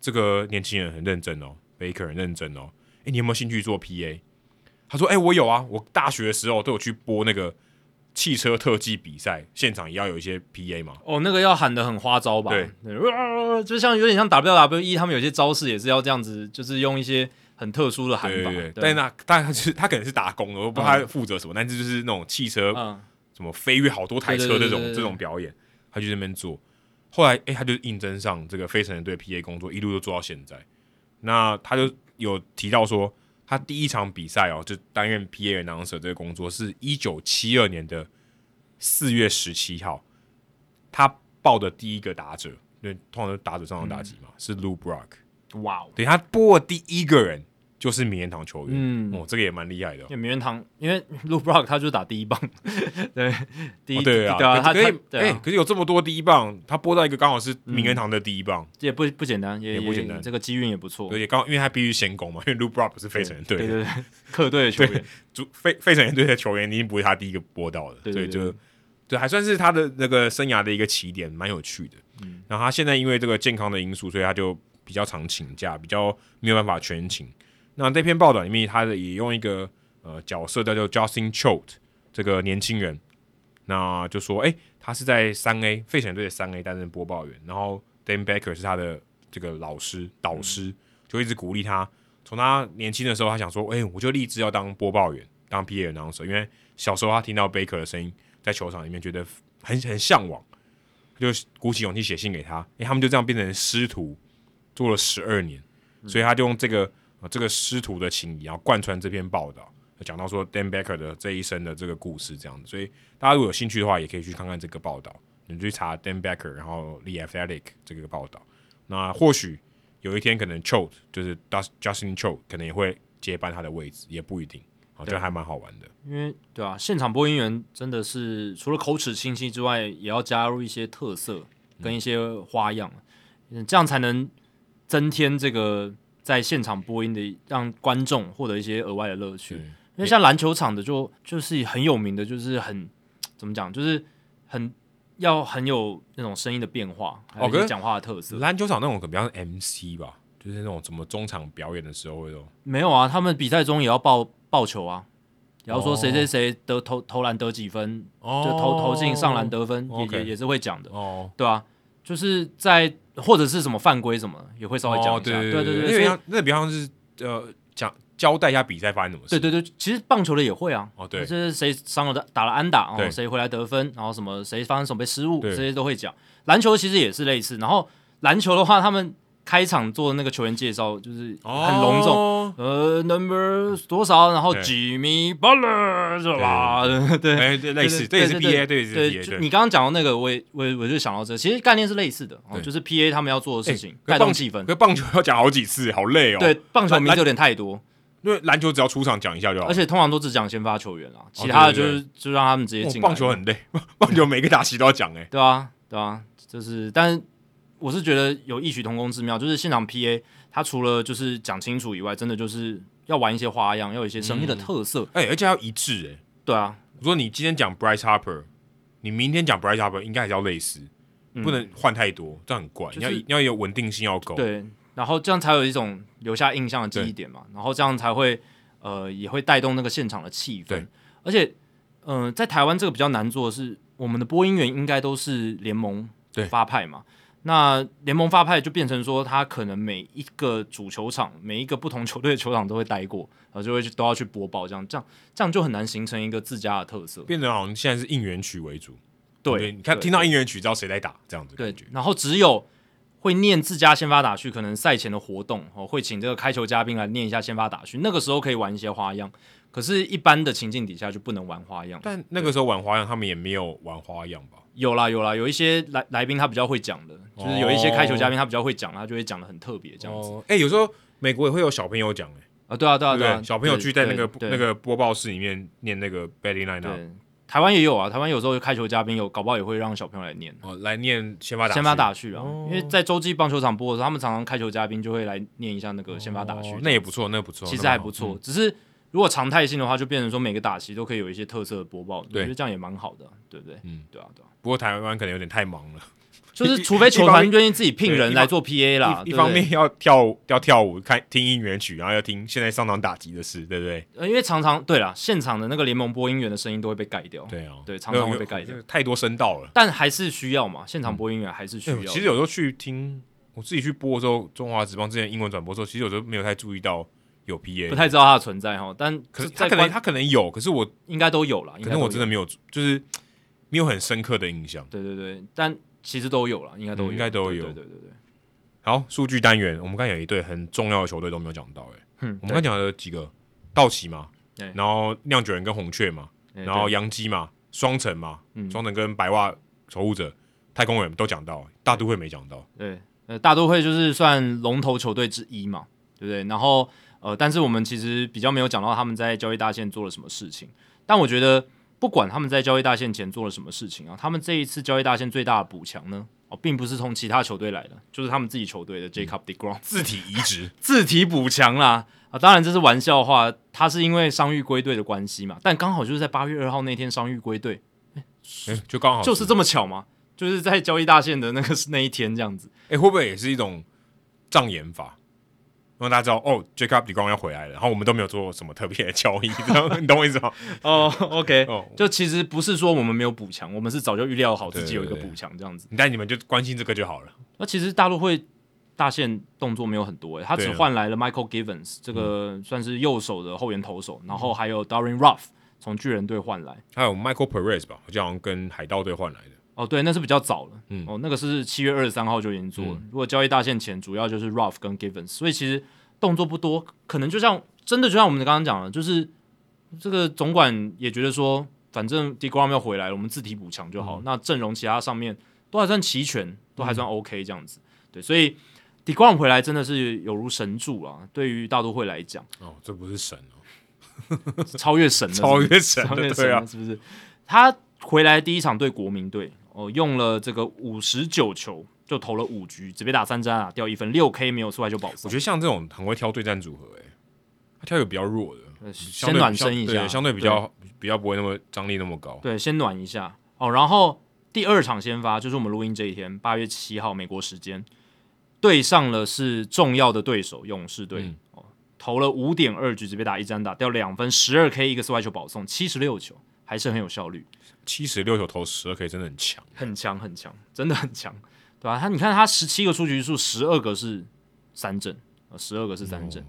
Speaker 1: 这个年轻人很认真哦，Baker 很认真哦，哎，你有没有兴趣做 PA？他说，哎，我有啊，我大学的时候都有去播那个汽车特技比赛，现场也要有一些 PA 嘛。
Speaker 2: 哦，那个要喊的很花招吧？
Speaker 1: 对
Speaker 2: 哇就像有点像 WWE，他们有些招式也是要这样子，就是用一些很特殊的喊
Speaker 1: 对
Speaker 2: 法。
Speaker 1: 对对，但是那但他是他可能是打工的，我不知道他负责什么，但是就是那种汽车
Speaker 2: 嗯，
Speaker 1: 什么飞跃好多台车这
Speaker 2: 对对对
Speaker 1: 种
Speaker 2: 对对
Speaker 1: 这种表演，他就在那边做。后来，哎、他就应征上这个非成人队 PA 工作，一路就做到现在。那他就有提到说，他第一场比赛哦，就担任 PA announcer 这个工作，是一九七二年的四月十七号，他报的第一个打者，因为通常都是打者上场打击嘛，
Speaker 2: 嗯
Speaker 1: 是 Lou Brock。
Speaker 2: 哇哦，
Speaker 1: 对他播的第一个人就是名人堂球员，
Speaker 2: 嗯
Speaker 1: 哦，这个也蛮厉害的哦、
Speaker 2: 因为名人堂，因为 l u Brock 他就是打第一棒，对，第一、
Speaker 1: 哦对
Speaker 2: 啊，
Speaker 1: 啊，
Speaker 2: 对他
Speaker 1: 可是
Speaker 2: 他嗯
Speaker 1: 可以
Speaker 2: 对
Speaker 1: 哎、
Speaker 2: 啊
Speaker 1: 可是有这么多第一棒，他播到一个刚好是名人堂的第一棒，
Speaker 2: 这也不不简单，也
Speaker 1: 也不简单
Speaker 2: 这个机运也不错。
Speaker 1: 而且刚好因为他必须先攻嘛，因为 Lou Brock 不是费城人
Speaker 2: 对
Speaker 1: 队，
Speaker 2: 对，客队的球员，
Speaker 1: 主费费城人队的球员一定不是他第一个播到的，
Speaker 2: 对对
Speaker 1: 所以
Speaker 2: 对
Speaker 1: 就对还算是他的那个生涯的一个起点，蛮有趣的。
Speaker 2: 嗯
Speaker 1: 然后他现在因为这个健康的因素，所以他就比较常请假，比较没有办法全勤。那这篇报道里面，他的也用一个呃角色叫做 Justin Choate 这个年轻人，那就说，哎、他是在三 A 费城队的三 A 担任播报员，然后 Dan Baker 是他的这个老师导师，
Speaker 2: 嗯
Speaker 1: 就一直鼓励他。从他年轻的时候，他想说，哎、我就立志要当播报员，当 PA announcer，因为小时候他听到 Baker 的声音，在球场里面觉得很很向往，他就鼓起勇气写信给他，哎、他们就这样变成师徒，做了十二年，所以他就用这个、呃这个师徒的情谊，然后贯穿这篇报道。讲到说 Dan Baker 的这一生的这个故事，这样子，所以大家如果有兴趣的话，也可以去看看这个报道。你去查 Dan Becker，然后 The Athletic 这个报道。那或许有一天，可能 Choate 就是 Dus- Justin Choate 可能也会接班他的位置，也不一定。好，这还蛮好玩的。
Speaker 2: 因为对啊，现场播音员真的是除了口齿清晰之外，也要加入一些特色跟一些花样，嗯，这样才能增添这个在现场播音的让观众获得一些额外的乐趣。因为像篮球场的就就是很有名的，就是很怎么讲，就是很要很有那种声音的变化，还有一
Speaker 1: 可
Speaker 2: 些
Speaker 1: 是
Speaker 2: 讲话的特色。
Speaker 1: 篮球场那种可能比较是 MC 吧，就是那种什么中场表演的时候会有。
Speaker 2: 没有啊，他们比赛中也要报报球啊，也要说谁
Speaker 1: 哦
Speaker 2: 谁谁得投投篮得几分，
Speaker 1: 哦
Speaker 2: 就投投进上篮得分，也
Speaker 1: OK
Speaker 2: 也也是会讲的，
Speaker 1: 哦，
Speaker 2: 对啊，就是在或者是什么犯规什么，也会稍微讲
Speaker 1: 哦
Speaker 2: 一
Speaker 1: 对
Speaker 2: 下，
Speaker 1: 对
Speaker 2: 对对，
Speaker 1: 那比
Speaker 2: 所以
Speaker 1: 方那比方是呃讲交代一下比赛发生什么事。
Speaker 2: 对对对，其实棒球的也会啊，
Speaker 1: 哦对
Speaker 2: 就是谁伤了打打了安打，
Speaker 1: 对
Speaker 2: 哦，谁回来得分，然后什么谁发生什么被失误，
Speaker 1: 对
Speaker 2: 这些都会讲。篮球其实也是类似，然后篮球的话，他们开场做的那个球员介绍就是
Speaker 1: 哦，
Speaker 2: 很隆重，呃，number 多少，然后
Speaker 1: 对
Speaker 2: Jimmy Butler 是吧？ [LAUGHS] 对，
Speaker 1: 哎，对，类似，这也
Speaker 2: 对
Speaker 1: 是
Speaker 2: 对
Speaker 1: BA，对，也是
Speaker 2: 对，
Speaker 1: BA，
Speaker 2: 就
Speaker 1: 对。
Speaker 2: 你刚刚讲到那个，我也我也我就想到这，其实概念是类似的，哦，
Speaker 1: 对
Speaker 2: 就是 P A 他们要做的事情
Speaker 1: 欸，可
Speaker 2: 带
Speaker 1: 是
Speaker 2: 动
Speaker 1: 棒
Speaker 2: 气氛。
Speaker 1: 可是棒球要讲好几次，好累哦。
Speaker 2: 对，，棒球名
Speaker 1: 篮
Speaker 2: 字有点太多，
Speaker 1: 因为篮球只要出场讲一下就好
Speaker 2: 而。且通常都只讲先发球员啦，其他的就
Speaker 1: 啊哦对对
Speaker 2: 是就让他们直
Speaker 1: 哦 [LAUGHS]
Speaker 2: 接进来。
Speaker 1: 棒球很累，棒球每个打席都要讲哎。
Speaker 2: 对啊，对啊，就是但我是觉得有异曲同工之妙，就是现场 PA 他除了就是讲清楚以外，真的就是要玩一些花样，要有一些声音的特色。
Speaker 1: 哎、而且要一致哎、
Speaker 2: 对啊，
Speaker 1: 我说你今天讲 Bryce Harper，你明天讲 Bryce Harper，应该还是要类似，不能换太多，这样很怪。
Speaker 2: 嗯就是
Speaker 1: 你要你要有稳定性要够。，
Speaker 2: 对，然后这样才有一种留下印象的记忆点嘛，然后这样才会呃也会带动那个现场的气氛
Speaker 1: 对。
Speaker 2: 而且，嗯、在台湾这个比较难做的是，我们的播音员应该都是联盟
Speaker 1: 对
Speaker 2: 发派嘛。那联盟发派就变成说，他可能每一个主球场、每一个不同球队的球场都会待过，然后就会去都要去播报，这样这样这样就很难形成一个自家的特色。
Speaker 1: 变成好像现在是应援曲为主。
Speaker 2: 对，
Speaker 1: 你看
Speaker 2: 对
Speaker 1: 听到应援曲，知道谁在打这样子的
Speaker 2: 对
Speaker 1: 感觉，。
Speaker 2: 然后只有会念自家先发打序，可能赛前的活动哦，会请这个开球嘉宾来啊念一下先发打序，那个时候可以玩一些花样。可是，一般的情境底下就不能玩花样。
Speaker 1: 但那个时候玩花样，他们也没有玩花样吧？
Speaker 2: 有啦有啦，有一些来来宾他比较会讲的，就是有一些开球嘉宾他比较会讲，他就会讲的很特别这样子、
Speaker 1: 哦，哎、有时候美国也会有小朋友讲、哎，
Speaker 2: 啊。对啊对啊
Speaker 1: 对不
Speaker 2: 对啊，
Speaker 1: 对？小朋友聚在那个
Speaker 2: 对
Speaker 1: 那个播报室里面念那个 Betty Line
Speaker 2: 对
Speaker 1: up，
Speaker 2: 对台湾也有啊，台湾有时候开球嘉宾有，搞不好也会让小朋友来念。
Speaker 1: 哦，来念先发打
Speaker 2: 先发
Speaker 1: 序
Speaker 2: 打序啊，
Speaker 1: 哦
Speaker 2: 因为在洲际棒球场播的时候，他们常常开球嘉宾就会来念一下那个先发打序、
Speaker 1: 哦那也不错，那也不错，
Speaker 2: 其实
Speaker 1: 那蛮
Speaker 2: 还
Speaker 1: 好
Speaker 2: 不错，只是如果常态性的话，就变成说每个打席都可以有一些特色的播报，我
Speaker 1: 对
Speaker 2: 觉得这样也蛮好的，对不对？
Speaker 1: 嗯，
Speaker 2: 对啊，对啊，
Speaker 1: 不过台湾可能有点太忙了，
Speaker 2: 就是除非球团愿意自己聘
Speaker 1: 对
Speaker 2: 人
Speaker 1: 一方
Speaker 2: 来做 PA 啦，
Speaker 1: 一一
Speaker 2: 对不对
Speaker 1: 方面要跳舞要跳舞，看听音乐曲，然后要听现在上场打击的事，对不对？
Speaker 2: 呃，因为常常对啦，现场的那个联盟播音员的声音都会被盖掉，
Speaker 1: 对啊，
Speaker 2: 哦对常常会被盖掉
Speaker 1: 那个太多声道了。
Speaker 2: 但还是需要嘛，现场播音员还是需
Speaker 1: 哎
Speaker 2: 要
Speaker 1: 我
Speaker 2: 的。
Speaker 1: 其实有时候去听，我自己去播的时候，中华职棒之前英文转播的时候，其实有时候没有太注意到有 PA，
Speaker 2: 不太知道它的存在哈，但
Speaker 1: 可是他
Speaker 2: 在
Speaker 1: 可能
Speaker 2: 观
Speaker 1: 他可能有，可是我
Speaker 2: 应该都有啦，应
Speaker 1: 可
Speaker 2: 该
Speaker 1: 能
Speaker 2: 都
Speaker 1: 我
Speaker 2: 有
Speaker 1: 真的没有，就是没有很深刻的印象。
Speaker 2: 对对对，但其实都有啦，应该都有
Speaker 1: 嗯应该都
Speaker 2: 对
Speaker 1: 有
Speaker 2: 对对对对，
Speaker 1: 好，数据单元，我们刚才有一队很重要的球队都没有讲到、哎，
Speaker 2: 嗯
Speaker 1: 我们刚才讲了几个，道奇嘛，
Speaker 2: 对
Speaker 1: 然后酿酒人跟红雀嘛，
Speaker 2: 对
Speaker 1: 然后
Speaker 2: 对
Speaker 1: 杨基嘛，双城嘛，
Speaker 2: 嗯
Speaker 1: 双城跟白袜守护者、太空人都讲到，大都会没讲到。
Speaker 2: 对，呃，大都会就是算龙头球队之一嘛，对不对？然后呃，但是我们其实比较没有讲到他们在交易大限做了什么事情。但我觉得不管他们在交易大限前做了什么事情啊，他们这一次交易大限最大的补强呢，哦，并不是从其他球队来的，就是他们自己球队的 Jacob Degrom
Speaker 1: 字体移植 [LAUGHS]
Speaker 2: 自体补强啦。啊，当然这是玩笑话，他是因为伤愈归队的关系嘛，但刚好就是在八月二号那天伤愈归队，
Speaker 1: 哎就刚好
Speaker 2: 就是这么巧嘛，就是在交易大限的那个那一天这样子。
Speaker 1: 哎、会不会也是一种障眼法？让大家知道哦，Jacob d e g r o 要回来了，然后我们都没有做什么特别的交易，这样你懂我意思吗？ [LAUGHS]
Speaker 2: 哦，OK，
Speaker 1: 哦，
Speaker 2: 就其实不是说我们没有补强，我们是早就预料好自己有一个补强这样子。
Speaker 1: 但你们就关心这个就好了。
Speaker 2: 那其实大陆会大线动作没有很多、欸，他只
Speaker 1: 对啊嗯
Speaker 2: 换来了 Michael Givens 这个算是右手的后援投手，然后还有 Darren Ruff 从巨人队换来。
Speaker 1: 还有 Michael Perez 吧，好像好像跟海盗队换来的。
Speaker 2: 哦，对，那是比较早了，
Speaker 1: 嗯
Speaker 2: 哦，那个是七月二十三号就已经做了。如果交易大线前，主要就是 Ruff 跟 Givens，所以其实动作不多，可能就像真的就像我们刚刚讲的，就是这个总管也觉得说，反正 Degrom 要回来了，我们自体补强就
Speaker 1: 嗯
Speaker 2: 好。那阵容其他上面都还算齐全，都还算 OK 这样子。对，所以 Degrom 回来真的是有如神助啊，对于大都会
Speaker 1: [LAUGHS]
Speaker 2: 来讲，
Speaker 1: 哦，这不是神哦，
Speaker 2: 是超越神了，
Speaker 1: 超越神
Speaker 2: 超
Speaker 1: 的，
Speaker 2: 越神
Speaker 1: 对啊
Speaker 2: 了，，是不是？他回来第一场对国民队，哦，用了这个五十九球就投了五局，只被打三战啊，掉一分，六 K 没有出来就保
Speaker 1: 我
Speaker 2: 送
Speaker 1: 觉。得像这种很会挑对战组合、欸，他挑一个比较弱的，
Speaker 2: 呃
Speaker 1: 相
Speaker 2: 先
Speaker 1: 对
Speaker 2: 暖身一
Speaker 1: 相
Speaker 2: 下，
Speaker 1: 对相对比较比较不会那么张力那么高。
Speaker 2: 对，先暖一下哦。然后第二场先发就是我们录音这一天，八月七号美国时间，对上了是重要的对手勇士队、
Speaker 1: 嗯
Speaker 2: 哦，投了五点二局，只被打一战打掉两分，十二 K 一个四外球保送，七十六球，还是很有效率。
Speaker 1: 七十六球投十二 K 真的很强，
Speaker 2: 很强很强，真的很强，对吧、他你看他十七个出局数，十二个是三振，十二个是三
Speaker 1: 哦
Speaker 2: 振。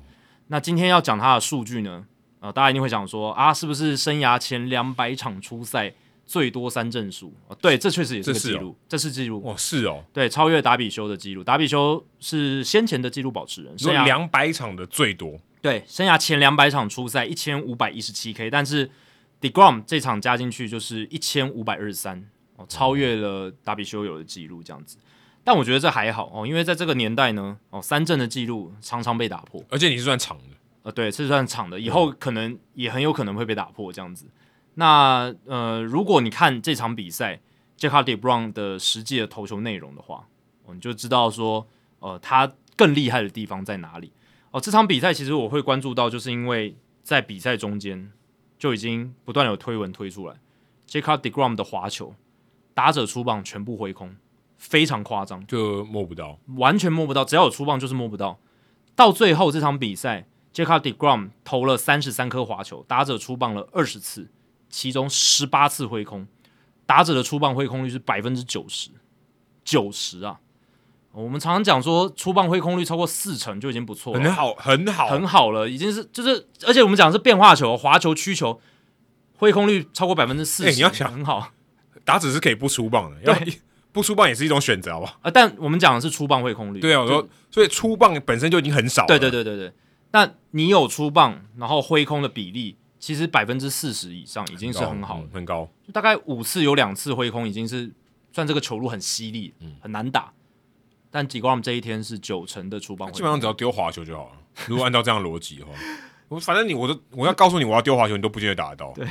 Speaker 2: 那今天要讲他的数据呢？呃，大家一定会想说啊，是不是生涯前两百场出赛最多三振数？啊对，这确实也是个
Speaker 1: 这是
Speaker 2: 记
Speaker 1: 哦
Speaker 2: 录，这是记录，
Speaker 1: 哇，是哦，
Speaker 2: 对，超越达比修的记录。达比修是先前的记录保持人，
Speaker 1: 如
Speaker 2: 生
Speaker 1: 果
Speaker 2: 涯
Speaker 1: 两百场的最多，
Speaker 2: 对，生涯前两百场出赛一千五百一十七 K，但是 Degrom 这场加进去就是一千五百二十三，哦，超越了达比修有的记录这样子。但我觉得这还好哦，因为在这个年代呢，哦，三振的记录常常被打破，
Speaker 1: 而且你是算长的，
Speaker 2: 呃，对，这算长的，以后可能也很有可能会被打破这样子。那呃，如果你看这场比赛 j a c o b d e b r o w n 的实际的投球内容的话，哦你就知道说，呃，他更厉害的地方在哪里。哦，这场比赛其实我会关注到，就是因为在比赛中间就已经不断有推文推出来，Jacob Degrom 的滑球，打者出棒全部挥空，非常夸张。
Speaker 1: 就摸不到，
Speaker 2: 完全摸不到，只要有出棒就是摸不到。到最后这场比赛 j a c o b Degrom 投了三十三颗滑球，打者出棒了二十次，其中十八次挥空，打者的出棒挥空率是百分之九十，九十啊！我们常常讲说出棒挥空率超过四成就已经不错了，
Speaker 1: 很好，很好，
Speaker 2: 很好了，已经是就是，而且我们讲的是变化球、滑球、曲球，挥空率超过百分之四
Speaker 1: 哎
Speaker 2: 十，
Speaker 1: 你要想
Speaker 2: 很好。
Speaker 1: 打只是可以不出棒的，要 [LAUGHS] 不出棒也是一种选择，好不好？
Speaker 2: 啊，但我们讲的是出棒挥空率，
Speaker 1: 对啊，我
Speaker 2: 就
Speaker 1: 说，所以出棒本身就已经很少，
Speaker 2: 对对，对对对，那你有出棒，然后挥空的比例，其实百分之四十以上已经是很好了
Speaker 1: 嗯，，很高，
Speaker 2: 就大概五次有两次挥空，已经是算这个球路很犀利，很难打。但 g r a m 这一天是九成的出棒挥
Speaker 1: 基本
Speaker 2: 空，
Speaker 1: 上只要丢滑球就好了。如果按照这样的逻辑的话， [LAUGHS] 我反正你我都我要告诉你我要丢滑球，你都不见得打得到。对，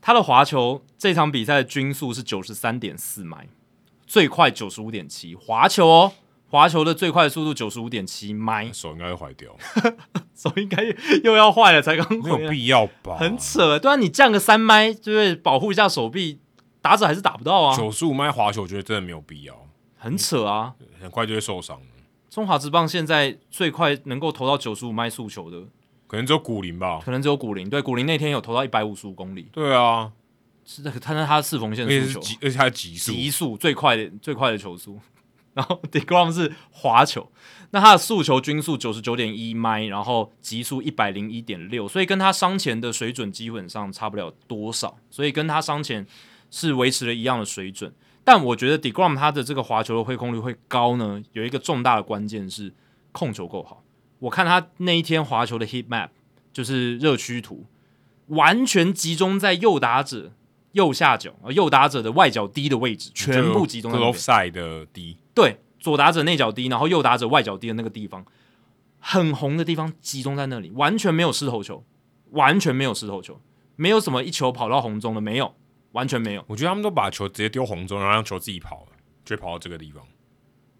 Speaker 2: 他的滑球这场比赛的均速是九十三点四迈，最快九十五点七滑球哦，滑球的最快速度九十五点七迈， [LAUGHS]
Speaker 1: 手应该会坏掉，
Speaker 2: 手应该又要坏了，才刚
Speaker 1: 没
Speaker 2: 回
Speaker 1: 有
Speaker 2: 来，
Speaker 1: 必要吧？
Speaker 2: 很扯。对啊，你降个三迈，就是保护一下手臂，打者还是打不到啊。
Speaker 1: 九十五迈滑球，我觉得真的没有必要，
Speaker 2: 很扯啊！
Speaker 1: 很快就会受伤。
Speaker 2: 中华职棒现在最快能够投到九十五迈速球的，
Speaker 1: 可能只有古林吧。
Speaker 2: 可能只有古林。对，古林那天有投到一百五十五公里，
Speaker 1: 对啊，
Speaker 2: 是那个他那他四缝线
Speaker 1: 而且
Speaker 2: 速
Speaker 1: 是
Speaker 2: 球，
Speaker 1: 极，而且还有极速，
Speaker 2: 极速最快的最快的球速。 [LAUGHS] 然后 Degrom 是滑球，那他的速球均速九十九点一迈，然后极速一百零一点六，所以跟他伤前的水准基本上差不了多少，所以跟他伤前是维持了一样的水准。但我觉得 Degrom 他的这个滑球的挥空率会高呢，有一个重大的关键是控球够好。我看他那一天滑球的 heat map 就是热区图，完全集中在右打者右下角，呃右打者的外角低的位置，全部集中在那
Speaker 1: l o
Speaker 2: 边
Speaker 1: f t side 的低，
Speaker 2: 对，左打者内角低，然后右打者外角低的那个地方，很红的地方集中在那里，完全没有失头球，完全没有失头球，没有什么一球跑到红中的，没有，完全没有。
Speaker 1: 我觉得他们都把球直接丢红中，然后让球自己跑了，就会跑到这个地方，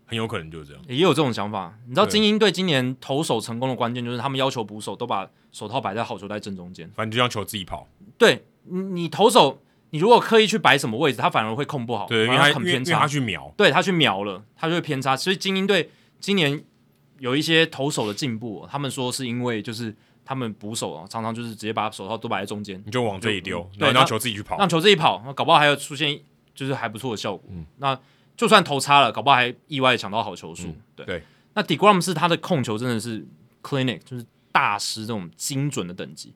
Speaker 1: 很有可能就是这样。
Speaker 2: 也有这种想法，你知道
Speaker 1: 对
Speaker 2: 精英队今年投手成功的关键就是他们要求捕手都把手套摆在好球带正中间。
Speaker 1: 反正就让球自己跑，
Speaker 2: 对你，你投手，你如果刻意去摆什么位置，他反而会控不好，
Speaker 1: 对，因为
Speaker 2: 反而
Speaker 1: 他因
Speaker 2: 很
Speaker 1: 为因
Speaker 2: 偏
Speaker 1: 为
Speaker 2: 差
Speaker 1: 他。去瞄，
Speaker 2: 对他去瞄了，他就会偏差。所以精英队今年有一些投手的进步哦、他们说是因为就是他们捕手啊，常常就是直接把手套都摆在中间，
Speaker 1: 你就往这里丢，
Speaker 2: 对
Speaker 1: 然后
Speaker 2: 他
Speaker 1: 让球自己去跑
Speaker 2: 让。球自己跑，搞不好还有出现就是还不错的效果。
Speaker 1: 嗯
Speaker 2: 那就算投差了，搞不好还意外抢到好球数。对
Speaker 1: 嗯对
Speaker 2: 那 Degrom 是他的控球真的是 clinic，就是大师这种精准的等级，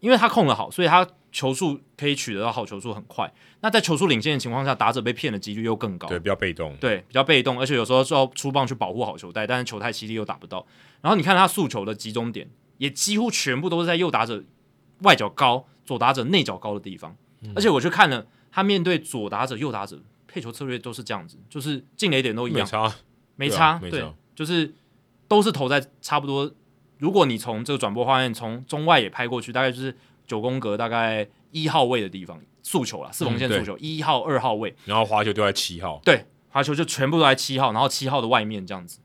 Speaker 2: 因为他控的好，所以他球速可以取得到好球数很快。那在球速领先的情况下，打者被骗的几率又更高。
Speaker 1: 对，比较被动。
Speaker 2: 对，比较被动，而且有时候就要出棒去保护好球带，但是球太犀利又打不到。然后你看他速球的集中点，也几乎全部都是在右打者外角高、左打者内角高的地方。
Speaker 1: 嗯
Speaker 2: 而且我去看了，他面对左打者、右打者配球策略都是这样子，就是进雷点都一
Speaker 1: 没
Speaker 2: 样，
Speaker 1: 差，
Speaker 2: 没
Speaker 1: 对啊
Speaker 2: 差，
Speaker 1: 没
Speaker 2: 对
Speaker 1: 差，
Speaker 2: 就是都是投在差不多。如果你从这个转播画面从中外也拍过去，大概就是九宫格大概一号位的地方，速球啦，四缝
Speaker 1: 嗯
Speaker 2: 线
Speaker 1: 对
Speaker 2: 速球，一、号、二号位。
Speaker 1: 然后花球丢在七号，
Speaker 2: 对，滑球就全部都在七号，然后七号的外面这样子，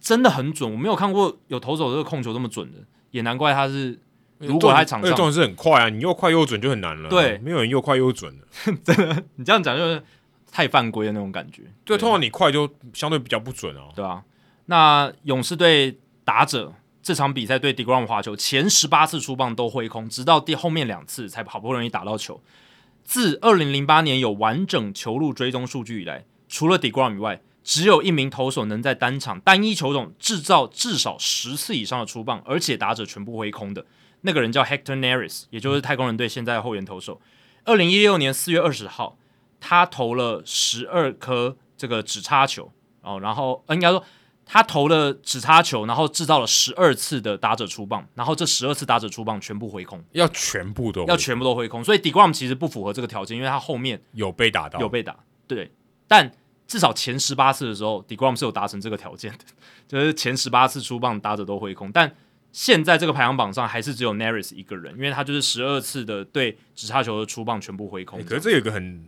Speaker 2: 真的很准。我没有看过有投手这个控球这么准的，也难怪他是如果他在场
Speaker 1: 而且重
Speaker 2: 上，
Speaker 1: 点是很快啊，你又快又准就很难了。
Speaker 2: 对
Speaker 1: 没有人又快又准的。
Speaker 2: 你这样讲就是太犯规的那种感觉。
Speaker 1: 对，通常你快就相对比较不准啊。
Speaker 2: 对啊，那勇士队打者这场比赛对 Degrom 滑球前十八次出棒都挥空，直到第后面两次才好不容易打到球。自二零零八年有完整球路追踪数据以来，除了 Degrom 以外，只有一名投手能在单场单一球种制造至少十次以上的出棒，而且打者全部挥空的。那个人叫 Hector Neris，也就是太空人队现在的后援投手。二零一六年四月二十号，他投了十二颗这个直插球哦，然后、呃、应该说他投了直插球，然后制造了十二次的打者出棒，然后这十二次打者出棒全部挥空，
Speaker 1: 要全部都
Speaker 2: 要全部都挥空，所以 Degrom 其实不符合这个条件，因为他后面
Speaker 1: 有被打到，
Speaker 2: 有被打，对，但至少前十八次的时候，Degrom 是有达成这个条件的， [LAUGHS] 就是前十八次出棒打者都挥空，但现在这个排行榜上还是只有 Naris
Speaker 1: 哎
Speaker 2: 一个人，因为他就是十二次的对直插球的出棒全部挥空
Speaker 1: 欸。可是这有一个很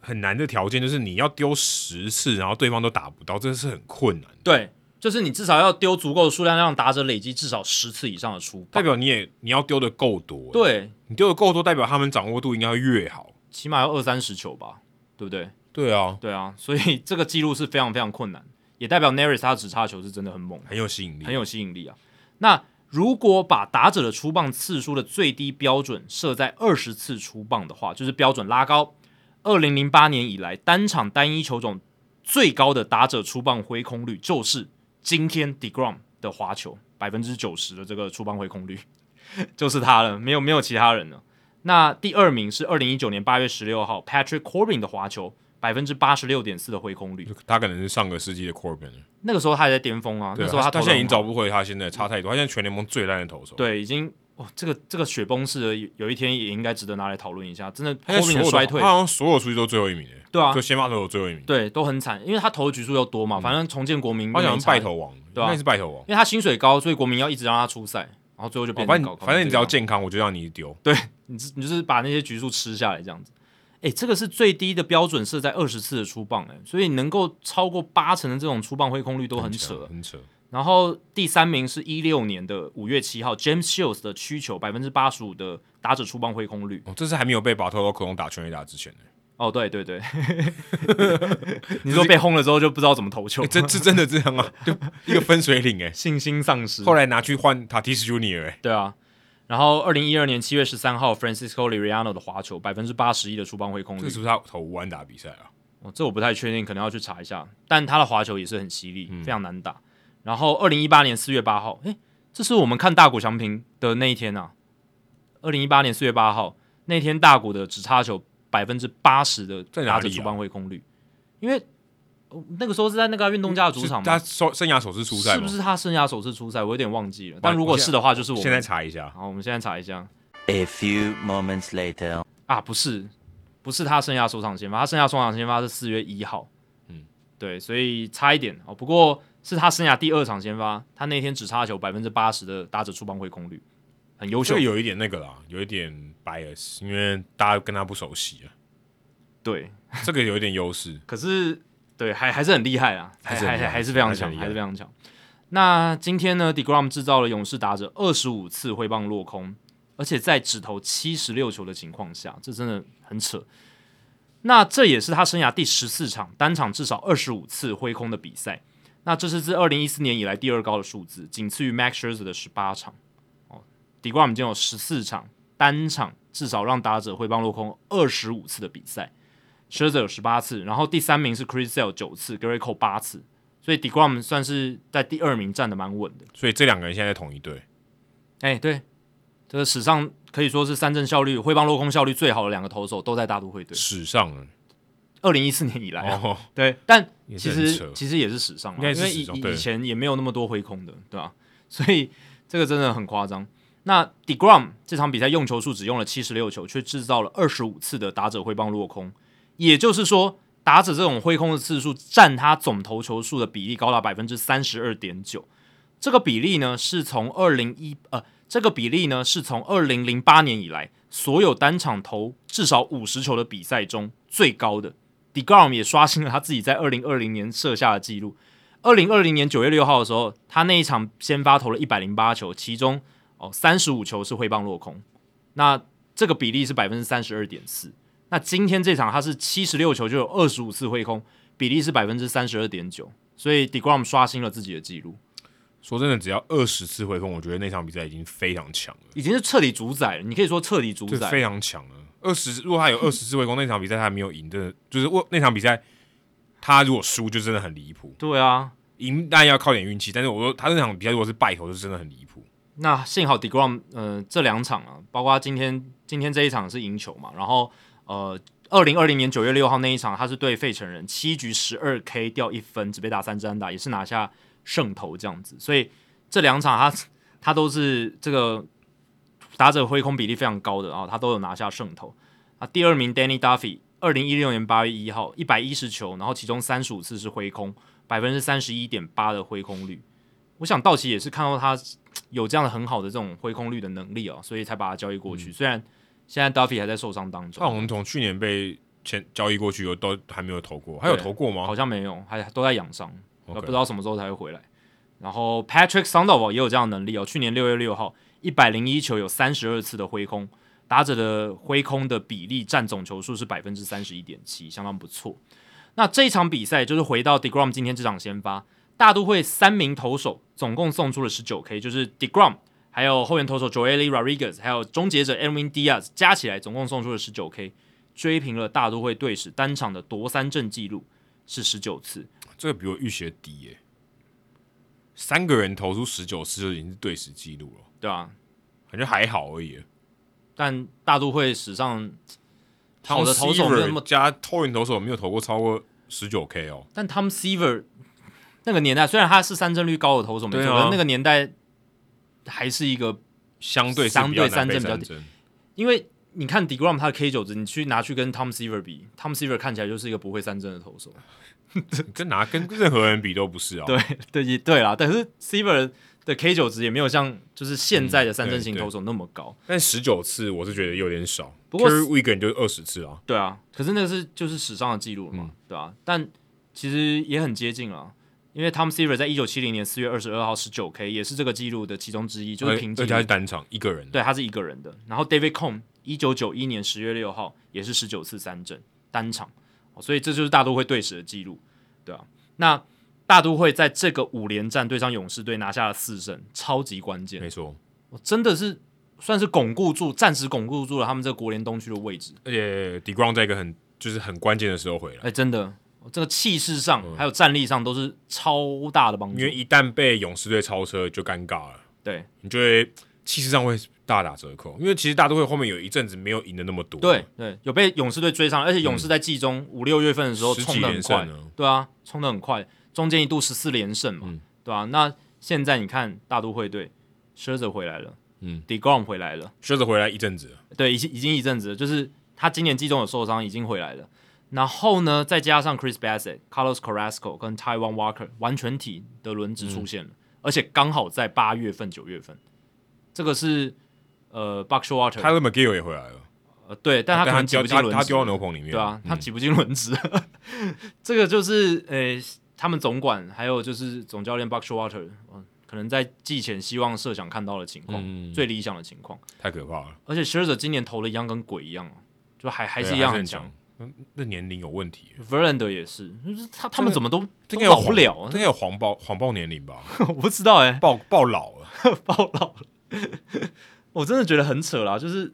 Speaker 1: 很难的条件，就是你要丢十次，然后对方都打不到，这是很困难的。
Speaker 2: 对，就是你至少要丢足够的数量，让打者累积至少十次以上的出
Speaker 1: 代
Speaker 2: 棒。
Speaker 1: 表你也你要丢的够多，，
Speaker 2: 对，
Speaker 1: 你丢的够多，代表他们掌握度应该会越好。
Speaker 2: 起码要二三十球吧，对不对？
Speaker 1: 对啊，
Speaker 2: 对啊，所以这个记录是非常非常困难，也代表 Neris 他直插球是真的很猛，
Speaker 1: 很有吸引力，
Speaker 2: 很有吸引力啊。那如果把打者的出棒次数的最低标准设在二十次出棒的话，就是标准拉高。二零零八年以来，单场单一球种最高的打者出棒挥空率就是今天 Degrom 的滑球，百分之九十的这个出棒挥空率 [LAUGHS] 就是他了，没有没有其他人了。那第二名是二零一九年八月十六号 Patrick Corbin 的滑球，百分之八十六点四的挥空率。
Speaker 1: 他可能是上个世纪的 Corbin，了
Speaker 2: 那个时候他还在巅峰啊，
Speaker 1: 对
Speaker 2: 那
Speaker 1: 啊
Speaker 2: 时候
Speaker 1: 他
Speaker 2: 他投得
Speaker 1: 现在已
Speaker 2: 很
Speaker 1: 经
Speaker 2: 好
Speaker 1: 找不回他现在差太多，他现在全联盟最烂的投手，，
Speaker 2: 对，已经哇，这个这个雪崩式的有有一天也应该值得拿来讨论一下。真的
Speaker 1: 他现在所
Speaker 2: Corbin 的
Speaker 1: 有
Speaker 2: 衰
Speaker 1: 的
Speaker 2: 退
Speaker 1: 他，好像所有出去都最后一名诶，
Speaker 2: 对啊
Speaker 1: 就，先发投手最后一名，
Speaker 2: 对，都很惨，因为他投的局数又多嘛，反正重建国民
Speaker 1: 他
Speaker 2: 又
Speaker 1: 想
Speaker 2: 没
Speaker 1: 像
Speaker 2: 差
Speaker 1: 败，头王，
Speaker 2: 对啊
Speaker 1: 应该是败头王。
Speaker 2: 因为他薪水高，所以国民要一直让他出赛，然后最后就
Speaker 1: 哦
Speaker 2: 变
Speaker 1: 反
Speaker 2: 成
Speaker 1: 正
Speaker 2: 搞
Speaker 1: 反正你只要
Speaker 2: 搞
Speaker 1: 健康，我就让你丢。
Speaker 2: 你只你就是把那些局数吃下来这样子。哎，这个是最低的标准设在二十次的出棒，哎，所以能够超过八成的这种出棒挥空率都很扯。
Speaker 1: 很扯。
Speaker 2: 然后第三名是一六年的五月七号 James Shields 的曲球百分之八十五的打者出棒挥空率，
Speaker 1: 哦，这是还没有被巴特罗克隆打全垒打之前呢、
Speaker 2: 哦，对
Speaker 1: [LAUGHS]
Speaker 2: 对对，你说被轰了之后就不知道怎么投球，
Speaker 1: 欸这这真的这样
Speaker 2: [LAUGHS]
Speaker 1: 啊，就一个分水岭哎、
Speaker 2: 信心丧失。
Speaker 1: 后来拿去换塔提斯 Junior 哎、
Speaker 2: 对啊，然后二零一二年七月十三号，Francisco Liriano 的滑球百分之八十一的出棒挥空
Speaker 1: 这
Speaker 2: 率
Speaker 1: 是，不是他投五安打比赛啊？
Speaker 2: 哦，这我不太确定，可能要去查一下。但他的滑球也是很犀
Speaker 1: 嗯
Speaker 2: 利，非常难打。然后二零一八年四月八号，诶，这是我们看大谷翔平的那一天啊。二零一八年四月八号那天，大谷的直插球百分之八十的
Speaker 1: 在哪
Speaker 2: 打者
Speaker 1: 里啊
Speaker 2: 出棒挥空率，因为、哦那个时候是在那个运动家的主场
Speaker 1: 是他
Speaker 2: 嘛，
Speaker 1: 首生涯首次出赛
Speaker 2: 是
Speaker 1: 吗
Speaker 2: 不？是他生涯首次出赛？我有点忘记了。但如果是的话，就是我们
Speaker 1: 现在。查一下，
Speaker 2: 好，我们现在查一下
Speaker 3: A few moments later.
Speaker 2: 啊，不是，不是他生涯首场先发，他生涯首场先发是四月一号。
Speaker 1: 嗯，
Speaker 2: 对，所以差一点哦。不过是他生涯第二场先发，他那天只差球百分之八十的打者出棒挥空率，很优
Speaker 1: 这
Speaker 2: 秀
Speaker 1: 个。有一点那个啦，有一点 bias，因为大家跟他不熟悉啊，
Speaker 2: 对，
Speaker 1: 这个有一点优势。
Speaker 2: 可是对，还还是很厉害啊，还
Speaker 1: 还是很厉害
Speaker 2: 还还是非常强，
Speaker 1: 还是很厉害
Speaker 2: 还是非常强。那今天呢，Degrom 制造了勇士打者二十五次挥棒落空，而且在只投七十六球的情况下，这真的很扯。那这也是他生涯第十四场单场至少二十五次挥空的比赛，那这是自二零一四年以来第二高的数字，仅次于 Max Scherzer 的十八场。哦，Degrom 已经有十四场单场至少让打者挥棒落空二十五次的比赛。Scherzer 有十八次，然后第三名是 Chris Sale 九次，Gary Cole 八次，所以 Degrom 算是在第二名站的蛮稳的。
Speaker 1: 所以这两个人现在在同一队，
Speaker 2: 哎、对，这个史上可以说是三振效率、挥棒落空效率最好的两个投手都在大都会队，
Speaker 1: 史上了
Speaker 2: 二零一四年以来啊、
Speaker 1: 哦，
Speaker 2: 对，但
Speaker 1: 也是
Speaker 2: 其
Speaker 1: 很
Speaker 2: 实
Speaker 1: 扯。
Speaker 2: 其实也是史上啦，
Speaker 1: 应该是
Speaker 2: 因为
Speaker 1: 史上对
Speaker 2: 以以前也没有那么多挥空的，对吧、 [LAUGHS] 所以这个真的很夸张。那 Degrom 这场比赛用球数只用了七十六球，却制造了二十五次的打者挥棒落空，也就是说，打者这种挥空的次数占他总投球数的比例高达百分之三十二点九。这个比例呢是从二零一呃，这个比例呢是从二零零八年以来所有单场投至少五十球的比赛中最高的。Degrom 也刷新了他自己在二零二零年设下的记录。二零二零年九月六号的时候，他那一场先发投了一百零八球，其中哦三十五球是挥棒落空，那这个比例是百分之三十二点四。那今天这场他是七十六球就有二十五次挥空，比例是百分之三十二点九，所以 Degrom 刷新了自己的记录。
Speaker 1: 说真的，只要二十次回风，我觉得那场比赛已经非常强了。
Speaker 2: 已经是彻底主宰了，你可以说彻底主
Speaker 1: 这
Speaker 2: 宰
Speaker 1: 非。常强啊！二十，如果他有二十次回攻，那场比赛他还没有赢，真的就是我那场比赛，他如果输就真的很离谱。
Speaker 2: 对啊，
Speaker 1: 赢当然要靠点运气，但是我说他那场比赛如果是败投，就真的很离谱。
Speaker 2: 那幸好 Degrom 呃这两场啊，包括今天今天这一场是赢球嘛，然后呃二零二零年九月六号那一场他是对费城人七局十二 K 掉一分，只被打三支安打，也是拿下胜投这样子，所以这两场他他都是这个打者挥空比例非常高的啊，他都有拿下胜投。啊，第二名 Danny Duffy，二零一六年八月一号一百一十球，然后其中三十五次是挥空，百分之三十一点八的挥空率。我想道奇也是看到他有这样的很好的这种挥空率的能力哦，所以才把他交易过去。虽然现在 Duffy 还在受伤当
Speaker 1: 他好
Speaker 2: 中，
Speaker 1: 像从去年被签交易过去，有都还没有投过，还有
Speaker 2: 对
Speaker 1: 投过吗？
Speaker 2: 好像没有，还都在养伤
Speaker 1: OK
Speaker 2: 不知道什么时候才会回来。然后 Patrick Sandoval 也有这样的能力哦，去年六月六号，一百零一球有三十二次的挥空，打者的挥空的比例占总球数是百分之三十一点七，相当不错。那这一场比赛就是回到 Degrom 今天这场先发，大都会三名投手总共送出了十九 K，就是 Degrom，还有后援投手 Joely Rodriguez，还有终结者 Edwin Diaz 加起来总共送出了十九 K，追平了大都会队史单场的夺三振纪录。是十九次，
Speaker 1: 这个比我预期的低耶、三个人投出十九次就已经是队史记录了，
Speaker 2: 对啊，
Speaker 1: 感觉还好而已耶。
Speaker 2: 但大都会史上好的投手
Speaker 1: Tom
Speaker 2: 没有那么
Speaker 1: Seaver，加偷运投手没有投过超过十九 K 哦，
Speaker 2: 但 Tom Seaver 那个年代，虽然他是三振率高的投手，没
Speaker 1: 对
Speaker 2: 错，
Speaker 1: 啊
Speaker 2: 但那个年代还是一个，
Speaker 1: 相对是
Speaker 2: 相
Speaker 1: 比
Speaker 2: 对
Speaker 1: 较难被
Speaker 2: 三振比较
Speaker 1: 三
Speaker 2: 低
Speaker 1: 振。
Speaker 2: 因为你看 Degrom 他的 K 九值，你去拿去跟 Tom Seaver 比，Tom Seaver 看起来就是一个不会三振的投手。
Speaker 1: 跟拿跟任何人比都不是啊。
Speaker 2: 对 [LAUGHS] 对也对啦，但是 Seaver 的 K 九值也没有像就是现在的三振型
Speaker 1: 嗯对对
Speaker 2: 投手那么高。
Speaker 1: 但十九次我是觉得有点少，
Speaker 2: 不过
Speaker 1: Kerry Wiegand 就二十次啊。
Speaker 2: 对啊，可是那个是就是史上的记录了嘛，
Speaker 1: 嗯
Speaker 2: 对啊，但其实也很接近了，因为 Tom Seaver 在一九七零年四月二十二号十九 K 也是这个记录的其中之一，就是平
Speaker 1: 而
Speaker 2: 均
Speaker 1: 且，他是单场一个人，
Speaker 2: 对，他是一个人的。然后 David c o m 一九九一年十月六号也是十九次三振单场，哦所以这就是大都会队史的记录，对啊，那大都会在这个五连战对上勇士队拿下了四胜，超级关键，
Speaker 1: 没错。
Speaker 2: 哦真的是算是巩固住，暂时巩固住了他们这个国联东区的位置。
Speaker 1: 而且 Degrom 在一个很就是很关键的时候回
Speaker 2: 哎、
Speaker 1: 来，
Speaker 2: 真的，这个气势上、还有战力上都是超大的帮助
Speaker 1: 嗯因。为一旦被勇士队超车就尴尬了，
Speaker 2: 对
Speaker 1: 你就会气势上会大打折扣。因为其实大都会后面有一阵子没有赢的那么多，
Speaker 2: 对，对，有被勇士队追上，而且勇士在季中五六月份的时
Speaker 1: 嗯
Speaker 2: 候
Speaker 1: 十
Speaker 2: 冲
Speaker 1: 几
Speaker 2: 的很
Speaker 1: 连
Speaker 2: 快
Speaker 1: 胜，呢。
Speaker 2: 对啊，冲的很快，中间一度十四连胜嘛，
Speaker 1: 嗯
Speaker 2: 对啊，那现在你看大都会队 s h i r z e 回来了，
Speaker 1: 嗯
Speaker 2: ，Degrom 回来了，
Speaker 1: 靴子回来一阵子了，
Speaker 2: 对，已经已经一阵子了，就是他今年季中有受伤，已经回来了。然后呢，再加上 Chris Bassett、Carlos Carrasco 跟 Taiwan Walker 完全体的轮值
Speaker 1: 嗯
Speaker 2: 出现了，而且刚好在八月份、九月份，这个是呃 b u c k s h o w a t e
Speaker 1: 泰
Speaker 2: r
Speaker 1: 勒 McGill 也回来了，
Speaker 2: 呃对，但他
Speaker 1: 但
Speaker 2: 可
Speaker 1: 他
Speaker 2: 能挤
Speaker 1: 丢
Speaker 2: 不进
Speaker 1: 他
Speaker 2: 轮
Speaker 1: 他
Speaker 2: 值
Speaker 1: 丢，到牛棚里面，
Speaker 2: 对啊，他
Speaker 1: 嗯
Speaker 2: 挤不进轮值， [LAUGHS] 这个就是呃他们总管还有就是总教练 b u c k s h o w a t e r 可能在季前希望设想看到的情况，
Speaker 1: 嗯
Speaker 2: 最理想的情况。
Speaker 1: 太可怕了，啊
Speaker 2: 而且 s h i r z e 今年投的一样跟鬼一样哦，就还还
Speaker 1: 还
Speaker 2: 是一样
Speaker 1: 很
Speaker 2: 很
Speaker 1: 强
Speaker 2: 强。。
Speaker 1: 嗯那年龄有问题，
Speaker 2: Verlander 也是，就是他他
Speaker 1: 这
Speaker 2: 们
Speaker 1: 个
Speaker 2: 怎么都
Speaker 1: 这
Speaker 2: 都
Speaker 1: 个有
Speaker 2: 老不了啊
Speaker 1: 这，个有黄暴黄暴年龄吧，
Speaker 2: [LAUGHS] 我不知道
Speaker 1: [LAUGHS]
Speaker 2: 哎、
Speaker 1: 暴暴老了。
Speaker 2: 爆老了， [LAUGHS] 我真的觉得很扯啦。就是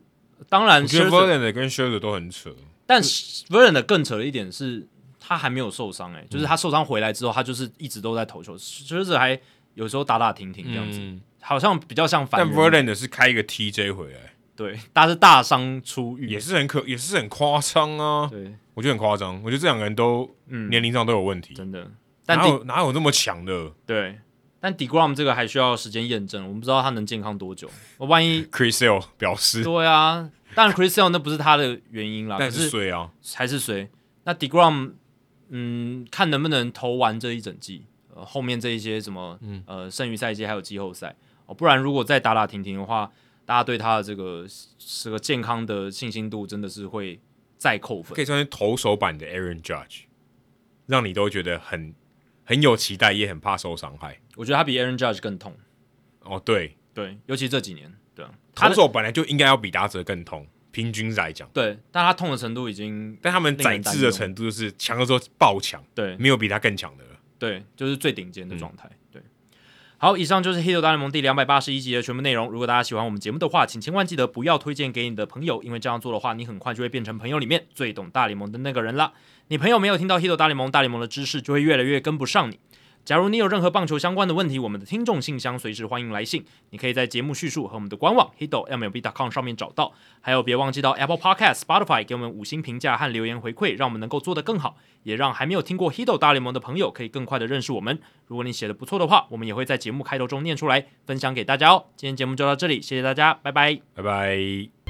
Speaker 2: 当然
Speaker 1: 我觉得
Speaker 2: Scherzer，
Speaker 1: Verlander 跟 Scherzer 都很扯，
Speaker 2: 但 Verlander 更扯的一点是，他还没有受伤哎、就是他受伤回来之后，他就是一直都在投球 s h i r z e 还有时候打打停停这样子，
Speaker 1: 嗯
Speaker 2: 好像比较像
Speaker 1: 但
Speaker 2: 反人
Speaker 1: Verlander 是开一个 TJ 回来，
Speaker 2: 对，他是大伤初愈，
Speaker 1: 也是很可，也是很夸张啊。
Speaker 2: 对，
Speaker 1: 我觉得很夸张，我觉得这两个人都
Speaker 2: 嗯，
Speaker 1: 年龄上都有问题，
Speaker 2: 真的，但
Speaker 1: 哪
Speaker 2: 的
Speaker 1: 有哪有那么强的
Speaker 2: 对，但 Degrom 这个还需要时间验证，我们不知道他能健康多久。
Speaker 1: [LAUGHS]
Speaker 2: 万一
Speaker 1: Chris Sale 表示，
Speaker 2: 对啊，当然 Chris Sale 那不是他的原因啦，
Speaker 1: [LAUGHS] 但
Speaker 2: 可
Speaker 1: 是
Speaker 2: 是
Speaker 1: 衰啊，
Speaker 2: 还是谁？那 Degrom，嗯，看能不能投完这一整季，呃，后面这一些什么，
Speaker 1: 嗯
Speaker 2: 呃，剩余赛季还有季后赛哦，不然如果再打打停停的话，大家对他的这个这个健康的信心度真的是会再扣分
Speaker 1: 可。以算是投手版的 Aaron Judge，让你都觉得很很有期待，也很怕受伤害。
Speaker 2: 我觉得他比 Aaron Judge 更痛，
Speaker 1: 哦，对，
Speaker 2: 对，尤其这几年，对啊，他
Speaker 1: 投
Speaker 2: 的
Speaker 1: 手本来就应该要比打者更痛，平均来讲，
Speaker 2: 对，但他痛的程度已经
Speaker 1: 但他们
Speaker 2: 令人
Speaker 1: 宰
Speaker 2: 担
Speaker 1: 制的
Speaker 2: 忧
Speaker 1: 程度就是强的时候爆强，
Speaker 2: 对
Speaker 1: 没有比他更强的了。
Speaker 2: 对，就是最顶尖的状态。对，好，以上就是《黑球大联盟》第两百八十一集的全部内容。如果大家喜欢我们节目的话，请千万记得不要推荐给你的朋友，因为这样做的话，你很快就会变成朋友里面最懂大联盟的那个人啦。你朋友没有听到《黑球大联盟》，大联盟的知识就会越来越跟不上你。假如你有任何棒球相关的问题，我们的听众信箱随时欢迎来信，你可以在节目叙述和我们的官网 hito mlb.com 上面找到。还有，别忘记到 Apple Podcast、Spotify 给我们五星评价和留言回馈，让我们能够做得更好，也让还没有听过 Hito 大联盟的朋友可以更快的认识我们。如果你写的不错的话，我们也会在节目开头中念出来，分享给大家哦。今天节目就到这里，谢谢大家，拜拜。
Speaker 1: 拜拜。